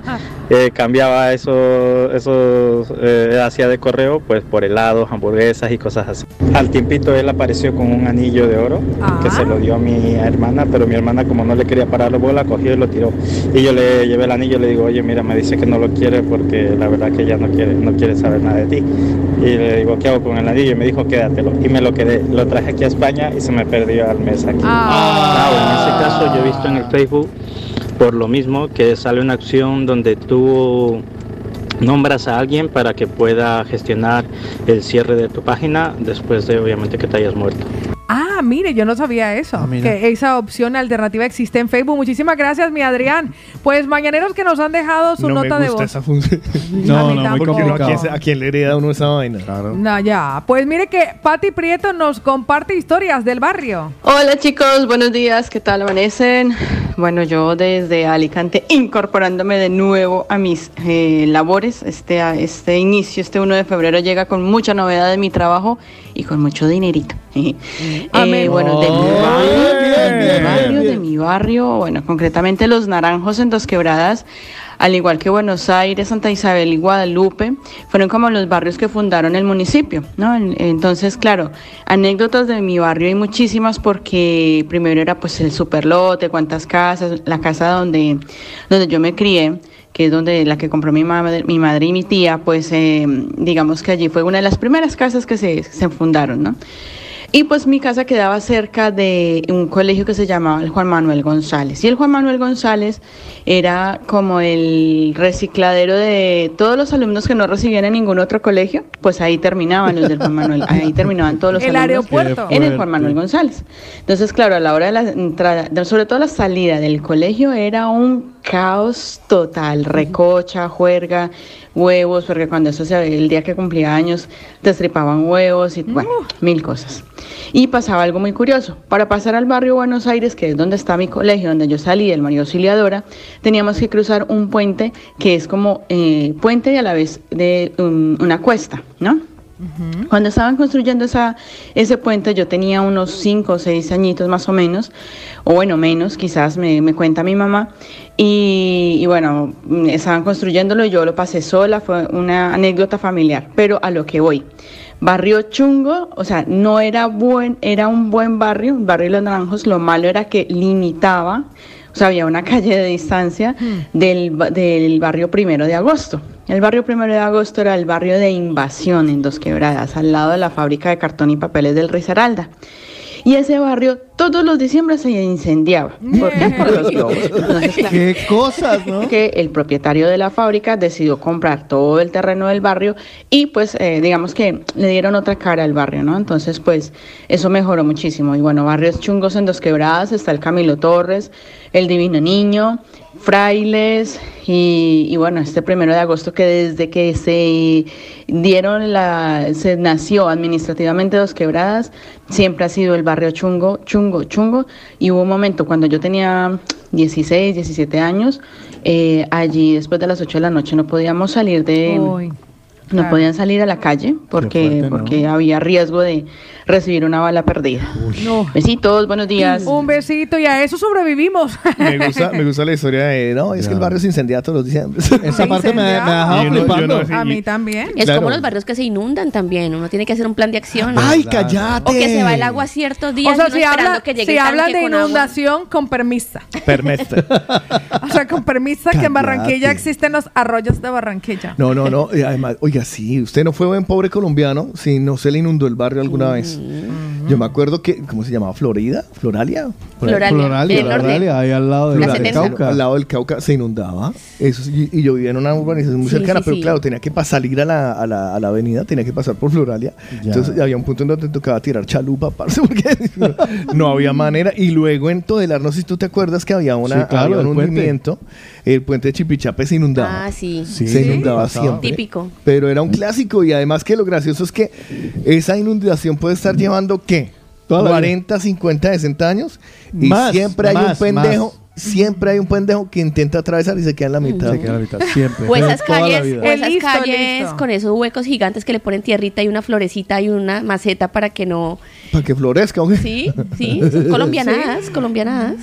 eh, cambiaba eso, eso eh, hacía de correo pues por helados, hamburguesas y cosas así. Al tiempito él apareció con un anillo de oro que se lo dio a mi hermana, pero mi hermana como no le quería parar la bola, cogió y lo tiró. Y yo le llevé el anillo y le digo, oye, mira, me dice que no lo quiere porque la verdad que ella no quiere, no quiere saber nada de ti. Y le digo, ¿qué hago con el anillo? Y me dijo, quédatelo. Y me lo quedé. Lo traje aquí a España y se me perdió al mes aquí. Ah, bueno, en ese caso yo he visto en el Facebook por lo mismo que sale una acción donde tú nombras a alguien para que pueda gestionar el cierre de tu página después de obviamente que te hayas muerto. Ah, mire, yo no sabía eso. Ah, mira. que esa opción alternativa existe en Facebook. Muchísimas gracias, mi Adrián. Pues mañaneros que nos han dejado su no nota me de gusta voz. esa función. No, A mí no, muy Porque uno ¿A complicado. quién, se- a quién le hereda uno esa vaina? Claro. No, ya. Pues mire que Patti Prieto nos comparte historias del barrio. Hola chicos, buenos días, ¿qué tal amanecen? Bueno, yo desde Alicante, incorporándome de nuevo a mis eh, labores, este, a este inicio, este 1 de febrero llega con mucha novedad de mi trabajo y con mucho dinerito. Eh, bueno, de mi Oh, barrio, de mi barrio, de mi barrio, bueno, concretamente Los Naranjos en Dos Quebradas, al igual que Buenos Aires, Santa Isabel y Guadalupe, fueron como los barrios que fundaron el municipio, ¿no? En- Entonces, claro, anécdotas de mi barrio hay muchísimas porque primero era pues el superlote, cuántas casas, la casa donde, donde yo me crié, que es donde la que compró mi madre, mi madre y mi tía, pues eh, digamos que allí fue una de las primeras casas que se, se fundaron, ¿no? Y pues mi casa quedaba cerca de un colegio que se llamaba el Juan Manuel González. Y el Juan Manuel González era como el recicladero de todos los alumnos que no recibían en ningún otro colegio, pues ahí terminaban los del Juan Manuel, ahí terminaban todos los El alumnos aeropuerto. en el Juan Manuel González. Entonces, claro, a la hora de la entrada, de- sobre todo la salida del colegio era un caos total, recocha, juerga, huevos, porque cuando eso se el día que cumplía años, destripaban huevos y bueno, mil cosas. Y pasaba algo muy curioso. Para pasar al barrio Buenos Aires, que es donde está mi colegio, donde yo salí, el María Auxiliadora, teníamos que cruzar un puente que es como eh, puente y a la vez de um, una cuesta, ¿no? Cuando estaban construyendo esa, ese puente, yo tenía unos 5 o 6 añitos más o menos, o bueno, menos, quizás me, me cuenta mi mamá. Y, y bueno, mm, estaban construyéndolo y yo lo pasé sola, fue una anécdota familiar, pero a lo que voy. Barrio chungo, o sea, no era buen, era un buen barrio, el barrio de los naranjos, lo malo era que limitaba, o sea, había una calle de distancia del, ba- del barrio primero de agosto. El barrio primero de agosto era el barrio de invasión en Dos Quebradas, al lado de la fábrica de cartón y papeles del Risaralda. Y ese barrio todos los diciembre se incendiaba. ¿Por qué? Por los globos. Entonces, claro, Qué cosas, ¿no? que el propietario de la fábrica decidió comprar todo el terreno del barrio y pues eh, digamos que le dieron otra cara al barrio, ¿no? Entonces pues eso mejoró muchísimo. Y bueno, barrios chungos en Dos Quebradas está el Camilo Torres, el Divino Niño, Frailes y, y bueno, este primero de agosto que desde que se dieron la, se nació administrativamente Dos Quebradas, siempre ha sido el barrio chungo, chungo, chungo. Y hubo un momento cuando yo tenía 16, 17 años, eh, allí después de las 8 de la noche no podíamos salir de... Uy, No podían salir a la calle porque, porque había riesgo de recibir una bala perdida. No. Besitos, buenos días. Un besito y a eso sobrevivimos. Me gusta, me gusta la historia de, no, es que el barrio se incendia todos los diciembre. Esa parte me, me ha dejado Incendiado. flipando. A mí también. Es Claro. como los barrios que se inundan también. Uno tiene que hacer un plan de acción. Ay, cállate. O que se va el agua ciertos días. O sea, y uno si esperando habla, que llegue si el habla tanque de con agua. inundación, con permisa. Permite. O sea, con permisa que en Barranquilla Cállate. existen los arroyos de Barranquilla. No, no, no. Y además, oiga, sí, usted no fue buen pobre colombiano si no se le inundó el barrio alguna vez. Yo me acuerdo que, ¿cómo se llamaba? ¿Florida? ¿Floralia? Floralia, Floralia, del norte. Floralia, ahí al lado del Cauca. Al lado del Cauca se inundaba. Eso, sí, y, yo vivía en una urbanización muy Sí, cercana, sí, pero sí. claro, tenía que pasar, salir a la, a la, a la avenida, tenía que pasar por Floralia. Entonces había un punto en donde tocaba tirar chalupa, parce, porque no, no había manera. Y luego en Todelar, no sé si tú te acuerdas que había, una, Sí, claro, había un el puente. hundimiento, el puente de Chipichape se inundaba. Ah, sí. Se inundaba siempre. Típico. Pero era un clásico y además que lo gracioso es que esa inundación puede estar llevando ¿qué? Toda la 40, 50, 60 años y Más, siempre hay más, un pendejo, siempre hay un pendejo que intenta atravesar y se queda en la mitad. Se queda en la mitad, siempre. O Mm. Pues esas calles, o El esas listo, el calles listo. con esos huecos gigantes que le ponen tierrita y una florecita y una maceta para que no. Para que florezca, ¿ok? Sí, sí. son Colombianadas, colombianadas.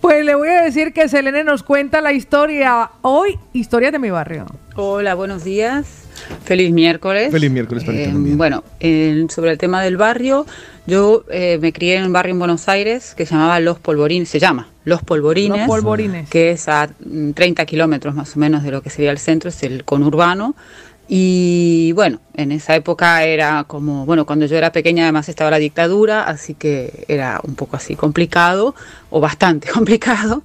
Pues le voy a decir que Selene nos cuenta la historia hoy, historia de mi barrio. Hola, buenos días. Feliz miércoles. Feliz miércoles para ti Eh, también. bueno, el- sobre el tema del barrio, yo eh, me crié en un barrio en Buenos Aires que se llamaba Los Polvorines, se llama Los Polvorines. Los Polvorines. Que es a mm, 30 kilómetros más o menos de lo que sería el centro, es el conurbano. Y bueno, en esa época era como, bueno, cuando yo era pequeña además estaba la dictadura, así que era un poco así complicado, o bastante complicado.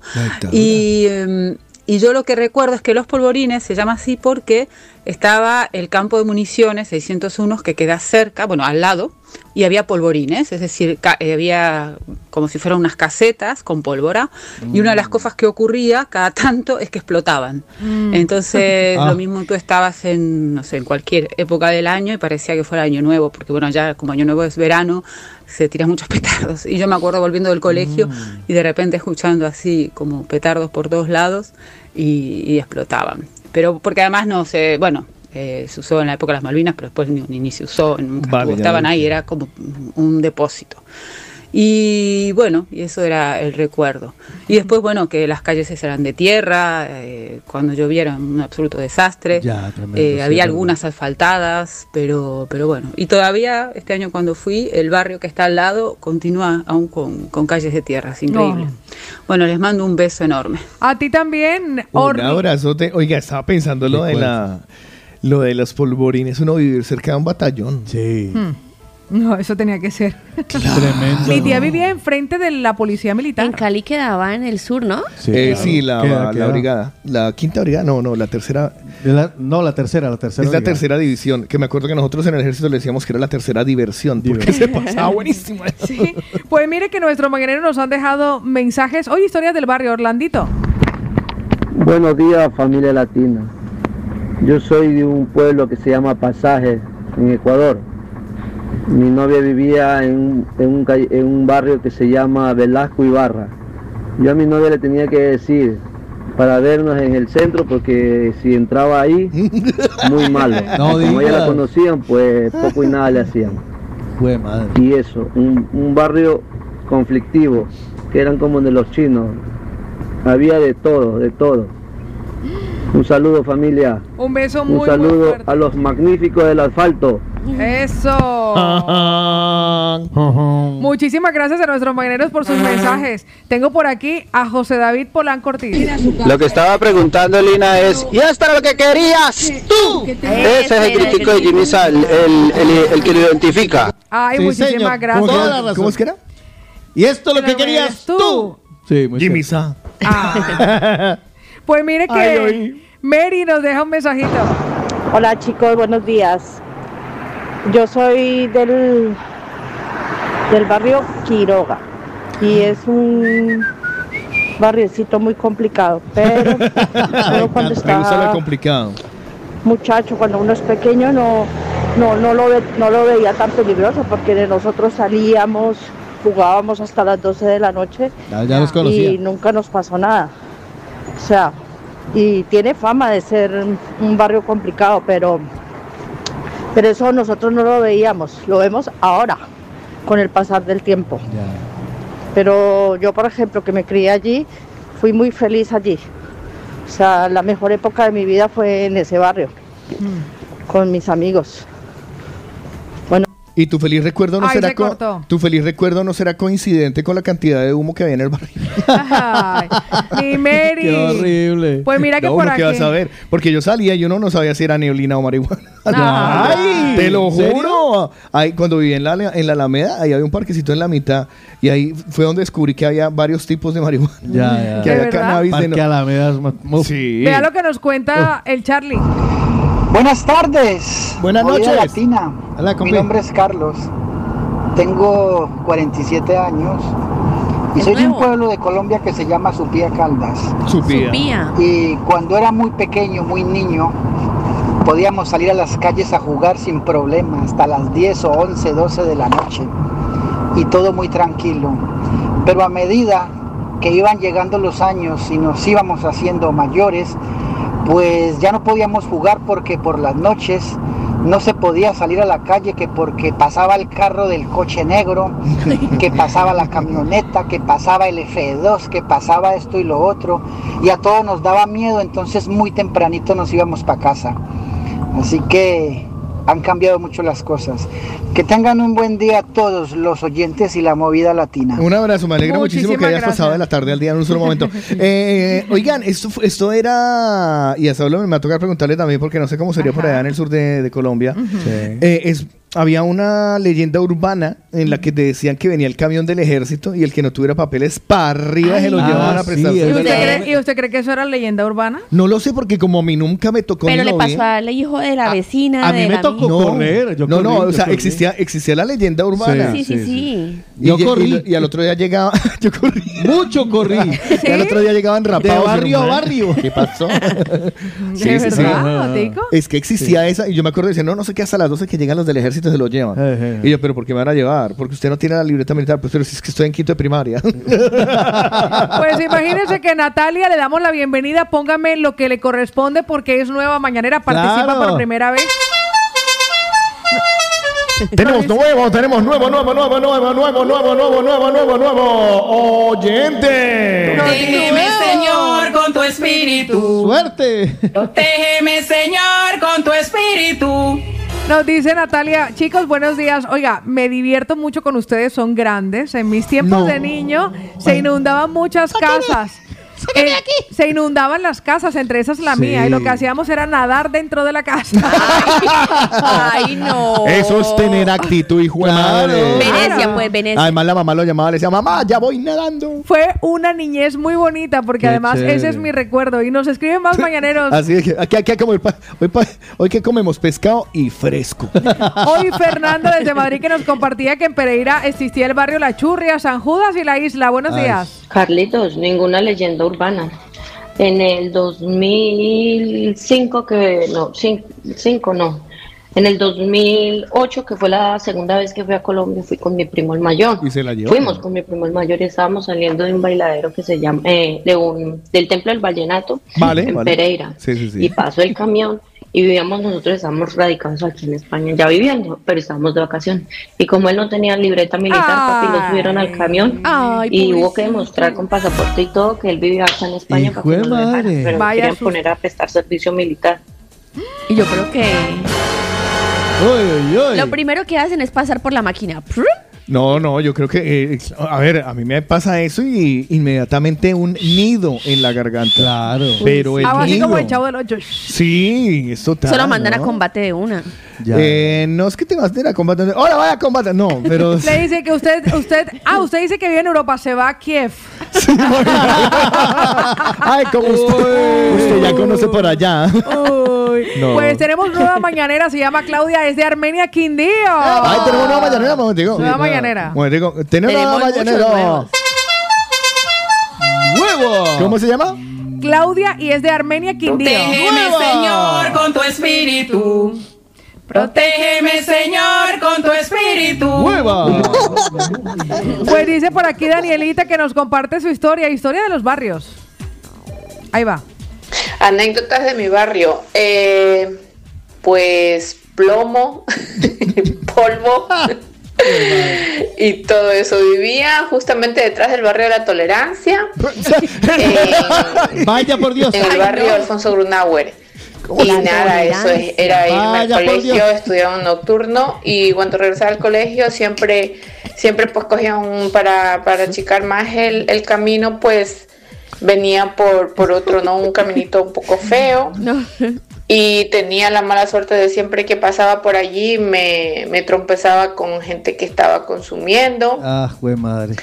Y, em, y yo lo que recuerdo es que los polvorines se llama así porque estaba el campo de municiones 601 que queda cerca, bueno, al lado, y había polvorines, es decir, ca- eh, había como si fueran unas casetas con pólvora, y una de las cosas que ocurría cada tanto es que explotaban. Mm. Entonces, Ah. lo mismo tú estabas en, no sé, en cualquier época del año y parecía que fuera año nuevo, porque bueno, ya como año nuevo es verano, se tiran muchos petardos. Y yo me acuerdo volviendo del colegio Mm. y de repente escuchando así como petardos por todos lados y, y explotaban. Pero porque además no sé, bueno, eh, se usó en la época de las Malvinas, pero después ni, ni- ni se usó, nunca Vale, estuvo. ya estaban veo. ahí, era como un depósito. Y bueno, y eso era el recuerdo. Y después, bueno, que las calles eran de tierra, eh, cuando lloviera un absoluto desastre. Ya, tremendo, Eh, sí, había es algunas asfaltadas, pero, pero bueno. Y todavía este año cuando fui, el barrio que está al lado continúa aún con, con calles de tierra, es increíble. Bueno, les mando un beso enorme. A ti también, Un Orly. abrazote. Oiga, estaba pensando lo de la lo de los polvorines, uno vivir cerca de un batallón. Sí. Hmm. Mm. No, eso tenía que ser. Tremendo. Mi tía vivía enfrente de la policía militar. En Cali quedaba en el sur, ¿no? Sí, Eh, sí la, Queda, la queda. brigada. La quinta brigada, no, no, la tercera. no, la tercera, la tercera. Es la brigada. tercera división, que me acuerdo que nosotros en el ejército le decíamos que era la tercera diversión, porque se pasaba buenísimo. Sí. Pues mire que nuestros mañaneros nos han dejado mensajes. Hoy historias del barrio, Orlandito. Buenos días familia latina. Yo soy de un pueblo que se llama Pasajes en Ecuador. Mi novia vivía en, un- en un, calle- en un barrio que se llama Velasco Ibarra. Yo a mi novia le tenía que decir para vernos en el centro porque si entraba ahí, muy malo. No Como ella la digas. conocían, pues poco y nada le hacían. Jue madre. Y eso, un, un barrio conflictivo, que eran como de los chinos. Había de todo, de todo. Un saludo familia. Un beso Un muy, muy saludo fuerte. a los magníficos del asfalto. Eso. Muchísimas gracias a nuestros mañaneros por sus mensajes. Tengo por aquí a José David Polán Cortés. Lo que estaba preguntando Lina es, ¿y esto era lo que querías tú? Ese es el crítico de Jimmy Sal, el, el- el que lo identifica. Ay, Sí, muchísimas señor. gracias. Toda la razón. ¿Cómo es que era? Y esto lo que querías tú. Sí, muy Jimmy cerca. Ah. Pues mire que Ay, oí. Mary nos deja un mensajito. Hola chicos, buenos días. Yo soy del, del barrio Quiroga y es un barriecito muy complicado, pero uno cuando Me gusta lo está complicado. muchacho, cuando uno es pequeño no, no, no, lo, ve- no lo veía tan peligroso porque de nosotros salíamos, jugábamos hasta las 12 de la noche Ya, ya los conocía. y nunca nos pasó nada. O sea, y tiene fama de ser un barrio complicado, pero, pero eso nosotros no lo veíamos, lo vemos ahora, con el pasar del tiempo. Pero yo, por ejemplo, que me crié allí, fui muy feliz allí. O sea, la mejor época de mi vida fue en ese barrio, con mis amigos. Y tu feliz recuerdo no Ay, será se co- cortó. tu feliz recuerdo no será coincidente con la cantidad de humo que había en el barrio. Mi Mary. Qué horrible. Pues mira que No, por uno aquí. qué va a saber, porque yo salía y uno no sabía si era neblina o marihuana. Ay, Te lo ¿en serio? juro. Ahí, cuando viví en la, en la Alameda, ahí había un parquecito en la mitad y ahí fue donde descubrí que había varios tipos de marihuana. Ya, ya. Que ¿De había verdad? cannabis. Parque Alameda es más- Sí. Vea lo que nos cuenta el Charlie. Buenas tardes. Buenas Movida noches. Latina. Hola, Mi compi. nombre es Carlos. Tengo 47 años y Es soy de un nuevo. pueblo de Colombia que se llama Supía Caldas. Supía. Supía. Y cuando era muy pequeño, muy niño, podíamos salir a las calles a jugar sin problema hasta las 10 o 11, 12 de la noche y todo muy tranquilo. Pero a medida que iban llegando los años y nos íbamos haciendo mayores, pues ya no podíamos jugar porque por las noches no se podía salir a la calle que porque pasaba el carro del coche negro, que pasaba la camioneta, que pasaba el F2, que pasaba esto y lo otro, y a todos nos daba miedo, entonces muy tempranito nos íbamos para casa. Así que han cambiado mucho las cosas. Que tengan un buen día todos los oyentes y la movida latina. Un abrazo, me alegro muchísimo que Muchísimas hayas pasado gracias. de la tarde al día en un solo momento. Eh, oigan, esto, fu- esto era. Y a Saulo me va a tocar preguntarle también, porque no sé cómo sería por allá en el sur de, de Colombia. Eh, es había una leyenda urbana en la que te decían que venía el camión del ejército y el que no tuviera papeles para arriba se lo Ah, llevaban a sí, prestar. es ¿Y usted, cree, y usted cree que eso era leyenda urbana? No lo sé porque como a mí nunca me tocó Pero ni le lo vi. pasó al hijo de la vecina. de la amiga. No, no, no, corrí, o yo sea, corrí. existía, existía la leyenda urbana. Sí, sí, sí. sí. Y Yo lle- y corrí. lo- Y, al otro día llegaba, yo corrí. Mucho corrí. Y al otro día llegaban rapados. barrio a hermano. barrio. ¿Qué pasó? ¿De verdad, Tico? Es que existía esa, y yo me acuerdo de decir, no, no sé qué, hasta las 12 que llegan los del ejército se lo llevan. Ejé. Y yo, pero ¿por qué me van a llevar? Porque usted no tiene la libreta militar. Pues, pero si es que estoy en quinto de primaria. Pues imagínense que Natalia le damos la bienvenida, póngame lo que le corresponde porque es nueva mañanera, participa Claro. por primera vez. tenemos nuevo, tenemos nuevo, nuevo, nuevo, nuevo, nuevo, nuevo, nuevo, nuevo, nuevo, nuevo. Oyente. Protégeme, Señor, con tu espíritu. Suerte. Protégeme, Señor, con tu espíritu. Nos dice Natalia, chicos, buenos días. Oiga, me divierto mucho con ustedes, son grandes. En mis tiempos No. de niño se inundaban muchas casas. Eh, se inundaban las casas, entre esas la Sí. mía, y lo que hacíamos era nadar dentro de la casa. Ay, no. Eso es tener actitud, hijo de madre. Venecia, pues, Venecia. Además, la mamá lo llamaba, le decía, mamá, ya voy nadando. Fue una niñez muy bonita, porque Qué además ese chévere. es mi recuerdo. Y nos escriben más mañaneros. Así es que aquí, aquí hay que comer pa- hoy, pa- hoy que comemos pescado y fresco. Hoy Fernando desde Madrid que nos compartía que en Pereira existía el barrio La Churria, San Judas y la Isla. Buenos Ay. días. Carlitos, ninguna leyenda urbana. En el 2005 que no, 5 no. En el 2008 que fue la segunda vez que fui a Colombia, fui con mi primo el mayor. Y se la llevó. Fuimos con mi primo el mayor y estábamos saliendo de un bailadero que se llama eh, de un del templo del vallenato Vale, en vale. Pereira. Sí, sí, sí. Y pasó el camión y vivíamos nosotros estábamos radicados aquí en España ya viviendo, pero estábamos de vacación. Y como él no tenía libreta militar, papi lo subieron al camión Ay, y hubo pobrecito. que demostrar con pasaporte y todo que él vivía acá en España para Hijo que de no lo dejaran, madre. pero Vaya querían susto. poner a prestar servicio militar. Y yo creo que Uy, uy, uy. lo primero que hacen es pasar por la máquina. Prum. No, no, yo creo que, eh, a ver, a mí me pasa eso y inmediatamente un nido en la garganta. Claro. Pero el Algo Ah, así nido. como el chavo del ocho. Sí, es total. Se Pues, lo mandan ¿no? a combate de una. Eh, no es que te vas a ir a combatir. Ahora vaya a combatir. No, pero. Le dice que usted, usted, ah, usted dice que vive en Europa, se va a Kiev. Ay, como usted, usted ya conoce por allá. No. Pues tenemos nueva mañanera, se llama Claudia, es de Armenia Quindío. Ay, tenemos nueva mañanera, momentico. Nueva mañanera. Momentico. Tenemos nueva Tenemos muchos mañanera. nuevos. ¡Huevo! ¿Cómo se llama? Claudia y es de Armenia Quindío. Protégeme, Señor, con tu espíritu. Protégeme, Señor, con tu espíritu. ¡Hueva! Pues dice por aquí Danielita que nos comparte su historia, historia de los barrios. Ahí va. Anécdotas de mi barrio. Eh, pues plomo, polvo y todo eso. Vivía justamente detrás del barrio de la tolerancia. Eh, Vaya por Dios. En el barrio Alfonso Grunauer. Y la nada, eso es- tolerancia. era irme Vaya, por al colegio, Dios. estudiaba un nocturno y cuando regresaba al colegio siempre, siempre pues cogía un, para, para achicar más el, el camino, pues venía por, por otro, ¿no? Un caminito un poco feo. Y tenía la mala suerte de siempre que pasaba por allí me, me trompezaba con gente que estaba consumiendo Ah, güey, madre.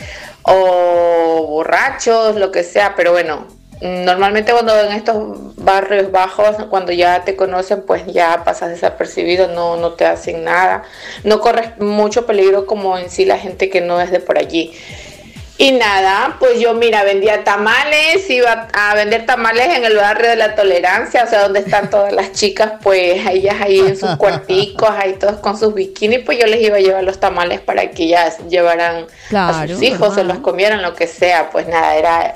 o borrachos, lo que sea, pero bueno, mm, normalmente cuando en estos barrios bajos, cuando ya te conocen, pues ya pasas desapercibido, no, no te hacen nada, no corres mucho peligro como en sí la gente que no es de por allí. Y nada, pues yo mira, vendía tamales, iba a vender tamales en el barrio de la tolerancia, o sea, donde están todas las chicas, pues ellas ahí en sus cuarticos, ahí todos con sus bikinis, pues yo les iba a llevar los tamales para que ellas llevaran a Claro, sus hijos, se los comieran, lo que sea, pues nada, era,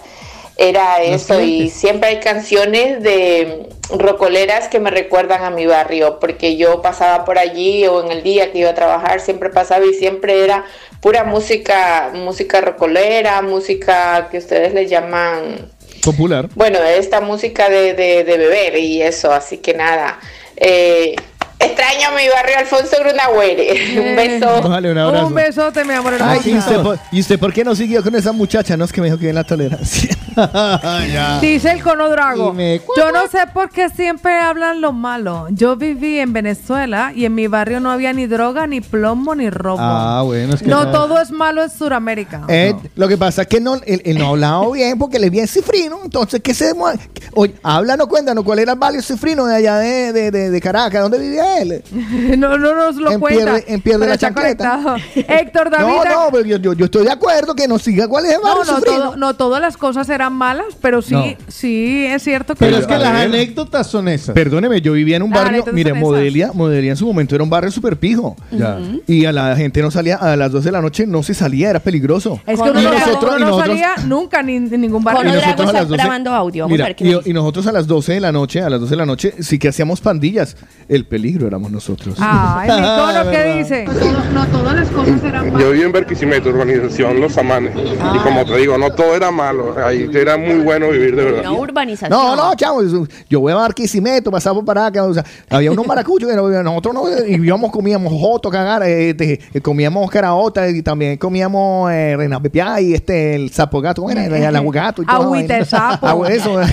era eso. Y siempre hay canciones de rocoleras que me recuerdan a mi barrio, porque yo pasaba por allí o en el día que iba a trabajar, siempre pasaba y siempre era pura música, música rocolera, música que ustedes le llaman Popular. bueno, esta música de, de- de beber y eso, así que nada. Eh, extraño mi barrio Alfonso Grunauer. Un beso. Vale, un abrazo. Un besote, mi amor. Ay, hermosa. ¿y, usted por, y usted por qué no siguió con esa muchacha? No, es que me dijo que en la tolerancia. Ya. Dice el conodrago. Ah. Dime, Yo no sé por qué siempre hablan lo malo. Yo viví en Venezuela y en mi barrio no había ni droga, ni plomo, ni robo. Ah, bueno, es que no, no. todo es malo en Sudamérica. Eh, Lo que pasa es que no, él, él no hablaba bien porque le bien cifrino. Entonces, ¿qué se demora? Oye, háblanos, cuéntanos cuál era el barrio cifrino de allá de, de, de, de Caracas, ¿dónde vivía él? no, no nos lo En cuenta. pierde- en pierde pero la está chancleta. conectado. Héctor David. No, no, pero yo, yo, yo estoy de acuerdo que nos siga cuál es el barrio No, no, cifrino. todo- no todas las cosas eran malas, pero sí, No. sí, es cierto que... Pero es que las anécdotas anécdotas son esas. Perdóneme, yo vivía en un Las barrio, anécdotas mire, son esas. Modelia, Modelia en su momento era un barrio súper pijo. Ya. Ujú. Y a la gente no salía, a las 12 de la noche no se salía, era peligroso. Es que y uno no, nosotros, no y nosotros- salía nunca ni en ningún barrio. y nosotros a las 12 mira, ver qué y, y nosotros a las 12 de la noche, a las 12 de la noche, sí que hacíamos pandillas. El peligro éramos nosotros. Ah, Ay, mi cono, Ah. ¿qué dice? No, todas las cosas eran Yo viví en Barquisimeto, urbanización Los Amanes. Y Ah. como te digo, no todo era malo. Ahí era muy bueno vivir de verdad. Una urbanización. No, no, chavo, eso- yo voy a Barquisimeto, pasamos para acá, o sea, había unos maracuchos, pero nosotros no, y íbamos, comíamos joto, cagar, eh, este, eh, comíamos caraota y también comíamos eh, renapepiá y este, el sapo gato, bueno, el, el aguagato y toda la Agüita de vaina. sapo. Agua- eso, eh,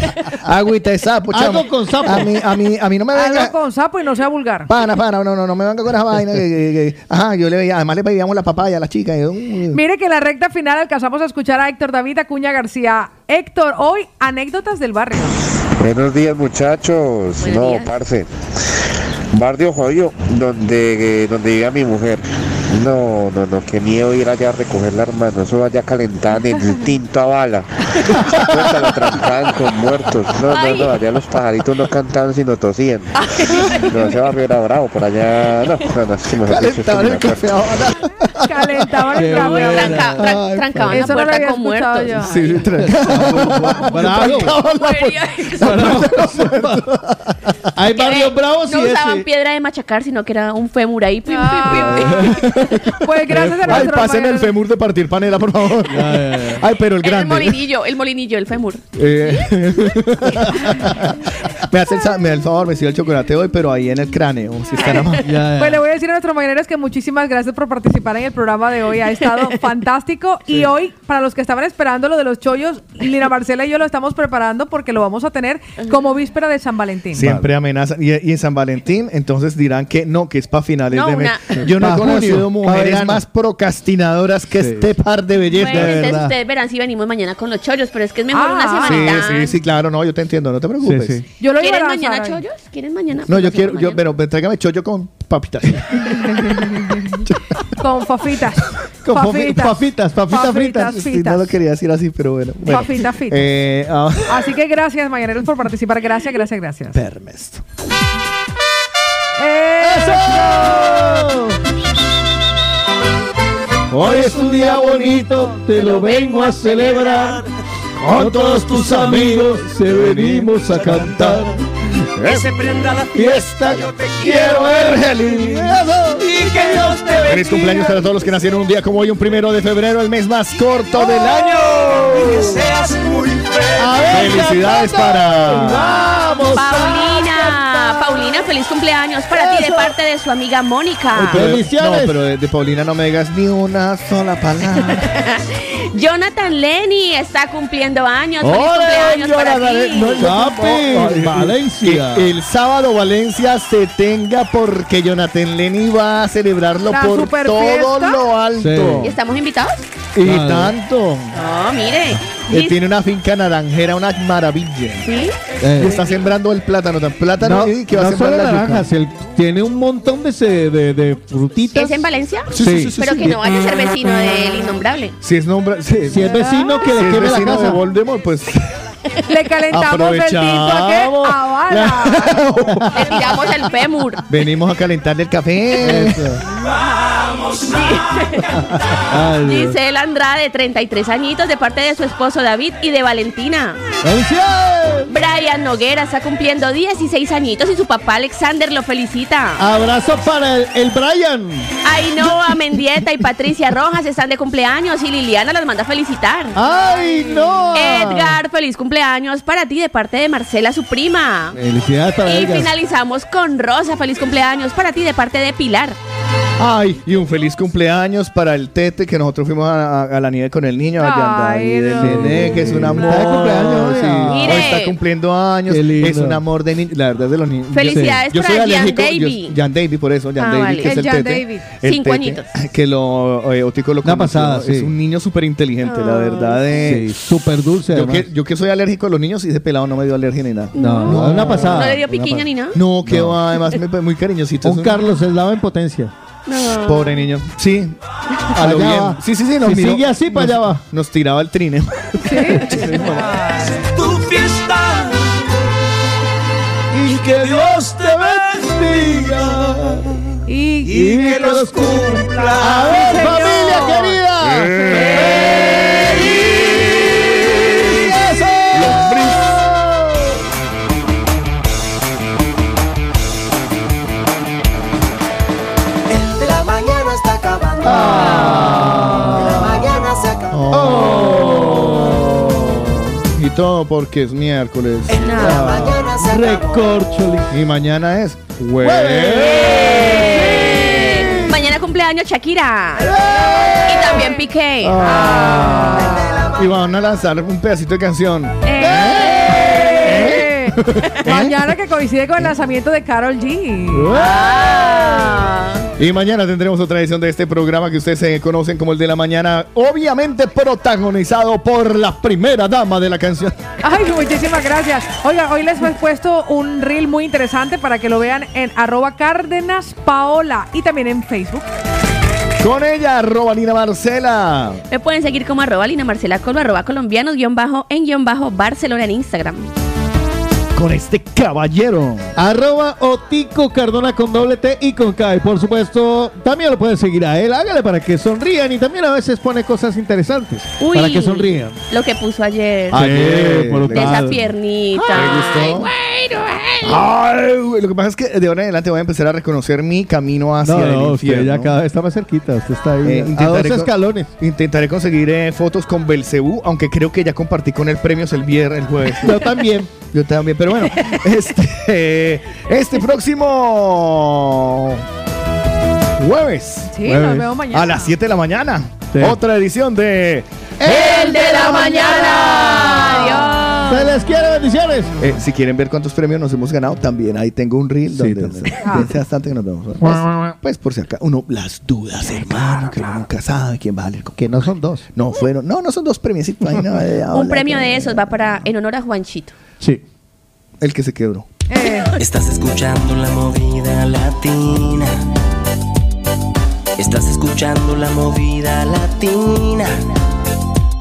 agüita de sapo, chavo. Algo con sapo. A mí, a mí, a mí no me venga, Habla con sapo y no sea vulgar. pana, pana, no, no, no me venga con las vainas, que, que- que- ajá, yo le veía, además le pedíamos la papaya a las chicas, y yo, mm. Mire que en la recta final alcanzamos a escuchar a Héctor David Acuña García. Héctor, hoy anécdotas del barrio. Buenos días muchachos. Buenos no, días. parce. Barrio jodido, donde, eh, donde vive mi mujer. No, no, no, qué miedo ir allá a recoger la hermana. Eso allá calentada en el tinto a bala. Puta, la trancaban con muertos. No, no, no, allá los pajaritos no cantaban sino tosían. No, ese barrio era bravo, por allá. No, no, no, es que mejor dicho, es que Calentaban ni Calentaban el café ahora. me acuerdo. Qué el café. buena. Tranca- tran- trancaban la pues. Eso no lo puerta había con escuchado muertos. yo. Sí, trancaban. Bravo. Trancaban la Hay barrios bravos Eh, No y usaban ese. piedra de machacar, sino que era un fémur ahí. pim, pim, pim. Pues gracias a Ah. Ay, nuestro pasen el fémur de partir panela, por favor. Ay, pero el Era el grande. molinillo, el molinillo, el fémur. Eh, me, hace el, sa- me da el favor, me sigue el chocolate hoy, pero ahí en el cráneo, si están amables. Pues le voy a decir a nuestros mañaneros que muchísimas gracias por participar en el programa de hoy. Ha estado fantástico. Y hoy, para los que estaban esperando lo de los chollos, Lina Marcela y yo lo estamos preparando porque lo vamos a tener como víspera de San Valentín. Siempre amenazan. Y, y en San Valentín, entonces dirán que no, que es para finales No, de mes. una- Yo no Pa' he junio, conocido pa' mujeres verano. más procrastinadoras que este par de bellezas. Bueno, de entonces verdad. ustedes verán si venimos mañana con los chollos, pero es que es mejor Ah. una Sí, semanita. sí, sí, claro, no, yo te entiendo, no te preocupes. Yo lo iba ¿Quieren a mañana lanzar hoy. chollos? ¿Quieren mañana? No, yo Hacemos quiero, yo, pues mañana. pero tráigame chollo con papitas. Con fafitas. Con papi- Fafitas. papitas, papitas Papitas fritas. Sí, no fritas. lo quería decir así, pero bueno. bueno. Papitas fritas. Eh, ah, Así que gracias, mañaneros, por participar. Gracias, gracias, gracias. Permes. ¡Eso! Hoy es un día bonito, te lo vengo a celebrar. Con todos tus amigos se venimos a cantar. Que se prenda la fiesta, yo te quiero ver feliz. Y que Dios te bendiga. Feliz cumpleaños para todos los que nacieron un día como hoy, un primero de febrero, el mes más corto del año. Y que seas muy feliz. Felicidades para. Paulina, Paulina, feliz cumpleaños para ti de parte de su amiga Mónica. Pero- No, pero de, de Paulina no me digas ni una sola palabra. Jonathan Lenny está cumpliendo años. Feliz ¡Ole, cumpleaños para Jonathan! ti. No, yo- Oh, oh, Valencia. Que el sábado Valencia se tenga porque Jonathan Lenny va a celebrarlo La por super todo fiesta. lo alto. ¿Y estamos invitados? Y tanto. No, mire. Él Liz- Eh, tiene una finca naranjera, una maravilla. ¿Sí? Y está sembrando el plátano. tan- Plátano Eh. No, y que va a no sembrar solo la yuca. naranjas, él tiene un montón de, se- de, de frutitas. ¿Es en Valencia? Sí, sí, sí, sí, Pero sí. que no vaya a ser vecino Ah. del innombrable. Si es nombra, si, Si es vecino que le si es queme la vecino casa. de Voldemort, pues Le calentamos el tinto a qué? Aprovechamos. A bala. Le tiramos el fémur. venimos a calentar el café. Ay, Dios. Giselle Andrade, 33 añitos, de parte de su esposo David y de Valentina. Brian Noguera está cumpliendo 16 añitos y su papá Alexander lo felicita. Abrazo para el, el Brian. Ainhoa Mendieta y Patricia Rojas están de cumpleaños y Liliana las manda a felicitar. ¡Ay, no! Edgar, feliz cumpleaños para ti de parte de Marcela, su prima. Felicidades Ah, para Y Edgar. finalizamos con Rosa, feliz cumpleaños para ti de parte de Pilar. Ay, y un feliz cumpleaños para el Tete, que nosotros fuimos a, a- a la nieve con el niño. Allá anda Ay, ahí del nene, que es un amor. Está de cumpleaños, sí. Mire. Hoy está cumpliendo años. Qué lindo. Es un amor de niño. La verdad es de los niños. Felicidades yo soy para Jan alérgico- yo- Davy. Jan Davy, por eso. Jan Ah, Davy, vale. que es El el, Jan Tete. Davy. El Cinco Tete, añitos. Que lo, eh, Otico lo Una conoció. pasada, Es sí. un niño súper inteligente, la verdad. Sí, súper dulce. Yo además. que, yo que soy alérgico a los niños y ese pelado no me dio alergia ni nada. No, no, una pasada. ¿No le dio piquiña ni nada? No, que va, además me, muy cariñosito. Un Carlos es lava en potencia. Ah. No. Pobre niño. Sí. A lo Allá bien. va. Sí, sí, sí. Nos Si miró- sigue así, pa' nos- allá va. Nos tiraba el trine. tu fiesta y que Dios te bendiga y, y que los cumpla. A ver, familia querida. El de la mañana está acabando. El de la mañana se acaba. Y todo porque es miércoles. mañana se Recorcholi. Y mañana es Eh, Mañana cumpleaños Shakira. ¡Eh! Y también Piqué. Ah. Y van a lanzar un pedacito de canción. Eh, Mañana que coincide con el lanzamiento de Carol G. Ah. Y mañana tendremos otra edición de este programa que ustedes eh, conocen como el de la mañana, obviamente protagonizado por la primera dama de la canción. Ay, muchísimas gracias. Oiga, hoy les he puesto un reel muy interesante para que lo vean en arroba Cárdenas Paola y también en Facebook. Con ella, Robalina Marcela. Me pueden seguir como arroba Lina Marcela Colo, arroba colombianos guión bajo en guión bajo Barcelona en Instagram. Con este caballero. Arroba Otico Cardona con doble T y con K. Y por supuesto, también lo pueden seguir a él. Hágale para que sonrían y también a veces pone cosas interesantes Uy, para que sonrían. Lo que puso ayer. Ayer, por de esa tal. piernita. ¿Te Ay, gustó? bueno, eh. ay. Ay, güey, lo que pasa es que de ahora en adelante voy a empezar a reconocer mi camino hacia No, el no, usted infierno. ya cada vez está más cerquita. Usted está ahí. Eh, a dos intentaré, con- escalones. intentaré conseguir eh, fotos con Belcebú, aunque creo que ya compartí con él premios el viernes, el jueves. Yo también. Yo también, pero bueno, este, este próximo jueves. Sí, nos Jueves. vemos mañana. A las 7 de la mañana. Sí. Otra edición de El de la mañana. Adiós. Se les quiere bendiciones. Eh, si quieren ver cuántos premios nos hemos ganado, también ahí tengo un reel donde también. Ah. dense bastante que nos vemos. Pues, pues, por si acá uno las dudas, hermano, que uno nunca sabe quién va a salir con Que no son dos. No fueron, no, no son dos premios. Un premio de esos va para en honor a Juanchito. Sí. El que se quebró. Eh. Estás escuchando la movida latina. Estás escuchando la movida latina.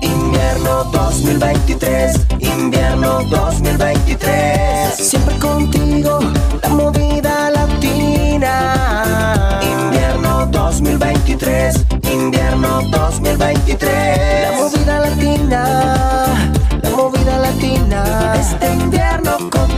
Invierno 2023, invierno 2023. Siempre contigo, la movida latina. Invierno 2023, invierno 2023. La movida latina, la movida latina. Este invierno con